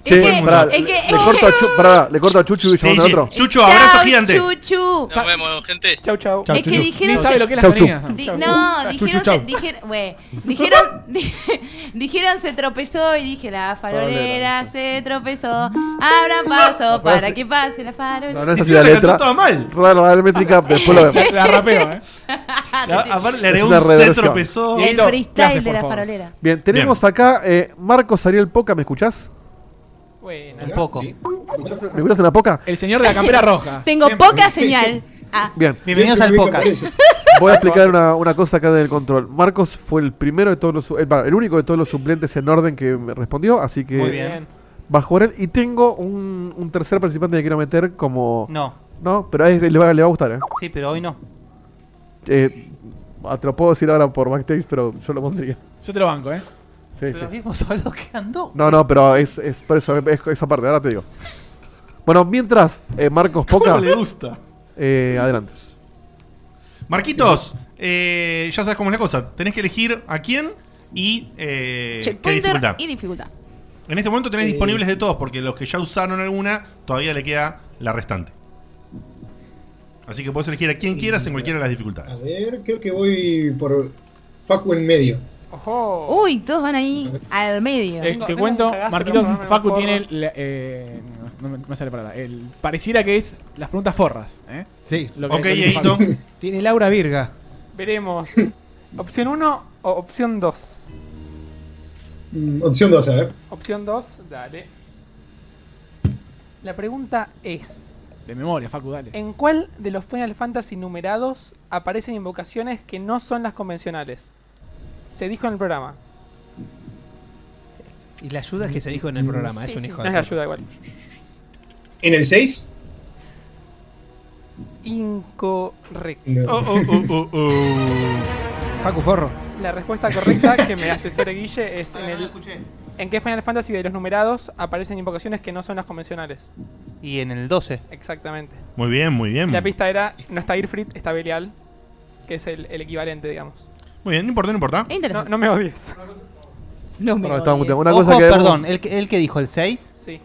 Speaker 6: Che,
Speaker 7: Todo el mundo.
Speaker 6: pará,
Speaker 2: es
Speaker 6: le,
Speaker 2: que-
Speaker 6: le
Speaker 2: es
Speaker 6: corto a Chu- pará, le corto a Chuchu y yo
Speaker 7: Sí,
Speaker 6: mando
Speaker 7: sí.
Speaker 6: otro.
Speaker 7: Chucho, abrazo gigante.
Speaker 2: Chuchu.
Speaker 19: Nos vemos, gente.
Speaker 1: Chau, chau.
Speaker 6: Chau,
Speaker 2: es que
Speaker 6: chuchu.
Speaker 2: dijeron.
Speaker 4: Ni sabe lo que es las
Speaker 6: Chau, chup.
Speaker 4: Toninas.
Speaker 2: Di-
Speaker 4: Chau.
Speaker 2: no,
Speaker 4: Chuchu,
Speaker 2: dijeron,
Speaker 4: chau.
Speaker 2: se, dijer- güey, dijeron, di- dijeron se tropezó y dije la farolera se tropezó, abran paso para
Speaker 6: frase-
Speaker 2: que pase la farolera.
Speaker 6: No, no es así
Speaker 7: Encima
Speaker 6: la
Speaker 7: la cantó
Speaker 6: letra.
Speaker 7: toda mal.
Speaker 6: Rara, la letra métrica, después lo vemos.
Speaker 4: La rapeo, ¿eh?
Speaker 7: La- a ver, le
Speaker 6: Es
Speaker 7: agregó
Speaker 6: una
Speaker 7: un C,
Speaker 6: reversión.
Speaker 7: tropezó.
Speaker 2: El freestyle de la farolera.
Speaker 6: Bien, tenemos acá eh, Marcos Ariel Poca, ¿me escuchás?
Speaker 1: Bueno,
Speaker 3: Un poco.
Speaker 6: ¿Me escuchás en la Poca?
Speaker 4: El señor de la campera roja.
Speaker 2: Tengo poca señal. Ah,
Speaker 6: Bien.
Speaker 3: Bienvenidos al Poca.
Speaker 6: Voy a explicar una, una cosa acá del control. Marcos eh, fue el primero de todos los su- el, va, el único de todos los suplentes en orden que me respondió, así que
Speaker 3: Muy bien.
Speaker 6: Vas a jugar él. Y tengo un, un tercer participante que quiero meter como.
Speaker 3: No.
Speaker 6: No, pero a este le va, le va a gustar, ¿eh?
Speaker 3: Sí, pero hoy no.
Speaker 6: Eh, ah, te lo puedo decir ahora por backstage, pero yo lo pondría.
Speaker 4: Yo te lo banco, ¿eh?
Speaker 6: Sí,
Speaker 3: Pero
Speaker 6: sí.
Speaker 3: vimos solo que andó.
Speaker 6: No, no, pero es, es por eso, es esa parte, ahora te digo. Bueno, mientras eh, Marcos
Speaker 7: ¿Cómo
Speaker 6: Poca.
Speaker 7: le gusta?
Speaker 6: Eh, adelante.
Speaker 7: Marquitos, eh, ya sabes cómo es la cosa. Tenés que elegir a quién y eh, qué
Speaker 2: Checkpointer
Speaker 7: dificultad.
Speaker 2: y dificultad.
Speaker 7: En este momento tenés
Speaker 2: Eh.
Speaker 7: disponibles de todos, porque los que ya usaron alguna, todavía le queda la restante. Así que puedes elegir a quien quieras en cualquiera de las dificultades.
Speaker 20: A ver, creo que voy por Facu en medio.
Speaker 2: Uy, todos van ahí al medio.
Speaker 4: Eh, te cuento, Marquitos, Facu tiene. la- eh, no, me- no me sale la palabra. El, pareciera que es las preguntas forras. ¿eh?
Speaker 8: Sí.
Speaker 4: Lo
Speaker 7: Ok,
Speaker 4: lo
Speaker 7: Dieguito.
Speaker 4: Facu.
Speaker 8: Tiene Laura Virga.
Speaker 1: Veremos. Opción 1 o opción 2.
Speaker 20: Mm, Opción 2, a ver.
Speaker 1: Opción 2, dale. La pregunta es:
Speaker 4: De memoria, Facu, dale.
Speaker 1: ¿En cuál de los Final Fantasy numerados aparecen invocaciones que no son las convencionales? Se dijo en el programa.
Speaker 8: Y la ayuda que se dijo en el programa,
Speaker 1: Sí,
Speaker 8: es un
Speaker 1: sí, Ah.
Speaker 8: hijo
Speaker 1: no
Speaker 8: de.
Speaker 1: es la ayuda igual.
Speaker 20: ¿En el 6?
Speaker 1: Incorrecto.
Speaker 20: Oh, oh,
Speaker 8: Facu Forro.
Speaker 1: La respuesta correcta que me asesore Guille es en el. ¿En qué Final Fantasy de los numerados aparecen invocaciones que no son las convencionales?
Speaker 3: Y en el 12.
Speaker 1: Exactamente.
Speaker 7: Muy bien, muy bien.
Speaker 1: La pista era, no está Irfrit, está Belial, que es el, el equivalente, digamos.
Speaker 7: Muy bien, no importa, no importa.
Speaker 1: No, no me odies.
Speaker 2: No
Speaker 1: me
Speaker 3: Ojo, perdón, el, que- el que dijo el 6.
Speaker 1: Sí.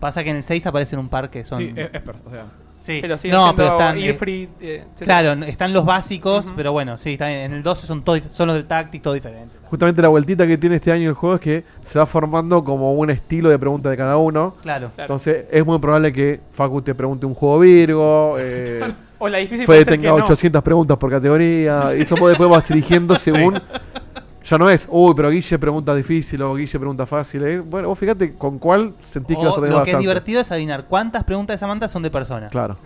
Speaker 3: Pasa que en el 6 aparece en un par que son.
Speaker 4: Sí, es- es per- o sea.
Speaker 3: Sí.
Speaker 1: Pero siguen
Speaker 3: no,
Speaker 1: siendo
Speaker 3: pero están. eh,
Speaker 1: Irfrit, eh, etcétera.
Speaker 3: claro, están los básicos, pero bueno, sí, está bien. en el 12 son, todos, son los del táctico, todo diferente.
Speaker 6: Justamente la vueltita que tiene este año el juego es que se va formando como un estilo de pregunta de cada uno.
Speaker 3: Claro. Claro.
Speaker 6: Entonces es muy probable que Facu te pregunte un juego Virgo. Eh,
Speaker 1: O la
Speaker 6: Fede
Speaker 1: difícil puede ser
Speaker 6: tenga
Speaker 1: que no.
Speaker 6: 800 preguntas por categoría. Y eso puede- después vas eligiendo según. Ya no es, uy, pero Guille pregunta difícil o Guille pregunta fácil. eh. Bueno, vos fíjate con cuál sentís que vas a
Speaker 3: O
Speaker 6: tener
Speaker 3: lo
Speaker 6: más
Speaker 3: que es
Speaker 6: chance.
Speaker 3: divertido es adivinar cuántas preguntas de Samantha son de persona.
Speaker 6: Claro.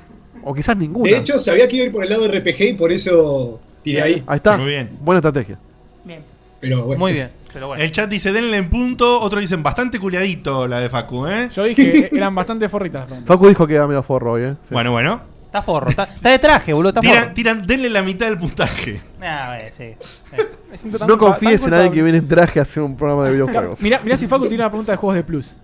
Speaker 6: O quizás ninguna.
Speaker 20: De hecho, sabía que iba a ir por el lado RPG y por eso tiré ahí.
Speaker 6: Ahí está.
Speaker 7: Muy bien.
Speaker 6: Buena estrategia.
Speaker 20: Pero bueno.
Speaker 3: Muy bien, pero bueno.
Speaker 7: El chat dice denle en punto, otros dicen bastante culiadito la de Facu, ¿eh?
Speaker 4: Yo dije, eh, eran bastante forritas. las preguntas.
Speaker 6: Facu dijo que era medio forro hoy, eh. Sí.
Speaker 7: Bueno, bueno.
Speaker 3: Está forro, está, está de traje, boludo, está
Speaker 7: Tiran,
Speaker 3: forro.
Speaker 7: tiran, denle la mitad del puntaje.
Speaker 3: Nah, eh, sí.
Speaker 1: Me siento tan
Speaker 6: No
Speaker 1: culpa-
Speaker 6: confíes
Speaker 1: tan
Speaker 6: en nadie
Speaker 1: culpable.
Speaker 6: que viene en traje a hacer un programa de videojuegos.
Speaker 4: Mirá, mirá si Facu tiene una pregunta de juegos de Plus.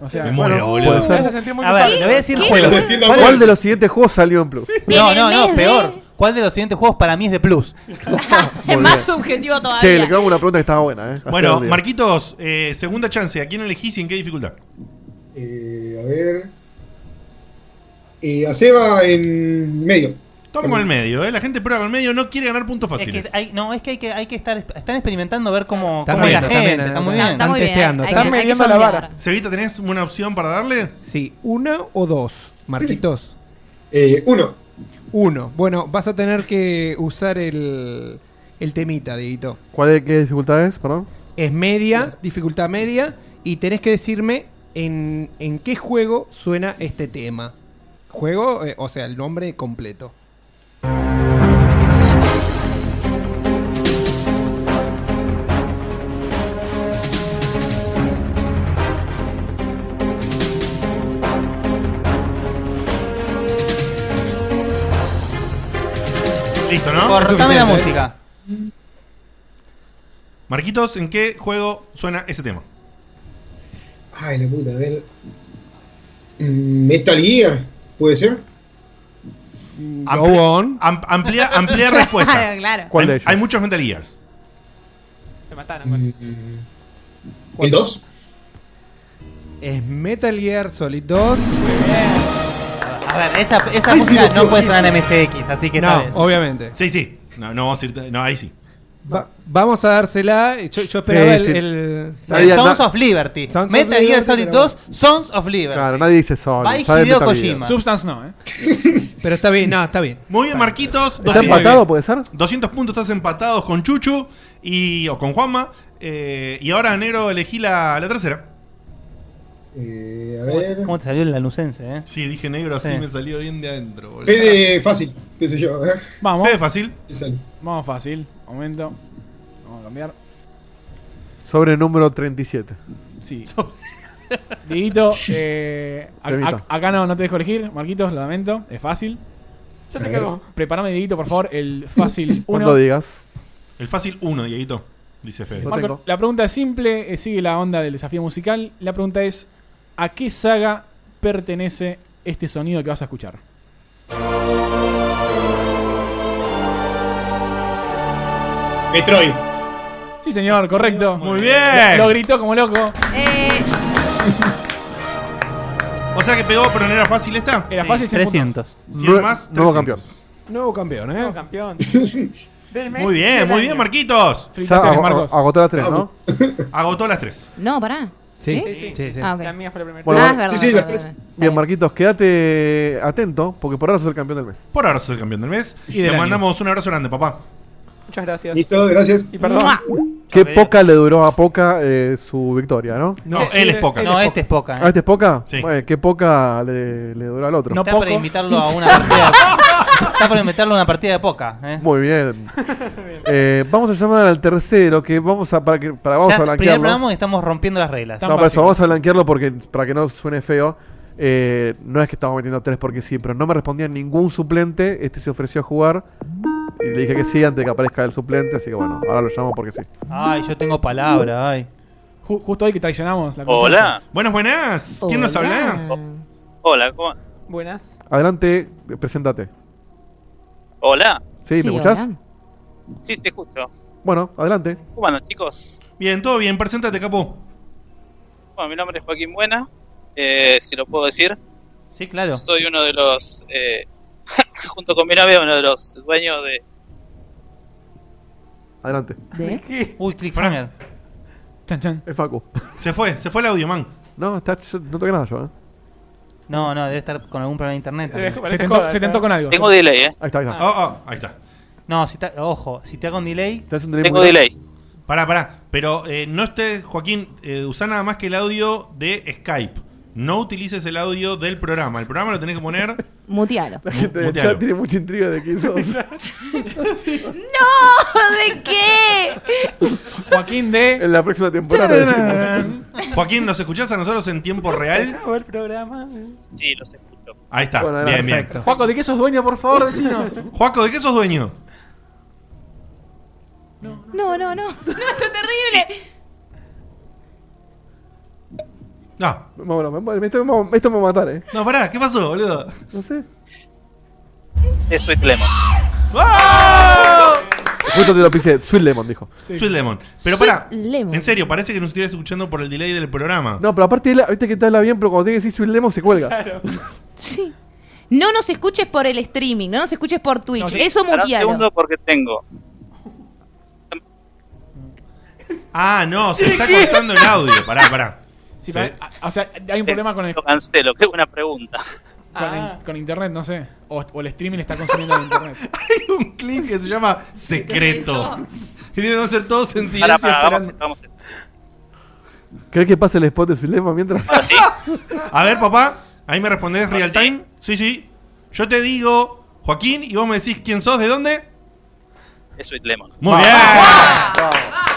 Speaker 4: O sea,
Speaker 6: Me muero, boludo.
Speaker 4: puede ser.
Speaker 6: Me hace
Speaker 3: sentir muy A ver, culpable. le voy a decir ¿Qué? juegos. ¿Qué?
Speaker 6: ¿Cuál, de los siguientes juegos salió en Plus?
Speaker 3: No, no, no, peor. ¿Cuál de los siguientes juegos para mí es de plus?
Speaker 2: Es más subjetivo
Speaker 6: Che,
Speaker 2: todavía.
Speaker 6: le quedamos una pregunta que estaba buena, eh.
Speaker 7: Bueno,
Speaker 6: Marquito
Speaker 7: Marquitos, eh, segunda chance. ¿A quién elegís y en qué dificultad?
Speaker 20: Eh, a ver. Eh, a Seba en medio.
Speaker 7: Toma con el medio, ¿eh? La gente prueba con el medio, no quiere ganar puntos
Speaker 3: Es que
Speaker 7: fáciles.
Speaker 3: hay- no, es que hay que, hay que estar. Están experimentando a ver cómo,
Speaker 7: Está
Speaker 3: cómo es la
Speaker 7: bien, está
Speaker 3: gente.
Speaker 7: bien,
Speaker 3: está muy
Speaker 7: está-
Speaker 3: bien.
Speaker 7: está muy bien, Testeando, hay que- están hay que midiendo la
Speaker 8: sondear. vara.
Speaker 7: Sevita, ¿tenés una opción para darle?
Speaker 8: Sí, una o dos, Marquitos.
Speaker 20: Eh, uno.
Speaker 8: Uno. Bueno, vas a tener que usar el, el temita, Dieguito.
Speaker 6: ¿Cuál es, qué dificultad es, perdón?
Speaker 8: Es media, dificultad media, y tenés que decirme en, en qué juego suena este tema. Juego, eh, o sea, el nombre completo.
Speaker 7: Listo, ¿no?
Speaker 3: Cortame la música.
Speaker 7: Marquitos, ¿en qué juego suena ese tema?
Speaker 20: Ay, la puta, a ver. Mm, Metal Gear, ¿puede ser?
Speaker 7: Mm, Amplia, am- amplía, amplía respuesta.
Speaker 20: Claro, claro.
Speaker 7: Hay-
Speaker 20: ¿Cuál
Speaker 7: hay,
Speaker 20: de ellos?
Speaker 7: muchos Metal Gears.
Speaker 1: Me mataron con eso.
Speaker 20: ¿El 2?
Speaker 8: Es Metal Gear Solid 2.
Speaker 3: A ver, esa, esa música no puede sonar en MSX, así que está
Speaker 8: No,
Speaker 3: bien.
Speaker 8: obviamente.
Speaker 7: Sí, sí. No, no vamos a ir. No, ahí sí.
Speaker 8: Va- vamos a dársela. Yo, yo esperaba
Speaker 6: Sí,
Speaker 8: el,
Speaker 6: sí.
Speaker 8: el-
Speaker 6: Nadie-
Speaker 3: Sons
Speaker 6: na-
Speaker 3: of Liberty.
Speaker 8: Eh, Sons of
Speaker 3: Metal Gear
Speaker 8: Liberty,
Speaker 3: Solid
Speaker 8: pero
Speaker 3: 2, Sons of Liberty.
Speaker 6: Claro, nadie dice Sony.
Speaker 3: By
Speaker 6: sabe
Speaker 3: Hideo
Speaker 6: Metal Gear.
Speaker 3: Kojima.
Speaker 4: Substance no, ¿eh?
Speaker 8: Pero está bien, no, está bien.
Speaker 7: Muy bien, Marquitos.
Speaker 6: ¿Está empatado, puede ser?
Speaker 7: 200 puntos estás empatados con Chuchu y, o con Juanma. eh, y ahora, Negro, elegí la, la tercera.
Speaker 20: Eh, a
Speaker 3: ¿Cómo-
Speaker 20: ver.
Speaker 3: ¿Cómo te salió el lanucense, eh?
Speaker 7: Sí, dije negro, así
Speaker 3: Sí.
Speaker 7: me salió bien de adentro. boludo.
Speaker 20: Fede Eh, fácil, qué sé yo, a ver.
Speaker 4: Vamos.
Speaker 7: Fede fácil.
Speaker 20: ¿qué sale?
Speaker 4: Vamos fácil. Momento. Vamos a cambiar.
Speaker 6: Sobre número 37.
Speaker 4: Sí. Dieguito, eh, a-
Speaker 6: Remito.
Speaker 4: a- acá no, no te dejo elegir. Marquitos, lo lamento. Es fácil.
Speaker 1: Ya te cago.
Speaker 4: Prepárame, Dieguito, por favor, el fácil 1.
Speaker 6: Cuando digas.
Speaker 7: El fácil 1, Dieguito, dice Fede.
Speaker 4: Marco, la pregunta es simple, eh, sigue la onda del desafío musical. La pregunta es, ¿a qué saga pertenece este sonido que vas a escuchar?
Speaker 20: Metroid.
Speaker 4: Sí, señor, correcto.
Speaker 7: Muy bien.
Speaker 4: Lo, lo gritó como loco.
Speaker 2: Eh,
Speaker 7: O sea que pegó, pero no era fácil esta.
Speaker 4: Era fácil,
Speaker 3: 300.
Speaker 7: Cien más,
Speaker 6: Nuevo
Speaker 7: 300.
Speaker 6: campeón.
Speaker 8: Nuevo campeón, ¿eh? Nuevo
Speaker 1: campeón.
Speaker 7: Muy bien, muy bien, Marquitos.
Speaker 6: Felicitaciones, Ya, ago- Marcos. agotó las tres, ¿no?
Speaker 7: Agotó las tres.
Speaker 2: No, pará.
Speaker 6: Sí,
Speaker 7: sí, sí, sí.
Speaker 2: Ah, ok.
Speaker 1: La mía fue la primera.
Speaker 6: Bueno,
Speaker 2: Ah,
Speaker 6: bueno.
Speaker 2: es verdad,
Speaker 6: Sí, sí,
Speaker 2: verdad,
Speaker 6: las tres.
Speaker 2: verdad.
Speaker 6: Bien, Marquitos, quédate atento, porque por ahora sos el campeón del mes.
Speaker 7: Por ahora soy campeón del mes.
Speaker 6: Y
Speaker 7: Y
Speaker 6: del
Speaker 7: le
Speaker 6: año.
Speaker 7: mandamos un abrazo grande, papá.
Speaker 1: Muchas gracias.
Speaker 20: Listo, gracias.
Speaker 1: Y perdón.
Speaker 6: Qué poca le duró a poca eh, su victoria, ¿no?
Speaker 3: No, Sí, él es Poca. no, este es Poca, ¿eh?
Speaker 6: ¿Ah, este es poca?
Speaker 3: Sí.
Speaker 6: Bueno, qué poca le, le duró al otro.
Speaker 3: está para invitarlo a una partida. está para invitarlo a una partida de poca. ¿eh?
Speaker 6: Muy bien. Eh, vamos a llamar al tercero, que vamos a para que para vamos
Speaker 3: Ya,
Speaker 6: a
Speaker 3: primer
Speaker 6: blanquearlo.
Speaker 3: programa y estamos rompiendo las reglas.
Speaker 6: No, por eso, vamos a blanquearlo porque para que no suene feo. eh, no es que estamos metiendo tres porque sí, pero no me respondía ningún suplente. Este se ofreció a jugar y le dije que sí antes de que aparezca el suplente, así que bueno, ahora lo llamo porque sí.
Speaker 3: Ay, yo tengo palabra, ay.
Speaker 4: Ju- justo hoy que traicionamos la
Speaker 19: Hola.
Speaker 4: confianza.
Speaker 7: Buenas, buenas.
Speaker 19: ¿Quién nos habla? Hola, ¿cómo?
Speaker 1: Buenas.
Speaker 6: Adelante, eh, preséntate.
Speaker 19: Hola.
Speaker 6: Sí, ¿me escuchás?
Speaker 19: Sí, te escucho.
Speaker 6: Bueno, adelante.
Speaker 19: ¿Cómo andan, chicos?
Speaker 7: Bien, todo bien. Preséntate, capo.
Speaker 19: Bueno, mi nombre es Joaquín Buena, eh, si lo puedo decir.
Speaker 3: Sí, claro.
Speaker 19: Soy uno de los, eh, junto con mi novia, uno de los dueños de...
Speaker 6: Adelante.
Speaker 3: Uy, cliffhanger.
Speaker 4: Chan, chan.
Speaker 6: Es Facu.
Speaker 7: Se fue, se fue el audio, man.
Speaker 6: No, está, yo no toqué nada yo, ¿eh?
Speaker 3: No, no, debe estar con algún problema de internet.
Speaker 7: Eh, se parece tentó- joda, se tentó ¿eh? con algo.
Speaker 6: Tengo delay, ¿eh? Ahí está, ahí está.
Speaker 7: Ah, ah, ahí está.
Speaker 3: No, si está, ojo, si está con delay.
Speaker 7: Pará, pará. Pero eh, no estés, Joaquín, eh, usá nada más que el audio de Skype. No utilices el audio del programa. El programa lo tenés que poner.
Speaker 2: Mutealo.
Speaker 6: La gente del
Speaker 7: Mutealo.
Speaker 6: chat tiene mucha intriga de quién sos.
Speaker 2: ¡No! ¿De qué?
Speaker 4: Joaquín de.
Speaker 6: En la próxima temporada. decimos.
Speaker 7: Joaquín, ¿nos escuchás a nosotros en tiempo real?
Speaker 1: el programa.
Speaker 19: Sí, los escucho.
Speaker 7: Ahí está.
Speaker 6: Bueno,
Speaker 7: bien,
Speaker 6: perfecto.
Speaker 7: bien.
Speaker 4: Juaco, ¿de qué sos dueño, por favor? Decinos.
Speaker 7: Juaco, ¿de qué sos dueño?
Speaker 2: No, no, no. No, esto es terrible.
Speaker 7: No.
Speaker 6: Bueno, me- me- esto, me- esto me va a matar, ¿eh?
Speaker 7: No, pará, ¿qué pasó, boludo?
Speaker 6: No sé.
Speaker 19: Es Sweet Lemon.
Speaker 6: Justo te lo pisé. Sweet Lemon, dijo.
Speaker 7: Sweet Lemon. Pero
Speaker 6: Sweet
Speaker 7: pará. En serio, parece que nos estuvieras escuchando por el delay del programa.
Speaker 6: No, pero aparte, él, viste que te habla bien, pero cuando tiene que decir Sweet Lemon se cuelga.
Speaker 2: Sí. No nos escuches por el streaming, no nos escuches por Twitch.
Speaker 19: Sí,
Speaker 2: Eso
Speaker 19: pará un
Speaker 2: mutealo.
Speaker 19: segundo porque tengo.
Speaker 7: Ah, no, se está cortando el audio. Pará, pará.
Speaker 4: Sí, pará, a- O sea, hay un problema con el.
Speaker 19: Lo cancelo, qué buena pregunta. Ah.
Speaker 4: Con, el- con internet, no sé. O, o el streaming está consumiendo el internet.
Speaker 7: Hay un clip que se llama Secreto. Y debemos ser todos en silencio
Speaker 19: Pará, pará, vamos,
Speaker 7: esperando.
Speaker 19: vamos.
Speaker 6: ¿Crees que pase el spot de Sweet Lemon mientras?
Speaker 7: A ver, papá, ahí me respondés real time. Sí, sí. Yo te digo, Joaquín, y vos me decís quién sos, de dónde.
Speaker 19: Es Sweet Lemon.
Speaker 7: Muy bien.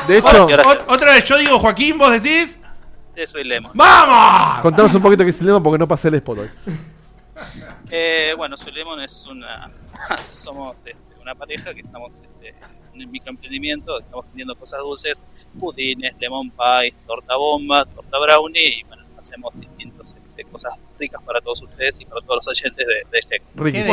Speaker 6: De hecho,
Speaker 7: Ot- ot- otra vez, yo digo Joaquín, vos decís.
Speaker 19: Es Sweet Lemon.
Speaker 7: ¡Vamos!
Speaker 6: contanos un poquito que es Sweet Lemon porque no pasé el spot hoy.
Speaker 19: Eh, bueno, Sulemon es una. somos este, una pareja que estamos este, en el microemprendimiento, estamos vendiendo cosas dulces, pudines, lemon pie, torta bomba, torta brownie, y bueno, hacemos distintas cosas ricas para todos ustedes y para todos los oyentes de, este de Check.
Speaker 7: Muy bien,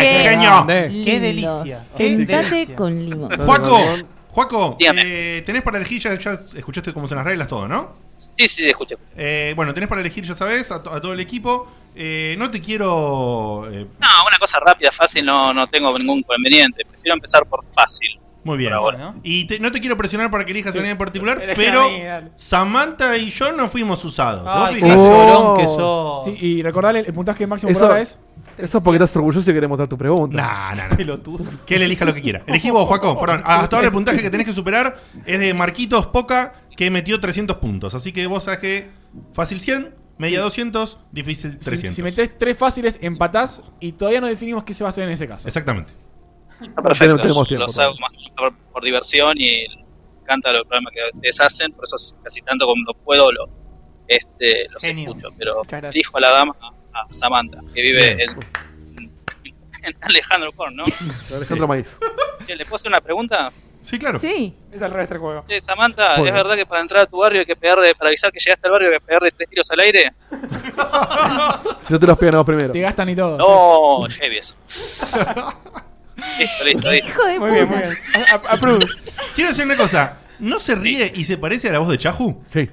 Speaker 7: qué genio.
Speaker 3: Qué delicia. Qué
Speaker 2: Tentate
Speaker 3: delicia.
Speaker 2: con limón.
Speaker 7: Juaco, Juaco, eh, tenés para elegir, ya, ya escuchaste cómo son las reglas, todo, ¿no?
Speaker 19: Sí, sí, escuché.
Speaker 7: Eh, bueno, tenés para elegir, ya sabés, a, to- a todo el equipo. Eh, no te quiero. eh,
Speaker 19: No, una cosa rápida, fácil, no, no tengo ningún inconveniente. Prefiero empezar por fácil.
Speaker 7: muy bien.
Speaker 19: Por ahora.
Speaker 7: Y te- no te quiero presionar para que elijas a alguien en particular,
Speaker 4: Elegí a
Speaker 7: pero
Speaker 4: mí, dale.
Speaker 7: Samantha y yo no fuimos usados. ¿Vos
Speaker 3: Ay,
Speaker 7: fijás?
Speaker 4: Oh. Sí, y recordale el puntaje máximo por
Speaker 6: Eso,
Speaker 4: ahora es.
Speaker 6: eso es porque estás orgulloso y querés mostrar tu pregunta.
Speaker 7: Nah, nah, nah. Que él elija lo que quiera. Elegí vos, Juaco. Perdón. Ah, Hasta ahora el puntaje que tenés que superar es de Marquitos Poca, que metió 300 puntos. Así que vos sabés que fácil 100, media 200, difícil
Speaker 4: Si,
Speaker 7: 300.
Speaker 4: si metés tres fáciles, empatás y todavía no definimos qué se va a hacer en ese caso.
Speaker 7: Exactamente.
Speaker 19: Perfecto.
Speaker 6: No tenemos tiempo
Speaker 19: Los
Speaker 6: todavía.
Speaker 19: hago más que por, por diversión y me encanta los programas que ustedes hacen, por eso es casi tanto como lo puedo lo este, los escucho. Pero dijo la dama a a Samantha, que vive en, en Alejandro Corn, ¿no?
Speaker 6: Alejandro Maíz.
Speaker 19: Che, ¿Le puedo hacer una pregunta?
Speaker 7: Sí, claro.
Speaker 2: Sí.
Speaker 1: Es al revés el juego.
Speaker 19: Che, Samantha,
Speaker 1: Bueno.
Speaker 19: ¿es verdad que para entrar a tu barrio hay que pegarle, para avisar que llegaste al barrio hay que pegarle tres tiros al aire?
Speaker 6: Si no te los pegan a vos primero.
Speaker 4: Te gastan y todo.
Speaker 6: Oh,
Speaker 19: No, heavy eso. listo, listo, listo.
Speaker 2: Hijo de
Speaker 7: Muy bien, muy bien. A- a- approve. Quiero decir una cosa. ¿No se ríe y se parece a la voz de Chahu?
Speaker 6: Sí.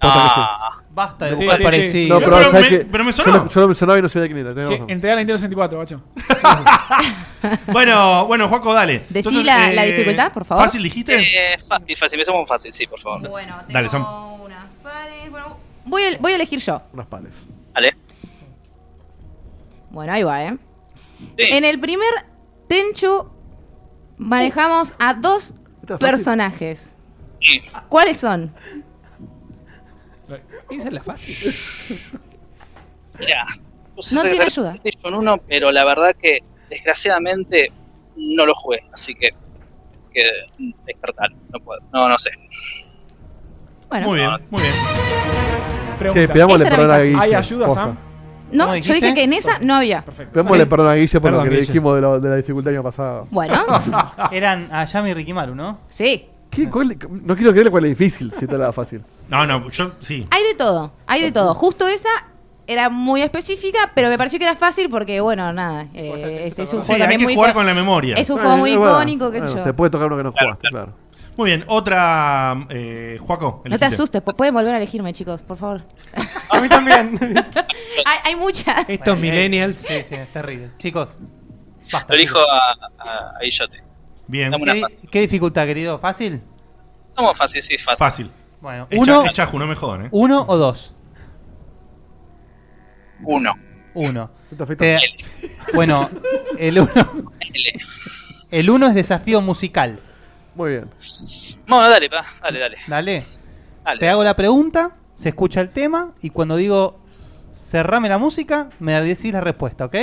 Speaker 3: Basta
Speaker 7: Ah. de
Speaker 6: Sí,
Speaker 7: buscar
Speaker 6: sí, sí.
Speaker 7: parecido.
Speaker 6: No, pero,
Speaker 7: Pero
Speaker 6: ¿sabes
Speaker 7: me-
Speaker 6: qué?
Speaker 7: pero me
Speaker 6: Yo
Speaker 7: sonó.
Speaker 6: no- Yo no me sonaba y no sabía quién era. tenés
Speaker 4: Che,
Speaker 6: razón.
Speaker 4: Entregá la Nintendo 64, bacho.
Speaker 7: Bueno, bueno, Juaco, dale. eh,
Speaker 2: Decí la- la dificultad, por favor.
Speaker 7: ¿Fácil dijiste?
Speaker 19: Eh, fácil, fácil, empecemos con fácil, sí, por favor.
Speaker 2: Bueno,
Speaker 7: Dale, Sam.
Speaker 2: Voy a, voy a elegir yo.
Speaker 6: Unas pales.
Speaker 19: Vale.
Speaker 2: Bueno, ahí va, ¿eh? En el primer Tenchu manejamos a dos personajes. ¿Cuáles son?
Speaker 8: Esa es la fácil.
Speaker 19: Mira, pues
Speaker 2: No
Speaker 19: sé que
Speaker 2: tiene
Speaker 19: salió
Speaker 2: ayuda.
Speaker 19: PlayStation 1, pero la verdad que desgraciadamente no lo jugué, así que que descartar, no puedo, no, no sé.
Speaker 2: Bueno.
Speaker 7: Muy bien, muy bien.
Speaker 6: Che, pedámosle
Speaker 2: Esa era
Speaker 6: perdón
Speaker 2: mi
Speaker 6: a
Speaker 2: fase.
Speaker 6: Guille.
Speaker 2: ¿Hay ayuda,
Speaker 6: porfa.
Speaker 2: Sam? No, yo dije que en esa no había.
Speaker 6: Pedámosle perdón a Guille por
Speaker 3: Perdón,
Speaker 6: lo que le
Speaker 3: Guille.
Speaker 6: dijimos de, lo- de la dificultad del año pasado.
Speaker 2: Bueno.
Speaker 3: Eran Ayami y Rikimaru, ¿no?
Speaker 2: Sí.
Speaker 6: ¿Qué? ¿Cuál- no quiero creerle cuál es difícil, si te la fácil.
Speaker 7: No, no, yo sí.
Speaker 2: Hay de todo, hay de todo. Justo esa era muy específica, pero me pareció que era fácil porque, bueno, nada. eh, este es un
Speaker 7: Sí,
Speaker 2: juego
Speaker 7: hay
Speaker 2: también
Speaker 7: que
Speaker 2: muy
Speaker 7: jugar
Speaker 2: ico-
Speaker 7: con la memoria.
Speaker 2: Es un
Speaker 7: Eh,
Speaker 2: juego muy
Speaker 7: es verdad.
Speaker 2: icónico, qué sé
Speaker 6: Bueno,
Speaker 2: yo.
Speaker 6: te puede tocar uno que no jugaste, claro.
Speaker 7: Muy bien, otra. Eh, Juaco.
Speaker 2: No te
Speaker 7: elegiste.
Speaker 2: asustes, po- pueden volver a elegirme, chicos, por favor.
Speaker 1: A mí también.
Speaker 2: hay, hay muchas.
Speaker 3: Estos millennials. Sí, sí, es terrible. Chicos, basta.
Speaker 19: Lo dijo a, a, a Ishote.
Speaker 7: Bien. Eh,
Speaker 19: Dame una
Speaker 3: ¿Qué,
Speaker 19: fácil.
Speaker 3: qué dificultad, querido? ¿Fácil?
Speaker 19: Somos fácil, sí, fácil.
Speaker 7: Fácil.
Speaker 3: Bueno,
Speaker 7: Es
Speaker 3: uno,
Speaker 7: Chaju- es Chaju, no me jodan, ¿eh?
Speaker 3: uno o dos.
Speaker 19: Uno.
Speaker 3: Uno.
Speaker 6: te afectó.
Speaker 3: Te- bueno, el uno.
Speaker 19: L.
Speaker 3: El uno es desafío musical.
Speaker 6: Muy bien.
Speaker 19: Bueno, dale, pa, dale, dale.
Speaker 3: Dale.
Speaker 19: Dale.
Speaker 3: Te hago la pregunta, se escucha el tema y cuando digo cerrame la música, me decís la respuesta, ¿ok?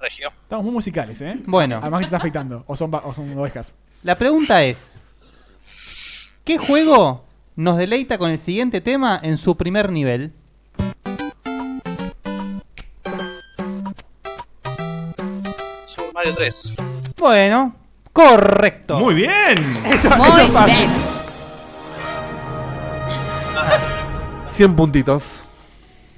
Speaker 19: Regio.
Speaker 4: Estamos muy musicales, ¿eh?
Speaker 3: Bueno.
Speaker 4: Además que se está afectando. O son, va- o son ovejas.
Speaker 3: La pregunta es, ¿qué juego nos deleita con el siguiente tema en su primer nivel?
Speaker 19: Super Mario 3.
Speaker 3: Bueno, correcto.
Speaker 7: Muy bien.
Speaker 2: Muy bien.
Speaker 6: 100 puntitos.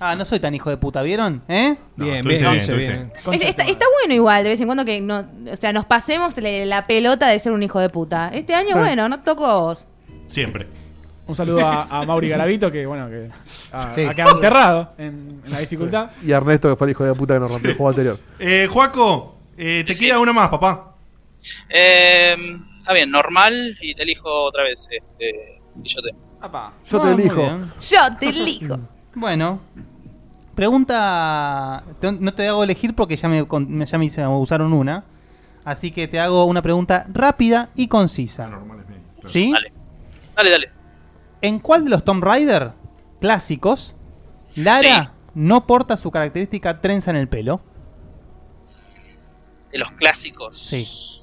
Speaker 3: Ah, no soy tan hijo de puta, ¿vieron? ¿Eh?
Speaker 6: Bien, bien, bien, bien.
Speaker 2: Es- está, está bueno igual, de vez en cuando que no, o sea, nos pasemos le- la pelota de ser un hijo de puta. Este año,
Speaker 4: Sí.
Speaker 2: bueno, no toco a vos.
Speaker 7: Siempre.
Speaker 4: Un saludo a, a Mauri Garavito, que bueno, que ha,
Speaker 6: Sí.
Speaker 4: ha quedado enterrado en, en la dificultad.
Speaker 6: Y a Ernesto, que fue el hijo de puta que nos rompió el juego anterior.
Speaker 7: Eh, Juaco, eh, te queda una más, papá.
Speaker 19: Eh, está bien, normal y te elijo otra vez, este, Guillote.
Speaker 3: Yo te elijo.
Speaker 2: Yo te elijo.
Speaker 3: Bueno. Pregunta. te- No te hago elegir porque ya me, con- me- ya me hice- usaron una. Así que te hago una pregunta rápida y concisa. ¿Sí?
Speaker 19: Dale, dale.
Speaker 3: ¿En cuál de los Tomb Raider clásicos Lara no porta su característica trenza en el pelo?
Speaker 19: De los clásicos.
Speaker 3: Sí.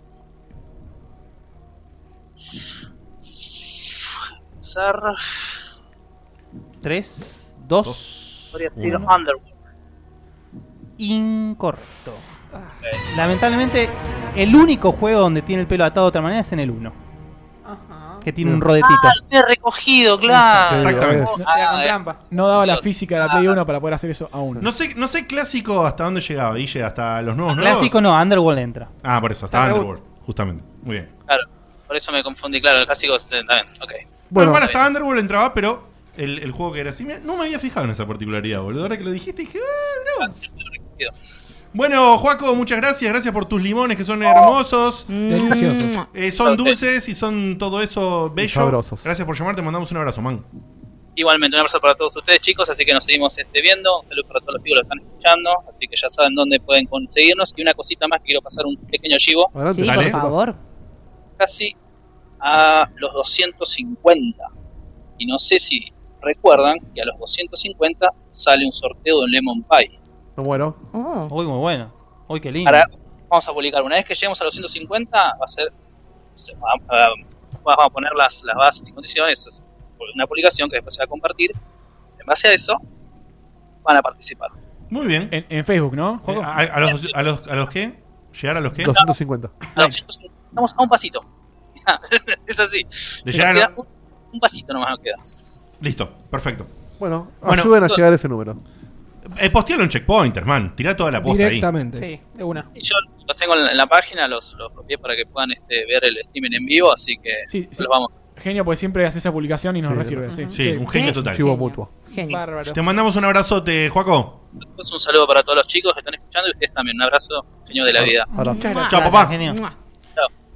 Speaker 19: Ser,
Speaker 3: 3, 2.
Speaker 19: podría ser Underworld.
Speaker 3: Incorrecto. Lamentablemente, el único juego donde tiene el pelo atado de otra manera es en el 1. Que tiene
Speaker 1: Mm.
Speaker 3: un rodetito.
Speaker 19: Ah, lo he recogido, claro.
Speaker 7: Mm. Exactamente.
Speaker 19: Ah, eh.
Speaker 4: No daba la física de la Play 1 para poder hacer eso aún.
Speaker 7: No sé, no sé clásico hasta dónde llegaba, Guille, hasta los nuevos nuevos.
Speaker 3: Ah, Clásico no, Underworld entra.
Speaker 7: Ah, por eso, hasta
Speaker 3: Hasta
Speaker 7: Underworld, justamente. Muy bien.
Speaker 19: Claro, por eso me confundí, claro, el clásico este, está bien, ok.
Speaker 7: Bueno, igual hasta Underworld entraba, pero el, el juego que era así. Mira, no me había fijado en esa particularidad, boludo. Ahora que lo dijiste, dije, ah, mirá vos. Bueno, Juaco, muchas gracias. Gracias por tus limones que son hermosos.
Speaker 8: Deliciosos.
Speaker 7: Eh, son dulces y son todo eso bello.
Speaker 6: sabrosos.
Speaker 7: Gracias por llamar, te mandamos un abrazo, man.
Speaker 19: Igualmente, un abrazo para todos ustedes, chicos. Así que nos seguimos este, viendo. Un saludo para todos los chicos que lo están escuchando. Así que ya saben dónde pueden conseguirnos. Y una cosita más, quiero pasar un pequeño chivo.
Speaker 2: Sí, por favor.
Speaker 19: Casi a los 250. Y no sé si recuerdan que a los 250 sale un sorteo de un Lemon Pie.
Speaker 6: No, bueno.
Speaker 3: Uy, muy bueno. Uy, qué lindo.
Speaker 19: Ahora vamos a publicar. Una vez que lleguemos a los 150, va a ser. se- va- va- Vamos a poner las, las bases y condiciones. Una publicación que después se va a compartir. en base a eso, van a participar.
Speaker 7: Muy bien.
Speaker 4: En, en Facebook, ¿no?
Speaker 7: Eh, a, a los, a, los, ¿A los qué? ¿Llegar a los qué?
Speaker 6: 250.
Speaker 19: No, chicos, Estamos a un pasito. es así.
Speaker 7: De
Speaker 19: Nos
Speaker 7: llegar a
Speaker 19: queda un, un pasito nomás nos queda.
Speaker 7: Listo, perfecto.
Speaker 6: Bueno,
Speaker 7: Bueno,
Speaker 6: ayuden a
Speaker 7: todo-
Speaker 6: llegar a ese número.
Speaker 7: Eh, postealo en checkpointers, man. Tirá toda la posta ahí.
Speaker 1: Sí, de una.
Speaker 19: Y yo los tengo en la, en la página, los, los copié para que puedan este, ver el streaming en vivo, así que
Speaker 4: Sí, sí.
Speaker 19: los vamos.
Speaker 4: Genio, porque siempre hace esa publicación y nos
Speaker 7: Sí,
Speaker 4: recibe.
Speaker 7: ujú.
Speaker 4: Sí.
Speaker 7: Sí, un genio total.
Speaker 6: Chivo mutuo.
Speaker 2: Genio.
Speaker 19: Bárbaro.
Speaker 7: Te mandamos un abrazote, Joaco.
Speaker 19: Después un saludo para todos los chicos que están escuchando y ustedes también. Un abrazo, genio de la vida.
Speaker 7: Chao, papá.
Speaker 19: Chao.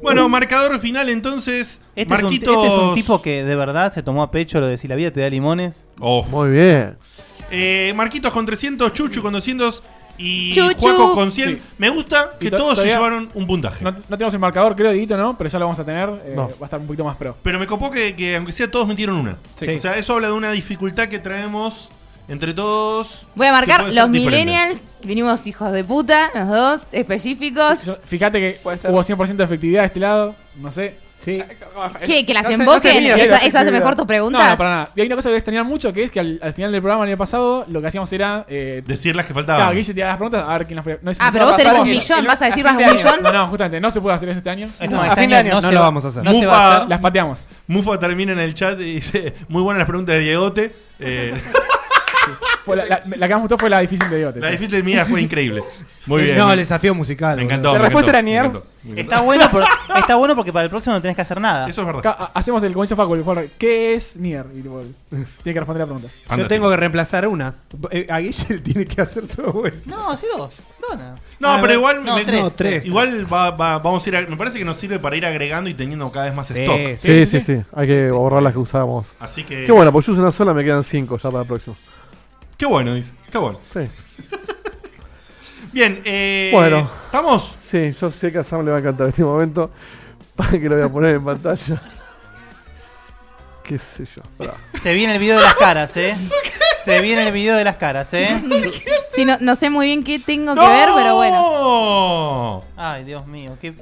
Speaker 7: Bueno, marcador final entonces.
Speaker 3: Este,
Speaker 7: Marquitos.
Speaker 3: es un, este es un tipo que de verdad se tomó a pecho lo de si la vida te da limones.
Speaker 6: Muy bien.
Speaker 7: Eh, Marquitos con 300, Chuchu con 200 y
Speaker 4: Chuchu.
Speaker 7: Juaco con 100.
Speaker 4: Sí.
Speaker 7: Me gusta que
Speaker 4: Y to-
Speaker 7: todos se
Speaker 4: todavía-
Speaker 7: llevaron un puntaje.
Speaker 4: No, no tenemos el marcador, creo, Dieguito, ¿no? Pero ya lo vamos a tener. eh,
Speaker 7: No.
Speaker 4: Va a estar un poquito más pro.
Speaker 7: Pero me copó que, que aunque sea todos metieron una.
Speaker 4: Sí.
Speaker 7: O sea, eso habla de una dificultad que traemos entre todos.
Speaker 2: Voy a
Speaker 7: que
Speaker 2: marcar
Speaker 7: puede
Speaker 2: los
Speaker 7: ser diferente.
Speaker 2: millennials. Vinimos hijos de puta, los dos, específicos.
Speaker 4: Yo- Fíjate que hubo 100% de efectividad de este lado. No sé. Sí.
Speaker 2: ¿Qué? ¿Que las emboquen? ¿Eso- eso hace mejor tus preguntas?
Speaker 4: No, no, para nada. Y hay una cosa que extrañar mucho, que es que al, al final del programa el año pasado lo que hacíamos era... Eh,
Speaker 7: Decir las que faltaban.
Speaker 4: Claro, Guille tiraba las preguntas, a ver quién las... pre- No,
Speaker 2: Ah, pero
Speaker 4: no se
Speaker 2: vos
Speaker 4: va
Speaker 2: tenés
Speaker 4: pasar
Speaker 2: un
Speaker 4: porque-
Speaker 2: millón, ¿vas a decir vas
Speaker 4: a fin
Speaker 2: un
Speaker 4: de año-
Speaker 2: millón?
Speaker 4: No, no, justamente, no se puede hacer eso este año.
Speaker 3: No, este año no se lo vamos a hacer. no se va a hacer.
Speaker 4: Las pateamos.
Speaker 7: Mufa termina en el chat y dice: Muy buenas las preguntas de Diegote. Eh,
Speaker 4: Fue la, la- la que más gustó fue la difícil de Diote.
Speaker 7: la difícil mía fue increíble. Muy bien.
Speaker 8: No, el desafío musical.
Speaker 7: Me
Speaker 8: boludo.
Speaker 7: encantó. me encantó, me encantó, me encantó.
Speaker 3: Está bueno, por- está bueno porque para el próximo no tenés que hacer nada.
Speaker 7: Eso es verdad.
Speaker 4: Hacemos el comienzo Facu, el jugador, ¿Qué es Nier? Y tipo, tiene que responder la pregunta.
Speaker 8: Yo tengo que reemplazar una. Eh, A Guille tiene que hacer todo bueno.
Speaker 3: No, sí, dos. Dos, nada.
Speaker 7: No,
Speaker 3: Ah,
Speaker 7: pero
Speaker 3: no,
Speaker 7: igual
Speaker 3: no,
Speaker 7: me-
Speaker 3: tres, tres.
Speaker 7: igual va- va- vamos a ir a- me parece que nos sirve para ir agregando y teniendo cada vez más
Speaker 3: Sí,
Speaker 7: stock.
Speaker 6: Sí, sí, sí. Hay que borrar las que usábamos.
Speaker 7: Así que-
Speaker 6: Qué bueno, pues yo uso una sola, me quedan cinco ya para el próximo.
Speaker 7: Qué bueno, dice. Qué bueno.
Speaker 6: Sí.
Speaker 7: Bien, eh,
Speaker 6: bueno.
Speaker 7: ¿Estamos?
Speaker 6: Sí, yo sé que a Sam le va a encantar este momento. Para que lo voy a poner en pantalla. Qué sé yo. pará.
Speaker 3: Se viene el video de las caras, ¿eh? Se viene el video de las caras, ¿eh?
Speaker 2: Sí, no, no sé muy bien qué tengo que ver, pero bueno.
Speaker 7: bueno.
Speaker 3: Ay, Dios mío, qué,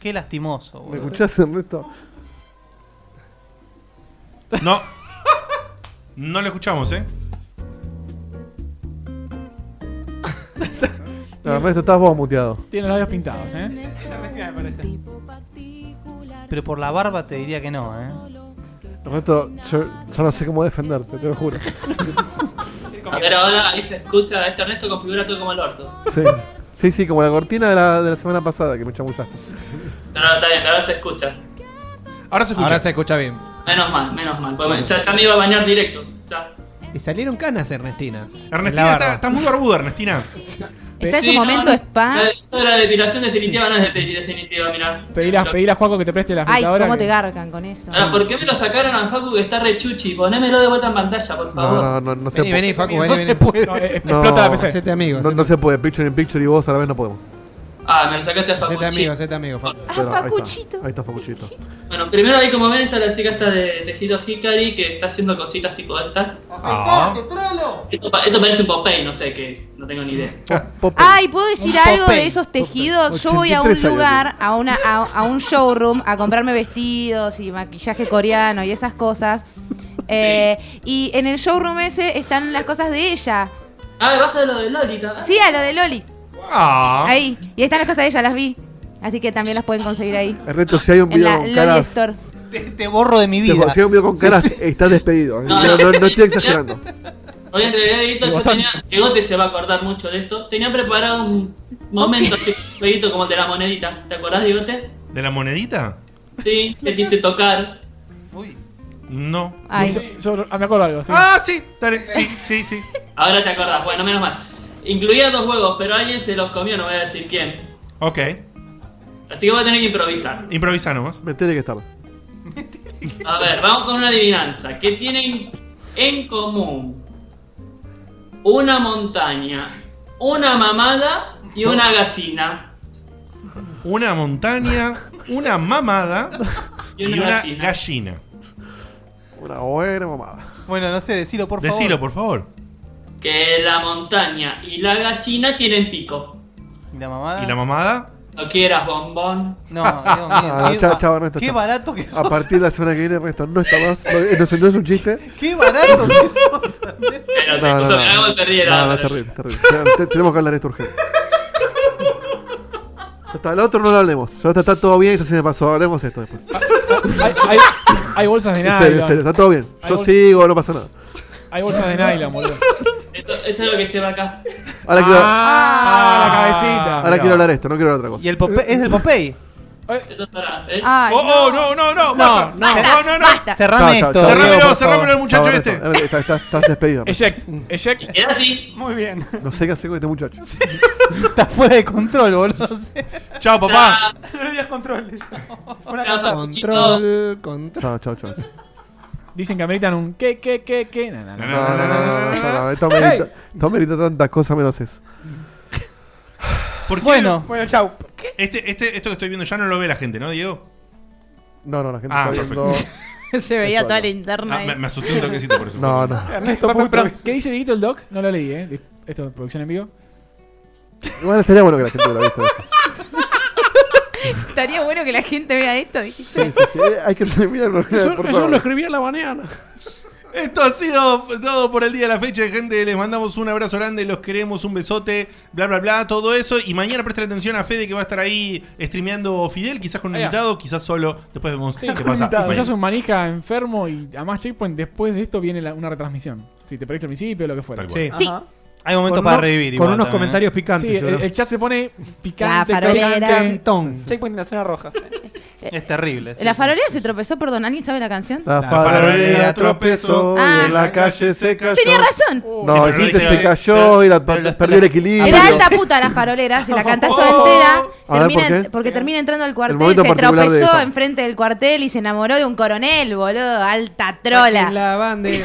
Speaker 3: qué lastimoso,
Speaker 6: ¿Me
Speaker 3: boludo.
Speaker 6: escuchás, Ernesto?
Speaker 7: No. No lo escuchamos, ¿eh?
Speaker 6: No, Ernesto, estás vos muteado.
Speaker 4: Tiene los labios pintados, ¿eh?
Speaker 3: Pero por la barba te diría que no, ¿eh?
Speaker 6: Ernesto, yo, yo no sé cómo defenderte, te lo juro.
Speaker 21: Pero ahora ahí se escucha a este Ernesto configura todo como el orto.
Speaker 6: Sí, sí, sí como la cortina de la, de la semana pasada que me chamullaste.
Speaker 21: No, no, está bien, ahora se escucha.
Speaker 7: Ahora se
Speaker 8: Ahora se escucha bien.
Speaker 21: Menos mal, menos mal. Pues, ya, ya me iba a bañar directo. Ya.
Speaker 8: Y salieron canas, Ernestina.
Speaker 7: Ernestina, está- estás muy barbuda, Ernestina.
Speaker 2: Está en su
Speaker 21: Sí, no,
Speaker 2: momento
Speaker 21: no,
Speaker 2: spa.
Speaker 21: La, eso de la depilación definitiva no es de- definitiva, mirá.
Speaker 4: Pedí las, pedí las Juaco que te preste la
Speaker 2: Ay,
Speaker 4: afeitadora
Speaker 2: cómo
Speaker 4: que-
Speaker 2: te garcan con eso.
Speaker 21: Ahora, ¿por qué me lo sacaron a Facu que está re chuchi? Ponémelo de vuelta en pantalla, por favor.
Speaker 6: No, no, no, no se puede.
Speaker 21: No eh, se puede.
Speaker 6: No,
Speaker 8: explota la PC. Hacete
Speaker 6: no, no se puede, picture in picture y vos a la vez no podemos.
Speaker 21: Ah, me lo sacaste a Facu.
Speaker 8: Hacete
Speaker 21: chi.
Speaker 8: amigo, hacete amigo, Facu.
Speaker 6: Pero ahí está,
Speaker 21: Facuchito.
Speaker 6: Ahí está Facuchito.
Speaker 21: Bueno, primero ahí como ven está la chica esta de tejido Hikari que está haciendo cositas tipo estas. Esto, pa- esto parece un Popeye, no sé qué es, no tengo ni idea.
Speaker 7: Ah,
Speaker 2: Ay, ¿puedo decir
Speaker 21: Un
Speaker 2: algo
Speaker 21: Popeye.
Speaker 2: de esos tejidos? Yo voy a un
Speaker 21: 83 años
Speaker 2: lugar, a, una, a, a un showroom, a comprarme vestidos y maquillaje coreano y esas cosas. Eh, Y en el showroom ese están las cosas de ella.
Speaker 21: Ah, debajo de lo de Lolita.
Speaker 2: Sí, a lo de Loli.
Speaker 6: Ah.
Speaker 2: Ahí. Y están las cosas de ella, las vi. Así que también las pueden conseguir ahí.
Speaker 6: Ernesto, si hay un
Speaker 2: En
Speaker 6: video
Speaker 2: la
Speaker 6: con
Speaker 2: Loli
Speaker 6: caras.
Speaker 2: Store.
Speaker 3: Te borro de mi
Speaker 6: Te
Speaker 3: vida.
Speaker 6: consigo un video con
Speaker 3: Sí,
Speaker 6: caras,
Speaker 3: sí.
Speaker 6: estás despedido. No, no, no estoy exagerando.
Speaker 21: Hoy en realidad, Dieguito, yo
Speaker 6: Bastante.
Speaker 21: tenía. Diegote se va a acordar mucho de esto. Tenía preparado un momento así, un jueguito como el de la monedita. ¿Te acordás, Diegote?
Speaker 7: ¿De la monedita?
Speaker 21: Sí, que te hice tocar.
Speaker 7: No.
Speaker 4: Sí, yo- yo- ah, me acuerdo algo, sí.
Speaker 7: Ah, sí, dale, sí, sí, sí.
Speaker 21: Ahora te acordás, bueno, menos mal. Incluía dos juegos, pero alguien se los comió, no voy a decir quién.
Speaker 7: Ok.
Speaker 21: Así que voy a tener que improvisar.
Speaker 7: Improvisa nomás.
Speaker 6: Me tiene que estar.
Speaker 21: A ver, vamos con una adivinanza. ¿Qué tienen en común? Una montaña, una mamada y una gacina.
Speaker 7: Una montaña, una mamada y una, gallina.
Speaker 6: Una buena mamada.
Speaker 3: Bueno, no sé, decilo por favor.
Speaker 7: Decilo, por favor.
Speaker 21: Que la montaña y la gallina tienen pico.
Speaker 3: ¿Y la mamada?
Speaker 7: ¿Y la mamada?
Speaker 21: No quieras bombón.
Speaker 3: No,
Speaker 6: Ah, no, chao, chao, Ernesto, chao. A partir de la semana que viene, Ernesto, no está más. No, eh, no es- no es un chiste.
Speaker 3: Qué barato que sos.
Speaker 21: Pero te gustó que hagamos el riel,
Speaker 6: No, no,
Speaker 21: ah,
Speaker 6: es terrible, es terrible. Ya, te- Tenemos que hablar de esto urgente. Ya está, el otro no lo hablemos. Ya está, está todo bien, ya se me pasó. Hablemos esto después.
Speaker 4: Hay, hay- hay bolsas de
Speaker 6: En serio, en serio,
Speaker 4: nylon.
Speaker 6: está todo bien.
Speaker 4: Hay
Speaker 6: Yo
Speaker 4: bolsas-
Speaker 6: sigo, no pasa nada.
Speaker 4: Hay bolsas de nylon, boludo.
Speaker 21: Eso, eso es lo que se va acá.
Speaker 6: Ahora quiero,
Speaker 4: Ah, la cabecita.
Speaker 6: ahora quiero hablar esto, no quiero hablar otra cosa.
Speaker 3: ¿Y el Pope- es el Popeye?
Speaker 21: Eso es para, ¿eh?
Speaker 2: Ay,
Speaker 7: Oh, oh, no, no, no, basta.
Speaker 2: no,
Speaker 7: no, no, no.
Speaker 2: basta.
Speaker 3: Cerrame
Speaker 6: Chao,
Speaker 3: esto.
Speaker 6: chao, chao.
Speaker 3: Diego, por
Speaker 7: cerrámelo al
Speaker 3: favor.
Speaker 7: muchacho
Speaker 6: Chao,
Speaker 7: este.
Speaker 6: Ernesto. Ernesto, Estás, estás despedido. Ernesto.
Speaker 4: Eject, eject.
Speaker 21: Queda así.
Speaker 1: Muy bien.
Speaker 6: No sé qué hacer con este muchacho.
Speaker 3: Está fuera de control, boludo.
Speaker 7: Chao,
Speaker 21: papá.
Speaker 1: No le digas controles. Una
Speaker 21: Chao,
Speaker 1: cata.
Speaker 8: Control, control.
Speaker 6: Chao, chao, chao.
Speaker 4: Dicen que ameritan un qué, qué, qué, qué. Na, na, na,
Speaker 6: No, no,
Speaker 4: na,
Speaker 6: no,
Speaker 4: na,
Speaker 6: no,
Speaker 4: na, na,
Speaker 6: no, no,
Speaker 4: na.
Speaker 6: esto
Speaker 4: Hey.
Speaker 6: merita, esto merita tantas cosas menos eso.
Speaker 7: ¿Por qué
Speaker 3: Bueno.
Speaker 1: Bueno, chau.
Speaker 7: Este, este, esto que estoy viendo ya no lo ve la gente, ¿no, Diego?
Speaker 6: No, no, la gente
Speaker 7: Ah,
Speaker 6: está
Speaker 7: perfecto.
Speaker 6: viendo.
Speaker 2: Se veía toda la interna.
Speaker 7: Ah,
Speaker 2: ahí.
Speaker 7: me, me asusté un toquecito por eso.
Speaker 6: No, no.
Speaker 4: Ernesto, perdón, perdón, ¿Qué dice Dieguito el Doc? No lo leí, ¿eh? Dis- Esto es producción en vivo.
Speaker 6: Igual estaría bueno que la gente lo viera.
Speaker 2: Estaría bueno que la gente vea esto. dijiste.
Speaker 6: Sí, sí, sí. Hay que terminarlo. por favor.
Speaker 8: escribí en la mañana.
Speaker 7: Esto ha sido todo por el día de la fecha, gente. Les mandamos un abrazo grande, los queremos, un besote, bla, bla, bla, todo eso. Y mañana presten atención a Fede que va a estar ahí streameando Fidel, quizás con un
Speaker 4: Ahí va.
Speaker 7: invitado, quizás solo. Después vemos
Speaker 4: Sí,
Speaker 7: qué pasa.
Speaker 4: Si sos
Speaker 7: mañana.
Speaker 4: un manija enfermo y además Checkpoint, después de esto viene la- una retransmisión. Si te perdiste al principio, lo que fuera.
Speaker 8: Tal cual.
Speaker 4: Ajá.
Speaker 8: Sí.
Speaker 3: Hay momento
Speaker 8: Con
Speaker 3: para
Speaker 8: uno-
Speaker 3: revivir.
Speaker 8: con unos comentarios picantes,
Speaker 4: Sí, el,
Speaker 8: seguro.
Speaker 4: el chat se pone picante,
Speaker 2: La farolera.
Speaker 4: picante.
Speaker 3: Cantón.
Speaker 1: Checkpoint en la zona roja.
Speaker 3: Es terrible. sí.
Speaker 2: La farolera se tropezó, perdón. ¿Alguien sabe la canción?
Speaker 6: La
Speaker 3: farolera
Speaker 6: farolera
Speaker 3: tropezó
Speaker 6: tropezó
Speaker 2: Ah.
Speaker 6: y en la calle se cayó.
Speaker 2: Tenía razón.
Speaker 1: Uh.
Speaker 6: No,
Speaker 7: Sí, pero
Speaker 6: dijiste
Speaker 7: lo
Speaker 6: se
Speaker 7: dije-
Speaker 6: cayó y la, perdió el equilibrio.
Speaker 2: Era alta puta la farolera, si la cantás toda entera,
Speaker 6: Oh. A ver,
Speaker 2: termina-
Speaker 6: ¿por qué?
Speaker 2: porque termina entrando al cuartel,
Speaker 6: momento
Speaker 2: se
Speaker 6: particular de
Speaker 2: tropezó
Speaker 6: esa.
Speaker 2: enfrente del cuartel y se enamoró de un coronel, boludo, alta trola.
Speaker 8: La bandera.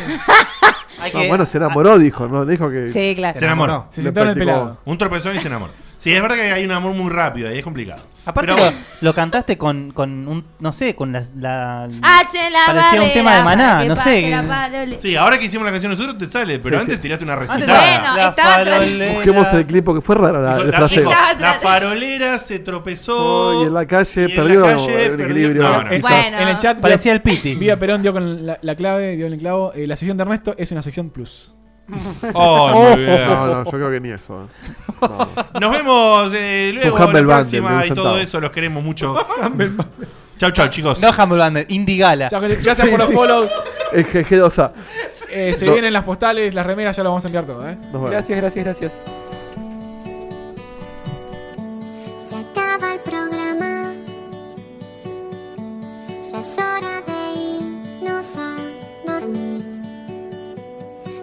Speaker 6: No, bueno, se enamoró, dijo, ¿no? Dijo que.
Speaker 2: Sí, claro.
Speaker 7: Se enamoró.
Speaker 4: Se sentaron en el
Speaker 6: practicó.
Speaker 4: pelado.
Speaker 7: Un tropezón y se enamoró. Sí, es verdad que hay un amor muy rápido y es complicado.
Speaker 3: Aparte
Speaker 7: Pero
Speaker 3: lo,
Speaker 7: bueno.
Speaker 3: lo cantaste con, con un, no sé, con la... la-
Speaker 2: H la
Speaker 3: parecía un
Speaker 2: barrera,
Speaker 3: tema
Speaker 2: para
Speaker 3: de maná,
Speaker 2: que
Speaker 3: no
Speaker 2: pase
Speaker 3: sé.
Speaker 2: la
Speaker 3: que-
Speaker 2: farolera.
Speaker 7: Sí, ahora que hicimos la canción nosotros te sale, pero
Speaker 6: Sí,
Speaker 7: antes
Speaker 6: sí.
Speaker 7: tiraste una
Speaker 3: Antes
Speaker 7: recitada.
Speaker 3: la- la
Speaker 2: estaba tra-
Speaker 3: farolera.
Speaker 6: Busquemos el clip porque fue rara la, el
Speaker 7: La,
Speaker 6: fraseo.
Speaker 7: dijo, "La farolera se tropezó.
Speaker 6: Y en la calle
Speaker 7: y en
Speaker 6: perdió
Speaker 7: la calle
Speaker 6: el
Speaker 7: perdió-
Speaker 6: equilibrio.
Speaker 7: No, no.
Speaker 4: En-
Speaker 2: Bueno.
Speaker 4: En el chat.
Speaker 3: Parecía
Speaker 4: Vía-
Speaker 3: el Piti.
Speaker 4: Vía Perón dio con la, la clave, dio en el clavo. Eh, la sección de Ernesto es una sección plus.
Speaker 7: Oh, muy bien.
Speaker 6: No, no, yo creo que ni eso. eh. No.
Speaker 7: Nos vemos eh, luego
Speaker 6: Humble
Speaker 7: en la
Speaker 6: Bundle, de
Speaker 7: próxima
Speaker 6: un
Speaker 7: y todo
Speaker 6: centavo.
Speaker 7: eso. Los queremos mucho. chau, chau, chicos.
Speaker 3: No, Humble Bundle, Indigala.
Speaker 4: Chao, gente. Gracias por los follows.
Speaker 6: Es que- que dos a.
Speaker 4: Eh, se
Speaker 6: No.
Speaker 4: vienen las postales, las remeras, ya lo vamos a enviar todo, ¿eh?
Speaker 6: Nos vemos.
Speaker 1: Gracias, gracias, gracias.
Speaker 22: Se acaba el programa. Ya es hora de irnos a dormir.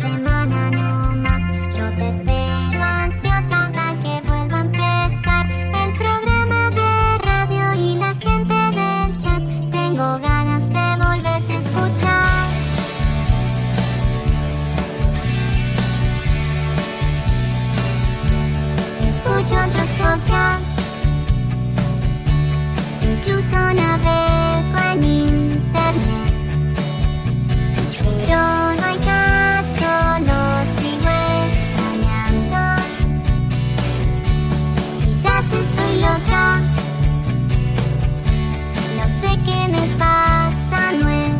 Speaker 22: semana no más. Yo te espero ansiosa hasta que vuelva a empezar el programa de radio y la gente del chat. Tengo ganas de volverte a escuchar. Escucho otros podcasts. Incluso navego en internet Pero no hay caso, lo sigo extrañando Quizás estoy loca No sé qué me pasa